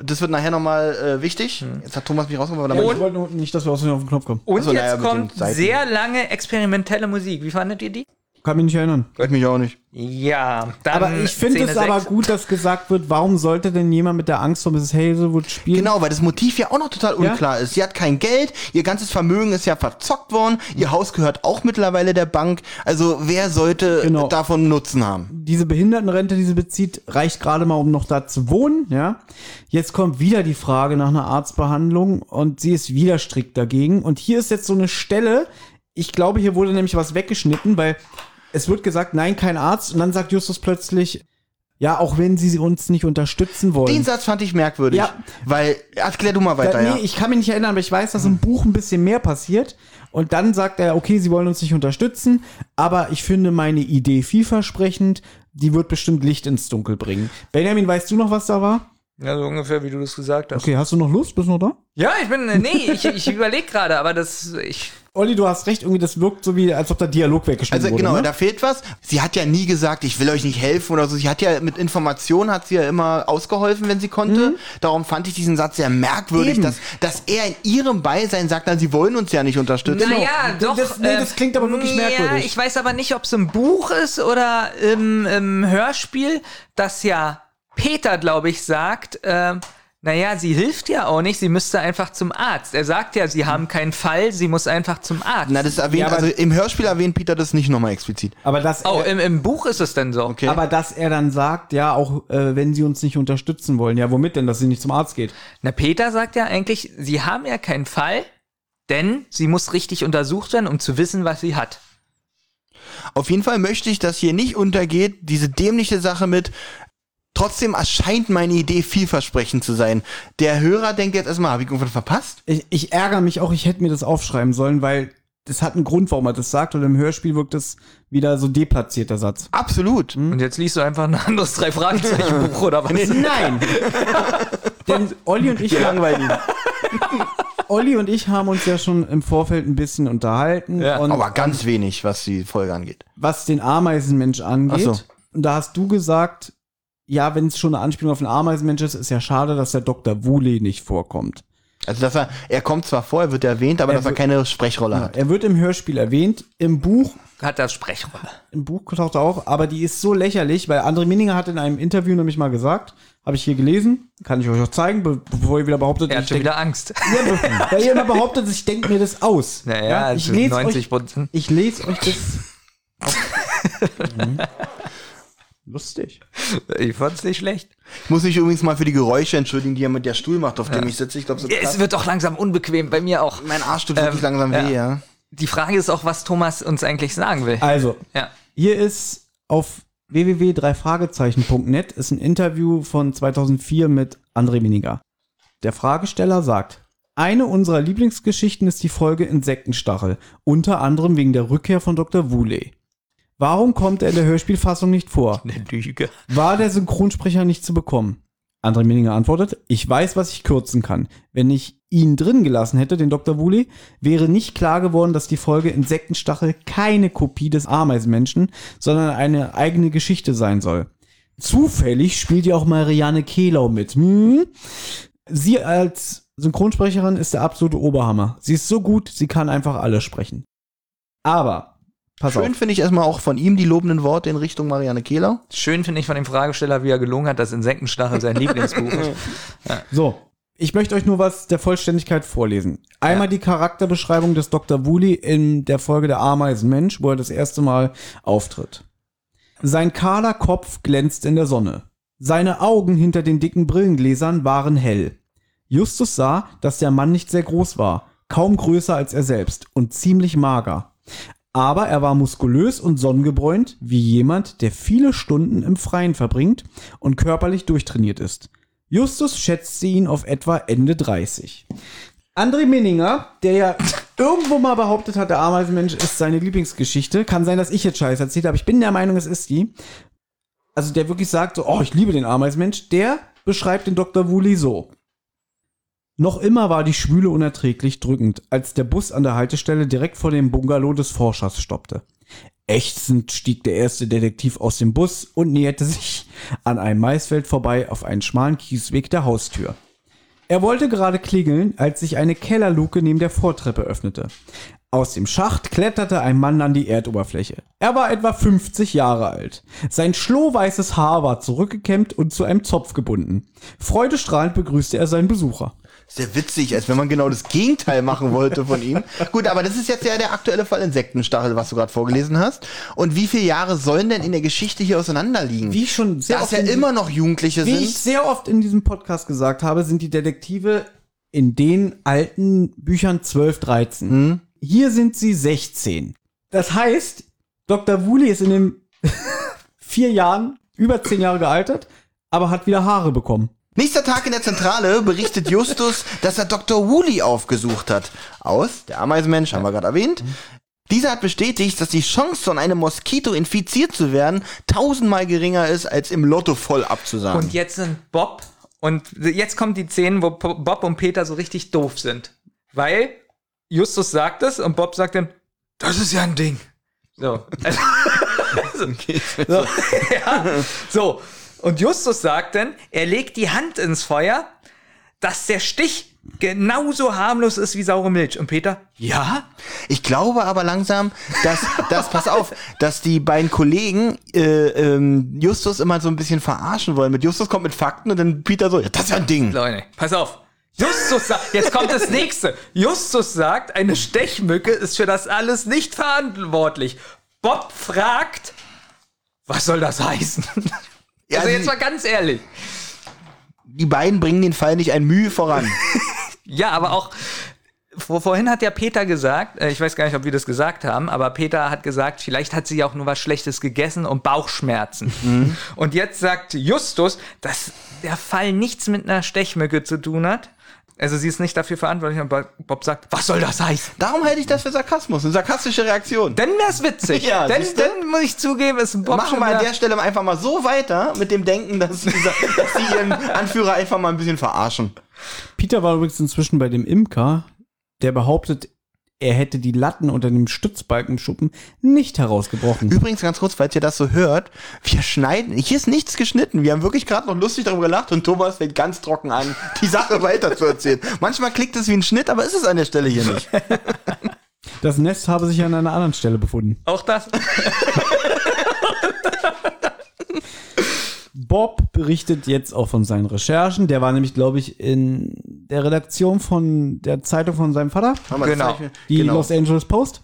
[SPEAKER 4] das wird nachher nochmal äh, wichtig. Jetzt hat Thomas mich rausgenommen, weil er
[SPEAKER 2] Hm. Und-
[SPEAKER 3] Ich wollte nur nicht, dass wir aus auf den Knopf kommen.
[SPEAKER 2] Und
[SPEAKER 4] Achso, naja,
[SPEAKER 2] jetzt
[SPEAKER 4] mit
[SPEAKER 2] kommt
[SPEAKER 4] den Seiten.
[SPEAKER 2] sehr lange experimentelle Musik. Wie fandet ihr die?
[SPEAKER 3] Kann mich nicht erinnern.
[SPEAKER 4] ich mich auch nicht.
[SPEAKER 2] Ja, dann
[SPEAKER 3] Aber ich finde
[SPEAKER 2] Äh, Szene
[SPEAKER 3] es aber
[SPEAKER 2] sechs.
[SPEAKER 3] gut, dass gesagt wird, warum sollte denn jemand mit der Angst vor Mrs. Hazelwood spielen?
[SPEAKER 4] Genau, weil das Motiv ja auch noch total
[SPEAKER 3] Hm. Ja.
[SPEAKER 4] unklar ist. Sie hat kein Geld, ihr ganzes Vermögen ist ja verzockt worden,
[SPEAKER 3] Hm.
[SPEAKER 4] ihr Haus gehört auch mittlerweile der Bank. Also wer sollte
[SPEAKER 3] Genau.
[SPEAKER 4] davon Nutzen haben?
[SPEAKER 3] diese Behindertenrente, die sie bezieht, reicht gerade mal, um noch da zu wohnen, ja. Jetzt kommt wieder die Frage nach einer Arztbehandlung und sie ist wieder strikt dagegen. Und hier ist jetzt so eine Stelle, ich glaube, hier wurde nämlich was weggeschnitten, weil es wird gesagt, nein, kein Arzt. Und dann sagt Justus plötzlich, ja, auch wenn sie uns nicht unterstützen wollen.
[SPEAKER 4] Den Satz fand ich merkwürdig,
[SPEAKER 3] Ja.
[SPEAKER 4] weil, erklär du mal weiter,
[SPEAKER 3] Da-
[SPEAKER 4] ja.
[SPEAKER 3] nee, ich kann mich nicht erinnern, aber ich weiß, dass im Buch ein bisschen mehr passiert. Und dann sagt er, okay, sie wollen uns nicht unterstützen, aber ich finde meine Idee vielversprechend. Die wird bestimmt Licht ins Dunkel bringen. Benjamin, weißt du noch, was da war?
[SPEAKER 2] Ja, so ungefähr, wie du das gesagt hast.
[SPEAKER 3] Okay, hast du noch Lust? Bist du noch da?
[SPEAKER 2] Ja, ich bin. äh, Nee, ich, ich überlege gerade, aber das. Ich,
[SPEAKER 3] Olli, du hast recht, irgendwie das wirkt so wie, als ob der Dialog weggeschnitten
[SPEAKER 4] Also
[SPEAKER 3] wurde.
[SPEAKER 4] genau,
[SPEAKER 3] ne?
[SPEAKER 4] da fehlt was. Sie hat ja nie gesagt, ich will euch nicht helfen oder so. Sie hat ja mit Informationen hat sie ja immer ausgeholfen, wenn sie konnte. Darum fand ich diesen Satz sehr merkwürdig,
[SPEAKER 3] Mhm. Eben.
[SPEAKER 4] dass, dass er in ihrem Beisein sagt, dann sie wollen uns ja nicht unterstützen.
[SPEAKER 2] Naja, doch.
[SPEAKER 3] Genau. Das- nee,
[SPEAKER 2] äh,
[SPEAKER 3] das klingt aber wirklich merkwürdig.
[SPEAKER 2] Ja, ich weiß aber nicht, ob es im Buch ist oder im, im Hörspiel, dass ja Peter, glaube ich, sagt, ähm, naja, sie hilft ja auch nicht, sie müsste einfach zum Arzt. Er sagt ja, sie haben keinen Fall, sie muss einfach zum Arzt.
[SPEAKER 4] Na, das erwähnt,
[SPEAKER 3] Ja, aber-
[SPEAKER 4] also im Hörspiel erwähnt Peter das nicht nochmal explizit.
[SPEAKER 3] aber das
[SPEAKER 2] oh, im, im Buch ist es denn so. Okay.
[SPEAKER 3] Aber dass er dann sagt, ja, auch äh, wenn sie uns nicht unterstützen wollen, ja, womit denn, dass sie nicht zum Arzt geht?
[SPEAKER 2] Na, Peter sagt ja eigentlich, sie haben ja keinen Fall, denn sie muss richtig untersucht werden, um zu wissen, was sie hat.
[SPEAKER 4] Auf jeden Fall möchte ich, dass hier nicht untergeht, diese dämliche Sache mit, trotzdem erscheint meine Idee vielversprechend zu sein. Der Hörer denkt jetzt erstmal, habe ich irgendwas verpasst?
[SPEAKER 3] Ich, ich ärgere mich auch, ich hätte mir das aufschreiben sollen, weil das hat einen Grund, warum er das sagt. Und im Hörspiel wirkt das wieder so deplatzierter Satz.
[SPEAKER 4] Absolut.
[SPEAKER 2] Und jetzt liest du einfach ein anderes drei Fragezeichen Buch oder was?
[SPEAKER 3] Nein! Denn Olli und ich langweilig. Olli und ich haben uns ja schon im Vorfeld ein bisschen unterhalten.
[SPEAKER 2] Ja.
[SPEAKER 3] und
[SPEAKER 4] Aber ganz wenig, was die Folge angeht.
[SPEAKER 3] was den Ameisenmensch angeht.
[SPEAKER 4] Ach so.
[SPEAKER 3] Und da hast du gesagt, ja, wenn es schon eine Anspielung auf den Ameisenmensch ist, ist ja schade, dass der Dr. Woolley nicht vorkommt.
[SPEAKER 4] Also dass er, er kommt zwar vor, er wird erwähnt, aber dass er
[SPEAKER 3] wird-
[SPEAKER 4] keine Sprechrolle hat.
[SPEAKER 3] Er wird im Hörspiel erwähnt, im Buch
[SPEAKER 2] Hat das Sprechrolle.
[SPEAKER 3] im Buch taucht er auf, aber die ist so lächerlich, weil André Mininger hat in einem Interview nämlich mal gesagt, habe ich hier gelesen, kann ich euch auch zeigen, be bevor ihr wieder behauptet,
[SPEAKER 2] Er
[SPEAKER 3] ich
[SPEAKER 2] hat schon
[SPEAKER 3] denk-
[SPEAKER 2] wieder Angst.
[SPEAKER 3] Ja, weil ihr immer behauptet, ich denke mir das aus.
[SPEAKER 2] Naja,
[SPEAKER 3] ich
[SPEAKER 2] also
[SPEAKER 3] lese
[SPEAKER 2] 90
[SPEAKER 3] euch,
[SPEAKER 2] Prozent.
[SPEAKER 3] ich lese euch das. auf- Mhm. Lustig.
[SPEAKER 2] Ich fand's nicht schlecht.
[SPEAKER 4] Ich muss mich übrigens mal für die Geräusche entschuldigen, die er mit der Stuhl macht, auf dem ich sitze. Ich glaube, so
[SPEAKER 2] Es wird auch langsam unbequem, bei mir auch.
[SPEAKER 4] mein Arsch tut wirklich langsam weh, ja.
[SPEAKER 2] Die Frage ist auch, was Thomas uns eigentlich sagen will.
[SPEAKER 3] Also,
[SPEAKER 2] Ja.
[SPEAKER 3] hier ist auf www.drei-fragezeichen.net ist ein Interview von 2004 mit André Mininger. Der Fragesteller sagt, eine unserer Lieblingsgeschichten ist die Folge Insektenstachel, unter anderem wegen der Rückkehr von Dr. Woolley. Warum kommt er in der Hörspielfassung nicht vor?
[SPEAKER 2] Eine Lüge.
[SPEAKER 3] War der Synchronsprecher nicht zu bekommen? André Mininger antwortet, ich weiß, was ich kürzen kann. Wenn ich ihn drin gelassen hätte, den Dr. Woolley, wäre nicht klar geworden, dass die Folge Insektenstachel keine Kopie des Ameisenmenschen, sondern eine eigene Geschichte sein soll. Zufällig spielt ja auch Marianne Kehlau mit. Hm? Sie als Synchronsprecherin ist der absolute Oberhammer. Sie ist so gut, sie kann einfach alle sprechen. Aber, pass
[SPEAKER 4] Schön
[SPEAKER 3] auf.
[SPEAKER 4] finde ich erstmal auch von ihm die lobenden Worte in Richtung Marianne Kehler.
[SPEAKER 2] Schön finde ich von dem Fragesteller, wie er gelungen hat, dass Insektenstachel sein Lieblingsbuch ist.
[SPEAKER 3] So, ich möchte euch nur was der Vollständigkeit vorlesen. Einmal die Charakterbeschreibung des Dr. Woolley in der Folge Der Ameisenmensch, wo er das erste Mal auftritt. Sein kahler Kopf glänzt in der Sonne. Seine Augen hinter den dicken Brillengläsern waren hell. Justus sah, dass der Mann nicht sehr groß war, kaum größer als er selbst und ziemlich mager. Aber er war muskulös und sonnengebräunt, wie jemand, der viele Stunden im Freien verbringt und körperlich durchtrainiert ist. Justus schätzte ihn auf etwa Ende 30. André Minninger, der ja irgendwo mal behauptet hat, der Ameisenmensch ist seine Lieblingsgeschichte. Kann sein, dass ich jetzt Scheiß erzählt habe. Ich bin der Meinung, es ist die. Also der wirklich sagt so, oh, ich liebe den Ameisenmensch. Der beschreibt den Dr. Woolley so. Noch immer war die Schwüle unerträglich drückend, als der Bus an der Haltestelle direkt vor dem Bungalow des Forschers stoppte. Ächzend stieg der erste Detektiv aus dem Bus und näherte sich an einem Maisfeld vorbei auf einen schmalen Kiesweg der Haustür. Er wollte gerade klingeln, als sich eine Kellerluke neben der Vortreppe öffnete. Aus dem Schacht kletterte ein Mann an die Erdoberfläche. Er war etwa 50 Jahre alt. Sein schlohweißes Haar war zurückgekämmt und zu einem Zopf gebunden. Freudestrahlend begrüßte er seinen Besucher.
[SPEAKER 4] Sehr witzig, als wenn man genau das Gegenteil machen wollte von ihm. Gut, aber das ist jetzt ja der aktuelle Fall Insektenstachel, was du gerade vorgelesen hast. Und wie viele Jahre sollen denn in der Geschichte hier auseinanderliegen?
[SPEAKER 3] Wie ich schon sehr
[SPEAKER 4] Dass
[SPEAKER 3] oft
[SPEAKER 4] ja
[SPEAKER 3] in-
[SPEAKER 4] immer noch Jugendliche
[SPEAKER 3] Wie
[SPEAKER 4] sind.
[SPEAKER 3] ich sehr oft in diesem Podcast gesagt habe, sind die Detektive in den alten Büchern 12, 13. Hier sind sie 16. Das heißt, Dr. Woolley ist in den vier Jahren über zehn Jahre gealtert, aber hat wieder Haare bekommen.
[SPEAKER 4] Nächster Tag in der Zentrale berichtet Justus, dass er Dr. Woolley aufgesucht hat. Aus, der Ameisenmensch, haben wir gerade erwähnt. Dieser hat bestätigt, dass die Chance, von einem Moskito infiziert zu werden, tausendmal geringer ist, als im Lotto voll abzusagen.
[SPEAKER 2] Und jetzt sind Bob und jetzt kommen die Szenen, wo Po- Bob und Peter so richtig doof sind. Weil Justus sagt es und Bob sagt dann, das ist ja ein Ding. So. Also, so, ja, so. Und Justus sagt dann, er legt die Hand ins Feuer, dass der Stich genauso harmlos ist wie saure Milch. Und Peter, ja?
[SPEAKER 4] Ich glaube aber langsam, dass, dass pass auf, dass die beiden Kollegen äh, ähm, Justus immer so ein bisschen verarschen wollen. Mit Justus kommt mit Fakten und dann Peter so, ja, das ist ja ein Ding.
[SPEAKER 2] Leute, pass auf. Justus sagt, jetzt kommt das nächste. Justus sagt, eine Stechmücke ist für das alles nicht verantwortlich. Bob fragt, was soll das heißen?
[SPEAKER 4] Ja,
[SPEAKER 2] also jetzt
[SPEAKER 4] die,
[SPEAKER 2] mal ganz ehrlich.
[SPEAKER 4] die beiden bringen den Fall nicht ein Mühe voran.
[SPEAKER 2] Ja, aber auch vor, vorhin hat ja Peter gesagt, äh, ich weiß gar nicht, ob wir das gesagt haben, aber Peter hat gesagt, vielleicht hat sie auch nur was Schlechtes gegessen und Bauchschmerzen.
[SPEAKER 4] Mhm.
[SPEAKER 2] Und jetzt sagt Justus, dass der Fall nichts mit einer Stechmücke zu tun hat. Also sie ist nicht dafür verantwortlich und Bob Bob sagt, was soll das heißen?
[SPEAKER 4] Darum halte ich das für Sarkasmus, eine sarkastische Reaktion.
[SPEAKER 2] Dann wär's witzig.
[SPEAKER 4] Ja,
[SPEAKER 2] dann,
[SPEAKER 4] siehste?
[SPEAKER 2] dann muss ich zugeben, ist ein Bob
[SPEAKER 4] Machen
[SPEAKER 2] schon
[SPEAKER 4] wir an
[SPEAKER 2] wieder-
[SPEAKER 4] der Stelle einfach mal so weiter mit dem Denken, dass, dieser, dass sie ihren Anführer einfach mal ein bisschen verarschen.
[SPEAKER 3] Peter war übrigens inzwischen bei dem Imker, der behauptet, er hätte die Latten unter dem Stützbalken im Schuppen nicht herausgebrochen.
[SPEAKER 4] Übrigens ganz kurz, falls ihr das so hört, wir schneiden, hier ist nichts geschnitten. Wir haben wirklich gerade noch lustig darüber gelacht und Thomas fängt ganz trocken an, die Sache weiter zu erzählen. Manchmal klingt es wie ein Schnitt, aber ist es an der Stelle hier nicht.
[SPEAKER 2] Genau.
[SPEAKER 3] Das Nest habe sich an einer anderen Stelle befunden.
[SPEAKER 2] Auch das?
[SPEAKER 3] Bob berichtet jetzt auch von seinen Recherchen. Der war nämlich, glaube ich, in der Redaktion von der Zeitung von seinem Vater,
[SPEAKER 4] Haben wir das
[SPEAKER 2] Genau.
[SPEAKER 4] Zeichen?
[SPEAKER 3] die
[SPEAKER 4] genau.
[SPEAKER 3] Los Angeles Post.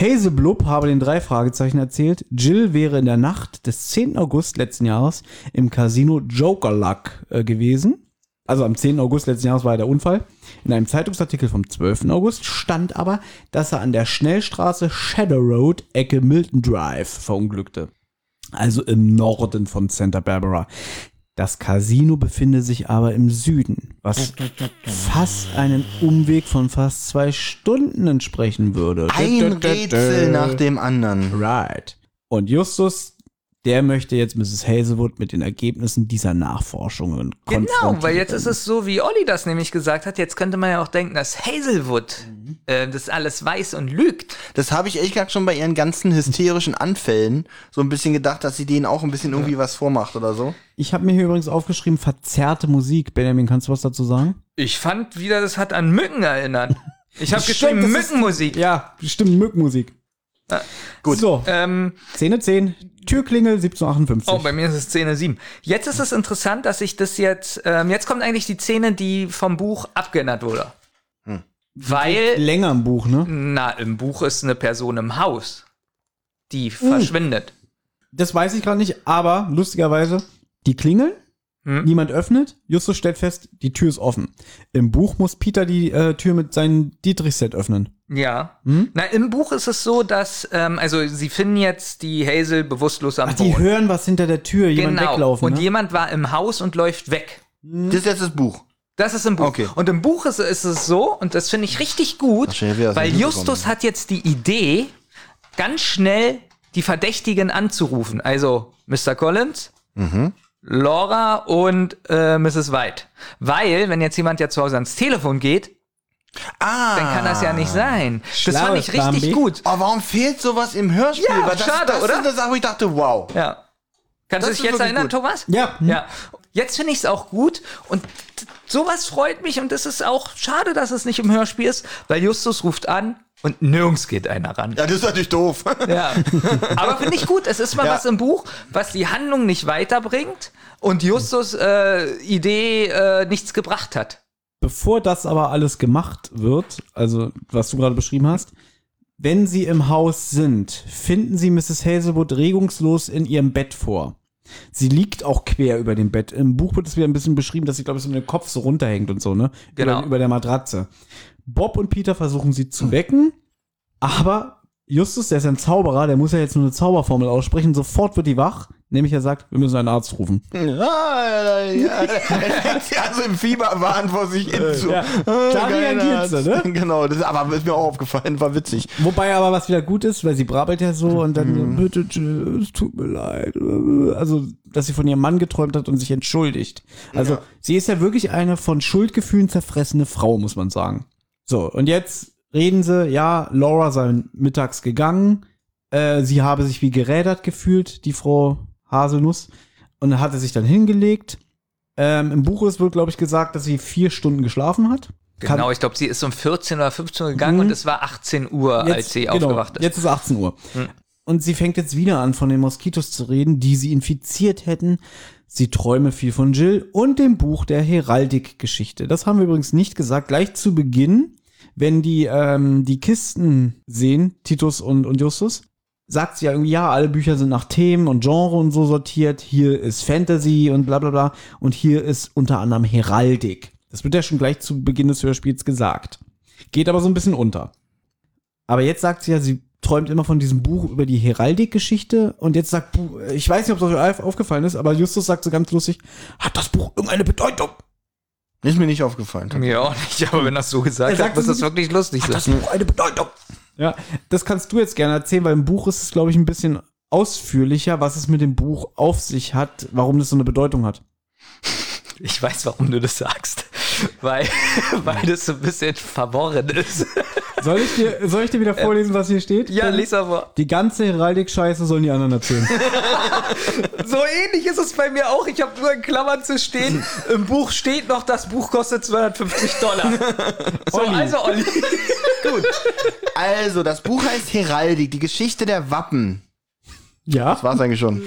[SPEAKER 3] Hazelblub habe den drei Fragezeichen erzählt, Jill wäre in der Nacht des 10. August letzten Jahres im Casino Joker Luck äh, gewesen. Also am 10. August letzten Jahres war ja der Unfall. In einem Zeitungsartikel vom 12. August stand aber, dass er an der Schnellstraße Shadow Road, Ecke Milton Drive, verunglückte. Also im Norden von Santa Barbara. Das Casino befinde sich aber im Süden, was fast einen Umweg von fast zwei Stunden entsprechen würde.
[SPEAKER 4] Ein Rätsel nach dem anderen.
[SPEAKER 3] Right. Und Justus, der möchte jetzt Mrs. Hazelwood mit den Ergebnissen dieser Nachforschungen konfrontieren.
[SPEAKER 2] Genau, weil jetzt ist es so, wie Olli das nämlich gesagt hat. Jetzt könnte man ja auch denken, dass Hazelwood
[SPEAKER 4] Mhm.
[SPEAKER 2] äh, das alles weiß und lügt.
[SPEAKER 4] Das habe ich ehrlich gesagt schon bei ihren ganzen hysterischen Anfällen so ein bisschen gedacht, dass sie denen auch ein bisschen irgendwie was vormacht oder so.
[SPEAKER 3] Ich habe mir hier übrigens aufgeschrieben, verzerrte Musik. Benjamin, kannst du was dazu sagen?
[SPEAKER 2] Ich fand wieder, das hat an Mücken erinnert. Ich habe geschrieben,
[SPEAKER 3] das ist-
[SPEAKER 2] Mückenmusik. Ah,
[SPEAKER 3] Ja, bestimmt Mückenmusik.
[SPEAKER 4] gut.
[SPEAKER 3] So,
[SPEAKER 2] Ähm,
[SPEAKER 3] Szene 10, Türklingel 1758.
[SPEAKER 2] Oh, bei mir ist es Szene 7. Jetzt ist es interessant, dass ich das jetzt. Ähm, jetzt kommt eigentlich die Szene, die vom Buch abgeändert wurde.
[SPEAKER 3] Hm.
[SPEAKER 2] Weil.
[SPEAKER 3] Länger im
[SPEAKER 2] Mhm.
[SPEAKER 3] Buch, ne? Hm.
[SPEAKER 2] Na, im Buch ist eine Person im Haus, die verschwindet.
[SPEAKER 3] Das weiß ich gerade nicht, aber lustigerweise, die klingeln,
[SPEAKER 2] Mhm.
[SPEAKER 3] niemand öffnet, Justus stellt fest, die Tür ist offen. Im Buch muss Peter die äh, Tür mit seinem Dietrich-Set öffnen.
[SPEAKER 2] Ja.
[SPEAKER 3] Hm?
[SPEAKER 2] Na, im Buch ist es so, dass, ähm, also sie finden jetzt die Hazel bewusstlos am
[SPEAKER 3] Ach, die
[SPEAKER 2] Boden.
[SPEAKER 3] hören was hinter der Tür, jemand
[SPEAKER 2] Genau.
[SPEAKER 3] weglaufen.
[SPEAKER 2] Und
[SPEAKER 3] ne?
[SPEAKER 2] jemand war im Haus und läuft weg.
[SPEAKER 4] Das ist jetzt das Buch.
[SPEAKER 2] Das ist im Buch.
[SPEAKER 4] Okay.
[SPEAKER 2] Und im Buch ist, ist es so, und das finde ich richtig gut,
[SPEAKER 4] Ach, schon wieder aus dem
[SPEAKER 2] weil
[SPEAKER 4] Hut
[SPEAKER 2] Justus
[SPEAKER 4] bekommen.
[SPEAKER 2] hat jetzt die Idee, ganz schnell die Verdächtigen anzurufen. Also Mr. Collins,
[SPEAKER 4] Mhm.
[SPEAKER 2] Laura und äh, Mrs. White. Weil, wenn jetzt jemand ja zu Hause ans Telefon geht,
[SPEAKER 4] Ah.
[SPEAKER 2] dann kann das ja nicht sein. Das fand ich richtig
[SPEAKER 3] Schlaues Bambi.
[SPEAKER 2] gut.
[SPEAKER 4] Oh, warum fehlt sowas im Hörspiel?
[SPEAKER 2] Ja,
[SPEAKER 4] Weil das,
[SPEAKER 2] schade,
[SPEAKER 4] das
[SPEAKER 2] oder?
[SPEAKER 4] Das ist eine Sache, wo ich dachte, wow.
[SPEAKER 2] Ja. Kannst du dich
[SPEAKER 4] Oh. Das ist
[SPEAKER 2] jetzt
[SPEAKER 4] wirklich
[SPEAKER 2] erinnern,
[SPEAKER 4] gut.
[SPEAKER 2] Thomas?
[SPEAKER 3] Ja.
[SPEAKER 2] Ja. Jetzt finde ich es auch gut und t- sowas freut mich und es ist auch schade, dass es nicht im Hörspiel ist, weil Justus ruft an und nirgends geht einer ran.
[SPEAKER 4] Ja, das ist natürlich doof.
[SPEAKER 2] Ja. Aber finde ich gut, es ist mal
[SPEAKER 4] Ja.
[SPEAKER 2] was im Buch, was die Handlung nicht weiterbringt und Justus äh, Idee äh, nichts gebracht hat.
[SPEAKER 3] Bevor das aber alles gemacht wird, also was du gerade beschrieben hast, wenn sie im Haus sind, finden sie Mrs. Hazelwood regungslos in ihrem Bett vor. Sie liegt auch quer über dem Bett. Im Buch wird es wieder ein bisschen beschrieben, dass sie, glaube ich, so mit dem Kopf so runterhängt und so, ne?
[SPEAKER 2] Genau.
[SPEAKER 3] Über, über der Matratze. Bob und Peter versuchen sie zu wecken, aber Justus, der ist ein Zauberer, der muss ja jetzt nur eine Zauberformel aussprechen. Sofort wird die wach, nämlich er sagt, wir müssen einen Arzt rufen.
[SPEAKER 4] ah, ja, ja. Er hängt sie also im Fieber waren vor sich hin zu.
[SPEAKER 3] ja.
[SPEAKER 4] Ah,
[SPEAKER 3] Da
[SPEAKER 4] geiler
[SPEAKER 3] reagiert sie,
[SPEAKER 4] Arzt.
[SPEAKER 3] ne?
[SPEAKER 4] Genau, das, aber ist mir auch aufgefallen, war witzig.
[SPEAKER 3] Wobei aber was wieder gut ist, weil sie brabbelt ja so und dann so, bitte, Jill, es tut mir leid. Also, dass sie von ihrem Mann geträumt hat und sich entschuldigt. Also, sie ist ja wirklich eine von Schuldgefühlen zerfressene Frau, muss man sagen. So, und jetzt reden sie, ja, Laura sei mittags gegangen. Äh, sie habe sich wie gerädert gefühlt, die Frau Haselnuss, und hatte sich dann hingelegt. Ähm, Im Buch ist wohl, glaube ich, gesagt, dass sie vier Stunden geschlafen hat. Kann-
[SPEAKER 2] Genau, ich glaube, sie ist um 14 oder 15 Uhr gegangen und es war 18 Uhr, als sie aufgewacht ist. Hm.
[SPEAKER 3] Mhm. genau. Jetzt ist 18 Uhr. Und sie fängt jetzt wieder an, von den Moskitos zu reden, die sie infiziert hätten. Sie träume viel von Jill und dem Buch der Heraldik-Geschichte. Das haben wir übrigens nicht gesagt. Gleich zu Beginn, wenn die ähm, die Kisten sehen, Titus und, und Justus, sagt sie ja irgendwie, ja, alle Bücher sind nach Themen und Genre und so sortiert. Hier ist Fantasy und bla bla bla. Und hier ist unter anderem Heraldik. Das wird ja schon gleich zu Beginn des Hörspiels gesagt. Geht aber so ein bisschen unter. Aber jetzt sagt sie ja, sie träumt immer von diesem Buch über die Heraldik-Geschichte. Und jetzt sagt, Bu- ich weiß nicht, ob das euch aufgefallen ist, aber Justus sagt so ganz lustig, hat das Buch irgendeine Bedeutung?
[SPEAKER 4] Ist mir nicht aufgefallen.
[SPEAKER 2] Mir auch nicht, aber wenn das so gesagt
[SPEAKER 3] Er
[SPEAKER 2] hat,
[SPEAKER 3] sagt
[SPEAKER 2] muss
[SPEAKER 3] es
[SPEAKER 2] das wirklich lustig sein.
[SPEAKER 3] Das Buch eine Bedeutung. Ja, das kannst du jetzt gerne erzählen, weil im Buch ist es, glaube ich, ein bisschen ausführlicher, was es mit dem Buch auf sich hat, warum das so eine Bedeutung hat.
[SPEAKER 2] Ich weiß, warum du das sagst. Weil, weil das so ein bisschen verworren ist.
[SPEAKER 3] Soll ich dir, soll ich dir wieder vorlesen, was hier steht?
[SPEAKER 2] Ja,
[SPEAKER 3] Dann-
[SPEAKER 2] lies aber.
[SPEAKER 3] Die ganze Heraldik-Scheiße sollen die anderen erzählen.
[SPEAKER 2] So ähnlich ist es bei mir auch. Ich habe nur in Klammern zu stehen. Im Buch steht noch, das Buch kostet 250 Dollar. So, also Olli.
[SPEAKER 4] Also, das Buch heißt Heraldik, die Geschichte der Wappen.
[SPEAKER 3] ja?
[SPEAKER 4] Das war's eigentlich schon.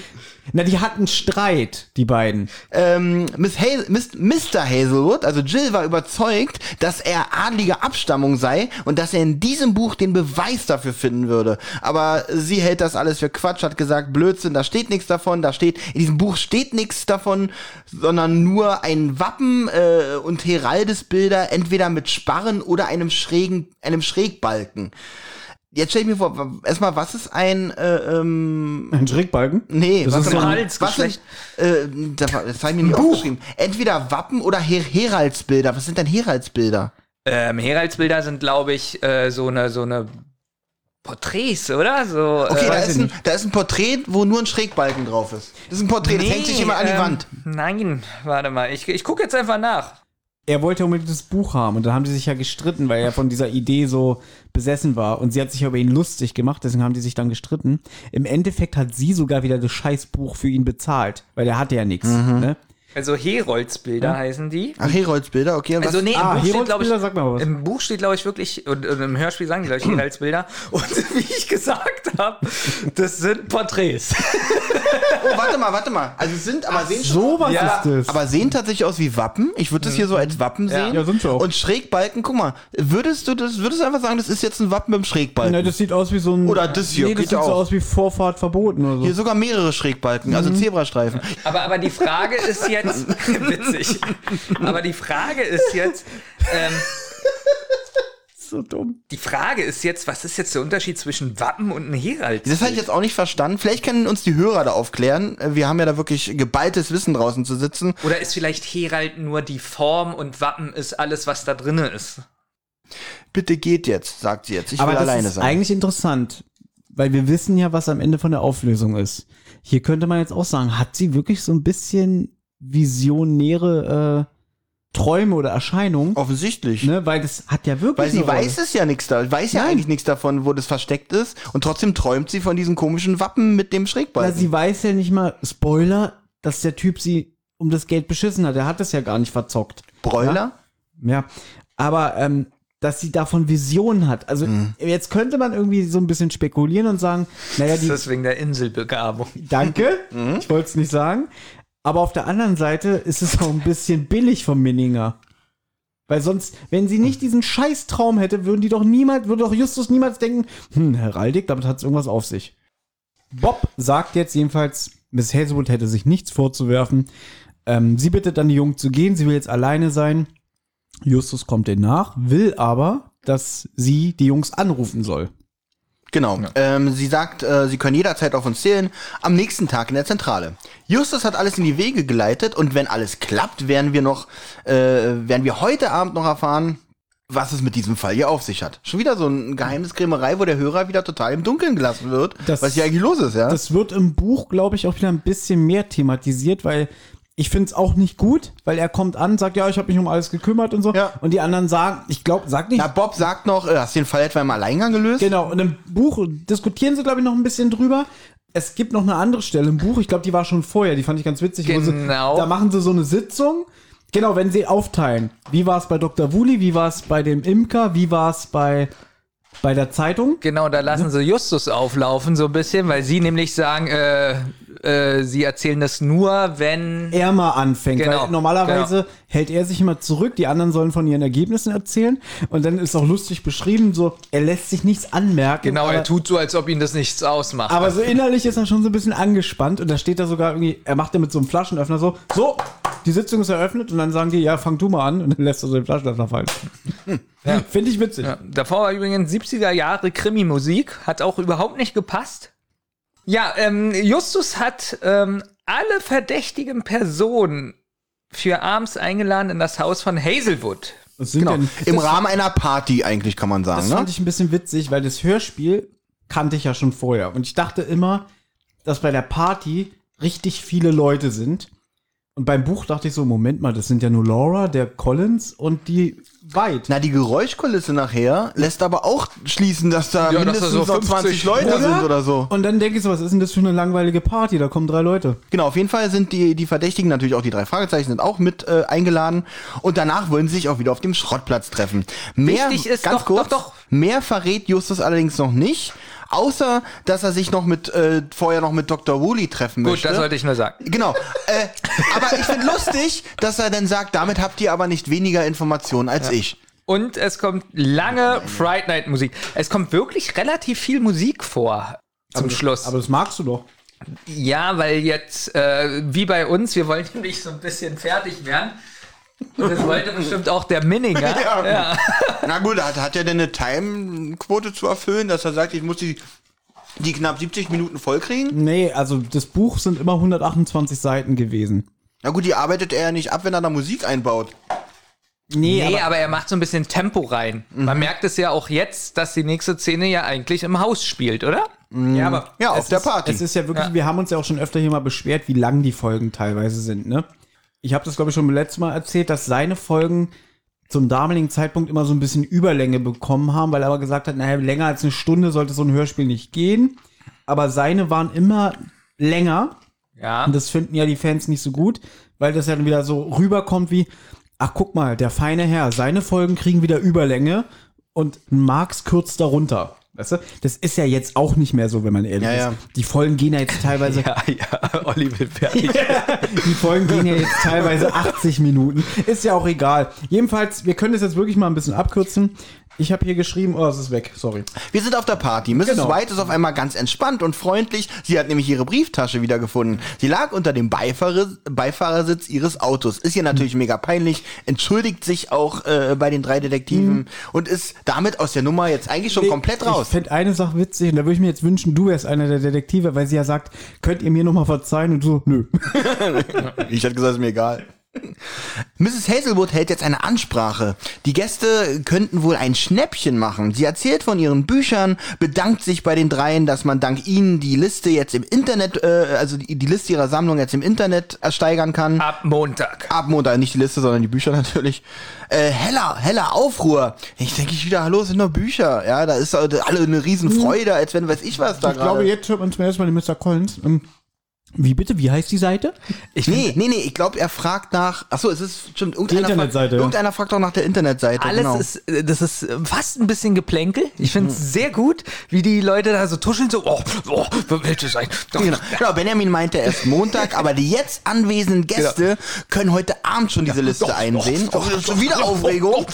[SPEAKER 3] Na, die hatten Streit, die beiden.
[SPEAKER 4] ähm, Miss Hazel, Miss, Mr. Hazelwood, also Jill, war überzeugt, dass er adliger Abstammung sei und dass er in diesem Buch den Beweis dafür finden würde. Aber sie hält das alles für Quatsch, hat gesagt, Blödsinn, da steht nichts davon, da steht, in diesem Buch steht nichts davon, sondern nur ein Wappen äh, und Heraldesbilder, entweder mit Sparren oder einem schrägen, einem Schrägbalken. Jetzt stell ich mir vor, w- erstmal, was ist ein äh, ähm,
[SPEAKER 3] Ein Schrägbalken?
[SPEAKER 4] Nee,
[SPEAKER 3] Das
[SPEAKER 4] was
[SPEAKER 3] ist
[SPEAKER 4] denn-
[SPEAKER 3] so ein
[SPEAKER 4] was denn,
[SPEAKER 2] Halsgeschlecht.
[SPEAKER 4] äh, das, war- das habe ich mir nicht aufgeschrieben. Entweder Wappen oder Her Heraldsbilder. Was sind denn Heraldsbilder?
[SPEAKER 2] Ähm, Heraldsbilder sind, glaube ich, äh, so eine, so eine Porträts, oder? So,
[SPEAKER 4] Okay,
[SPEAKER 2] äh,
[SPEAKER 4] da,
[SPEAKER 3] weiß
[SPEAKER 4] ist
[SPEAKER 3] ich
[SPEAKER 4] ein,
[SPEAKER 3] nicht.
[SPEAKER 4] da ist ein Porträt, wo nur ein Schrägbalken drauf ist. Das ist ein Porträt, das hängt sich immer an die
[SPEAKER 2] ähm,
[SPEAKER 4] Wand.
[SPEAKER 2] Nein, warte mal. Ich, ich gucke jetzt einfach nach.
[SPEAKER 3] er wollte unbedingt das Buch haben und dann haben die sich ja gestritten, weil er von dieser Idee so besessen war und sie hat sich über ihn lustig gemacht, deswegen haben die sich dann
[SPEAKER 4] Mhm.
[SPEAKER 3] gestritten. Im Endeffekt hat sie sogar wieder das Scheißbuch für ihn bezahlt, weil er hatte ja nichts. Ne?
[SPEAKER 2] Also Heroldsbilder heißen die.
[SPEAKER 4] Ach, Herolds Bilder, okay. Und
[SPEAKER 2] Also
[SPEAKER 4] was?
[SPEAKER 2] nee, im
[SPEAKER 3] Ah,
[SPEAKER 2] Buch steht, glaube ich,
[SPEAKER 3] Heroldsbilder, sag mal was.
[SPEAKER 2] im Buch steht, glaube ich, wirklich, und, und im Hörspiel sagen die, glaube ich, Heroldsbilder. Und wie ich gesagt habe, das sind Porträts.
[SPEAKER 4] Oh, warte mal, warte mal. Also es sind, aber sehen schon,
[SPEAKER 3] So was
[SPEAKER 2] Ja,
[SPEAKER 3] ist das.
[SPEAKER 4] aber sehen tatsächlich aus wie Wappen. Ich würde das hier so als Wappen sehen.
[SPEAKER 3] Ja, sind sie auch.
[SPEAKER 4] Und Schrägbalken, guck mal, würdest du das, würdest du einfach sagen, das ist jetzt ein Wappen mit einem Schrägbalken?
[SPEAKER 3] Ne, das sieht aus wie so ein.
[SPEAKER 4] Oder das hier,
[SPEAKER 3] Nee, das
[SPEAKER 4] geht
[SPEAKER 3] sieht so
[SPEAKER 4] auch.
[SPEAKER 3] aus wie Vorfahrt verboten oder so.
[SPEAKER 4] hier sogar mehrere Schrägbalken,
[SPEAKER 3] Mhm.
[SPEAKER 4] also Zebrastreifen.
[SPEAKER 2] Aber, aber die Frage ist jetzt, witzig, aber die Frage ist jetzt, ähm,
[SPEAKER 3] so dumm.
[SPEAKER 2] die Frage ist jetzt, was ist jetzt der Unterschied zwischen Wappen und einem Herald?
[SPEAKER 4] Das halt habe ich jetzt auch nicht verstanden. Vielleicht können uns die Hörer da aufklären. Äh, Wir haben ja da wirklich geballtes Wissen draußen zu sitzen.
[SPEAKER 2] Oder ist vielleicht Herald nur die Form und Wappen ist alles, was da drinne ist?
[SPEAKER 4] Bitte geht jetzt, sagt sie jetzt. Ich
[SPEAKER 3] Aber
[SPEAKER 4] will
[SPEAKER 3] das
[SPEAKER 4] alleine
[SPEAKER 3] ist
[SPEAKER 4] sein.
[SPEAKER 3] eigentlich interessant, weil wir wissen ja, was am Ende von der Auflösung ist. Hier könnte man jetzt auch sagen, hat sie wirklich so ein bisschen visionäre äh, Träume oder Erscheinungen?
[SPEAKER 4] Offensichtlich.
[SPEAKER 3] Ne? Weil das hat ja wirklich.
[SPEAKER 4] Weil sie
[SPEAKER 3] eine Rolle.
[SPEAKER 4] weiß es ja nichts da, weiß ja eigentlich nichts davon, wo das versteckt ist. Und trotzdem träumt sie von diesem komischen Wappen mit dem
[SPEAKER 3] Na,
[SPEAKER 4] Schrägbalken.
[SPEAKER 3] sie weiß ja nicht mal, Spoiler, dass der Typ sie um das Geld beschissen hat. Er hat es ja gar nicht verzockt.
[SPEAKER 4] Bräuler?
[SPEAKER 3] Ja? Ja, aber ähm, dass sie davon Visionen hat. Also
[SPEAKER 4] Mhm.
[SPEAKER 3] jetzt könnte man irgendwie so ein bisschen spekulieren und sagen, naja,
[SPEAKER 2] Das
[SPEAKER 3] die,
[SPEAKER 2] ist wegen der Inselbegabung.
[SPEAKER 3] danke, ich wollte es nicht sagen. Aber auf der anderen Seite ist es auch ein bisschen billig vom Minninger. Weil sonst, wenn sie nicht diesen Scheißtraum hätte, würden die doch niemals, würde doch Justus niemals denken, hm, Heraldik, damit hat es irgendwas auf sich. Bob sagt jetzt jedenfalls, Miss Hazelwood hätte sich nichts vorzuwerfen. Ähm, sie bittet dann die Jungen zu gehen, sie will jetzt alleine sein. Justus kommt ihr nach, will aber, dass sie die Jungs anrufen soll.
[SPEAKER 4] Genau. Ähm, sie sagt, äh, sie können jederzeit auf uns zählen. Am nächsten Tag in der Zentrale. Justus hat alles in die Wege geleitet und wenn alles klappt, werden wir noch, äh, werden wir heute Abend noch erfahren, was es mit diesem Fall hier auf sich hat. Schon wieder so ein Geheimniskrämerei, wo der Hörer wieder total im Dunkeln gelassen wird,
[SPEAKER 3] Das-
[SPEAKER 4] was hier eigentlich los ist, ja?
[SPEAKER 3] Das wird im Buch, glaube ich, auch wieder ein bisschen mehr thematisiert, weil ich finde es auch nicht gut, weil er kommt an, sagt, ja, ich habe mich um alles gekümmert und so.
[SPEAKER 4] Ja.
[SPEAKER 3] Und die anderen sagen, ich glaube, sag nicht.
[SPEAKER 4] Na, Bob sagt noch, äh, hast du den Fall etwa im Alleingang gelöst?
[SPEAKER 3] genau, und im Buch diskutieren sie, glaube ich, noch ein bisschen drüber. Es gibt noch eine andere Stelle im Buch, ich glaube, die war schon vorher, die fand ich ganz witzig. wo
[SPEAKER 2] Genau.
[SPEAKER 3] Sie, da machen sie so eine Sitzung. Genau, wenn sie aufteilen. Wie war es bei Dr. Wuli, wie war es bei dem Imker, wie war es bei, bei der Zeitung?
[SPEAKER 2] Genau, da
[SPEAKER 3] Ne?
[SPEAKER 2] lassen sie Justus auflaufen so ein bisschen, weil sie nämlich sagen, äh, äh, sie erzählen das nur, wenn...
[SPEAKER 3] er mal anfängt.
[SPEAKER 2] Genau,
[SPEAKER 3] Weil normalerweise hält er sich immer zurück, die anderen sollen von ihren Ergebnissen erzählen. Und dann ist auch lustig beschrieben, so, er lässt sich nichts anmerken.
[SPEAKER 2] Genau,
[SPEAKER 3] aber,
[SPEAKER 2] er tut so, als ob ihn das nichts ausmacht.
[SPEAKER 3] Aber so innerlich ist er schon so ein bisschen angespannt. Und da steht da sogar irgendwie, er macht ja mit so einem Flaschenöffner so, so, die Sitzung ist eröffnet. Und dann sagen die, ja, fang du mal an. Und dann lässt er so den Flaschenöffner fallen. Finde ich witzig.
[SPEAKER 2] Ja, davor war übrigens 70er Jahre Krimi-Musik, hat auch überhaupt nicht gepasst. Ja, ähm, Justus hat ähm, alle verdächtigen Personen für abends eingeladen in das Haus von Hazelwood.
[SPEAKER 3] Was
[SPEAKER 2] Genau.
[SPEAKER 3] sind denn-
[SPEAKER 4] Im Rahmen einer Party eigentlich, kann man sagen,
[SPEAKER 3] Das
[SPEAKER 4] ne?
[SPEAKER 3] fand ich ein bisschen witzig, weil das Hörspiel kannte ich ja schon vorher. Und ich dachte immer, dass bei der Party richtig viele Leute sind. Und beim Buch dachte ich so, Moment mal, das sind ja nur Laura, der Collins und die White.
[SPEAKER 4] Na, die Geräuschkulisse nachher lässt aber auch schließen, dass
[SPEAKER 2] Ja, dass
[SPEAKER 4] da
[SPEAKER 2] da
[SPEAKER 4] mindestens
[SPEAKER 2] so
[SPEAKER 4] noch 20
[SPEAKER 2] 50
[SPEAKER 4] Leute
[SPEAKER 2] oder?
[SPEAKER 4] sind oder so.
[SPEAKER 3] Und dann denke ich so, was ist denn das für eine langweilige Party? Da kommen drei Leute.
[SPEAKER 4] Genau, auf jeden Fall sind die, die Verdächtigen, natürlich auch die drei Fragezeichen, sind auch mit äh, eingeladen. Und danach wollen sie sich auch wieder auf dem Schrottplatz treffen. Mehr,
[SPEAKER 2] Wichtig ist
[SPEAKER 4] ganz
[SPEAKER 2] doch-
[SPEAKER 4] kurz,
[SPEAKER 2] doch, doch.
[SPEAKER 4] mehr verrät Justus allerdings noch nicht. Außer, dass er sich noch mit, äh, vorher noch mit Dr. Woolley treffen
[SPEAKER 2] Gut,
[SPEAKER 4] möchte.
[SPEAKER 2] das sollte ich nur sagen.
[SPEAKER 4] Genau. Äh, aber ich finde lustig, dass er dann sagt, damit habt ihr aber nicht weniger Informationen als ich.
[SPEAKER 2] Und es kommt lange Fright Night Musik. Es kommt wirklich relativ viel Musik vor zum Schluss.
[SPEAKER 3] Aber das magst du doch.
[SPEAKER 2] ja, weil jetzt, äh, wie bei uns, wir wollen nämlich so ein bisschen fertig werden. Und Das wollte bestimmt auch der Minninger.
[SPEAKER 4] Na gut, hat, hat er denn eine Time-Quote zu erfüllen, dass er sagt, ich muss die, die knapp 70 Minuten vollkriegen?
[SPEAKER 3] Nee, also das Buch sind immer 128 Seiten gewesen.
[SPEAKER 4] Na gut, die arbeitet er ja nicht ab, wenn er da Musik einbaut.
[SPEAKER 2] Nee, aber, er macht so ein bisschen Tempo rein.
[SPEAKER 4] Mhm.
[SPEAKER 2] Man merkt es ja auch jetzt, dass die nächste Szene ja eigentlich im Haus spielt, oder? Ja, aber
[SPEAKER 4] Mhm. Ja, auf der Party.
[SPEAKER 3] Es ist ja wirklich,
[SPEAKER 2] Ja.
[SPEAKER 3] wir haben uns ja auch schon öfter hier mal beschwert, wie lang die Folgen teilweise sind, ne? Ich habe das, glaube ich, schon beim letzten Mal erzählt, dass seine Folgen zum damaligen Zeitpunkt immer so ein bisschen Überlänge bekommen haben, weil er aber gesagt hat, naja, länger als eine Stunde sollte so ein Hörspiel nicht gehen. Aber seine waren immer länger.
[SPEAKER 2] ja.
[SPEAKER 3] Und das finden ja die Fans nicht so gut, Weil das ja dann wieder so rüberkommt wie, ach guck mal, der feine Herr, seine Folgen kriegen wieder Überlänge und Marx kürzt darunter. Weißt du? Das ist ja jetzt auch nicht mehr so, wenn man ehrlich
[SPEAKER 4] Ja,
[SPEAKER 3] ist.
[SPEAKER 4] ja.
[SPEAKER 3] Die Folgen gehen ja jetzt teilweise
[SPEAKER 8] Ja, ja, Olli will fertig.
[SPEAKER 3] die Folgen gehen ja jetzt teilweise 80 Minuten. Ist ja auch egal. Jedenfalls, wir können das jetzt wirklich mal ein bisschen abkürzen. Ich habe hier geschrieben, oh, es ist weg, sorry.
[SPEAKER 4] Wir sind auf der Party. Mrs.
[SPEAKER 3] Genau.
[SPEAKER 4] White ist auf einmal ganz entspannt und freundlich. Sie hat nämlich ihre Brieftasche wiedergefunden. Sie lag unter dem Beifahrer, Beifahrersitz ihres Autos. Ist ihr natürlich mega peinlich, entschuldigt sich auch äh, bei den drei Detektiven und ist damit aus der Nummer jetzt eigentlich schon komplett raus.
[SPEAKER 3] Mhm. Ich fände eine Sache witzig und da würde ich mir jetzt wünschen, du wärst einer der Detektive, weil sie ja sagt, könnt ihr mir nochmal verzeihen und so, nö.
[SPEAKER 4] Ich hätte gesagt, ist mir egal. Mrs. Hazelwood hält jetzt eine Ansprache. Die Gäste könnten wohl ein Schnäppchen machen. Sie erzählt von ihren Büchern, bedankt sich bei den dreien, dass man dank ihnen die Liste jetzt im Internet, äh, also die, die Liste ihrer Sammlung jetzt im Internet ersteigern kann.
[SPEAKER 8] Ab Montag.
[SPEAKER 4] Ab Montag, nicht die Liste, sondern die Bücher natürlich. Äh, heller, heller Aufruhr. Ich denke ich wieder, hallo, es sind nur Bücher. Ja, da ist äh, alle eine Riesenfreude, als wenn weiß ich was da
[SPEAKER 3] Ich glaube,
[SPEAKER 4] gerade.
[SPEAKER 3] jetzt hört man zum ersten Mal den Mr. Collins. Ähm, Wie bitte, wie heißt die Seite?
[SPEAKER 4] Nee, nee, nee, ich glaube, er fragt nach. Achso, es ist stimmt, irgendeiner,
[SPEAKER 3] Internetseite,
[SPEAKER 4] fragt,
[SPEAKER 3] ja.
[SPEAKER 4] irgendeiner fragt auch nach der Internetseite.
[SPEAKER 2] Alles
[SPEAKER 4] genau. Mhm.
[SPEAKER 2] ist, äh, das ist äh, fast ein bisschen Geplänkel. Ich finde es sehr gut, wie die Leute da so tuscheln, so, oh, oh, wer will das sein? Doch,
[SPEAKER 4] Genau. genau, Benjamin meinte erst Montag, aber die jetzt anwesenden Gäste können heute Abend schon diese Liste einsehen. Oh, das ist schon wieder Aufregung.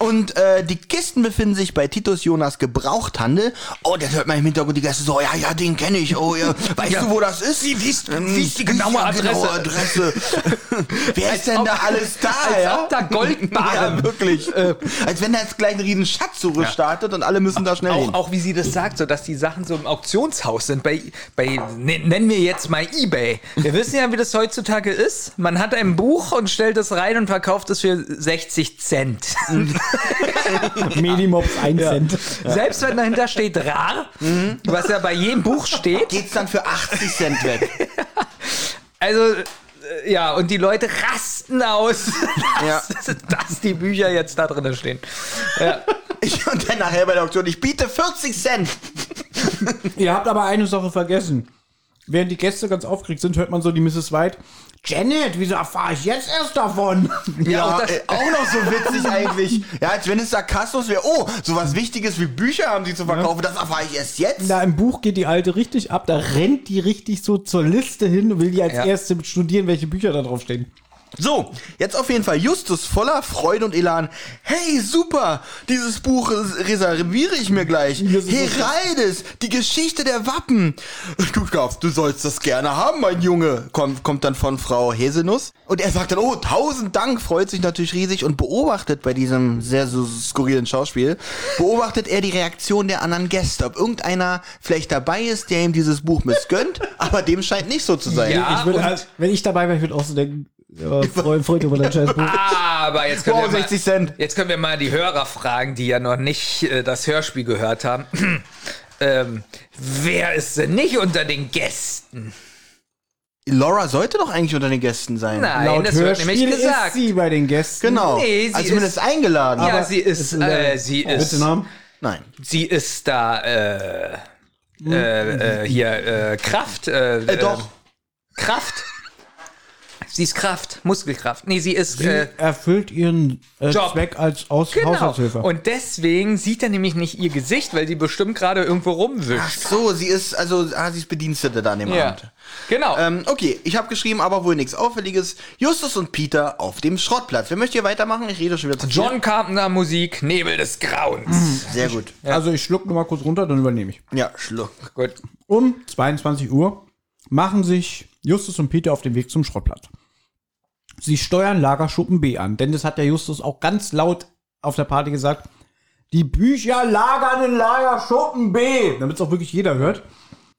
[SPEAKER 4] Und äh, die Kisten befinden sich bei Titus Jonas Gebrauchthandel. Oh, das hört man im Hintergrund die Gäste so, ja, ja, den kenne ich. Oh, ja. Weißt du, wo das ist?
[SPEAKER 8] Wie- wie ist-
[SPEAKER 4] Ähm,
[SPEAKER 8] wie ist die genaue
[SPEAKER 4] genaue Adresse? Wer ist denn
[SPEAKER 2] ob-
[SPEAKER 4] da alles da?
[SPEAKER 2] als
[SPEAKER 4] ja?
[SPEAKER 2] ob da Goldbarren-
[SPEAKER 4] Ja, wirklich. Äh, als wenn da jetzt gleich ein riesen Schatz zurückstartet und alle müssen da schnell hin.
[SPEAKER 2] Auch, auch wie sie das sagt, so dass die Sachen so im Auktionshaus sind. Bei, bei n- nennen wir jetzt mal eBay. Wir wissen ja, wie das heutzutage ist. Man hat ein Buch und stellt es rein und verkauft es für 60 Cent.
[SPEAKER 3] Medimops 1 Cent.
[SPEAKER 2] Selbst wenn dahinter steht rar, was ja bei jedem Buch steht.
[SPEAKER 4] Geht's dann für 80 Cent weg?
[SPEAKER 2] Also äh, ja, und die Leute rasten aus,
[SPEAKER 4] Ja.
[SPEAKER 2] dass, dass die Bücher jetzt da drin stehen. Ja.
[SPEAKER 4] Ich, und dann nachher bei der Auktion, ich biete 40 Cent.
[SPEAKER 3] Ihr habt aber eine Sache vergessen. Während die Gäste ganz aufgeregt sind, hört man so die Mrs. White. Janet, wieso erfahre ich jetzt erst davon?
[SPEAKER 4] Ja,
[SPEAKER 2] auch
[SPEAKER 4] auch,
[SPEAKER 2] Oh, das-
[SPEAKER 4] äh, auch noch so witzig eigentlich. Ja, als wenn es Sarkasmus wäre. Oh, sowas Wichtiges wie Bücher haben sie zu verkaufen, das erfahre ich erst jetzt.
[SPEAKER 3] Na, im Buch geht die Alte richtig ab, da rennt die richtig so zur Liste hin und will die als
[SPEAKER 2] Ja.
[SPEAKER 3] Erste studieren, welche Bücher da drauf stehen.
[SPEAKER 4] So, jetzt auf jeden Fall Justus voller Freude und Elan. Hey, super, dieses Buch res- reserviere ich mir gleich.
[SPEAKER 3] Das ist so-
[SPEAKER 4] Heraldes, die Geschichte der Wappen. Du glaubst, du sollst das gerne haben, mein Junge, kommt, kommt dann von Frau Hesenuss. Und er sagt dann, oh, tausend Dank, freut sich natürlich riesig und beobachtet bei diesem sehr so skurrilen Schauspiel, beobachtet er die Reaktion der anderen Gäste, ob irgendeiner vielleicht dabei ist, der ihm dieses Buch missgönnt, aber dem scheint nicht so zu sein.
[SPEAKER 2] Ja,
[SPEAKER 3] Ich würd,
[SPEAKER 2] Ah, und-
[SPEAKER 3] also, wenn ich dabei wäre, ich würde auch so denken, ja, Freund, Freund über dein scheiß Buch.
[SPEAKER 2] Ah, Aber jetzt können,
[SPEAKER 4] Wow,
[SPEAKER 2] wir mal,
[SPEAKER 4] 60 Cent.
[SPEAKER 2] jetzt können wir mal die Hörer fragen, die ja noch nicht äh, das Hörspiel gehört haben. ähm, wer ist denn nicht unter den Gästen?
[SPEAKER 4] Laura sollte doch eigentlich unter den Gästen sein.
[SPEAKER 2] Nein, das wird nämlich gesagt.
[SPEAKER 3] ist sie bei den Gästen.
[SPEAKER 4] Genau.
[SPEAKER 2] Nee, sie
[SPEAKER 4] also zumindest
[SPEAKER 2] ist-
[SPEAKER 4] eingeladen.
[SPEAKER 2] ja,
[SPEAKER 4] Aber-
[SPEAKER 2] sie ist, äh, sie
[SPEAKER 3] Willst du
[SPEAKER 2] ist,
[SPEAKER 3] den Namen?
[SPEAKER 4] Nein.
[SPEAKER 2] sie ist da, äh, äh, äh, hier, äh, Kraft, äh,
[SPEAKER 4] Äh, doch.
[SPEAKER 2] Kraft. Sie ist Kraft, Muskelkraft. Nee, sie ist,
[SPEAKER 3] Sie
[SPEAKER 2] äh,
[SPEAKER 3] erfüllt ihren äh,
[SPEAKER 2] Job.
[SPEAKER 3] Zweck als Aus
[SPEAKER 2] genau.
[SPEAKER 3] Haushaltshilfe.
[SPEAKER 2] Und deswegen sieht er nämlich nicht ihr Gesicht, weil die bestimmt gerade irgendwo
[SPEAKER 4] Ach
[SPEAKER 2] rumwischt.
[SPEAKER 4] Ähm. so, sie ist, also, ah, sie ist Bedienstete da an dem
[SPEAKER 2] Ja.
[SPEAKER 4] Abend.
[SPEAKER 2] Genau.
[SPEAKER 4] Ähm, okay, ich habe geschrieben, aber wohl nichts Auffälliges. Justus und Peter auf dem Schrottplatz. Wer möchte hier weitermachen? Ich rede schon wieder zu viel.
[SPEAKER 2] John Carpenter Musik, Nebel des Grauens.
[SPEAKER 4] Sehr gut.
[SPEAKER 3] Also ich schluck nur mal kurz runter, dann übernehme ich.
[SPEAKER 4] Ja, schluck.
[SPEAKER 2] Gut.
[SPEAKER 3] Um 22 Uhr machen sich Justus und Peter auf den Weg zum Schrottplatz. Sie steuern Lagerschuppen B an, denn das hat der Justus auch ganz laut auf der Party gesagt. Die Bücher lagern in Lagerschuppen B, damit es auch wirklich jeder hört.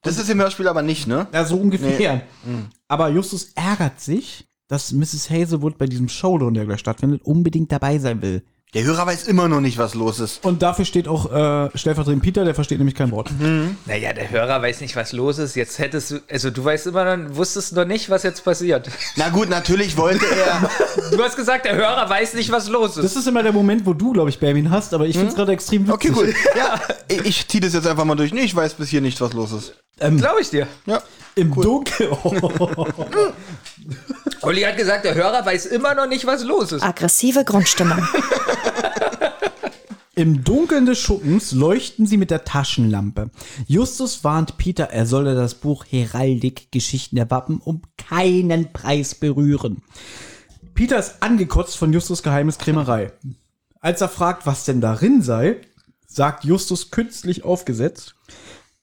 [SPEAKER 4] Das ist im Hörspiel aber nicht, ne?
[SPEAKER 3] Ja, so ungefähr.
[SPEAKER 2] Hm.
[SPEAKER 3] Aber Justus ärgert sich, dass Mrs. Hazelwood bei diesem Showdown, der gleich stattfindet, unbedingt dabei sein will.
[SPEAKER 4] Der Hörer weiß immer noch nicht, was los ist.
[SPEAKER 3] Und dafür steht auch äh, stellvertretend Peter, der versteht nämlich kein Wort.
[SPEAKER 2] Naja, der Hörer weiß nicht, was los ist. Jetzt hättest du, also du weißt immer noch, wusstest noch nicht, was jetzt passiert.
[SPEAKER 4] Na gut, natürlich wollte er.
[SPEAKER 2] Du hast gesagt, der Hörer weiß nicht, was los ist.
[SPEAKER 3] Das ist immer der Moment, wo du, glaube ich, Benjamin hast, aber ich finde es gerade extrem witzig.
[SPEAKER 4] Okay, gut. Ja, ich, ich ziehe das jetzt einfach mal durch. Nee, ich weiß bis hier nicht, was los ist.
[SPEAKER 2] Das glaube ich dir.
[SPEAKER 4] Ja.
[SPEAKER 3] Im Dunkeln. Oh.
[SPEAKER 7] Olli hat gesagt, der Hörer weiß immer noch nicht, was los ist.
[SPEAKER 1] Aggressive Grundstimmung.
[SPEAKER 3] Im Dunkeln des Schuppens leuchten sie mit der Taschenlampe. Justus warnt Peter, er solle das Buch Heraldik Geschichten der Wappen um keinen Preis berühren. Peter ist angekotzt von Justus geheimes Krämerei. Als er fragt, was denn darin sei, sagt Justus künstlich aufgesetzt,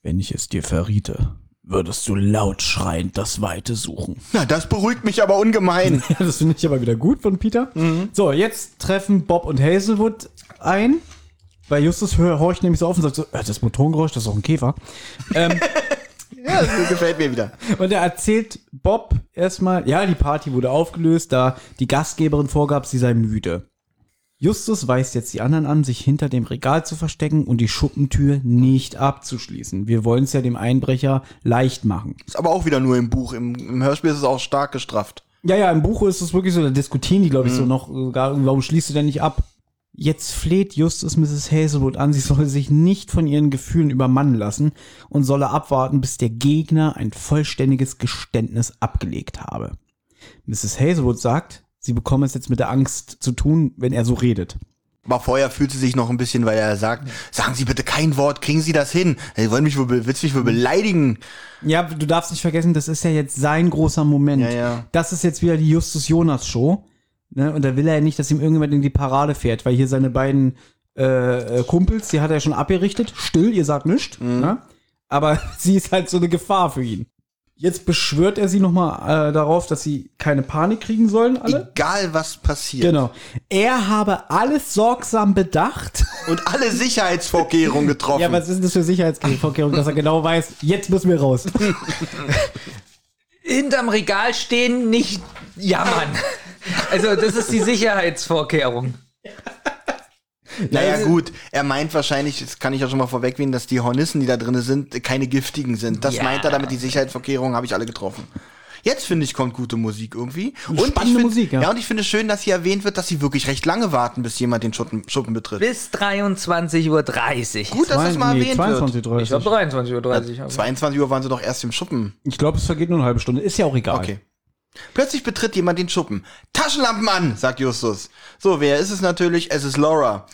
[SPEAKER 3] wenn ich es dir verriete, würdest du laut schreiend das Weite suchen.
[SPEAKER 4] Na, das beruhigt mich aber ungemein.
[SPEAKER 3] Ja, das finde ich aber wieder gut von Peter. So, jetzt treffen Bob und Hazelwood ein. Weil Justus hör, horcht nämlich so auf und sagt so, äh, das Motorengeräusch, das ist auch ein Käfer.
[SPEAKER 4] ja, das gefällt mir wieder.
[SPEAKER 3] Und er erzählt Bob erstmal, ja, die Party wurde aufgelöst, da die Gastgeberin vorgab, sie sei müde. Justus weist jetzt die anderen an, sich hinter dem Regal zu verstecken und die Schuppentür nicht abzuschließen. Wir wollen es ja dem Einbrecher leicht machen.
[SPEAKER 4] Ist aber auch wieder nur im Buch. Im, im Hörspiel ist es auch stark gestrafft.
[SPEAKER 3] Ja, ja, im Buch ist es wirklich so, da diskutieren die, glaube ich, so noch, äh, gar, warum schließt du denn nicht ab? Jetzt fleht Justus Mrs. Hazelwood an, sie solle sich nicht von ihren Gefühlen übermannen lassen und solle abwarten, bis der Gegner ein vollständiges Geständnis abgelegt habe. Mrs. Hazelwood sagt, sie bekomme es jetzt mit der Angst zu tun, wenn er so redet.
[SPEAKER 4] Aber vorher fühlt sie sich noch ein bisschen, weil er sagt, sagen Sie bitte kein Wort, kriegen Sie das hin. Sie wollen mich wohl, be- willst du mich wohl beleidigen.
[SPEAKER 3] Ja, du darfst nicht vergessen, das ist ja jetzt sein großer Moment.
[SPEAKER 4] Ja, ja.
[SPEAKER 3] Das ist jetzt wieder die Justus Jonas Show. Ne? Und da will er ja nicht, dass ihm irgendjemand in die Parade fährt, weil hier seine beiden äh, äh, Kumpels, die hat er schon abgerichtet. Still, ihr sagt nichts.
[SPEAKER 4] Mhm.
[SPEAKER 3] Ne? Aber sie ist halt so eine Gefahr für ihn. Jetzt beschwört er sie nochmal äh, darauf, dass sie keine Panik kriegen sollen, alle.
[SPEAKER 4] Egal was passiert.
[SPEAKER 3] Genau. Er habe alles sorgsam bedacht.
[SPEAKER 4] Und alle Sicherheitsvorkehrungen getroffen.
[SPEAKER 3] Ja, was ist denn das für Sicherheitsvorkehrung, dass er genau weiß, jetzt müssen wir raus.
[SPEAKER 7] Hinterm Regal stehen, nicht jammern. Also, das ist die Sicherheitsvorkehrung.
[SPEAKER 4] Naja, gut, er meint wahrscheinlich, das kann ich ja schon mal vorwegnehmen, dass die Hornissen, die da drin sind, keine giftigen sind. Das
[SPEAKER 7] Ja.
[SPEAKER 4] meint er damit, die Sicherheitsvorkehrungen habe ich alle getroffen. Jetzt finde ich, kommt gute Musik irgendwie. Und ich
[SPEAKER 3] Spannende
[SPEAKER 4] find,
[SPEAKER 3] Musik, ja.
[SPEAKER 4] ja. und ich finde schön, dass hier erwähnt wird, dass sie wirklich recht lange warten, bis jemand den Schuppen, Schuppen betritt.
[SPEAKER 7] Bis 23.30 Uhr.
[SPEAKER 4] Gut, dass das mal erwähnt wird.
[SPEAKER 3] 22,
[SPEAKER 7] Ich glaube 23.30 Uhr.
[SPEAKER 4] 22 Uhr waren sie doch erst im Schuppen.
[SPEAKER 3] Ich glaube, es vergeht nur eine halbe Stunde. Ist ja auch egal.
[SPEAKER 4] Okay. Plötzlich betritt jemand den Schuppen. Taschenlampen an, sagt Justus. So, wer ist es natürlich? Es ist Laura.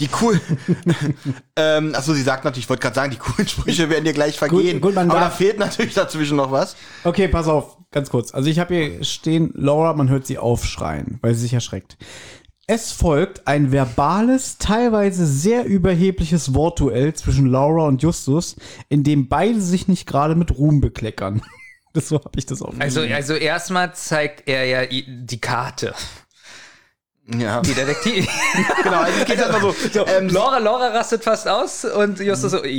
[SPEAKER 4] Die cool. ähm, achso, sie sagt natürlich, ich wollte gerade sagen, die coolen Sprüche werden dir gleich vergehen.
[SPEAKER 3] gut, man
[SPEAKER 4] aber da
[SPEAKER 3] darf-
[SPEAKER 4] fehlt natürlich dazwischen noch was.
[SPEAKER 3] Okay, pass auf, ganz kurz. Also ich habe hier stehen, Laura, man hört sie aufschreien, weil sie sich erschreckt. Es folgt ein verbales, teilweise sehr überhebliches Wortduell zwischen Laura und Justus, in dem beide sich nicht gerade mit Ruhm bekleckern. Das, so habe ich das auch.
[SPEAKER 7] Also, also erstmal zeigt er ja i- die Karte.
[SPEAKER 4] Ja,
[SPEAKER 7] Die Detektiv.
[SPEAKER 4] genau. Also es geht erstmal so. ähm,
[SPEAKER 7] Laura, Laura rastet fast aus und Justus so, ja.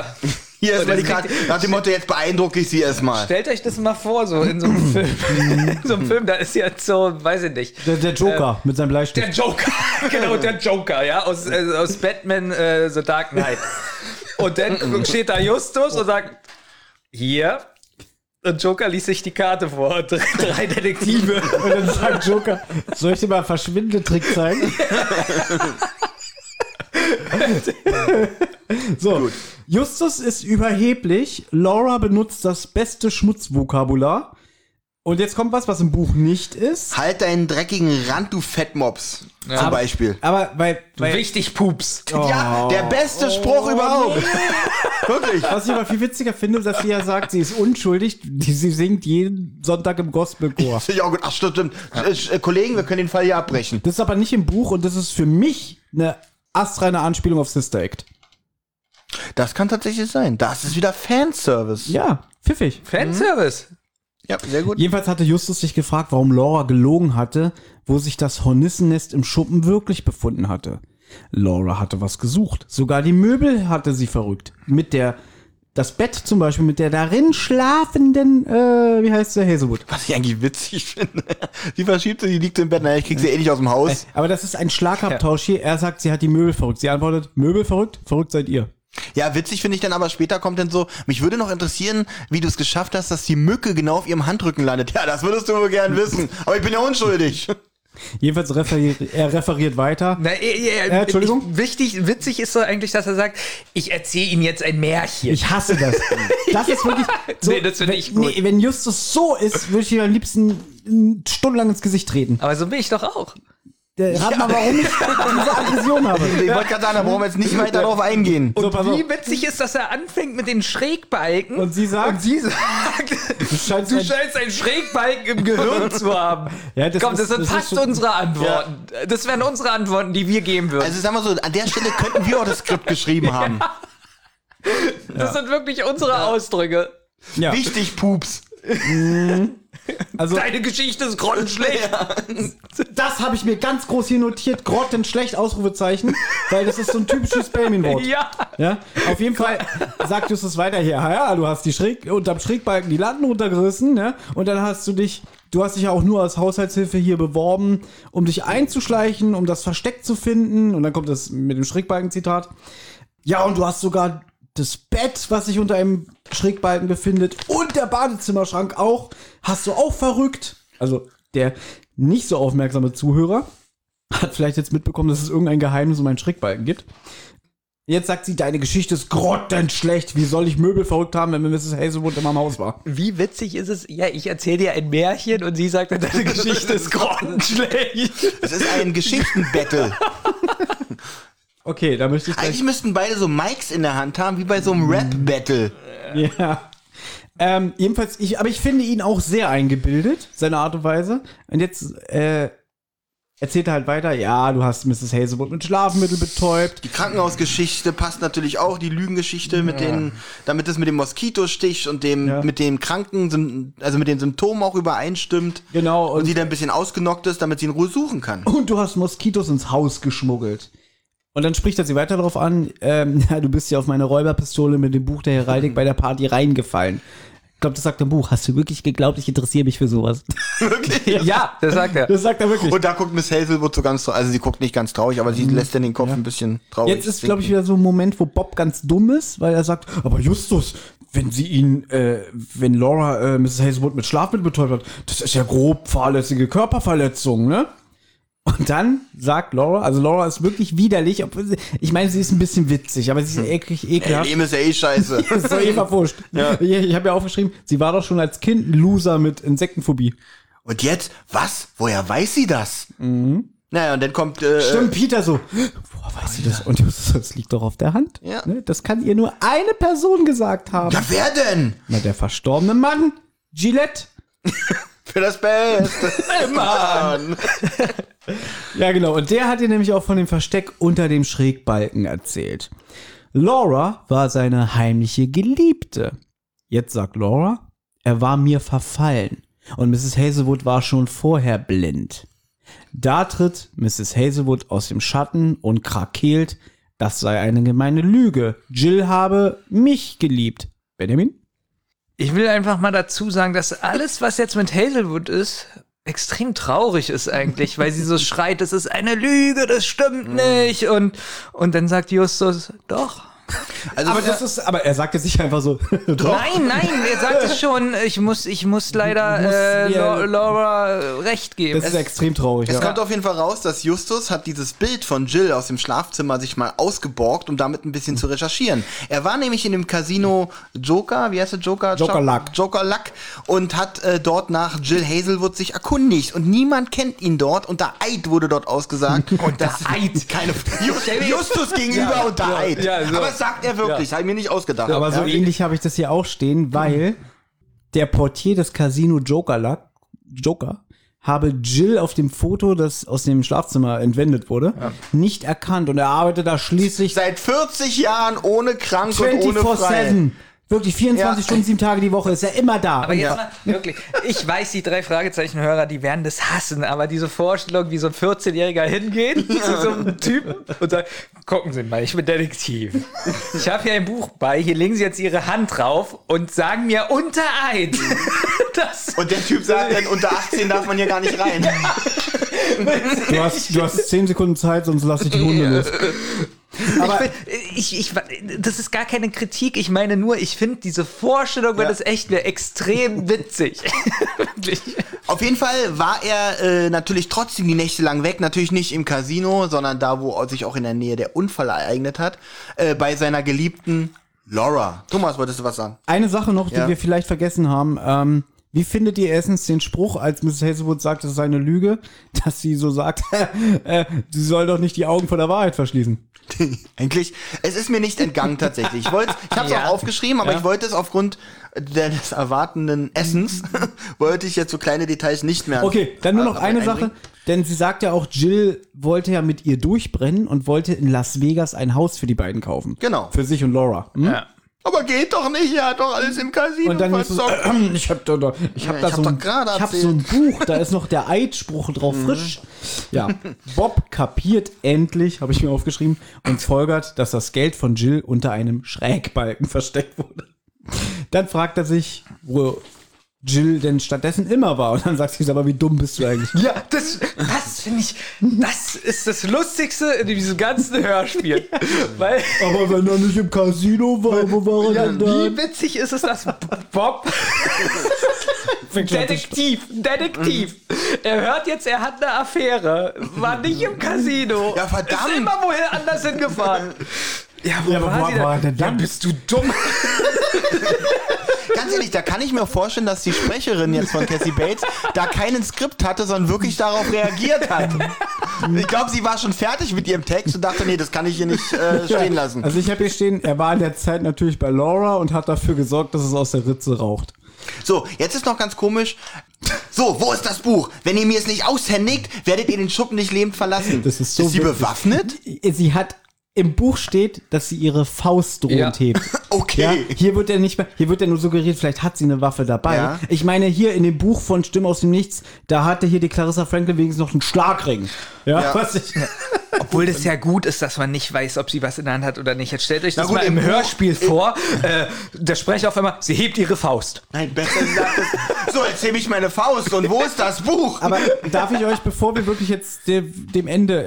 [SPEAKER 7] Yeah.
[SPEAKER 4] hier ist
[SPEAKER 7] und
[SPEAKER 4] mal die
[SPEAKER 7] es
[SPEAKER 4] Karte. Nach dem Motto, jetzt beeindrucke ich sie erstmal.
[SPEAKER 7] Stellt euch das mal vor, so in so einem Film. in so einem Film, da ist jetzt so, weiß ich nicht.
[SPEAKER 3] der, der Joker mit seinem
[SPEAKER 7] äh, Der
[SPEAKER 3] Bleistift.
[SPEAKER 7] Joker, genau, der Joker, ja, aus, äh, aus Batman äh, The Dark Knight. Und dann steht da Justus und sagt, hier. Und Joker liest sich die Karte vor. Drei Detektive.
[SPEAKER 3] Und dann sagt Joker, soll ich dir mal einen Verschwindetrick zeigen? so, Justus ist überheblich, Laura benutzt das beste Schmutzvokabular. Und jetzt kommt was, was im Buch nicht ist.
[SPEAKER 4] Halt deinen dreckigen Rand, du Fettmops. Zum
[SPEAKER 3] Aber-
[SPEAKER 4] Beispiel.
[SPEAKER 3] Aber weil, weil oh.
[SPEAKER 7] Wichtig, Pups.
[SPEAKER 4] Ja, der beste Spruch überhaupt. Wirklich.
[SPEAKER 3] was ich aber viel witziger finde, dass sie ja sagt, sie ist unschuldig. Die, sie singt jeden Sonntag im Gospelchor.
[SPEAKER 4] Finde ich auch gut. Ach, stimmt, stimmt. Äh, Kollegen, wir können den Fall hier abbrechen.
[SPEAKER 3] Das ist aber nicht im Buch und das ist für mich eine astreine Anspielung auf Sister Act.
[SPEAKER 4] Das kann tatsächlich sein. Das ist wieder Fanservice.
[SPEAKER 3] Ja, pfiffig.
[SPEAKER 7] Fanservice.
[SPEAKER 4] ja sehr gut.
[SPEAKER 3] Jedenfalls hatte Justus sich gefragt, warum Laura gelogen hatte, wo sich das Hornissennest im Schuppen wirklich befunden hatte. Laura hatte was gesucht. Sogar die Möbel hatte sie verrückt. Mit der, das Bett zum Beispiel, mit der darin schlafenden, äh, wie heißt der, Hazelwood.
[SPEAKER 4] Was ich eigentlich witzig finde. Die verschiebt sie, die liegt im Bett. Naja, ich krieg sie eh nicht aus dem Haus.
[SPEAKER 3] Aber das ist ein Schlagabtausch hier. Er sagt, sie hat die Möbel verrückt. Sie antwortet, Möbel verrückt? Verrückt seid ihr.
[SPEAKER 4] Ja, witzig finde ich dann, aber später kommt dann so, mich würde noch interessieren, wie du es geschafft hast, dass die Mücke genau auf ihrem Handrücken landet. Ja, das würdest du wohl gern wissen. Aber ich bin ja unschuldig.
[SPEAKER 3] Jedenfalls referiert, er referiert weiter.
[SPEAKER 7] Na, eh, eh, eh,
[SPEAKER 3] Äh, Entschuldigung?
[SPEAKER 7] Ich, wichtig, witzig ist so eigentlich, dass er sagt, ich erzähle Ihnen jetzt ein Märchen.
[SPEAKER 3] Ich hasse das. Das ist wirklich.
[SPEAKER 7] Nee, das finde ich
[SPEAKER 3] wenn,
[SPEAKER 7] gut.
[SPEAKER 3] Nee, wenn Justus so ist, würde ich ihn am liebsten n- stundenlang ins Gesicht treten.
[SPEAKER 2] Aber so bin ich doch auch.
[SPEAKER 3] Der, rat mal, warum ich diese Aggression habe.
[SPEAKER 4] Ich wollte gerade sagen, da brauchen wir jetzt nicht weiter drauf eingehen.
[SPEAKER 3] So, pass auf.
[SPEAKER 2] Wie witzig ist, dass er anfängt mit den Schrägbalken
[SPEAKER 3] Und sie sagt,
[SPEAKER 2] und sie sagt,
[SPEAKER 3] du scheinst
[SPEAKER 2] Du
[SPEAKER 3] ein-
[SPEAKER 2] scheinst einen Schrägbalken im Gehirn zu haben.
[SPEAKER 3] Ja, das
[SPEAKER 2] Komm,
[SPEAKER 3] ist-
[SPEAKER 2] das sind
[SPEAKER 3] das ist
[SPEAKER 2] fast
[SPEAKER 3] schon-
[SPEAKER 2] unsere Antworten. Das wären unsere Antworten, die wir geben würden.
[SPEAKER 4] Also sagen wir so, an der Stelle könnten wir auch das Skript geschrieben haben.
[SPEAKER 2] das sind wirklich unsere Ausdrücke.
[SPEAKER 3] ja.
[SPEAKER 4] Wichtig, Pups.
[SPEAKER 3] also,
[SPEAKER 2] Deine Geschichte ist grottenschlecht.
[SPEAKER 3] das habe ich mir ganz groß hier notiert. Grotten schlecht, Ausrufezeichen. Weil das ist so ein typisches Belmin-Wort.
[SPEAKER 2] Ja.
[SPEAKER 3] Ja, auf jeden Fall sagt es es weiter hier. Ah ja, du hast die Schräg, unterm Schrägbalken die Latten runtergerissen, ja, und dann hast du dich, du hast dich ja auch nur als Haushaltshilfe hier beworben, um dich einzuschleichen, um das Versteck zu finden. Und dann kommt das mit dem Schrägbalken-Zitat. Ja, und du hast sogar das Bett, was sich unter einem Schrägbalken befindet, und der Badezimmerschrank auch. Hast du auch verrückt? Also, der nicht so aufmerksame Zuhörer hat vielleicht jetzt mitbekommen, dass es irgendein Geheimnis um einen Schrägbalken gibt. Jetzt sagt sie, deine Geschichte ist grottenschlecht. Wie soll ich Möbel verrückt haben, wenn Mrs. Hazelwood immer im Haus war?
[SPEAKER 2] Wie witzig ist es? Ja, ich erzähle dir ein Märchen und sie sagt, deine Geschichte ist grottenschlecht.
[SPEAKER 4] Es ist ein Geschichtenbattle.
[SPEAKER 3] Okay, da möchte ich gleich.
[SPEAKER 4] Eigentlich müssten beide so Mics in der Hand haben, wie bei so einem Rap-Battle.
[SPEAKER 3] Ja. Ähm, jedenfalls, ich, aber ich finde ihn auch sehr eingebildet, seine Art und Weise. Und jetzt äh, erzählt er halt weiter, ja, du hast Mrs. Hazelwood mit Schlafmittel betäubt.
[SPEAKER 4] Die Krankenhausgeschichte passt natürlich auch, die Lügengeschichte mit den, damit es mit dem Moskitostich und dem,
[SPEAKER 3] Ja.
[SPEAKER 4] mit dem Kranken, Sym- also mit den Symptomen auch übereinstimmt.
[SPEAKER 3] Genau,
[SPEAKER 4] Und
[SPEAKER 3] und,
[SPEAKER 4] sie dann ein bisschen ausgenockt ist, damit sie in Ruhe suchen kann.
[SPEAKER 3] und du hast Moskitos ins Haus geschmuggelt. Und dann spricht er sie weiter darauf an, ähm, ja, du bist ja auf meine Räuberpistole mit dem Buch der Heraldik bei der Party reingefallen. Ich glaube, das sagt im Buch. Hast du wirklich geglaubt, ich interessiere mich für sowas?
[SPEAKER 4] Wirklich?
[SPEAKER 2] Ja, das sagt er.
[SPEAKER 3] Das sagt er wirklich.
[SPEAKER 4] Und da guckt Miss Hazelwood so ganz, also sie guckt nicht ganz traurig, aber sie lässt dann den Kopf ein bisschen traurig.
[SPEAKER 3] Mhm. Jetzt ist, glaube ich, wieder so ein Moment, wo Bob ganz dumm ist, weil er sagt, aber Justus, wenn sie ihn, äh, wenn Laura äh, Mrs. Hazelwood mit Schlafmittel betäubt hat, das ist ja grob fahrlässige Körperverletzung, ne? Und dann sagt Laura, also Laura ist wirklich widerlich, obwohl sie, ich meine, sie ist ein bisschen witzig, aber sie ist eklig,
[SPEAKER 4] sinken.
[SPEAKER 3] ekelhaft.
[SPEAKER 4] Dem ist ja eh scheiße.
[SPEAKER 3] Das ist doch eh mal wurscht. Ich, ich habe ja aufgeschrieben, sie war doch schon als Kind ein Loser mit Insektenphobie.
[SPEAKER 4] und jetzt, was? Woher weiß sie das? Naja, und dann kommt, äh,
[SPEAKER 3] Mhm. Stimmt, Peter so. Boah, weißt du das? Und Justus, das liegt doch auf der Hand.
[SPEAKER 4] Ja.
[SPEAKER 3] Ne? Das kann ihr nur eine Person gesagt haben.
[SPEAKER 4] ja, wer denn?
[SPEAKER 3] Na, der verstorbene Mann, Gillette.
[SPEAKER 4] Für das Beste. Mann.
[SPEAKER 3] Ja, genau. Und der hat ihr nämlich auch von dem Versteck unter dem Schrägbalken erzählt. Laura war seine heimliche Geliebte. Jetzt sagt Laura, er war mir verfallen. Und Mrs. Hazelwood war schon vorher blind. Da tritt Mrs. Hazelwood aus dem Schatten und krakeelt, das sei eine gemeine Lüge. Jill habe mich geliebt. Benjamin?
[SPEAKER 2] Ich will einfach mal dazu sagen, dass alles, was jetzt mit Hazelwood ist, extrem traurig ist eigentlich, weil sie so schreit, das ist eine Lüge, das
[SPEAKER 3] Mhm.
[SPEAKER 2] stimmt nicht. Und, und dann sagt Justus, doch.
[SPEAKER 4] Also,
[SPEAKER 3] Aber, das ist, aber er sagt jetzt nicht einfach so.
[SPEAKER 2] Nein, nein, ihr sagt es schon, ich muss, ich muss leider äh,
[SPEAKER 3] mir-
[SPEAKER 2] Lau- Laura äh, recht geben.
[SPEAKER 3] Das ist extrem traurig.
[SPEAKER 4] Es
[SPEAKER 3] ja.
[SPEAKER 4] kommt auf jeden Fall raus, dass Justus hat dieses Bild von Jill aus dem Schlafzimmer sich mal ausgeborgt, um damit ein bisschen zu recherchieren. Er war nämlich in dem Casino Joker, wie heißt der Joker?
[SPEAKER 3] Joker Luck.
[SPEAKER 4] Joker Luck und hat äh, dort nach Jill Hazelwood sich erkundigt und niemand kennt ihn dort. Unter Eid wurde dort ausgesagt. Unter
[SPEAKER 2] Eid.
[SPEAKER 4] Keine Just, Justus gegenüber unter Eid.
[SPEAKER 2] ja, so.
[SPEAKER 4] Aber das sagt er wirklich, habe ich mir nicht ausgedacht.
[SPEAKER 3] Aber so ähnlich habe ich das hier auch stehen, weil der Portier des Casino Joker, lag, Joker habe Jill auf dem Foto, das aus dem Schlafzimmer entwendet wurde, nicht erkannt. Und er arbeitet da schließlich
[SPEAKER 4] Seit 40 Jahren ohne krank und ohne frei.
[SPEAKER 3] 24-7. Wirklich 24
[SPEAKER 4] Ja.
[SPEAKER 3] Stunden, sieben Tage die Woche ist er immer da.
[SPEAKER 2] Aber jetzt mal, wirklich, ich weiß, die drei Fragezeichen-Hörer, die werden das hassen, aber diese Vorstellung, wie so ein 14-Jähriger hingeht zu so einem Typen und sagt, gucken Sie mal, ich bin Detektiv. Ich habe hier ein Buch bei, hier legen Sie jetzt Ihre Hand drauf und sagen mir unter Eid, dass
[SPEAKER 4] Und der Typ sagt dann, unter 18 darf man hier gar nicht rein.
[SPEAKER 3] du, hast, du hast 10 Sekunden Zeit, sonst lass ich die Hunde los. Aber
[SPEAKER 2] ich, ich, das ist gar keine Kritik, ich meine nur, ich finde diese Vorstellung, wenn das echt wäre, extrem witzig. Wirklich.
[SPEAKER 4] Auf jeden Fall war er äh, natürlich trotzdem die Nächte lang weg, natürlich nicht im Casino, sondern da, wo sich auch in der Nähe der Unfall ereignet hat, äh, bei seiner geliebten Laura. Thomas, wolltest du was sagen?
[SPEAKER 3] eine Sache noch, die
[SPEAKER 4] Ja.
[SPEAKER 3] wir vielleicht vergessen haben. Ähm, Wie findet ihr erstens den Spruch, als Mrs. Hazelwood sagt, das ist eine Lüge, dass sie so sagt, äh, sie soll doch nicht die Augen vor der Wahrheit verschließen?
[SPEAKER 4] Eigentlich, es ist mir nicht entgangen tatsächlich. Ich wollte, ich habe es auch aufgeschrieben, aber ich wollte es aufgrund des erwartenden Essens wollte ich jetzt so kleine Details nicht mehr.
[SPEAKER 3] Okay, dann nur noch
[SPEAKER 4] also
[SPEAKER 3] eine
[SPEAKER 4] einbringen.
[SPEAKER 3] Sache, denn sie sagt ja auch, Jill wollte ja mit ihr durchbrennen und wollte in Las Vegas ein Haus für die beiden kaufen.
[SPEAKER 4] Genau.
[SPEAKER 3] Für sich und Laura. Hm?
[SPEAKER 4] Aber geht doch nicht, er hat doch alles im Casino
[SPEAKER 3] Und dann ist es,
[SPEAKER 4] verzockt.
[SPEAKER 3] ich hab da, da ich hab
[SPEAKER 4] Äh,
[SPEAKER 3] da
[SPEAKER 4] Ja, ich
[SPEAKER 3] so
[SPEAKER 4] hab
[SPEAKER 3] ein,
[SPEAKER 4] doch gerade Mhm.
[SPEAKER 3] ich hab so ein Buch, da ist noch der Eidspruch drauf frisch. Ja, Bob kapiert endlich, habe ich mir aufgeschrieben, und folgert, dass das Geld von Jill unter einem Schrägbalken versteckt wurde. Dann fragt er sich, wo Jill denn stattdessen immer war. Und dann sagt sie, sag mal, wie dumm bist du eigentlich?
[SPEAKER 2] Ja, das, das finde ich, das ist das Lustigste in diesem ganzen Hörspiel. Weil,
[SPEAKER 3] Aber wenn er nicht im Casino war, wo war er denn da?
[SPEAKER 2] wie witzig ist es, dass Bob
[SPEAKER 3] Fängt schon an zu
[SPEAKER 2] Detektiv, Detektiv. Er hört jetzt, er hat eine Affäre. War nicht im Casino.
[SPEAKER 4] Ja, verdammt.
[SPEAKER 2] Ist immer wohin anders hingefahren. Ja, wo
[SPEAKER 3] Ja, aber wo
[SPEAKER 2] war sie
[SPEAKER 3] war er
[SPEAKER 2] denn?
[SPEAKER 3] denn
[SPEAKER 2] Ja,
[SPEAKER 3] dann?
[SPEAKER 2] bist du dumm?
[SPEAKER 4] Ganz ehrlich, da kann ich mir vorstellen, dass die Sprecherin jetzt von Cassie Bates da keinen Skript hatte, sondern wirklich darauf reagiert hat. Ich glaube, sie war schon fertig mit ihrem Text und dachte, nee, das kann ich hier nicht äh, stehen lassen.
[SPEAKER 3] Also ich habe hier stehen, er war in der Zeit natürlich bei Laura und hat dafür gesorgt, dass es aus der Ritze raucht.
[SPEAKER 4] So, jetzt ist noch ganz komisch. So, wo ist das Buch? Wenn ihr mir es nicht aushändigt, werdet ihr den Schuppen nicht lebend verlassen.
[SPEAKER 3] Das ist so
[SPEAKER 4] Ist sie
[SPEAKER 3] witzig.
[SPEAKER 4] bewaffnet?
[SPEAKER 3] Sie hat im Buch steht, dass sie ihre Faust drohend
[SPEAKER 2] Ja.
[SPEAKER 3] hebt.
[SPEAKER 4] Okay.
[SPEAKER 3] Ja, hier wird ja nicht mehr, hier wird ja nur suggeriert, vielleicht hat sie eine Waffe dabei.
[SPEAKER 4] Ja.
[SPEAKER 3] Ich meine, hier in dem Buch von Stimme aus dem Nichts, da hatte hier die Clarissa Franklin wenigstens noch einen Schlagring. Ja,
[SPEAKER 4] Ja.
[SPEAKER 3] was ich,
[SPEAKER 2] Obwohl das ja gut ist, dass man nicht weiß, ob sie was in der Hand hat oder nicht. Jetzt stellt euch das
[SPEAKER 4] gut,
[SPEAKER 2] mal im
[SPEAKER 4] im Buch-
[SPEAKER 2] Hörspiel vor. Äh, der Sprecher auf einmal, sie hebt ihre Faust.
[SPEAKER 4] Nein, besser gesagt ist, so, jetzt hebe ich meine Faust und wo ist das Buch?
[SPEAKER 3] Aber darf ich euch, bevor wir wirklich jetzt de, dem Ende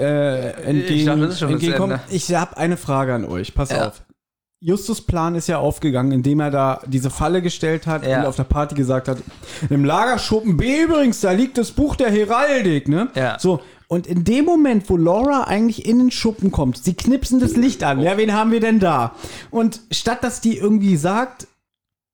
[SPEAKER 3] äh, entgegen,
[SPEAKER 2] Ich dachte, das ist schon das
[SPEAKER 3] entgegenkommen,
[SPEAKER 2] Ende.
[SPEAKER 3] ich habe eine Frage an euch. Pass
[SPEAKER 2] Ja.
[SPEAKER 3] auf. Justus Plan ist ja aufgegangen, indem er da diese Falle gestellt hat
[SPEAKER 2] Ja.
[SPEAKER 3] und auf der Party gesagt hat, im Lagerschuppen B übrigens, da liegt das Buch der Heraldik, ne?
[SPEAKER 2] Ja.
[SPEAKER 3] So. Und in dem Moment, wo Laura eigentlich in den Schuppen kommt, sie knipsen das Licht an. Ja, wen haben wir denn da? Und statt dass die irgendwie sagt,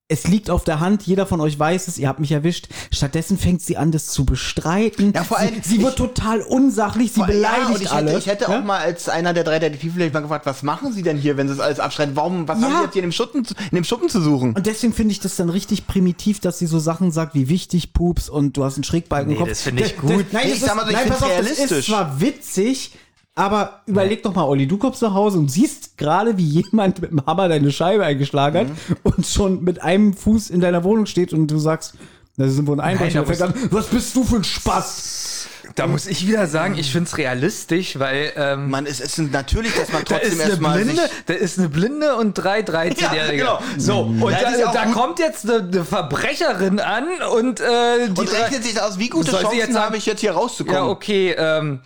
[SPEAKER 3] es liegt auf der Hand, jeder von euch weiß es, ihr habt mich erwischt. Stattdessen fängt sie an, das zu bestreiten.
[SPEAKER 4] Ja, vor allem-
[SPEAKER 3] sie, sie wird total unsachlich, sie beleidigt
[SPEAKER 4] ja, und ich
[SPEAKER 3] alle.
[SPEAKER 4] Hätte, ich hätte
[SPEAKER 3] ja?
[SPEAKER 2] ne?
[SPEAKER 4] auch mal als einer der drei Detektive vielleicht mal gefragt, was machen Sie denn hier, wenn Sie es alles abschreiten? Warum, was
[SPEAKER 3] Ja.
[SPEAKER 4] haben Sie jetzt hier in dem, Schuppen, zu- in dem Schuppen zu suchen?
[SPEAKER 3] Und deswegen finde ich das dann richtig primitiv, dass sie so Sachen sagt wie wichtig, Pups und du hast einen Schrägbalken im
[SPEAKER 2] Nee,
[SPEAKER 3] Kopf.
[SPEAKER 2] das finde ich
[SPEAKER 3] Da-
[SPEAKER 2] gut.
[SPEAKER 3] da- Nein,
[SPEAKER 4] Nee,
[SPEAKER 3] das
[SPEAKER 4] ich
[SPEAKER 3] ist,
[SPEAKER 4] sag mal so, ich
[SPEAKER 3] nein
[SPEAKER 4] find's
[SPEAKER 3] pass auf, das ist
[SPEAKER 4] realistisch.
[SPEAKER 3] zwar witzig, aber überleg doch mal, Olli, du kommst nach Hause und siehst gerade, wie jemand mit dem Hammer deine Scheibe eingeschlagen hat
[SPEAKER 4] Mhm.
[SPEAKER 3] und schon mit einem Fuß in deiner Wohnung steht und du sagst, da sind wohl ein Einbrecher.
[SPEAKER 2] da
[SPEAKER 3] Und fängt an, Was bist du für ein Spaß?
[SPEAKER 4] Hm.
[SPEAKER 2] Da muss ich wieder sagen, ich finde es realistisch, weil ähm,
[SPEAKER 4] Man, es ist natürlich, dass man
[SPEAKER 2] da
[SPEAKER 4] Hm. trotzdem
[SPEAKER 2] ist, eine
[SPEAKER 4] erstmal sich...
[SPEAKER 2] Blinde, da ist eine Blinde und drei Hm. 13-Jährige.
[SPEAKER 4] Ja, genau.
[SPEAKER 2] So, und
[SPEAKER 4] Ja, das ist ja
[SPEAKER 2] da,
[SPEAKER 4] auch
[SPEAKER 2] da
[SPEAKER 4] gut.
[SPEAKER 2] kommt jetzt eine, eine Verbrecherin an und äh, die
[SPEAKER 4] Und
[SPEAKER 2] drei-
[SPEAKER 4] rechnet sich um. aus, wie gute
[SPEAKER 2] Soll sie
[SPEAKER 4] Chancen
[SPEAKER 2] jetzt sagen-
[SPEAKER 4] habe ich jetzt hier rauszukommen?
[SPEAKER 2] Ja, okay, ähm,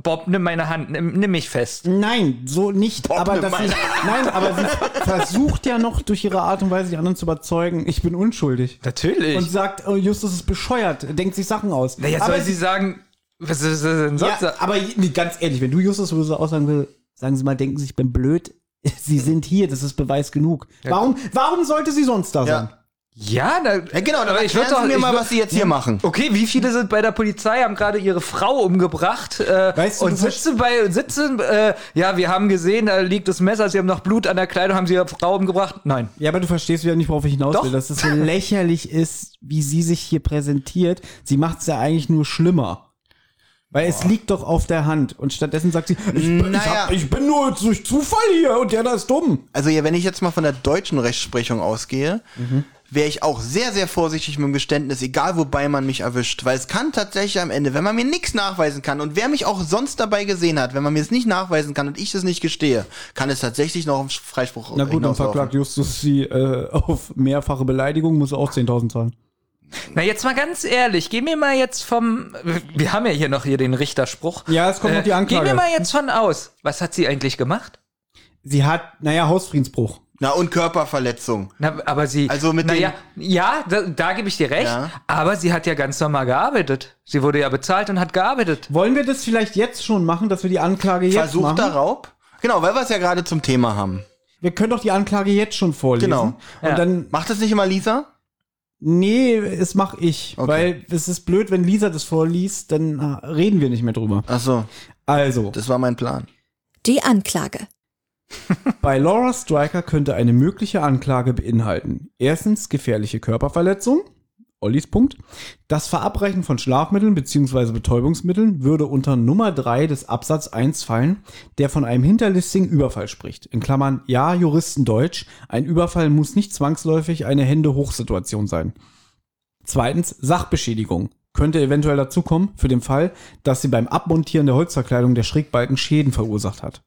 [SPEAKER 2] Bob, nimm meine Hand, nimm, nimm mich fest.
[SPEAKER 3] Nein, so nicht. aber
[SPEAKER 4] nimm
[SPEAKER 3] das
[SPEAKER 4] meine
[SPEAKER 3] ist, nein, aber sie versucht ja noch durch ihre Art und Weise die anderen zu überzeugen, ich bin unschuldig.
[SPEAKER 2] Natürlich.
[SPEAKER 3] und sagt, oh, Justus ist bescheuert, denkt sich Sachen aus.
[SPEAKER 2] Na, jetzt
[SPEAKER 3] aber
[SPEAKER 2] soll sie sagen, was ist das denn sonst?
[SPEAKER 3] ja, aber je- nee, ganz ehrlich, wenn du Justus so so aussagen will, sagen sie mal, denken sie, ich bin blöd. Sie sind hier, das ist Beweis genug. Warum, warum sollte sie sonst da sein?
[SPEAKER 2] Ja, na,
[SPEAKER 4] Ja, genau, dann
[SPEAKER 2] aber ich würde
[SPEAKER 4] erklären
[SPEAKER 2] doch
[SPEAKER 4] Sie mir
[SPEAKER 2] ich
[SPEAKER 4] mal,
[SPEAKER 2] würd-
[SPEAKER 4] was Sie jetzt hier machen.
[SPEAKER 2] Okay, wie viele sind bei der Polizei, haben gerade ihre Frau umgebracht äh,
[SPEAKER 3] Weißt du,
[SPEAKER 2] und
[SPEAKER 3] du wirst-
[SPEAKER 2] sitzen bei, sitzen, äh, ja, wir haben gesehen, da liegt das Messer, sie haben noch Blut an der Kleidung, haben sie ihre Frau umgebracht? Nein.
[SPEAKER 3] Ja, aber du verstehst wieder nicht, worauf ich hinaus
[SPEAKER 2] Doch.
[SPEAKER 3] will, dass es so lächerlich ist, wie sie sich hier präsentiert. Sie macht es ja eigentlich nur schlimmer. Weil es liegt doch auf der Hand. Und stattdessen sagt sie, ich bin, ich
[SPEAKER 4] Naja.
[SPEAKER 3] hab, ich bin nur durch Zufall hier und der da ist dumm.
[SPEAKER 4] Also ja, wenn ich jetzt mal von der deutschen Rechtsprechung ausgehe,
[SPEAKER 2] Mhm.
[SPEAKER 4] wäre ich auch sehr, sehr vorsichtig mit dem Geständnis, egal wobei man mich erwischt. Weil es kann tatsächlich am Ende, wenn man mir nichts nachweisen kann und wer mich auch sonst dabei gesehen hat, wenn man mir es nicht nachweisen kann und ich es nicht gestehe, kann es tatsächlich noch auf einen Freispruch
[SPEAKER 3] Na gut, dann
[SPEAKER 4] hinauslaufen.
[SPEAKER 3] verklagt Justus sie äh, auf mehrfache Beleidigung, muss er auch 10.000 zahlen.
[SPEAKER 2] Na, jetzt mal ganz ehrlich, geh mir mal jetzt vom, wir haben ja hier noch hier den Richterspruch. Äh,
[SPEAKER 3] Ja, es kommt noch die Anklage.
[SPEAKER 2] Geh mir mal jetzt von aus, was hat sie eigentlich gemacht?
[SPEAKER 3] Sie hat, naja, Hausfriedensbruch.
[SPEAKER 4] Na und Körperverletzung.
[SPEAKER 2] Na, aber sie.
[SPEAKER 4] Also mit
[SPEAKER 2] na
[SPEAKER 4] den-
[SPEAKER 2] ja, ja, da, da gebe ich dir recht.
[SPEAKER 4] Ja.
[SPEAKER 2] Aber sie hat ja ganz normal gearbeitet. Sie wurde ja bezahlt und hat gearbeitet.
[SPEAKER 3] Wollen wir das vielleicht jetzt schon machen, dass wir die Anklage jetzt machen?
[SPEAKER 4] Versuchter Raub? Genau, weil wir es ja gerade zum Thema haben.
[SPEAKER 3] Wir können doch die Anklage jetzt schon vorlesen.
[SPEAKER 4] Genau.
[SPEAKER 3] Und
[SPEAKER 2] Ja.
[SPEAKER 3] dann,
[SPEAKER 4] Macht es nicht immer Lisa?
[SPEAKER 3] Nee, es mach ich.
[SPEAKER 4] Okay.
[SPEAKER 3] Weil es ist blöd, wenn Lisa das vorliest, dann äh, reden wir nicht mehr drüber.
[SPEAKER 4] Ach so,
[SPEAKER 3] Also,
[SPEAKER 4] das war mein Plan.
[SPEAKER 1] Die Anklage.
[SPEAKER 3] bei Laura Striker könnte eine mögliche Anklage beinhalten. Erstens gefährliche Körperverletzung. Ollis Punkt. Das Verabreichen von Schlafmitteln bzw. Betäubungsmitteln würde unter Nummer 3 des Absatz 1 fallen, der von einem hinterlistigen Überfall spricht. In Klammern, ja, Juristendeutsch, ein Überfall muss nicht zwangsläufig eine Hände-Hoch-Situation sein. Zweitens Sachbeschädigung. Könnte eventuell dazukommen, für den Fall, dass sie beim Abmontieren der Holzverkleidung der Schrägbalken Schäden verursacht hat.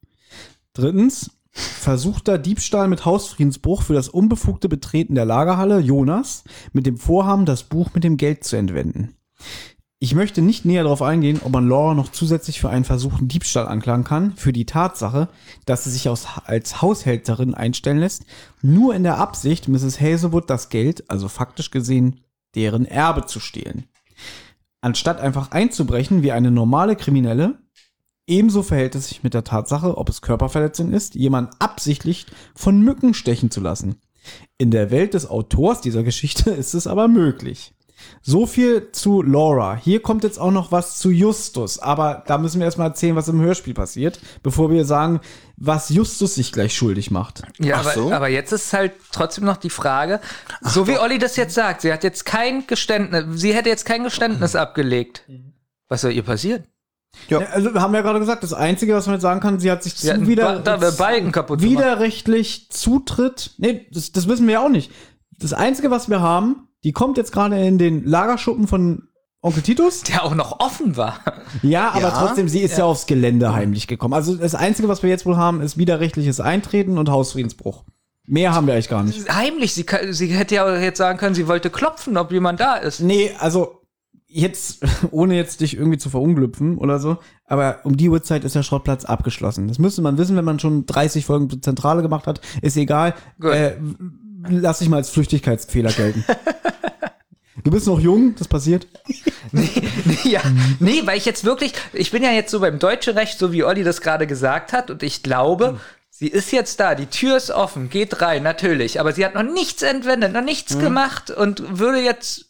[SPEAKER 3] Drittens versuchter Diebstahl mit Hausfriedensbruch für das unbefugte Betreten der Lagerhalle Jonas mit dem Vorhaben, das Buch mit dem Geld zu entwenden. Ich möchte nicht näher darauf eingehen, ob man Laura noch zusätzlich für einen versuchten Diebstahl anklagen kann, für die Tatsache, dass sie sich aus, als Haushälterin einstellen lässt, nur in der Absicht, Mrs. Hazelwood das Geld, also faktisch gesehen deren Erbe zu stehlen. Anstatt einfach einzubrechen wie eine normale Kriminelle, ebenso verhält es sich mit der Tatsache, ob es Körperverletzung ist, jemanden absichtlich von Mücken stechen zu lassen. In der Welt des Autors dieser Geschichte ist es aber möglich. So viel zu Laura. Hier kommt jetzt auch noch was zu Justus, aber da müssen wir erstmal erzählen, was im Hörspiel passiert, bevor wir sagen, was Justus sich gleich schuldig macht.
[SPEAKER 7] Ja,
[SPEAKER 4] Ach
[SPEAKER 7] aber,
[SPEAKER 4] so.
[SPEAKER 7] aber jetzt ist halt trotzdem noch die Frage, so wie Olli das jetzt sagt, sie hat jetzt kein Geständnis, sie hätte jetzt kein
[SPEAKER 4] Mhm.
[SPEAKER 7] Geständnis abgelegt. Was soll ihr passieren?
[SPEAKER 3] Ja, Also haben wir ja gerade gesagt, das Einzige, was man jetzt sagen kann, sie hat sich
[SPEAKER 7] Sie hat einen
[SPEAKER 3] zuwider-
[SPEAKER 7] Ba- da- Balken kaputt gemacht.
[SPEAKER 3] widerrechtlich Zutritt. Nee, das, das wissen wir ja auch nicht. Das Einzige, was wir haben, die kommt jetzt gerade in den Lagerschuppen von Onkel Titus.
[SPEAKER 7] Der auch noch offen war.
[SPEAKER 3] Ja, aber
[SPEAKER 4] Ja.
[SPEAKER 3] trotzdem, sie ist ja. aufs Gelände heimlich gekommen. Also das Einzige, was wir jetzt wohl haben, ist widerrechtliches Eintreten und Hausfriedensbruch. Mehr haben wir eigentlich gar nicht.
[SPEAKER 7] Heimlich, sie, kann- sie hätte ja auch jetzt sagen können, sie wollte klopfen, ob jemand da ist.
[SPEAKER 4] Mhm.
[SPEAKER 3] Nee, also jetzt, ohne jetzt dich irgendwie zu verunglüpfen oder so, aber um die Uhrzeit ist der Schrottplatz abgeschlossen. Das müsste man wissen, wenn man schon 30 Folgen zur Zentrale gemacht hat. Ist egal.
[SPEAKER 7] Gut.
[SPEAKER 3] Äh, w- lass dich mal als Flüchtigkeitsfehler gelten. du bist noch jung, das passiert.
[SPEAKER 7] ja,
[SPEAKER 4] Mhm.
[SPEAKER 7] nee, weil ich jetzt wirklich, ich bin ja jetzt so beim deutschen Recht, so wie Olli das gerade gesagt hat, und ich glaube,
[SPEAKER 4] Mhm.
[SPEAKER 7] sie ist jetzt da, die Tür ist offen, geht rein, natürlich, aber sie hat noch nichts entwendet, noch nichts gemacht und würde jetzt,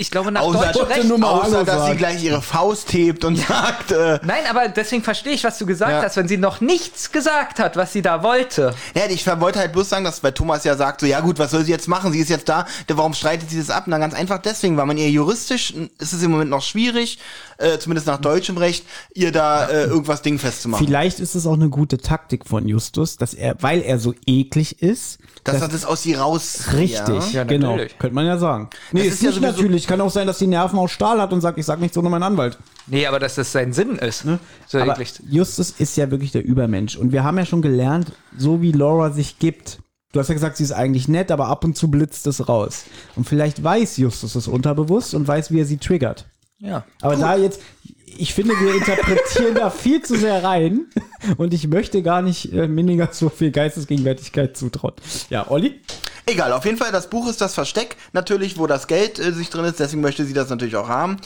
[SPEAKER 7] ich glaube, nach deutschem
[SPEAKER 4] Mhm. Außer,
[SPEAKER 7] Recht.
[SPEAKER 3] Nummer
[SPEAKER 4] außer dass
[SPEAKER 3] angesagt.
[SPEAKER 4] sie gleich ihre Faust hebt und sagt, äh,
[SPEAKER 7] Nein, aber deswegen verstehe ich, was du gesagt
[SPEAKER 4] Ja.
[SPEAKER 7] hast, wenn sie noch nichts gesagt hat, was sie da wollte.
[SPEAKER 4] Ja, ich wollte halt bloß sagen, dass weil Thomas ja sagt, so ja gut, was soll sie jetzt machen? Sie ist jetzt da, da- warum streitet sie das ab? Na ganz einfach deswegen, weil man ihr juristisch n- ist es im Moment noch schwierig, äh, zumindest nach deutschem Recht, ihr da äh, irgendwas Ding festzumachen.
[SPEAKER 3] Vielleicht ist es auch eine gute Taktik von Justus, dass er, weil er so eklig ist,
[SPEAKER 4] dass das, das aus ihr raus.
[SPEAKER 3] Richtig,
[SPEAKER 4] Ja.
[SPEAKER 7] Ja,
[SPEAKER 3] genau.
[SPEAKER 7] natürlich.
[SPEAKER 3] Könnte man ja sagen. Nee, ist,
[SPEAKER 4] Das ist ja
[SPEAKER 3] nicht
[SPEAKER 4] sowieso-
[SPEAKER 3] natürlich. Kann auch sein, dass die Nerven aus Stahl hat und sagt, ich sag nichts ohne meinen Anwalt.
[SPEAKER 7] Nee, aber dass das sein Sinn ist. ne? So
[SPEAKER 3] Aber
[SPEAKER 7] eklig.
[SPEAKER 3] Justus ist ja wirklich der Übermensch. Und wir haben ja schon gelernt, so wie Laura sich gibt. Du hast ja gesagt, sie ist eigentlich nett, aber ab und zu blitzt es raus. Und vielleicht weiß Justus es unterbewusst und weiß, wie er sie triggert.
[SPEAKER 7] Ja.
[SPEAKER 3] Aber da jetzt, ich finde, wir interpretieren da viel zu sehr rein. Und ich möchte gar nicht äh, Minninger so viel Geistesgegenwärtigkeit zutrauen. Ja, Olli?
[SPEAKER 4] Egal, auf jeden Fall, das Buch ist das Versteck, natürlich, wo das Geld äh, sich drin ist, deswegen möchte sie das natürlich auch haben.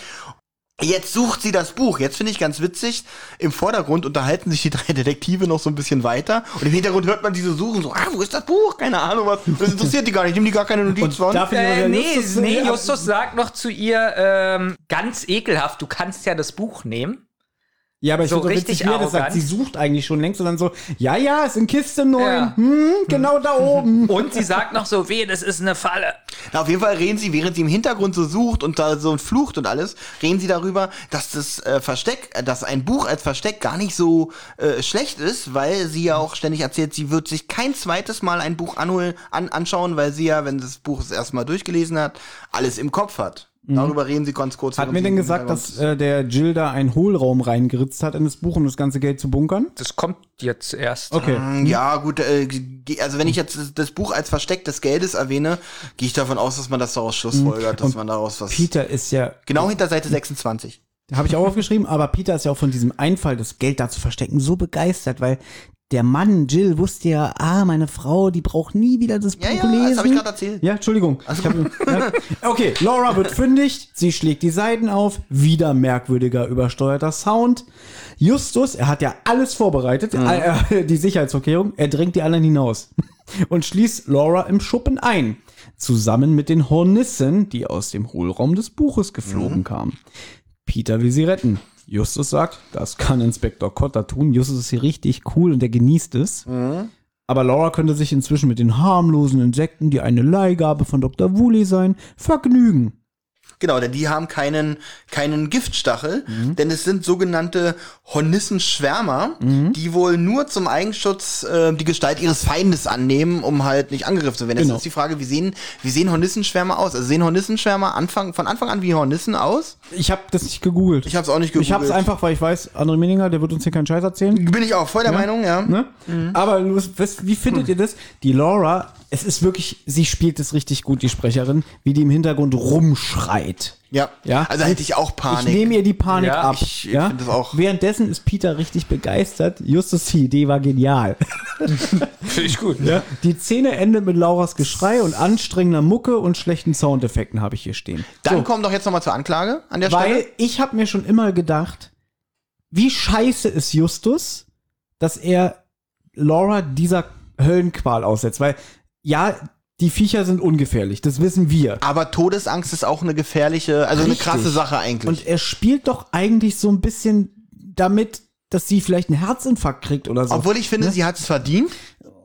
[SPEAKER 4] Jetzt sucht sie das Buch. Jetzt finde ich ganz witzig, im Vordergrund unterhalten sich die drei Detektive noch so ein bisschen weiter und im Hintergrund hört man diese Suchen so, ah, wo ist das Buch? Keine Ahnung was. Das interessiert die gar nicht, nehmen die gar keine Notiz von.
[SPEAKER 3] da finde ich
[SPEAKER 7] Äh,
[SPEAKER 3] aber,
[SPEAKER 7] nee,
[SPEAKER 3] Justus-
[SPEAKER 7] nee, Justus sagt noch zu ihr, ähm, ganz ekelhaft, du kannst ja das Buch nehmen.
[SPEAKER 3] Ja, aber ich
[SPEAKER 7] So
[SPEAKER 3] finde doch
[SPEAKER 7] richtig
[SPEAKER 3] witzig, wie er das sagt.
[SPEAKER 7] arrogant.
[SPEAKER 3] Sie sucht eigentlich schon längst und dann so, ja, ja, ist in Kiste 9.
[SPEAKER 7] Ja.
[SPEAKER 3] Hm, genau da oben.
[SPEAKER 7] Und sie sagt noch so, weh, das ist eine Falle.
[SPEAKER 4] Na, auf jeden Fall reden sie, während sie im Hintergrund so sucht und da so flucht und alles, reden sie darüber, dass das äh, Versteck, äh, dass ein Buch als Versteck gar nicht so äh, schlecht ist, weil sie ja auch ständig erzählt, sie wird sich kein zweites Mal ein Buch anholen, an, anschauen, weil sie ja, wenn das Buch das erste Mal durchgelesen hat, alles im Kopf hat. Darüber reden sie ganz kurz.
[SPEAKER 3] Mhm. Hat
[SPEAKER 4] während
[SPEAKER 3] mir
[SPEAKER 4] sie
[SPEAKER 3] denn
[SPEAKER 4] im
[SPEAKER 3] gesagt,
[SPEAKER 4] Hintergrund
[SPEAKER 3] dass
[SPEAKER 4] ist.
[SPEAKER 3] äh, der Jill da einen Hohlraum reingeritzt hat in das Buch, um das ganze Geld zu bunkern? Ah.
[SPEAKER 7] Das kommt jetzt erst.
[SPEAKER 3] Okay.
[SPEAKER 4] Ja, gut, äh, ge- also wenn ich jetzt das- das Buch als Versteck des Geldes erwähne, gehe ich davon aus, dass man das daraus schlussfolgert, dass man daraus was...
[SPEAKER 3] Mhm. Peter ist ja,
[SPEAKER 4] genau hinter Seite 26.
[SPEAKER 3] habe ich auch aufgeschrieben, aber Peter ist ja auch von diesem Einfall, das Geld da zu verstecken, so begeistert, weil der Mann, Jill, wusste ja, ah, meine Frau, die braucht nie wieder das Buch
[SPEAKER 4] Ja, ja,
[SPEAKER 3] lesen.
[SPEAKER 4] das habe ich gerade erzählt.
[SPEAKER 3] Ja, Entschuldigung. Ich hab, ja. Okay, Laura wird fündig, sie schlägt die Seiten auf, wieder merkwürdiger, übersteuerter Sound. Justus, er hat ja alles vorbereitet, äh, äh, die Sicherheitsvorkehrung, er drängt die anderen hinaus und schließt Laura im Schuppen ein. zusammen mit den Hornissen, die aus dem Hohlraum des Buches geflogen kamen. Peter will sie retten. Justus sagt, das kann Inspektor Cotter tun. Justus ist hier richtig cool und er genießt es. Aber Laura könnte sich inzwischen mit den harmlosen Insekten, die eine Leihgabe von Dr. Woolley sein, vergnügen.
[SPEAKER 4] Genau, denn die haben keinen, keinen Giftstachel,
[SPEAKER 3] Mhm.
[SPEAKER 4] denn es sind sogenannte Hornissenschwärmer,
[SPEAKER 3] Mhm.
[SPEAKER 4] die wohl nur zum Eigenschutz äh, die Gestalt ihres Feindes annehmen, um halt nicht angegriffen zu werden. Jetzt
[SPEAKER 3] Genau.
[SPEAKER 4] ist die Frage, wie sehen, wie sehen Hornissenschwärmer aus? Also sehen Hornissenschwärmer Anfang, von Anfang an wie Hornissen aus?
[SPEAKER 3] Ich habe das nicht gegoogelt.
[SPEAKER 4] Ich hab's auch nicht
[SPEAKER 3] Ich hab's
[SPEAKER 4] gegoogelt.
[SPEAKER 3] einfach, weil ich weiß, André Meninger, der wird uns hier keinen Scheiß erzählen.
[SPEAKER 4] Bin ich auch voll der Meinung, ja.
[SPEAKER 3] Ne?
[SPEAKER 4] Mhm.
[SPEAKER 3] Aber Louis, was, wie findet ihr das? Die Laura, es ist wirklich, sie spielt es richtig gut, die Sprecherin, wie die im Hintergrund rumschreit.
[SPEAKER 4] Ja.
[SPEAKER 3] Ja.
[SPEAKER 4] Also hätte ich auch Panik.
[SPEAKER 3] Ich nehme ihr die Panik
[SPEAKER 7] Ja,
[SPEAKER 3] ab.
[SPEAKER 4] ich- ich
[SPEAKER 3] ja?
[SPEAKER 4] find das auch-
[SPEAKER 3] Währenddessen ist Peter richtig begeistert. Justus, die Idee war genial.
[SPEAKER 2] Finde ich gut.
[SPEAKER 3] Ja? Die Szene endet mit Lauras Geschrei und anstrengender Mucke und schlechten Soundeffekten habe ich hier stehen.
[SPEAKER 4] Dann kommen doch jetzt nochmal zur Anklage an der
[SPEAKER 3] Weil
[SPEAKER 4] Stelle.
[SPEAKER 3] ich habe mir schon immer gedacht, wie scheiße ist Justus, dass er Laura dieser Höllenqual aussetzt. Weil, ja, die Viecher sind ungefährlich, das wissen wir.
[SPEAKER 4] Aber Todesangst ist auch eine gefährliche, also
[SPEAKER 3] Richtig.
[SPEAKER 4] eine krasse Sache eigentlich.
[SPEAKER 3] Und er spielt doch eigentlich so ein bisschen damit, dass sie vielleicht einen Herzinfarkt kriegt oder so.
[SPEAKER 4] Obwohl ich finde, sie hat es verdient.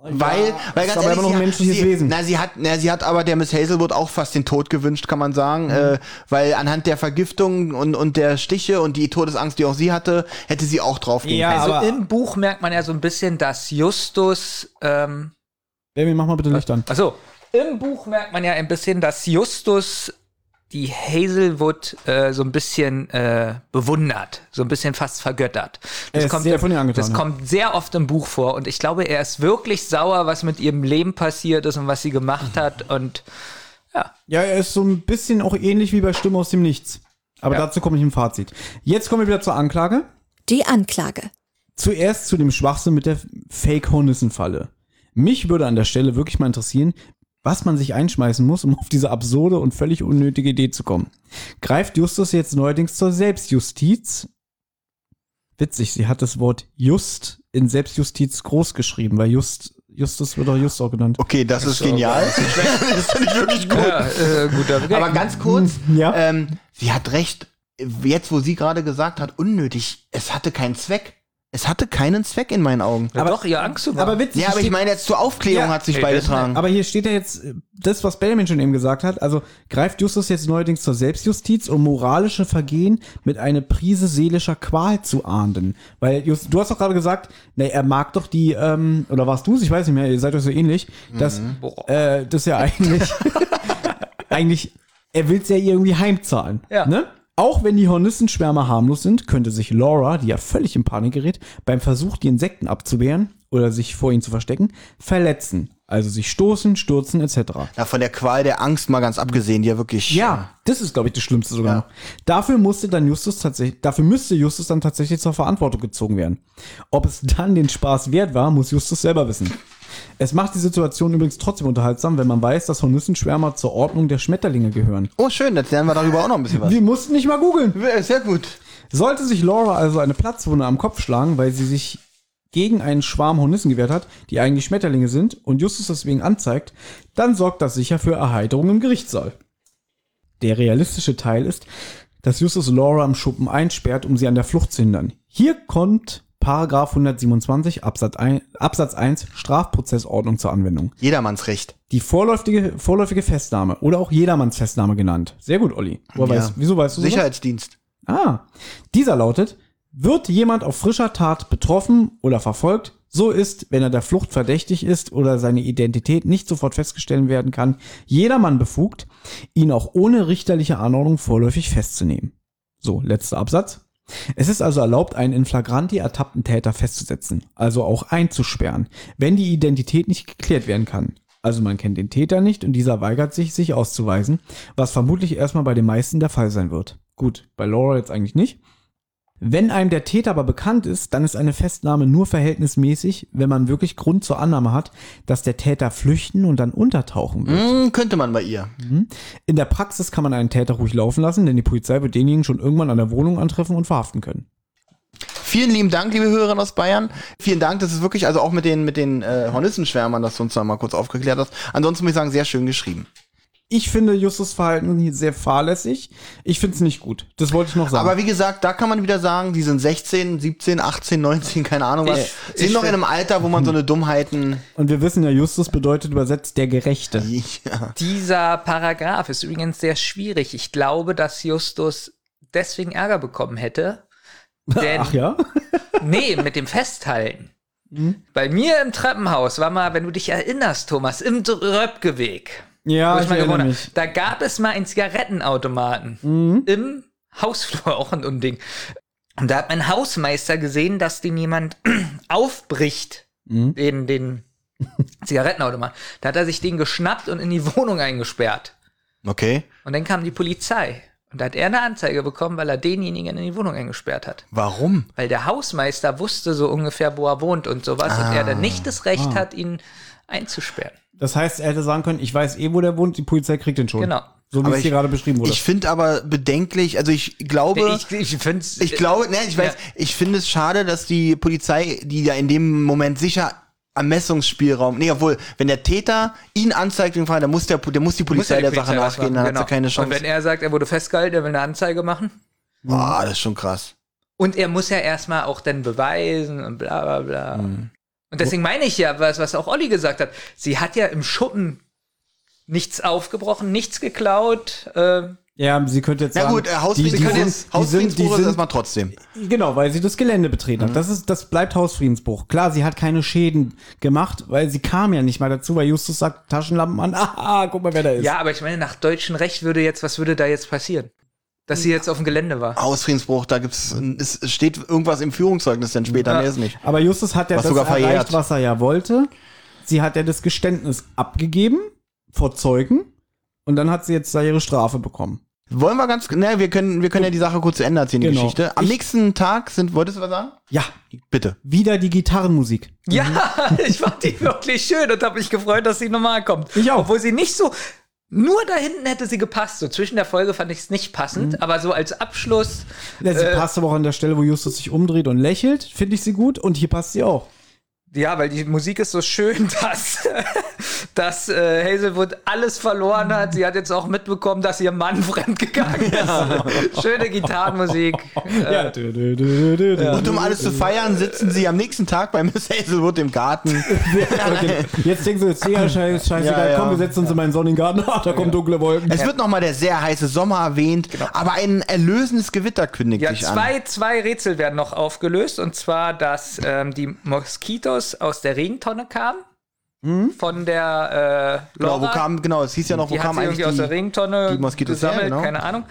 [SPEAKER 4] Weil, weil
[SPEAKER 3] ist
[SPEAKER 4] ganz
[SPEAKER 3] aber
[SPEAKER 4] ehrlich,
[SPEAKER 3] immer noch
[SPEAKER 4] sie
[SPEAKER 3] ein
[SPEAKER 4] hat-
[SPEAKER 3] menschliches
[SPEAKER 4] sie,
[SPEAKER 3] Wesen.
[SPEAKER 4] Na, sie hat, na, sie hat aber der Miss Hazelwood auch fast den Tod gewünscht, kann man sagen,
[SPEAKER 3] Mhm.
[SPEAKER 4] äh, weil anhand der Vergiftung und, und der Stiche und die Todesangst, die auch sie hatte, hätte sie auch draufgehen
[SPEAKER 3] Ja,
[SPEAKER 4] können.
[SPEAKER 7] Also
[SPEAKER 3] aber-
[SPEAKER 7] im Buch merkt man ja so ein bisschen, dass Justus ähm,
[SPEAKER 3] Baby, mach mal
[SPEAKER 4] Äh,
[SPEAKER 3] bitte Licht an.
[SPEAKER 7] Also, im Buch merkt man ja ein bisschen, dass Justus die Hazelwood äh, so ein bisschen äh, bewundert, so ein bisschen fast vergöttert.
[SPEAKER 3] Er ist sehr
[SPEAKER 7] im,
[SPEAKER 3] von ihr angetan,
[SPEAKER 7] das
[SPEAKER 3] ja.
[SPEAKER 7] kommt sehr oft im Buch vor und ich glaube, er ist wirklich sauer, was mit ihrem Leben passiert ist und was sie gemacht hat und
[SPEAKER 3] Ja, er ist so ein bisschen auch ähnlich wie bei Stimme aus dem Nichts. Aber
[SPEAKER 7] Ja.
[SPEAKER 3] dazu komme ich im Fazit. Jetzt kommen wir wieder zur Anklage.
[SPEAKER 1] Die Anklage.
[SPEAKER 3] Zuerst zu dem Schwachsinn mit der Fake-Hornissen-Falle. Mich würde an der Stelle wirklich mal interessieren, was man sich einschmeißen muss, um auf diese absurde und völlig unnötige Idee zu kommen. Greift Justus jetzt neuerdings zur Selbstjustiz? Witzig, sie hat das Wort Just in Selbstjustiz groß geschrieben, weil Just, Justus wird auch Just auch genannt.
[SPEAKER 4] Okay, das ist genial. das finde ich wirklich gut.
[SPEAKER 7] ja, äh, guter Gag.
[SPEAKER 4] Aber ganz kurz,
[SPEAKER 3] Mhm. Ja.
[SPEAKER 4] ähm, sie hat recht. Jetzt, wo sie gerade gesagt hat, unnötig, es hatte keinen Zweck. Es hatte keinen Zweck in meinen Augen.
[SPEAKER 7] aber doch, ihr Angst zu
[SPEAKER 3] Aber witzig.
[SPEAKER 4] Ja, aber ich
[SPEAKER 3] steht-
[SPEAKER 4] meine, jetzt zur Aufklärung
[SPEAKER 3] Ja.
[SPEAKER 4] hat sich
[SPEAKER 7] Ey, das-
[SPEAKER 4] beigetragen.
[SPEAKER 3] Aber hier steht ja jetzt äh, das, was Benjamin schon eben gesagt hat. Also greift Justus jetzt neuerdings zur Selbstjustiz, um moralische Vergehen mit einer Prise seelischer Qual zu ahnden. Weil Justus, du hast doch gerade gesagt, ne, er mag doch die, ähm, oder warst du es? Ich weiß nicht mehr, ihr seid euch so ähnlich, dass äh, das ja eigentlich, eigentlich, er will es ja ihr irgendwie heimzahlen.
[SPEAKER 7] Ja.
[SPEAKER 3] Ne? Auch wenn die Hornissenschwärme harmlos sind, könnte sich Laura, die ja völlig in Panik gerät, beim Versuch, die Insekten abzuwehren oder sich vor ihnen zu verstecken, verletzen. Also sich stoßen, stürzen etc.
[SPEAKER 4] Ja, von der Qual der Angst mal ganz abgesehen, die ja wirklich.
[SPEAKER 3] Ja, Ah, das ist, glaube ich, das Schlimmste sogar noch. Dafür musste dann Justus tatsächlich, dafür müsste Justus dann tatsächlich zur Verantwortung gezogen werden. Ob es dann den Spaß wert war, muss Justus selber wissen. Es macht die Situation übrigens trotzdem unterhaltsam, wenn man weiß, dass Hornissenschwärmer zur Ordnung der Schmetterlinge gehören.
[SPEAKER 4] Oh, schön, jetzt lernen wir darüber auch noch ein bisschen was.
[SPEAKER 3] Wir mussten nicht mal googeln.
[SPEAKER 4] Sehr gut.
[SPEAKER 3] Sollte sich Laura also eine Platzwunde am Kopf schlagen, weil sie sich gegen einen Schwarm Hornissen gewehrt hat, die eigentlich Schmetterlinge sind, und Justus deswegen anzeigt, dann sorgt das sicher für Erheiterung im Gerichtssaal. Der realistische Teil ist, dass Justus Laura im Schuppen einsperrt, um sie an der Flucht zu hindern. Hier kommt Paragraph 127 Absatz 1, Absatz 1 Strafprozessordnung zur Anwendung.
[SPEAKER 4] Jedermanns Recht.
[SPEAKER 3] Die vorläufige, vorläufige Festnahme oder auch jedermanns Festnahme genannt. Sehr gut, Olli. Woher
[SPEAKER 4] Ja.
[SPEAKER 3] weißt- wieso weißt du sowas?
[SPEAKER 4] Sicherheitsdienst.
[SPEAKER 3] Ah, dieser lautet, wird jemand auf frischer Tat betroffen oder verfolgt, so ist, wenn er der Flucht verdächtig ist oder seine Identität nicht sofort festgestellt werden kann, jedermann befugt, ihn auch ohne richterliche Anordnung vorläufig festzunehmen. So, letzter Absatz. Es ist also erlaubt, einen in flagranti ertappten Täter festzusetzen, also auch einzusperren, wenn die Identität nicht geklärt werden kann. Also man kennt den Täter nicht und dieser weigert sich, sich auszuweisen, was vermutlich erstmal bei den meisten der Fall sein wird. Gut, bei Laura jetzt eigentlich nicht. Wenn einem der Täter aber bekannt ist, dann ist eine Festnahme nur verhältnismäßig, wenn man wirklich Grund zur Annahme hat, dass der Täter flüchten und dann untertauchen wird.
[SPEAKER 4] Hm, könnte man bei ihr.
[SPEAKER 3] In der Praxis kann man einen Täter ruhig laufen lassen, denn die Polizei wird denjenigen schon irgendwann an der Wohnung antreffen und verhaften können.
[SPEAKER 4] Vielen lieben Dank, liebe Hörerinnen aus Bayern. Vielen Dank, das ist wirklich, also auch mit den, mit den äh, Hornissenschwärmern, dass du uns da mal kurz aufgeklärt hast. Ansonsten muss ich sagen, sehr schön geschrieben.
[SPEAKER 3] Ich finde Justus Verhalten hier sehr fahrlässig. Ich finde es nicht gut. Das wollte ich noch sagen.
[SPEAKER 4] Aber wie gesagt, da kann man wieder sagen, die sind 16, 17, 18, 19, keine Ahnung
[SPEAKER 3] Äh,
[SPEAKER 4] was.
[SPEAKER 2] Ich-
[SPEAKER 4] sind noch in einem Alter, wo man so eine Dummheiten.
[SPEAKER 3] Und wir wissen ja, Justus bedeutet übersetzt der Gerechte.
[SPEAKER 4] Ja.
[SPEAKER 2] Dieser Paragraph ist übrigens sehr schwierig. Ich glaube, dass Justus deswegen Ärger bekommen hätte. Denn,
[SPEAKER 3] Ach ja?
[SPEAKER 2] nee, mit dem Festhalten.
[SPEAKER 3] Hm?
[SPEAKER 2] Bei mir im Treppenhaus war mal, wenn du dich erinnerst, Thomas, im Röpkeweg.
[SPEAKER 3] Ja,
[SPEAKER 2] wo
[SPEAKER 3] Ah, ich erinnere
[SPEAKER 2] gewohnt
[SPEAKER 3] mich. Mhm.
[SPEAKER 2] habe. Da gab es mal einen Zigarettenautomaten im Hausflur, auch ein Unding. Und da hat mein Hausmeister gesehen, dass den jemand aufbricht,
[SPEAKER 3] Mhm.
[SPEAKER 2] den, den Zigarettenautomaten. Da hat er sich den geschnappt und in die Wohnung eingesperrt.
[SPEAKER 4] Okay.
[SPEAKER 2] Und dann kam die Polizei. Und da hat er eine Anzeige bekommen, weil er denjenigen in die Wohnung eingesperrt hat.
[SPEAKER 4] Warum?
[SPEAKER 2] Weil der Hausmeister wusste so ungefähr, wo er wohnt und sowas. Und er dann nicht
[SPEAKER 4] Ah,
[SPEAKER 2] das Recht hat, ihn einzusperren.
[SPEAKER 3] Das heißt, er hätte sagen können, ich weiß eh, wo der wohnt, die Polizei kriegt den schon.
[SPEAKER 2] Genau.
[SPEAKER 3] So wie
[SPEAKER 4] Aber
[SPEAKER 3] es hier
[SPEAKER 4] ich-
[SPEAKER 3] gerade beschrieben wurde.
[SPEAKER 4] Ich finde aber bedenklich, also ich glaube.
[SPEAKER 2] ich, ich find's-
[SPEAKER 4] Ich glaube, ne, ich weiß,
[SPEAKER 2] Ja.
[SPEAKER 4] ich finde es schade, dass die Polizei, die ja in dem Moment sicher Ermessungsspielraum, nee, obwohl, wenn der Täter ihn anzeigt, den Fall, dann muss der, der muss die
[SPEAKER 2] Muss
[SPEAKER 4] Polizei
[SPEAKER 2] ja
[SPEAKER 4] der
[SPEAKER 2] die
[SPEAKER 4] Sache
[SPEAKER 2] Polizei
[SPEAKER 4] nachgehen,
[SPEAKER 2] was machen,
[SPEAKER 4] dann
[SPEAKER 2] genau.
[SPEAKER 4] hat er keine
[SPEAKER 2] Und wenn
[SPEAKER 4] Chance.
[SPEAKER 2] er sagt, er wurde festgehalten, er will eine Anzeige machen.
[SPEAKER 4] Boah, das ist schon krass.
[SPEAKER 2] Und er muss ja erstmal auch dann beweisen und bla bla bla.
[SPEAKER 4] Hm.
[SPEAKER 2] Und deswegen meine ich ja, was, was auch Olli gesagt hat, sie hat ja im Schuppen nichts aufgebrochen, nichts geklaut. Äh,
[SPEAKER 3] ja, sie könnte jetzt
[SPEAKER 4] Na
[SPEAKER 3] sagen,
[SPEAKER 4] gut, äh,
[SPEAKER 3] die, die,
[SPEAKER 4] Hausfrieden
[SPEAKER 3] sind,
[SPEAKER 4] kann
[SPEAKER 3] jetzt, die
[SPEAKER 4] jetzt,
[SPEAKER 3] sind, die
[SPEAKER 4] Hausfriedensbruch ist
[SPEAKER 3] sind,
[SPEAKER 4] erstmal Mhm. trotzdem.
[SPEAKER 3] genau, weil sie das Gelände betreten hat. Das ist, das bleibt Hausfriedensbruch. Klar, sie hat keine Schäden gemacht, weil sie kam ja nicht mal dazu, weil Justus sagt, Taschenlampen an, ah, guck mal, wer da ist.
[SPEAKER 2] ja, aber ich meine, nach deutschem Recht würde jetzt, was würde da jetzt passieren? Dass sie jetzt auf dem Gelände war.
[SPEAKER 4] Hausfriedensbruch, da gibt's, es steht irgendwas im Führungszeugnis dann später,
[SPEAKER 2] Ja.
[SPEAKER 4] nee, ist nicht.
[SPEAKER 3] Aber Justus hat ja
[SPEAKER 4] Was
[SPEAKER 3] das
[SPEAKER 4] sogar
[SPEAKER 3] erreicht,
[SPEAKER 4] verjährt.
[SPEAKER 3] was er ja wollte. Sie hat ja das Geständnis abgegeben vor Zeugen und dann hat sie jetzt da ihre Strafe bekommen.
[SPEAKER 4] Wollen wir ganz, ne, wir können, wir können ja die Sache kurz zu Ende erzählen, die
[SPEAKER 3] Genau.
[SPEAKER 4] Geschichte. Am
[SPEAKER 3] Ich-
[SPEAKER 4] nächsten Tag sind, wolltest du was sagen?
[SPEAKER 3] Ja,
[SPEAKER 4] Bitte.
[SPEAKER 3] wieder die Gitarrenmusik.
[SPEAKER 2] Ja, ich fand die wirklich schön und habe mich gefreut, dass sie nochmal kommt.
[SPEAKER 3] Ich auch.
[SPEAKER 2] Obwohl sie nicht so. Nur da hinten hätte sie gepasst. So zwischen der Folge fand ich es nicht passend,
[SPEAKER 3] Mhm.
[SPEAKER 2] aber so als Abschluss.
[SPEAKER 3] Ja,
[SPEAKER 4] Äh.
[SPEAKER 3] sie passt aber auch an der Stelle, wo Justus sich umdreht und lächelt, finde ich sie gut und hier passt sie auch.
[SPEAKER 2] Ja, weil die Musik ist so schön, dass, dass äh, Hazelwood alles verloren hat. Sie hat jetzt auch mitbekommen, dass ihr Mann fremdgegangen ist. Schöne Gitarrenmusik.
[SPEAKER 4] Äh.
[SPEAKER 3] Ja. Dö, dö, dö, dö, dö.
[SPEAKER 4] Und
[SPEAKER 2] Also,
[SPEAKER 4] um
[SPEAKER 2] äh,
[SPEAKER 4] alles zu feiern, sitzen sie am nächsten Tag bei Miss Hazelwood im Garten.
[SPEAKER 3] Okay. Jetzt denken sie, jetzt ja, scheiß, scheißegal,
[SPEAKER 4] Ja, ja.
[SPEAKER 3] komm, wir setzen uns in meinen sonnigen Garten, ah, da kommen dunkle Wolken.
[SPEAKER 4] Es wird nochmal der sehr heiße Sommer erwähnt, aber ein erlösendes Gewitter kündigt
[SPEAKER 2] Genau. Ja,
[SPEAKER 4] sich an.
[SPEAKER 2] zwei, zwei Rätsel werden noch aufgelöst. Und zwar, dass ähm, die Moskitos aus der Regentonne kamen. Von der äh, Laura.
[SPEAKER 4] Hm? Genau, wo kam, genau, es hieß ja noch, wo
[SPEAKER 2] die hat
[SPEAKER 4] kam
[SPEAKER 2] sie irgendwie
[SPEAKER 4] eigentlich
[SPEAKER 2] aus der
[SPEAKER 4] die,
[SPEAKER 2] Regentonne
[SPEAKER 4] die Moskitos her,
[SPEAKER 2] gesammelt,
[SPEAKER 4] genau.
[SPEAKER 2] keine Ahnung.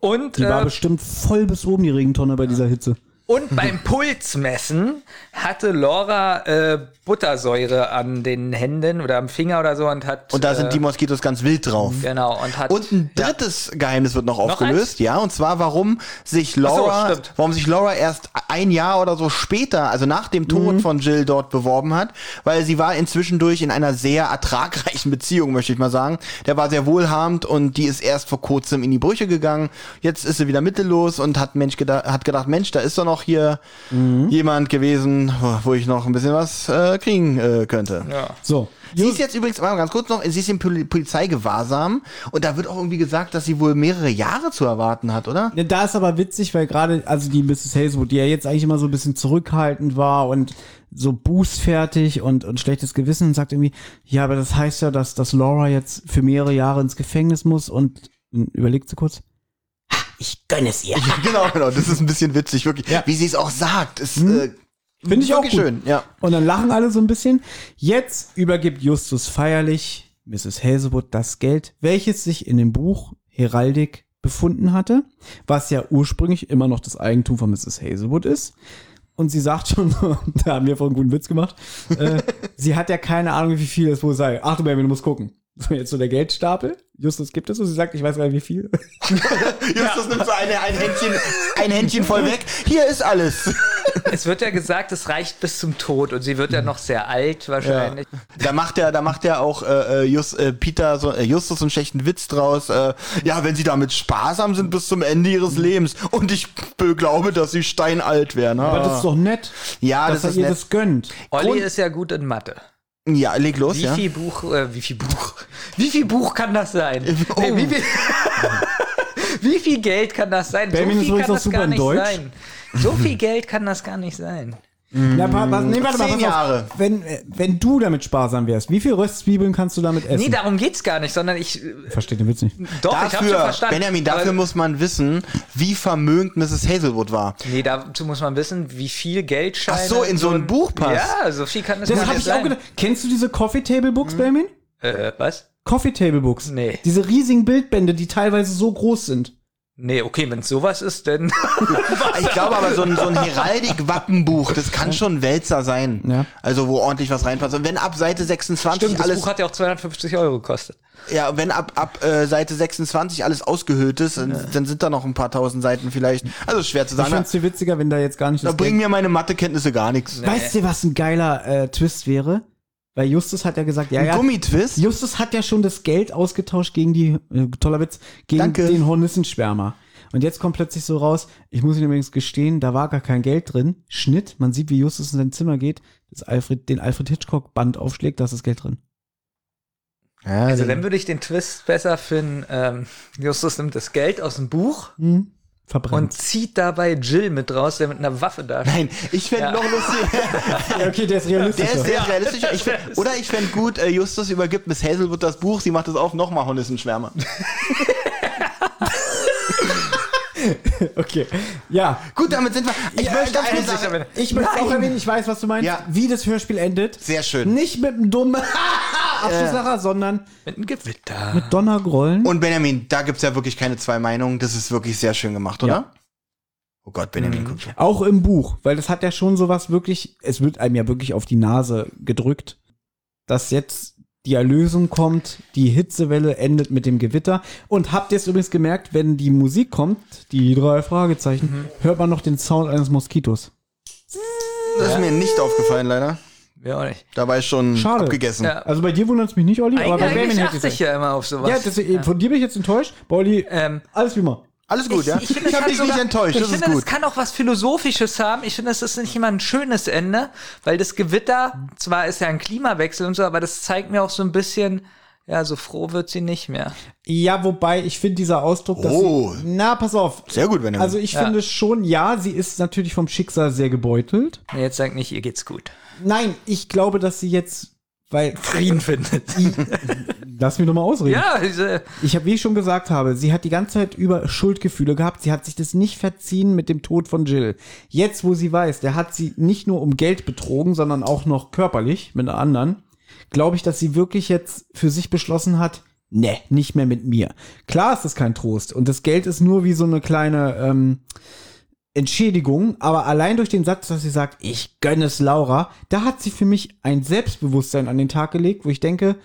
[SPEAKER 2] Und,
[SPEAKER 3] Die war
[SPEAKER 2] äh,
[SPEAKER 3] bestimmt voll bis oben, die Regentonne bei dieser Hitze.
[SPEAKER 2] und beim Pulsmessen hatte Laura äh, Buttersäure an den Händen oder am Finger oder so und hat.
[SPEAKER 4] und da
[SPEAKER 2] äh,
[SPEAKER 4] sind die Moskitos ganz wild drauf.
[SPEAKER 2] Genau, und hat.
[SPEAKER 4] Und ein drittes Geheimnis wird noch aufgelöst, ja, und zwar warum sich Laura,
[SPEAKER 2] stimmt.
[SPEAKER 4] warum sich Laura erst ein Jahr oder so später, also nach dem Tod von Jill dort beworben hat, weil sie war inzwischen durch in einer sehr ertragreichen Beziehung, möchte ich mal sagen. Der war sehr wohlhabend und die ist erst vor kurzem in die Brüche gegangen. Jetzt ist sie wieder mittellos und hat Mensch gedacht, hat gedacht, Mensch, da ist doch noch hier jemand gewesen, wo- wo ich noch ein bisschen was äh, kriegen äh, könnte.
[SPEAKER 3] So.
[SPEAKER 4] Sie ist jetzt übrigens, warte mal ganz kurz noch, sie ist im Poli Polizeigewahrsam und da wird auch irgendwie gesagt, dass sie wohl mehrere Jahre zu erwarten hat, oder?
[SPEAKER 3] Ne, Da ist aber witzig, weil gerade, also die Mrs. Hazelwood, die ja jetzt eigentlich immer so ein bisschen zurückhaltend war und so bußfertig und, und schlechtes Gewissen und sagt irgendwie, ja, aber das heißt ja, dass, dass Laura jetzt für mehrere Jahre ins Gefängnis muss und hm, überlegt sie kurz.
[SPEAKER 9] Ich gönne es ihr.
[SPEAKER 4] genau, genau, das ist ein bisschen witzig, wirklich.
[SPEAKER 3] Ja.
[SPEAKER 4] Wie sie es auch sagt, ist äh,
[SPEAKER 3] Finde ich auch gut.
[SPEAKER 4] wirklich schön, ja.
[SPEAKER 3] Und dann lachen alle so ein bisschen. Jetzt übergibt Justus feierlich Mrs. Hazelwood das Geld, welches sich in dem Buch Heraldik befunden hatte, was ja ursprünglich immer noch das Eigentum von Mrs. Hazelwood ist. Und sie sagt schon, so, da haben wir vorhin einen guten Witz gemacht, äh, sie hat ja keine Ahnung, wie viel es wohl sei. Achtung, Baby, du musst gucken. So, jetzt so der Geldstapel. Justus gibt es und sie sagt, ich weiß gar nicht, wie viel.
[SPEAKER 4] Justus nimmt so eine, ein, Händchen, ein Händchen voll weg. Hier ist alles.
[SPEAKER 2] es wird ja gesagt, es reicht bis zum Tod und sie wird ja noch sehr alt wahrscheinlich.
[SPEAKER 4] Da macht er, da macht er auch äh, äh, Just, äh, Peter, so, äh, Justus so einen schlechten Witz draus. Äh, ja, wenn sie damit sparsam sind bis zum Ende ihres Lebens. Und ich be- glaube, dass sie steinalt werden.
[SPEAKER 3] Aber das ist doch nett, dass
[SPEAKER 4] ja, Ah. das
[SPEAKER 3] er
[SPEAKER 4] ist
[SPEAKER 3] ihr
[SPEAKER 4] nett.
[SPEAKER 3] das gönnt.
[SPEAKER 2] Olli
[SPEAKER 4] Grund-
[SPEAKER 2] ist ja gut in Mathe.
[SPEAKER 4] Ja, leg los,
[SPEAKER 2] Wie
[SPEAKER 4] ja.
[SPEAKER 2] viel Buch, äh, wie viel Buch, wie viel Buch kann das sein?
[SPEAKER 4] Oh.
[SPEAKER 2] Nee, wie, viel, wie viel Geld kann das sein?
[SPEAKER 3] Benjamin ist
[SPEAKER 2] so viel
[SPEAKER 3] übrigens
[SPEAKER 2] kann
[SPEAKER 3] auch
[SPEAKER 2] das
[SPEAKER 3] super
[SPEAKER 2] gar
[SPEAKER 3] in
[SPEAKER 2] nicht
[SPEAKER 3] Deutsch.
[SPEAKER 2] sein. So viel Geld kann das gar nicht sein.
[SPEAKER 3] Na, pa pa nee, warte mal, pass
[SPEAKER 4] Zehn
[SPEAKER 3] auf.
[SPEAKER 4] Jahre.
[SPEAKER 3] Wenn, äh, wenn du damit sparsam wärst, wie viel Röstzwiebeln kannst du damit
[SPEAKER 2] Nee,
[SPEAKER 3] essen?
[SPEAKER 2] darum geht's gar nicht, sondern ich, äh,
[SPEAKER 3] ich verstehe den Witz nicht.
[SPEAKER 2] doch, ich hab's schon
[SPEAKER 4] Dafür,
[SPEAKER 2] verstanden.
[SPEAKER 4] Benjamin, dafür
[SPEAKER 2] Aber-
[SPEAKER 4] muss man wissen, wie vermögend Mrs. Hazelwood war.
[SPEAKER 2] Nee, dazu muss man wissen, wie viel Geld
[SPEAKER 4] Ach
[SPEAKER 2] scheint.
[SPEAKER 4] so, in so ein Buch passt.
[SPEAKER 2] Ja, so viel kann das,
[SPEAKER 3] Das
[SPEAKER 2] gar
[SPEAKER 3] habe
[SPEAKER 2] nicht
[SPEAKER 3] ich auch
[SPEAKER 2] sein.
[SPEAKER 3] gedacht. Kennst du diese Coffee Table Books, Benjamin?
[SPEAKER 2] Äh, was?
[SPEAKER 3] Coffee Table Books.
[SPEAKER 2] Nee.
[SPEAKER 3] Diese riesigen Bildbände, die teilweise so groß sind.
[SPEAKER 2] Nee, okay, wenn sowas ist, dann.
[SPEAKER 4] Ich glaube aber, so ein, so ein Heraldik-Wappenbuch, das kann schon ein Wälzer sein.
[SPEAKER 3] Ja.
[SPEAKER 4] Also, wo ordentlich was reinpasst. Und wenn ab Seite 26
[SPEAKER 2] Stimmt, das
[SPEAKER 4] alles,
[SPEAKER 2] Buch hat ja auch 250 Euro gekostet.
[SPEAKER 4] ja, wenn ab, ab äh, Seite 26 alles ausgehöhlt ist, dann, dann sind da noch ein paar tausend Seiten vielleicht. Also, schwer zu
[SPEAKER 3] Ich
[SPEAKER 4] sagen.
[SPEAKER 3] find's viel witziger, wenn da jetzt gar nicht
[SPEAKER 4] Da
[SPEAKER 3] das Geld-
[SPEAKER 4] bringen mir meine Mathekenntnisse gar nichts.
[SPEAKER 3] Weißt du, was ein geiler äh, Twist wäre? Weil Justus hat ja gesagt, ja,
[SPEAKER 4] Ein
[SPEAKER 3] ja.
[SPEAKER 4] Gummitwist?
[SPEAKER 3] Justus hat ja schon das Geld ausgetauscht gegen die, äh, toller Witz, gegen
[SPEAKER 4] Danke.
[SPEAKER 3] den Hornissenschwärmer. Und jetzt kommt plötzlich so raus, ich muss Ihnen übrigens gestehen, da war gar kein Geld drin. Schnitt, man sieht, wie Justus in sein Zimmer geht, das Alfred, den Alfred Hitchcock-Band aufschlägt, da ist das Geld drin.
[SPEAKER 4] Ja,
[SPEAKER 2] Also,
[SPEAKER 4] den-
[SPEAKER 2] dann würde ich den Twist besser finden. Ähm, Justus nimmt das Geld aus dem Buch
[SPEAKER 3] Hm. Verbrannt.
[SPEAKER 2] und zieht dabei Jill mit raus, der mit einer Waffe da steht.
[SPEAKER 4] Nein, ich fände
[SPEAKER 2] Ja.
[SPEAKER 4] noch lustig.
[SPEAKER 3] ja, okay, der ist realistisch.
[SPEAKER 4] Der ist sehr realistisch. Ich find, oder ich fände gut, äh, Justus übergibt Miss Hazelwood das Buch, sie macht es auf, nochmal Hornissenschwärmer.
[SPEAKER 3] okay. Ja.
[SPEAKER 4] Gut, damit sind wir. Ich möchte
[SPEAKER 3] ganz
[SPEAKER 4] eine
[SPEAKER 2] also
[SPEAKER 3] kurz,
[SPEAKER 4] Sache.
[SPEAKER 3] Ich möchte auch erwähnen, ich weiß, was du meinst,
[SPEAKER 4] Ja.
[SPEAKER 3] wie das Hörspiel endet.
[SPEAKER 4] Sehr schön.
[SPEAKER 3] Nicht mit einem dummen Abschlusslacher, sondern
[SPEAKER 2] Mit einem Gewitter.
[SPEAKER 3] Donnergrollen.
[SPEAKER 4] Und Benjamin, da gibt's ja wirklich keine zwei Meinungen. Das ist wirklich sehr schön gemacht, oder? Oh Gott,
[SPEAKER 2] Mhm.
[SPEAKER 4] Benjamin, guck schon.
[SPEAKER 3] Auch im Buch, weil das hat ja schon sowas wirklich, es wird einem ja wirklich auf die Nase gedrückt, dass jetzt die Erlösung kommt, die Hitzewelle endet mit dem Gewitter. Und habt ihr es übrigens gemerkt, wenn die Musik kommt, die drei Fragezeichen,
[SPEAKER 2] Mhm.
[SPEAKER 3] hört man noch den Sound eines Moskitos.
[SPEAKER 4] Das ist mir nicht aufgefallen, leider.
[SPEAKER 2] Ja, auch nicht.
[SPEAKER 4] Dabei schon
[SPEAKER 3] Schade.
[SPEAKER 4] abgegessen.
[SPEAKER 2] Ja.
[SPEAKER 3] Also bei dir wundert es mich nicht, Olli, aber bei Benjamin
[SPEAKER 2] Eigentlich
[SPEAKER 3] hätte
[SPEAKER 2] achte
[SPEAKER 3] ich
[SPEAKER 2] ich
[SPEAKER 3] ja.
[SPEAKER 2] ja immer auf sowas.
[SPEAKER 3] Ja, deswegen, von dir bin ich jetzt enttäuscht. Bei Olli,
[SPEAKER 2] Ähm,
[SPEAKER 3] alles wie immer.
[SPEAKER 4] Alles gut, ja? Ich,
[SPEAKER 2] finde, das
[SPEAKER 4] hab
[SPEAKER 2] hat
[SPEAKER 4] dich
[SPEAKER 2] sogar-
[SPEAKER 4] nicht enttäuscht.
[SPEAKER 2] Ich
[SPEAKER 4] Das ist
[SPEAKER 2] finde, das
[SPEAKER 4] gut.
[SPEAKER 2] kann auch was Philosophisches haben. Ich finde, das ist nicht immer ein schönes Ende, weil das Gewitter, zwar ist ja ein Klimawechsel und so, aber das zeigt mir auch so ein bisschen, ja, so froh wird sie nicht mehr.
[SPEAKER 3] Ja, wobei ich finde dieser Ausdruck, dass
[SPEAKER 4] Oh.
[SPEAKER 3] sie, na pass auf.
[SPEAKER 4] Sehr gut, Benjamin.
[SPEAKER 3] Also ich finde schon, ja, sie ist natürlich vom Schicksal sehr gebeutelt.
[SPEAKER 2] Nee, jetzt sagt nicht, ihr geht's gut.
[SPEAKER 3] Nein, ich glaube, dass sie jetzt, weil
[SPEAKER 2] Frieden findet.
[SPEAKER 3] lass mich doch mal ausreden.
[SPEAKER 2] Ja, diese,
[SPEAKER 3] Ich habe, wie ich schon gesagt habe, sie hat die ganze Zeit über Schuldgefühle gehabt. Sie hat sich das nicht verziehen mit dem Tod von Jill. Jetzt, wo sie weiß, der hat sie nicht nur um Geld betrogen, sondern auch noch körperlich mit einer anderen, glaube ich, dass sie wirklich jetzt für sich beschlossen hat, ne, nicht mehr mit mir. Klar ist das kein Trost und das Geld ist nur wie so eine kleine ähm, Entschädigung, aber allein durch den Satz, dass sie sagt, ich gönne es Laura, da hat sie für mich ein Selbstbewusstsein an den Tag gelegt, wo ich denke,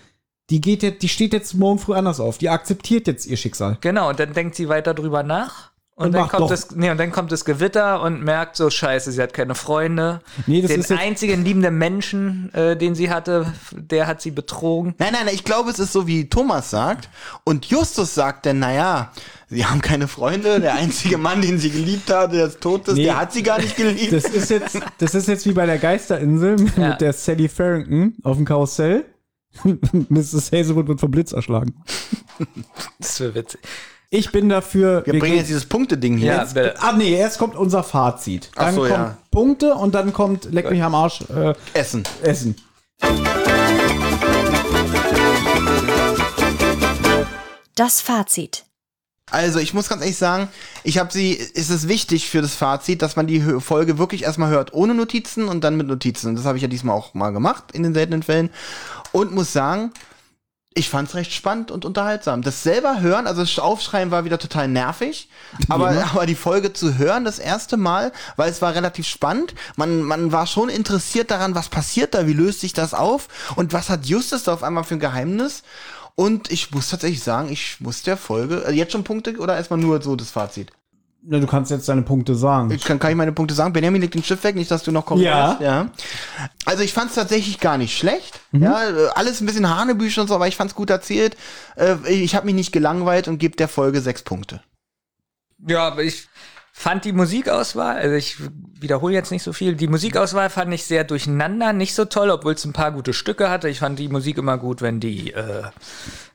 [SPEAKER 3] die geht jetzt, die steht jetzt morgen früh anders auf. Die akzeptiert jetzt ihr Schicksal.
[SPEAKER 2] genau, und dann denkt sie weiter drüber nach. Und,
[SPEAKER 3] Und
[SPEAKER 2] dann
[SPEAKER 3] macht
[SPEAKER 2] kommt
[SPEAKER 3] doch.
[SPEAKER 2] das, nee, und dann kommt das Gewitter und merkt so, scheiße, sie hat keine Freunde.
[SPEAKER 3] Nee, das
[SPEAKER 2] den
[SPEAKER 3] ist jetzt-
[SPEAKER 2] einzigen liebenden Menschen, äh, den sie hatte, der hat sie betrogen.
[SPEAKER 4] Nein, nein, nein, ich glaube, es ist so, wie Thomas sagt. Und Justus sagt denn, naja, sie haben keine Freunde. Der einzige Mann, den sie geliebt hat, der ist tot ist,
[SPEAKER 3] Nee.
[SPEAKER 4] der hat sie gar nicht geliebt.
[SPEAKER 3] Das ist jetzt, das ist jetzt wie bei der Geisterinsel mit
[SPEAKER 2] Ja.
[SPEAKER 3] der Sally Farrington auf dem Karussell. Mrs. Hazelwood wird vom Blitz erschlagen.
[SPEAKER 2] Das wäre witzig.
[SPEAKER 3] Ich bin dafür.
[SPEAKER 4] Wir bringen jetzt dieses Punkteding hier.
[SPEAKER 2] Ja, bitte.
[SPEAKER 3] Ah, nee, erst kommt unser Fazit.
[SPEAKER 4] Ach
[SPEAKER 3] Dann
[SPEAKER 4] so,
[SPEAKER 3] kommt
[SPEAKER 4] ja.
[SPEAKER 3] Punkte und dann kommt Leck mich am Arsch äh,
[SPEAKER 4] Essen.
[SPEAKER 3] Essen.
[SPEAKER 1] Das Fazit.
[SPEAKER 4] Also, ich muss ganz ehrlich sagen, ich habe sie, es ist wichtig für das Fazit, dass man die Hö- Folge wirklich erstmal hört ohne Notizen und dann mit Notizen. Und das habe ich ja diesmal auch mal gemacht in den seltenen Fällen. Und muss sagen, ich fand es recht spannend und unterhaltsam. Das selber hören, also das Aufschreiben war wieder total nervig, aber, aber die Folge zu hören das erste Mal, weil es war relativ spannend. Man, man war schon interessiert daran, was passiert da, wie löst sich das auf und was hat Justus da auf einmal für ein Geheimnis. Und ich muss tatsächlich sagen, ich muss der Folge, also jetzt schon Punkte oder erstmal nur so das Fazit?
[SPEAKER 3] Na, du kannst jetzt deine Punkte sagen.
[SPEAKER 4] Ich kann, kann ich meine Punkte sagen? Benjamin legt den Schiff weg, nicht, dass du noch korrigierst. Ja. Also ich fand es tatsächlich gar nicht schlecht. Ja, äh, alles ein bisschen Hanebüchen und so, aber ich fand es gut erzählt. Äh, Ich habe mich nicht gelangweilt und gebe der Folge sechs Punkte.
[SPEAKER 2] Ja, aber ich Fand die Musikauswahl, also ich wiederhole jetzt nicht so viel, die Musikauswahl fand ich sehr durcheinander, nicht so toll, obwohl es ein paar gute Stücke hatte. Ich fand die Musik immer gut, wenn die äh,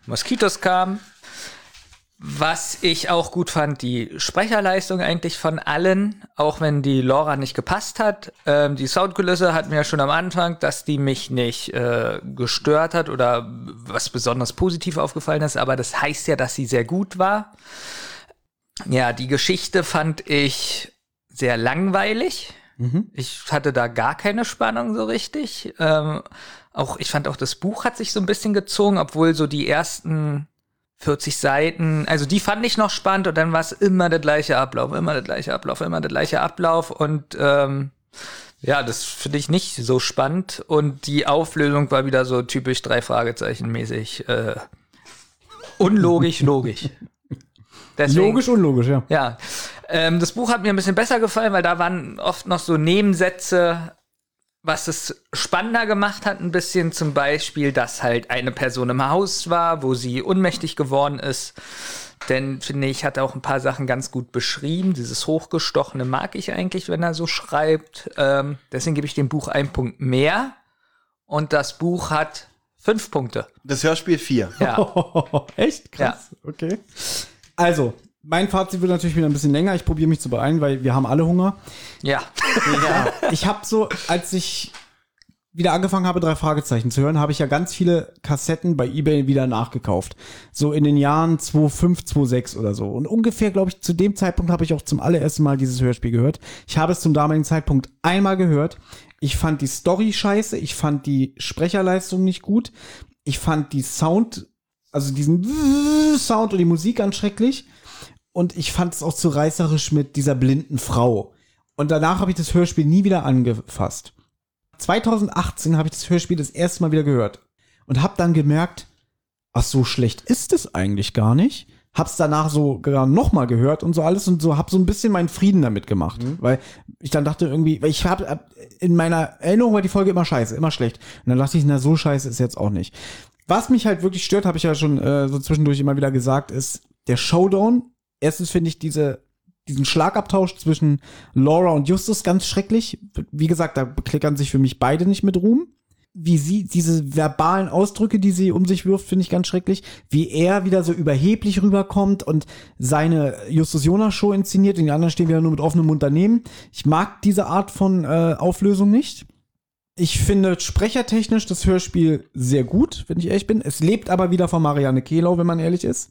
[SPEAKER 2] Moskitos kamen. Was ich auch gut fand, die Sprecherleistung eigentlich von allen, auch wenn die Laura nicht gepasst hat. Ähm, die Soundkulisse hatten wir ja schon am Anfang, dass die mich nicht äh, gestört hat oder was besonders positiv aufgefallen ist, aber das heißt ja, dass sie sehr gut war. Ja, die Geschichte fand ich sehr langweilig. Ich hatte da gar keine Spannung so richtig. Ähm, auch ich fand auch das Buch hat sich so ein bisschen gezogen, obwohl so die ersten 40 Seiten, also die fand ich noch spannend und dann war es immer der gleiche Ablauf, immer der gleiche Ablauf, immer der gleiche Ablauf und ähm, ja, das finde ich nicht so spannend und die Auflösung war wieder so typisch drei Fragezeichen mäßig äh, unlogisch, logisch. Deswegen-
[SPEAKER 3] Logisch, unlogisch, ja.
[SPEAKER 2] ja, ähm, das Buch hat mir ein bisschen besser gefallen, weil da waren oft noch so Nebensätze, was es spannender gemacht hat, ein bisschen zum Beispiel, dass halt eine Person im Haus war, wo sie ohnmächtig geworden ist. Denn finde ich, hat er auch ein paar Sachen ganz gut beschrieben. Dieses Hochgestochene mag ich eigentlich, wenn er so schreibt. Ähm, deswegen gebe ich dem Buch einen Punkt mehr. Und das Buch hat fünf Punkte.
[SPEAKER 4] Das Hörspiel 4.
[SPEAKER 2] Ja.
[SPEAKER 3] Oh. Echt? Krass. Okay. Also, mein Fazit wird natürlich wieder ein bisschen länger. Ich probiere mich zu beeilen, weil wir haben alle Hunger.
[SPEAKER 2] ja.
[SPEAKER 3] ich habe so, als ich wieder angefangen habe, drei Fragezeichen zu hören, habe ich ja ganz viele Kassetten bei eBay wieder nachgekauft. So in den Jahren 2005, 2006 oder so. Und ungefähr, glaube ich, zu dem Zeitpunkt habe ich auch zum allerersten Mal dieses Hörspiel gehört. Ich habe es zum damaligen Zeitpunkt einmal gehört. Ich fand die Story scheiße. Ich fand die Sprecherleistung nicht gut. Ich fand die Sound, also diesen Sound und die Musik ganz schrecklich. Und ich fand es auch zu reißerisch mit dieser blinden Frau. Und danach habe ich das Hörspiel nie wieder angefasst. 2018 habe ich das Hörspiel das erste Mal wieder gehört und habe dann gemerkt, ach so schlecht ist es eigentlich gar nicht. Hab's danach sogar nochmal gehört und so alles und so hab so ein bisschen meinen Frieden damit gemacht, weil ich dann dachte irgendwie, weil ich habe hab, äh, in meiner Erinnerung war die Folge immer scheiße, immer schlecht und dann dachte ich, na so scheiße ist jetzt auch nicht. Was mich halt wirklich stört, habe ich ja schon äh, so zwischendurch immer wieder gesagt, ist der Showdown. Erstens finde ich diese diesen Schlagabtausch zwischen Laura und Justus ganz schrecklich. Wie gesagt, da bekleckern sich für mich beide nicht mit Ruhm. Wie sie, diese verbalen Ausdrücke, die sie um sich wirft, finde ich ganz schrecklich. Wie er wieder so überheblich rüberkommt und seine Justus Jonas Show inszeniert und die anderen stehen wieder nur mit offenem Mund daneben. Ich mag diese Art von äh, Auflösung nicht. Ich finde sprechertechnisch das Hörspiel sehr gut, wenn ich ehrlich bin. Es lebt aber wieder von Marianne Kehlau, wenn man ehrlich ist.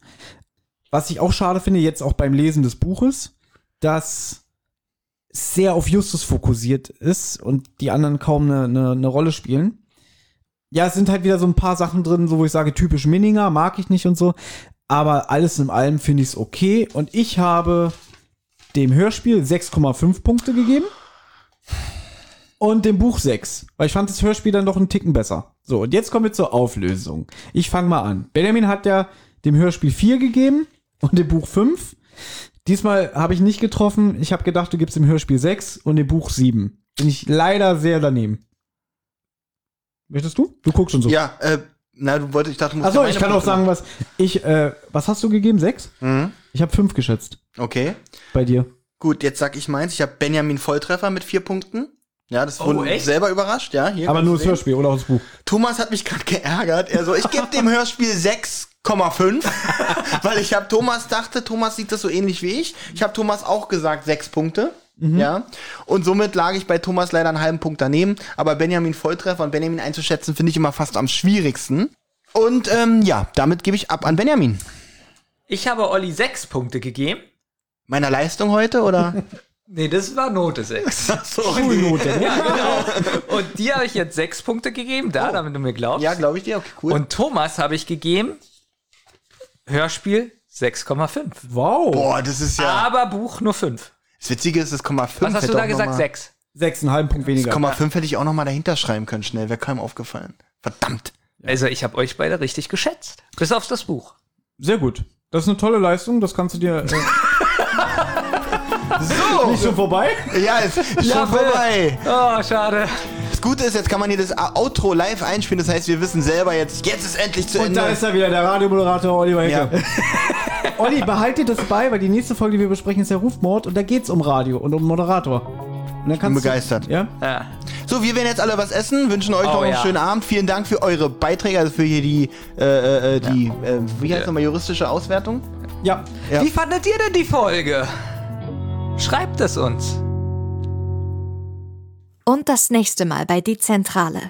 [SPEAKER 3] Was ich auch schade finde, jetzt auch beim Lesen des Buches, dass es sehr auf Justus fokussiert ist und die anderen kaum eine, eine, eine Rolle spielen. Ja, es sind halt wieder so ein paar Sachen drin, so wo ich sage, typisch Minninger, mag ich nicht und so. Aber alles in allem finde ich es okay. Und ich habe dem Hörspiel 6,5 Punkte gegeben und dem Buch 6, weil ich fand das Hörspiel dann doch einen Ticken besser. So, und jetzt kommen wir zur Auflösung. Ich fange mal an. Benjamin hat ja dem Hörspiel 4 gegeben und dem Buch 5. Diesmal habe ich nicht getroffen. Ich habe gedacht, du gibst dem Hörspiel 6 und dem Buch 7. Bin ich leider sehr daneben. Möchtest du? Du guckst schon so.
[SPEAKER 4] Ja, äh, na, du wolltest, ich dachte, du musst
[SPEAKER 3] Achso,
[SPEAKER 4] ja
[SPEAKER 3] ich
[SPEAKER 4] meine
[SPEAKER 3] kann auch
[SPEAKER 4] Punkte
[SPEAKER 3] sagen, was ich, äh, was hast du gegeben? 6?
[SPEAKER 4] machen.
[SPEAKER 3] Ich habe 5 geschätzt.
[SPEAKER 4] Mhm. Okay.
[SPEAKER 3] Bei dir.
[SPEAKER 4] Gut, jetzt sag ich meins. Ich habe Benjamin Volltreffer mit vier Punkten. Ja, das wurde
[SPEAKER 2] echt?
[SPEAKER 4] selber überrascht, ja. Hier
[SPEAKER 3] Aber
[SPEAKER 4] kannst
[SPEAKER 3] nur
[SPEAKER 4] du
[SPEAKER 3] das
[SPEAKER 4] sehen.
[SPEAKER 3] Hörspiel oder auch das Buch.
[SPEAKER 4] Thomas hat mich gerade geärgert. Er so, ich gebe dem Hörspiel 6,5, weil ich habe Thomas dachte, Thomas sieht das so ähnlich wie ich. Ich habe Thomas auch gesagt sechs Punkte.
[SPEAKER 2] Mhm.
[SPEAKER 4] Ja. Und somit lag ich bei Thomas leider einen halben Punkt daneben. Aber Benjamin Volltreffer und Benjamin einzuschätzen, finde ich immer fast am schwierigsten. Und ähm, ja, damit gebe ich ab an Benjamin.
[SPEAKER 2] Ich habe Olli sechs Punkte gegeben.
[SPEAKER 4] Meiner Leistung heute oder?
[SPEAKER 2] Nee, das war Note 6.
[SPEAKER 3] Schulnote.
[SPEAKER 2] Ja, genau. Und dir habe ich jetzt sechs Punkte gegeben, da, damit du mir glaubst.
[SPEAKER 4] Oh. ja, glaube ich dir. Okay, cool.
[SPEAKER 2] Und Thomas habe ich gegeben, Hörspiel 6,5.
[SPEAKER 3] Wow.
[SPEAKER 4] Boah, das ist ja.
[SPEAKER 2] Aber Buch nur 5.
[SPEAKER 4] Das Witzige ist, das Komma 5.
[SPEAKER 2] Ah. Was hast du da gesagt?
[SPEAKER 4] Sechs.
[SPEAKER 2] 6.
[SPEAKER 3] Sechs, einen halben Punkt weniger.
[SPEAKER 4] Komma 5 hätte ich auch noch mal dahinter schreiben können, schnell. Wäre keinem aufgefallen. Verdammt.
[SPEAKER 2] Also ich habe euch beide richtig geschätzt. Bis auf das Buch.
[SPEAKER 3] Sehr gut. Das ist eine tolle Leistung, das kannst du dir äh,
[SPEAKER 4] So!
[SPEAKER 3] nicht so vorbei.
[SPEAKER 4] Ja, ist schon vorbei.
[SPEAKER 2] Oh, schade.
[SPEAKER 4] Das Gute ist, jetzt kann man hier das Outro live einspielen. Das heißt, wir wissen selber jetzt, jetzt ist endlich zu
[SPEAKER 3] Und
[SPEAKER 4] Ende.
[SPEAKER 3] da ist er wieder, der Radiomoderator Oliver Hecke. Olli, behalte das bei, weil die nächste Folge, die wir besprechen, ist der Rufmord und da geht's um Radio und um Moderator. Und dann kannst
[SPEAKER 4] Bin begeistert.
[SPEAKER 3] Du, ja?
[SPEAKER 4] So, wir werden jetzt alle was essen, wünschen euch
[SPEAKER 7] Oh,
[SPEAKER 4] noch einen
[SPEAKER 7] ja.
[SPEAKER 4] schönen Abend. Vielen Dank für eure Beiträge, also für hier die, äh, äh, die äh, wie heißt nochmal, juristische Auswertung?
[SPEAKER 3] ja.
[SPEAKER 4] Ja.
[SPEAKER 7] Wie fandet ihr denn die Folge? Schreibt es uns.
[SPEAKER 1] Und das nächste Mal bei Die Zentrale.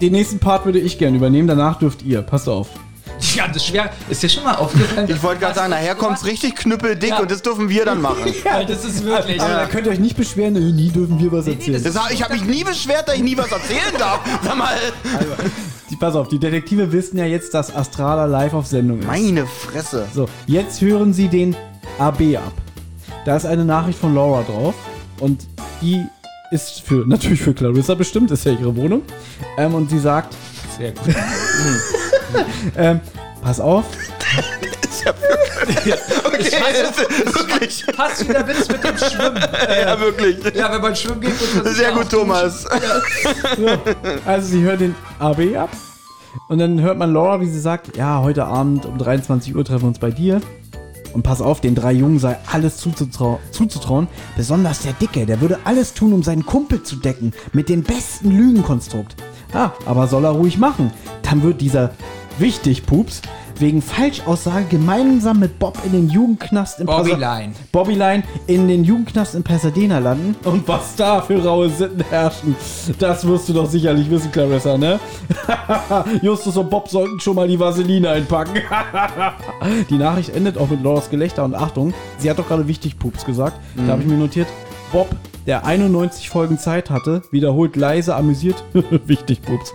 [SPEAKER 3] Den nächsten Part würde ich gerne übernehmen, danach dürft ihr. Passt auf.
[SPEAKER 2] Ja, das ist schwer. Ist dir schon mal aufgefallen?
[SPEAKER 4] Ich wollte gerade sagen, nachher kommt's richtig knüppeldick und das dürfen wir dann machen.
[SPEAKER 2] Ja, das ist wirklich.
[SPEAKER 3] Aber da könnt ihr euch nicht beschweren, nee, nie dürfen wir was erzählen.
[SPEAKER 4] Das, ich habe mich nie beschwert, dass ich nie was erzählen darf. Sag mal.
[SPEAKER 3] die, pass auf, die Detektive wissen ja jetzt, dass Astrala live auf Sendung ist.
[SPEAKER 4] Meine Fresse.
[SPEAKER 3] So, jetzt hören Sie den AB ab. Da ist eine Nachricht von Laura drauf und die ist für natürlich für Clarissa bestimmt, ist ja ihre Wohnung. Ähm, und sie sagt, sehr gut. ähm, pass auf,
[SPEAKER 4] Okay, wirklich.
[SPEAKER 7] Passt wieder Witz mit dem Schwimmen.
[SPEAKER 4] Ja, wirklich.
[SPEAKER 7] Ja, wenn man schwimmen geht, muss man sich
[SPEAKER 4] Sehr
[SPEAKER 7] auch
[SPEAKER 4] gut, Thomas.
[SPEAKER 3] also sie hört den AB ab und dann hört man Laura, wie sie sagt, ja, heute Abend um 23 Uhr treffen wir uns bei dir. Und pass auf, den drei Jungen sei alles zuzutrau zuzutrauen. Besonders der Dicke, der würde alles tun, um seinen Kumpel zu decken. Mit dem besten Lügenkonstrukt. Ah, aber soll er ruhig machen. Dann wird dieser wichtig Pups wegen Falschaussage gemeinsam mit Bob in den Jugendknast in
[SPEAKER 2] Bobby
[SPEAKER 3] Pasa-
[SPEAKER 2] Line.
[SPEAKER 3] Bobby Line in den Jugendknast in Pasadena landen. Und was da für raue Sitten herrschen. Das wirst du doch sicherlich wissen, Clarissa, ne? Justus und Bob sollten schon mal die Vaseline einpacken. Die Nachricht endet auch mit Loras Gelächter und Achtung, sie hat doch gerade wichtig Pups gesagt. Da habe ich mir notiert, Bob, der 91 Folgen Zeit hatte, wiederholt leise amüsiert, wichtig Pups.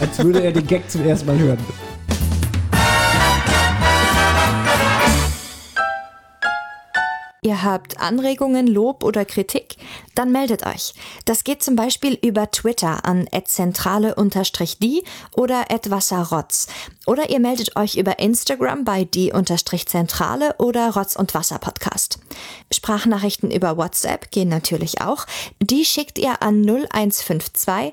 [SPEAKER 3] Als würde er den Gag zum ersten Mal hören.
[SPEAKER 1] Ihr habt Anregungen, Lob oder Kritik? Dann meldet euch. Das geht zum Beispiel über Twitter an @zentrale_die oder @wasserrotz oder ihr meldet euch über Instagram bei die_zentrale oder Rotz und Wasser Podcast. Sprachnachrichten über WhatsApp gehen natürlich auch. Die schickt ihr an 0152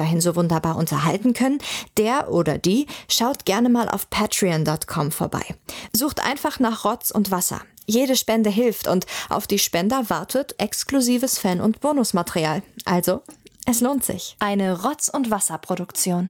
[SPEAKER 1] so wunderbar unterhalten können, der oder die schaut gerne mal auf patreon.com vorbei. Sucht einfach nach Rotz und Wasser. Jede Spende hilft und auf die Spender wartet exklusives Fan- und Bonusmaterial. Also, es lohnt sich. Eine Rotz- und Wasser-Produktion.